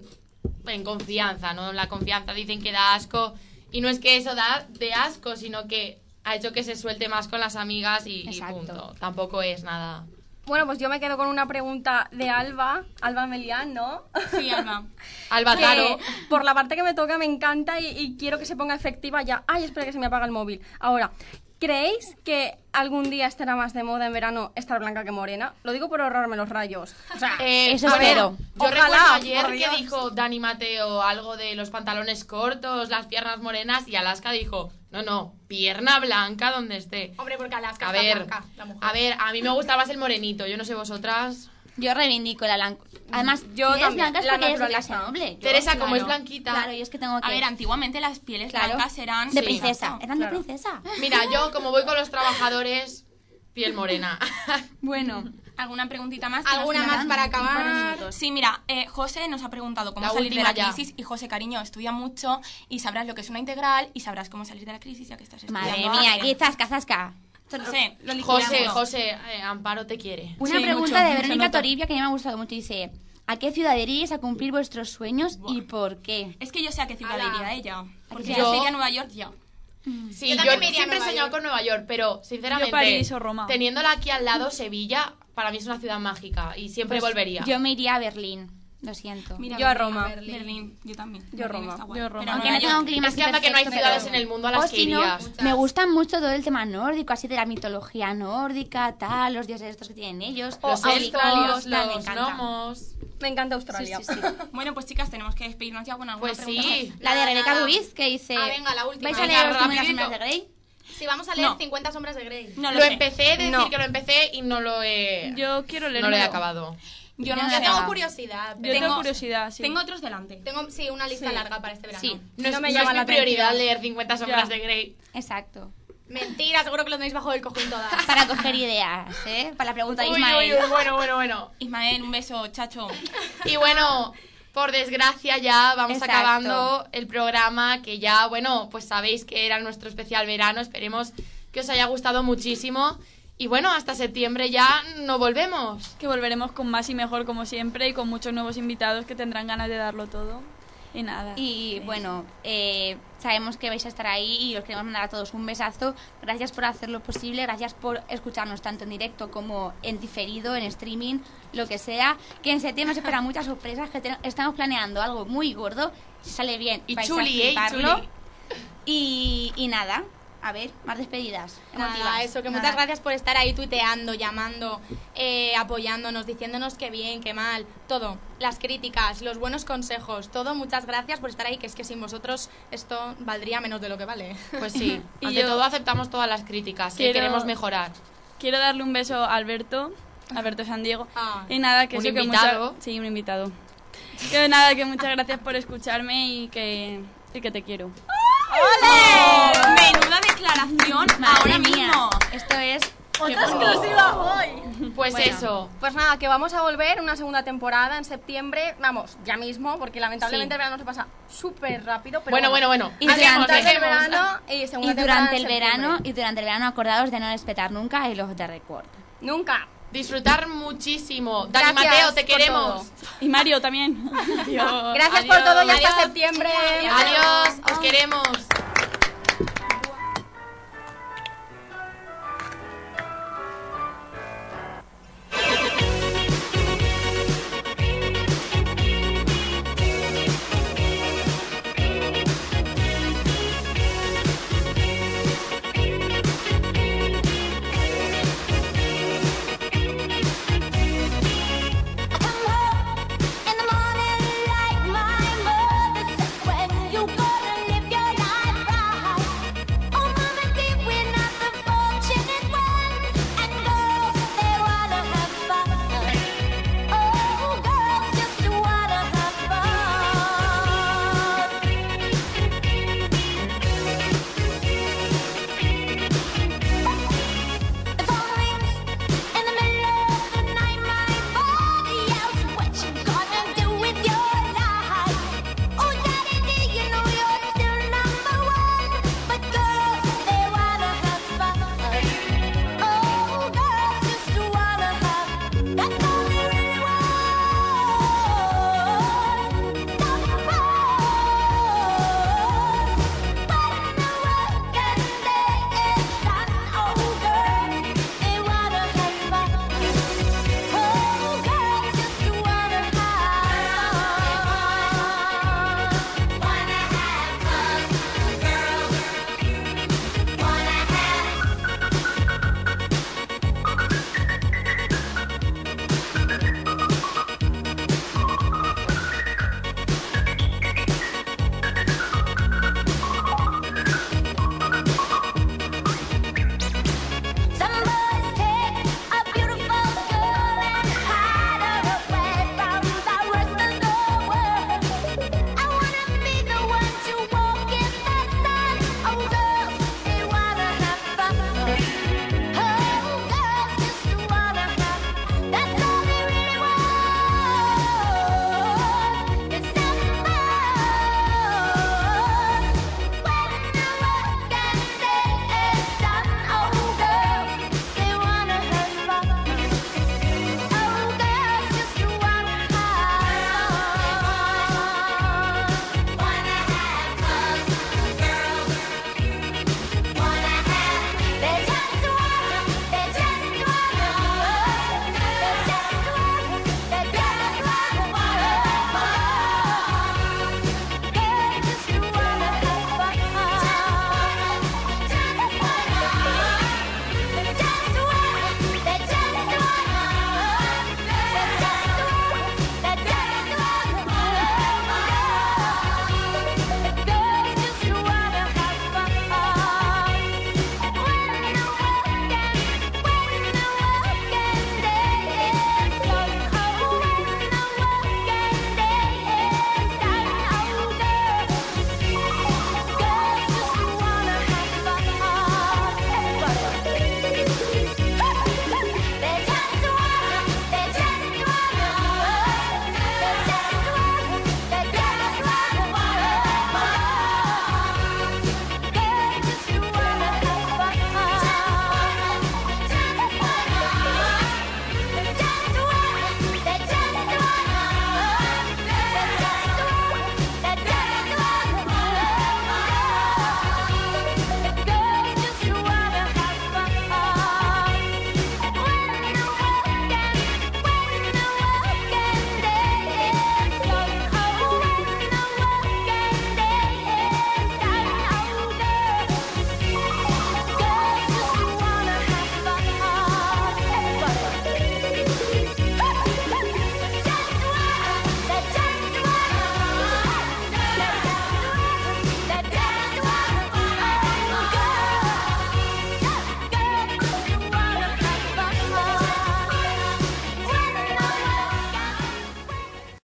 [SPEAKER 4] en confianza, ¿no? La confianza dicen que da asco. Y no es que eso da de asco, sino que ha hecho que se suelte más con las amigas y, y punto. Tampoco es nada.
[SPEAKER 5] Bueno, pues yo me quedo con una pregunta de Alba, Alba Melián, ¿no?
[SPEAKER 9] Sí, Alba.
[SPEAKER 4] Alba
[SPEAKER 5] Que
[SPEAKER 4] Taro.
[SPEAKER 5] Por la parte que me toca me encanta y, y quiero que se ponga efectiva ya. Ay, espera que se me apaga el móvil. Ahora, ¿creéis que algún día estará más de moda en verano estar blanca que morena? Lo digo por ahorrarme los rayos. O sea,
[SPEAKER 4] Eh, a
[SPEAKER 5] a
[SPEAKER 4] ver,
[SPEAKER 5] ver,
[SPEAKER 4] Yo
[SPEAKER 5] ojalá,
[SPEAKER 4] recuerdo
[SPEAKER 5] por
[SPEAKER 4] ayer que
[SPEAKER 5] Dios.
[SPEAKER 4] dijo Dani Mateo algo de los pantalones cortos, las piernas morenas y Alaska dijo, no, no, pierna blanca donde esté.
[SPEAKER 34] Hombre, porque Alaska
[SPEAKER 4] A
[SPEAKER 34] está
[SPEAKER 4] ver,
[SPEAKER 34] blanca, la mujer.
[SPEAKER 4] A ver, a mí me gusta más el morenito, yo no sé vosotras.
[SPEAKER 2] Yo reivindico la blanca. Además,
[SPEAKER 4] Yo
[SPEAKER 2] si eres
[SPEAKER 4] también,
[SPEAKER 2] blanca es
[SPEAKER 4] la
[SPEAKER 2] porque eres de
[SPEAKER 4] naturaleza.
[SPEAKER 2] clase noble. Yo,
[SPEAKER 4] Teresa, como
[SPEAKER 2] claro.
[SPEAKER 4] es blanquita.
[SPEAKER 2] Claro, yo es que tengo que...
[SPEAKER 9] A ver, antiguamente las pieles
[SPEAKER 2] Claro.
[SPEAKER 9] blancas eran...
[SPEAKER 2] De princesa, eran de princesa.
[SPEAKER 4] Mira, yo como voy con los trabajadores, piel morena.
[SPEAKER 9] Bueno, (laughs) ¿alguna preguntita más?
[SPEAKER 4] ¿Alguna
[SPEAKER 9] Que nos
[SPEAKER 4] más
[SPEAKER 9] quedan
[SPEAKER 4] para
[SPEAKER 9] un par de
[SPEAKER 4] acabar?
[SPEAKER 9] minutos. Sí, mira, eh, José nos ha preguntado cómo
[SPEAKER 4] La
[SPEAKER 9] salir de
[SPEAKER 4] última
[SPEAKER 9] la
[SPEAKER 4] ya.
[SPEAKER 9] crisis y José, cariño, estudia mucho y sabrás lo que es una integral y sabrás cómo salir de la crisis ya que estás estudiando.
[SPEAKER 2] Madre mía,
[SPEAKER 9] arte.
[SPEAKER 2] aquí zasca, zasca.
[SPEAKER 9] José, lo liquidamos.
[SPEAKER 4] José, José, eh, Amparo te quiere.
[SPEAKER 2] Una pregunta de Verónica Toribia que a mí me ha gustado mucho. Dice, ¿a qué ciudad iríais a cumplir vuestros sueños y por qué?
[SPEAKER 9] Es que yo sé a qué ciudad
[SPEAKER 2] Ala.
[SPEAKER 9] iría ella. Porque
[SPEAKER 2] ciudad?
[SPEAKER 9] yo
[SPEAKER 2] Yo-
[SPEAKER 9] sé que a Nueva York ya.
[SPEAKER 4] Sí, yo,
[SPEAKER 9] Yo también me iría a
[SPEAKER 4] siempre he
[SPEAKER 9] Nueva
[SPEAKER 4] soñado con Nueva York, pero sinceramente,
[SPEAKER 9] Yo París o Roma.
[SPEAKER 4] teniéndola aquí al lado, Sevilla, para mí es una ciudad mágica y siempre
[SPEAKER 2] Pues,
[SPEAKER 4] volvería.
[SPEAKER 2] Yo me iría a Berlín, lo siento.
[SPEAKER 9] Yo a Roma. Berlín, yo también. Yo Roma. Yo Roma.
[SPEAKER 2] Aunque no tenga un clima
[SPEAKER 4] Es que anda que no hay
[SPEAKER 2] perfecto, pero-
[SPEAKER 4] ciudades en el mundo a las
[SPEAKER 2] O
[SPEAKER 4] que
[SPEAKER 2] si no,
[SPEAKER 4] irías.
[SPEAKER 2] me gusta mucho todo el tema nórdico, así de la mitología nórdica, tal, los dioses estos que tienen ellos.
[SPEAKER 4] Los
[SPEAKER 2] nórdicos,
[SPEAKER 4] elfos,
[SPEAKER 2] tal, me
[SPEAKER 4] los
[SPEAKER 2] encanta.
[SPEAKER 4] gnomos.
[SPEAKER 5] Me encanta Australia.
[SPEAKER 9] (laughs) bueno, pues chicas, tenemos que despedirnos ya con alguna
[SPEAKER 4] Pues sí.
[SPEAKER 9] pregunta.
[SPEAKER 2] La de Rebeca Ruiz que dice...
[SPEAKER 9] Ah, venga, la última.
[SPEAKER 2] ¿Vais a
[SPEAKER 9] Venga,
[SPEAKER 2] leer los primeros
[SPEAKER 9] rapidito.
[SPEAKER 2] sombras de Grey?
[SPEAKER 6] Sí, vamos a leer
[SPEAKER 2] No.
[SPEAKER 6] 50 sombras de Grey.
[SPEAKER 4] lo empecé, decir que lo empecé y no lo he...
[SPEAKER 3] Yo quiero
[SPEAKER 4] No lo he
[SPEAKER 3] leerlo.
[SPEAKER 4] acabado.
[SPEAKER 9] Yo
[SPEAKER 6] Yo,
[SPEAKER 9] no sé.
[SPEAKER 6] tengo curiosidad.
[SPEAKER 3] Yo tengo curiosidad, sí.
[SPEAKER 9] Tengo otros delante.
[SPEAKER 6] Tengo, sí, una lista
[SPEAKER 9] Sí.
[SPEAKER 6] larga para este verano.
[SPEAKER 9] Sí.
[SPEAKER 4] No, es,
[SPEAKER 9] No me
[SPEAKER 4] no
[SPEAKER 9] llama
[SPEAKER 4] es
[SPEAKER 9] la
[SPEAKER 4] mi prioridad
[SPEAKER 9] atención.
[SPEAKER 4] leer 50 sombras
[SPEAKER 9] Ya.
[SPEAKER 4] de Grey.
[SPEAKER 2] Exacto.
[SPEAKER 6] Mentira, seguro que lo tenéis bajo el cojín todas.
[SPEAKER 2] (laughs) Para coger ideas, ¿eh? Para la pregunta de
[SPEAKER 4] Uy,
[SPEAKER 2] Ismael.
[SPEAKER 4] uy, uy, bueno, bueno, bueno.
[SPEAKER 9] Ismael, un beso, chacho.
[SPEAKER 4] Y bueno, por desgracia ya vamos
[SPEAKER 9] Exacto.
[SPEAKER 4] acabando el programa que ya, bueno, pues sabéis que era nuestro especial verano. Esperemos que os haya gustado muchísimo. Y bueno, hasta septiembre ya no volvemos.
[SPEAKER 3] Que volveremos con más y mejor como siempre y con muchos nuevos invitados que tendrán ganas de darlo todo. Y nada.
[SPEAKER 2] Y bueno, eh, sabemos que vais a estar ahí y os queremos mandar a todos un besazo. Gracias por hacerlo posible, gracias por escucharnos tanto en directo como en diferido, en streaming, lo que sea. Que en septiembre se esperan muchas sorpresas, que te- estamos planeando algo muy gordo. Si sale bien,
[SPEAKER 4] Y
[SPEAKER 2] vais
[SPEAKER 4] chuli,
[SPEAKER 2] a
[SPEAKER 4] ¿eh? Y
[SPEAKER 2] fliparlo.
[SPEAKER 4] chuli.
[SPEAKER 2] Y, y nada, a ver, más despedidas.
[SPEAKER 6] Nada,
[SPEAKER 2] emotivas.
[SPEAKER 6] eso, que
[SPEAKER 2] Nada.
[SPEAKER 6] muchas gracias por estar ahí tuiteando, llamando, eh, apoyándonos, diciéndonos qué bien, qué mal, todo. Las críticas, los buenos consejos, todo. Muchas gracias por estar ahí, que es que sin vosotros esto valdría menos de lo que vale.
[SPEAKER 4] Pues
[SPEAKER 6] (laughs)
[SPEAKER 4] sí,
[SPEAKER 3] Y
[SPEAKER 4] ante
[SPEAKER 3] yo-
[SPEAKER 4] todo aceptamos todas las críticas que
[SPEAKER 3] Quiero-
[SPEAKER 4] queremos mejorar.
[SPEAKER 3] Quiero darle un beso a Alberto, Alberto San Diego. y nada, que
[SPEAKER 4] Ah, Un
[SPEAKER 3] eso, que
[SPEAKER 4] invitado.
[SPEAKER 3] mucha- sí, un invitado. Que nada, que muchas gracias por escucharme y que, y que te quiero. ¡Oh!
[SPEAKER 9] Menuda declaración ahora mismo.
[SPEAKER 2] Esto es
[SPEAKER 9] Qué
[SPEAKER 5] ¡Otra
[SPEAKER 9] bonito.
[SPEAKER 5] exclusiva hoy!
[SPEAKER 4] Pues eso.
[SPEAKER 5] Pues nada, que vamos a volver una segunda temporada en septiembre. Vamos, ya mismo, porque lamentablemente
[SPEAKER 4] Sí.
[SPEAKER 5] el verano se pasa súper rápido. Pero
[SPEAKER 4] Bueno, bueno, bueno.
[SPEAKER 5] Y
[SPEAKER 4] Hablemos,
[SPEAKER 5] durante el
[SPEAKER 4] dejemos.
[SPEAKER 5] verano y segunda
[SPEAKER 2] Y
[SPEAKER 5] temporada
[SPEAKER 2] durante
[SPEAKER 5] en
[SPEAKER 2] el
[SPEAKER 5] septiembre.
[SPEAKER 2] verano, y durante el verano acordados de no respetar nunca el off the record.
[SPEAKER 5] Nunca.
[SPEAKER 4] Disfrutar muchísimo. Dani
[SPEAKER 2] Gracias
[SPEAKER 4] Mateo, te
[SPEAKER 2] por
[SPEAKER 4] queremos.
[SPEAKER 3] Y Mario también. Adiós.
[SPEAKER 5] (laughs) Gracias por todo y hasta
[SPEAKER 4] Adiós.
[SPEAKER 5] septiembre.
[SPEAKER 4] Adiós, os queremos.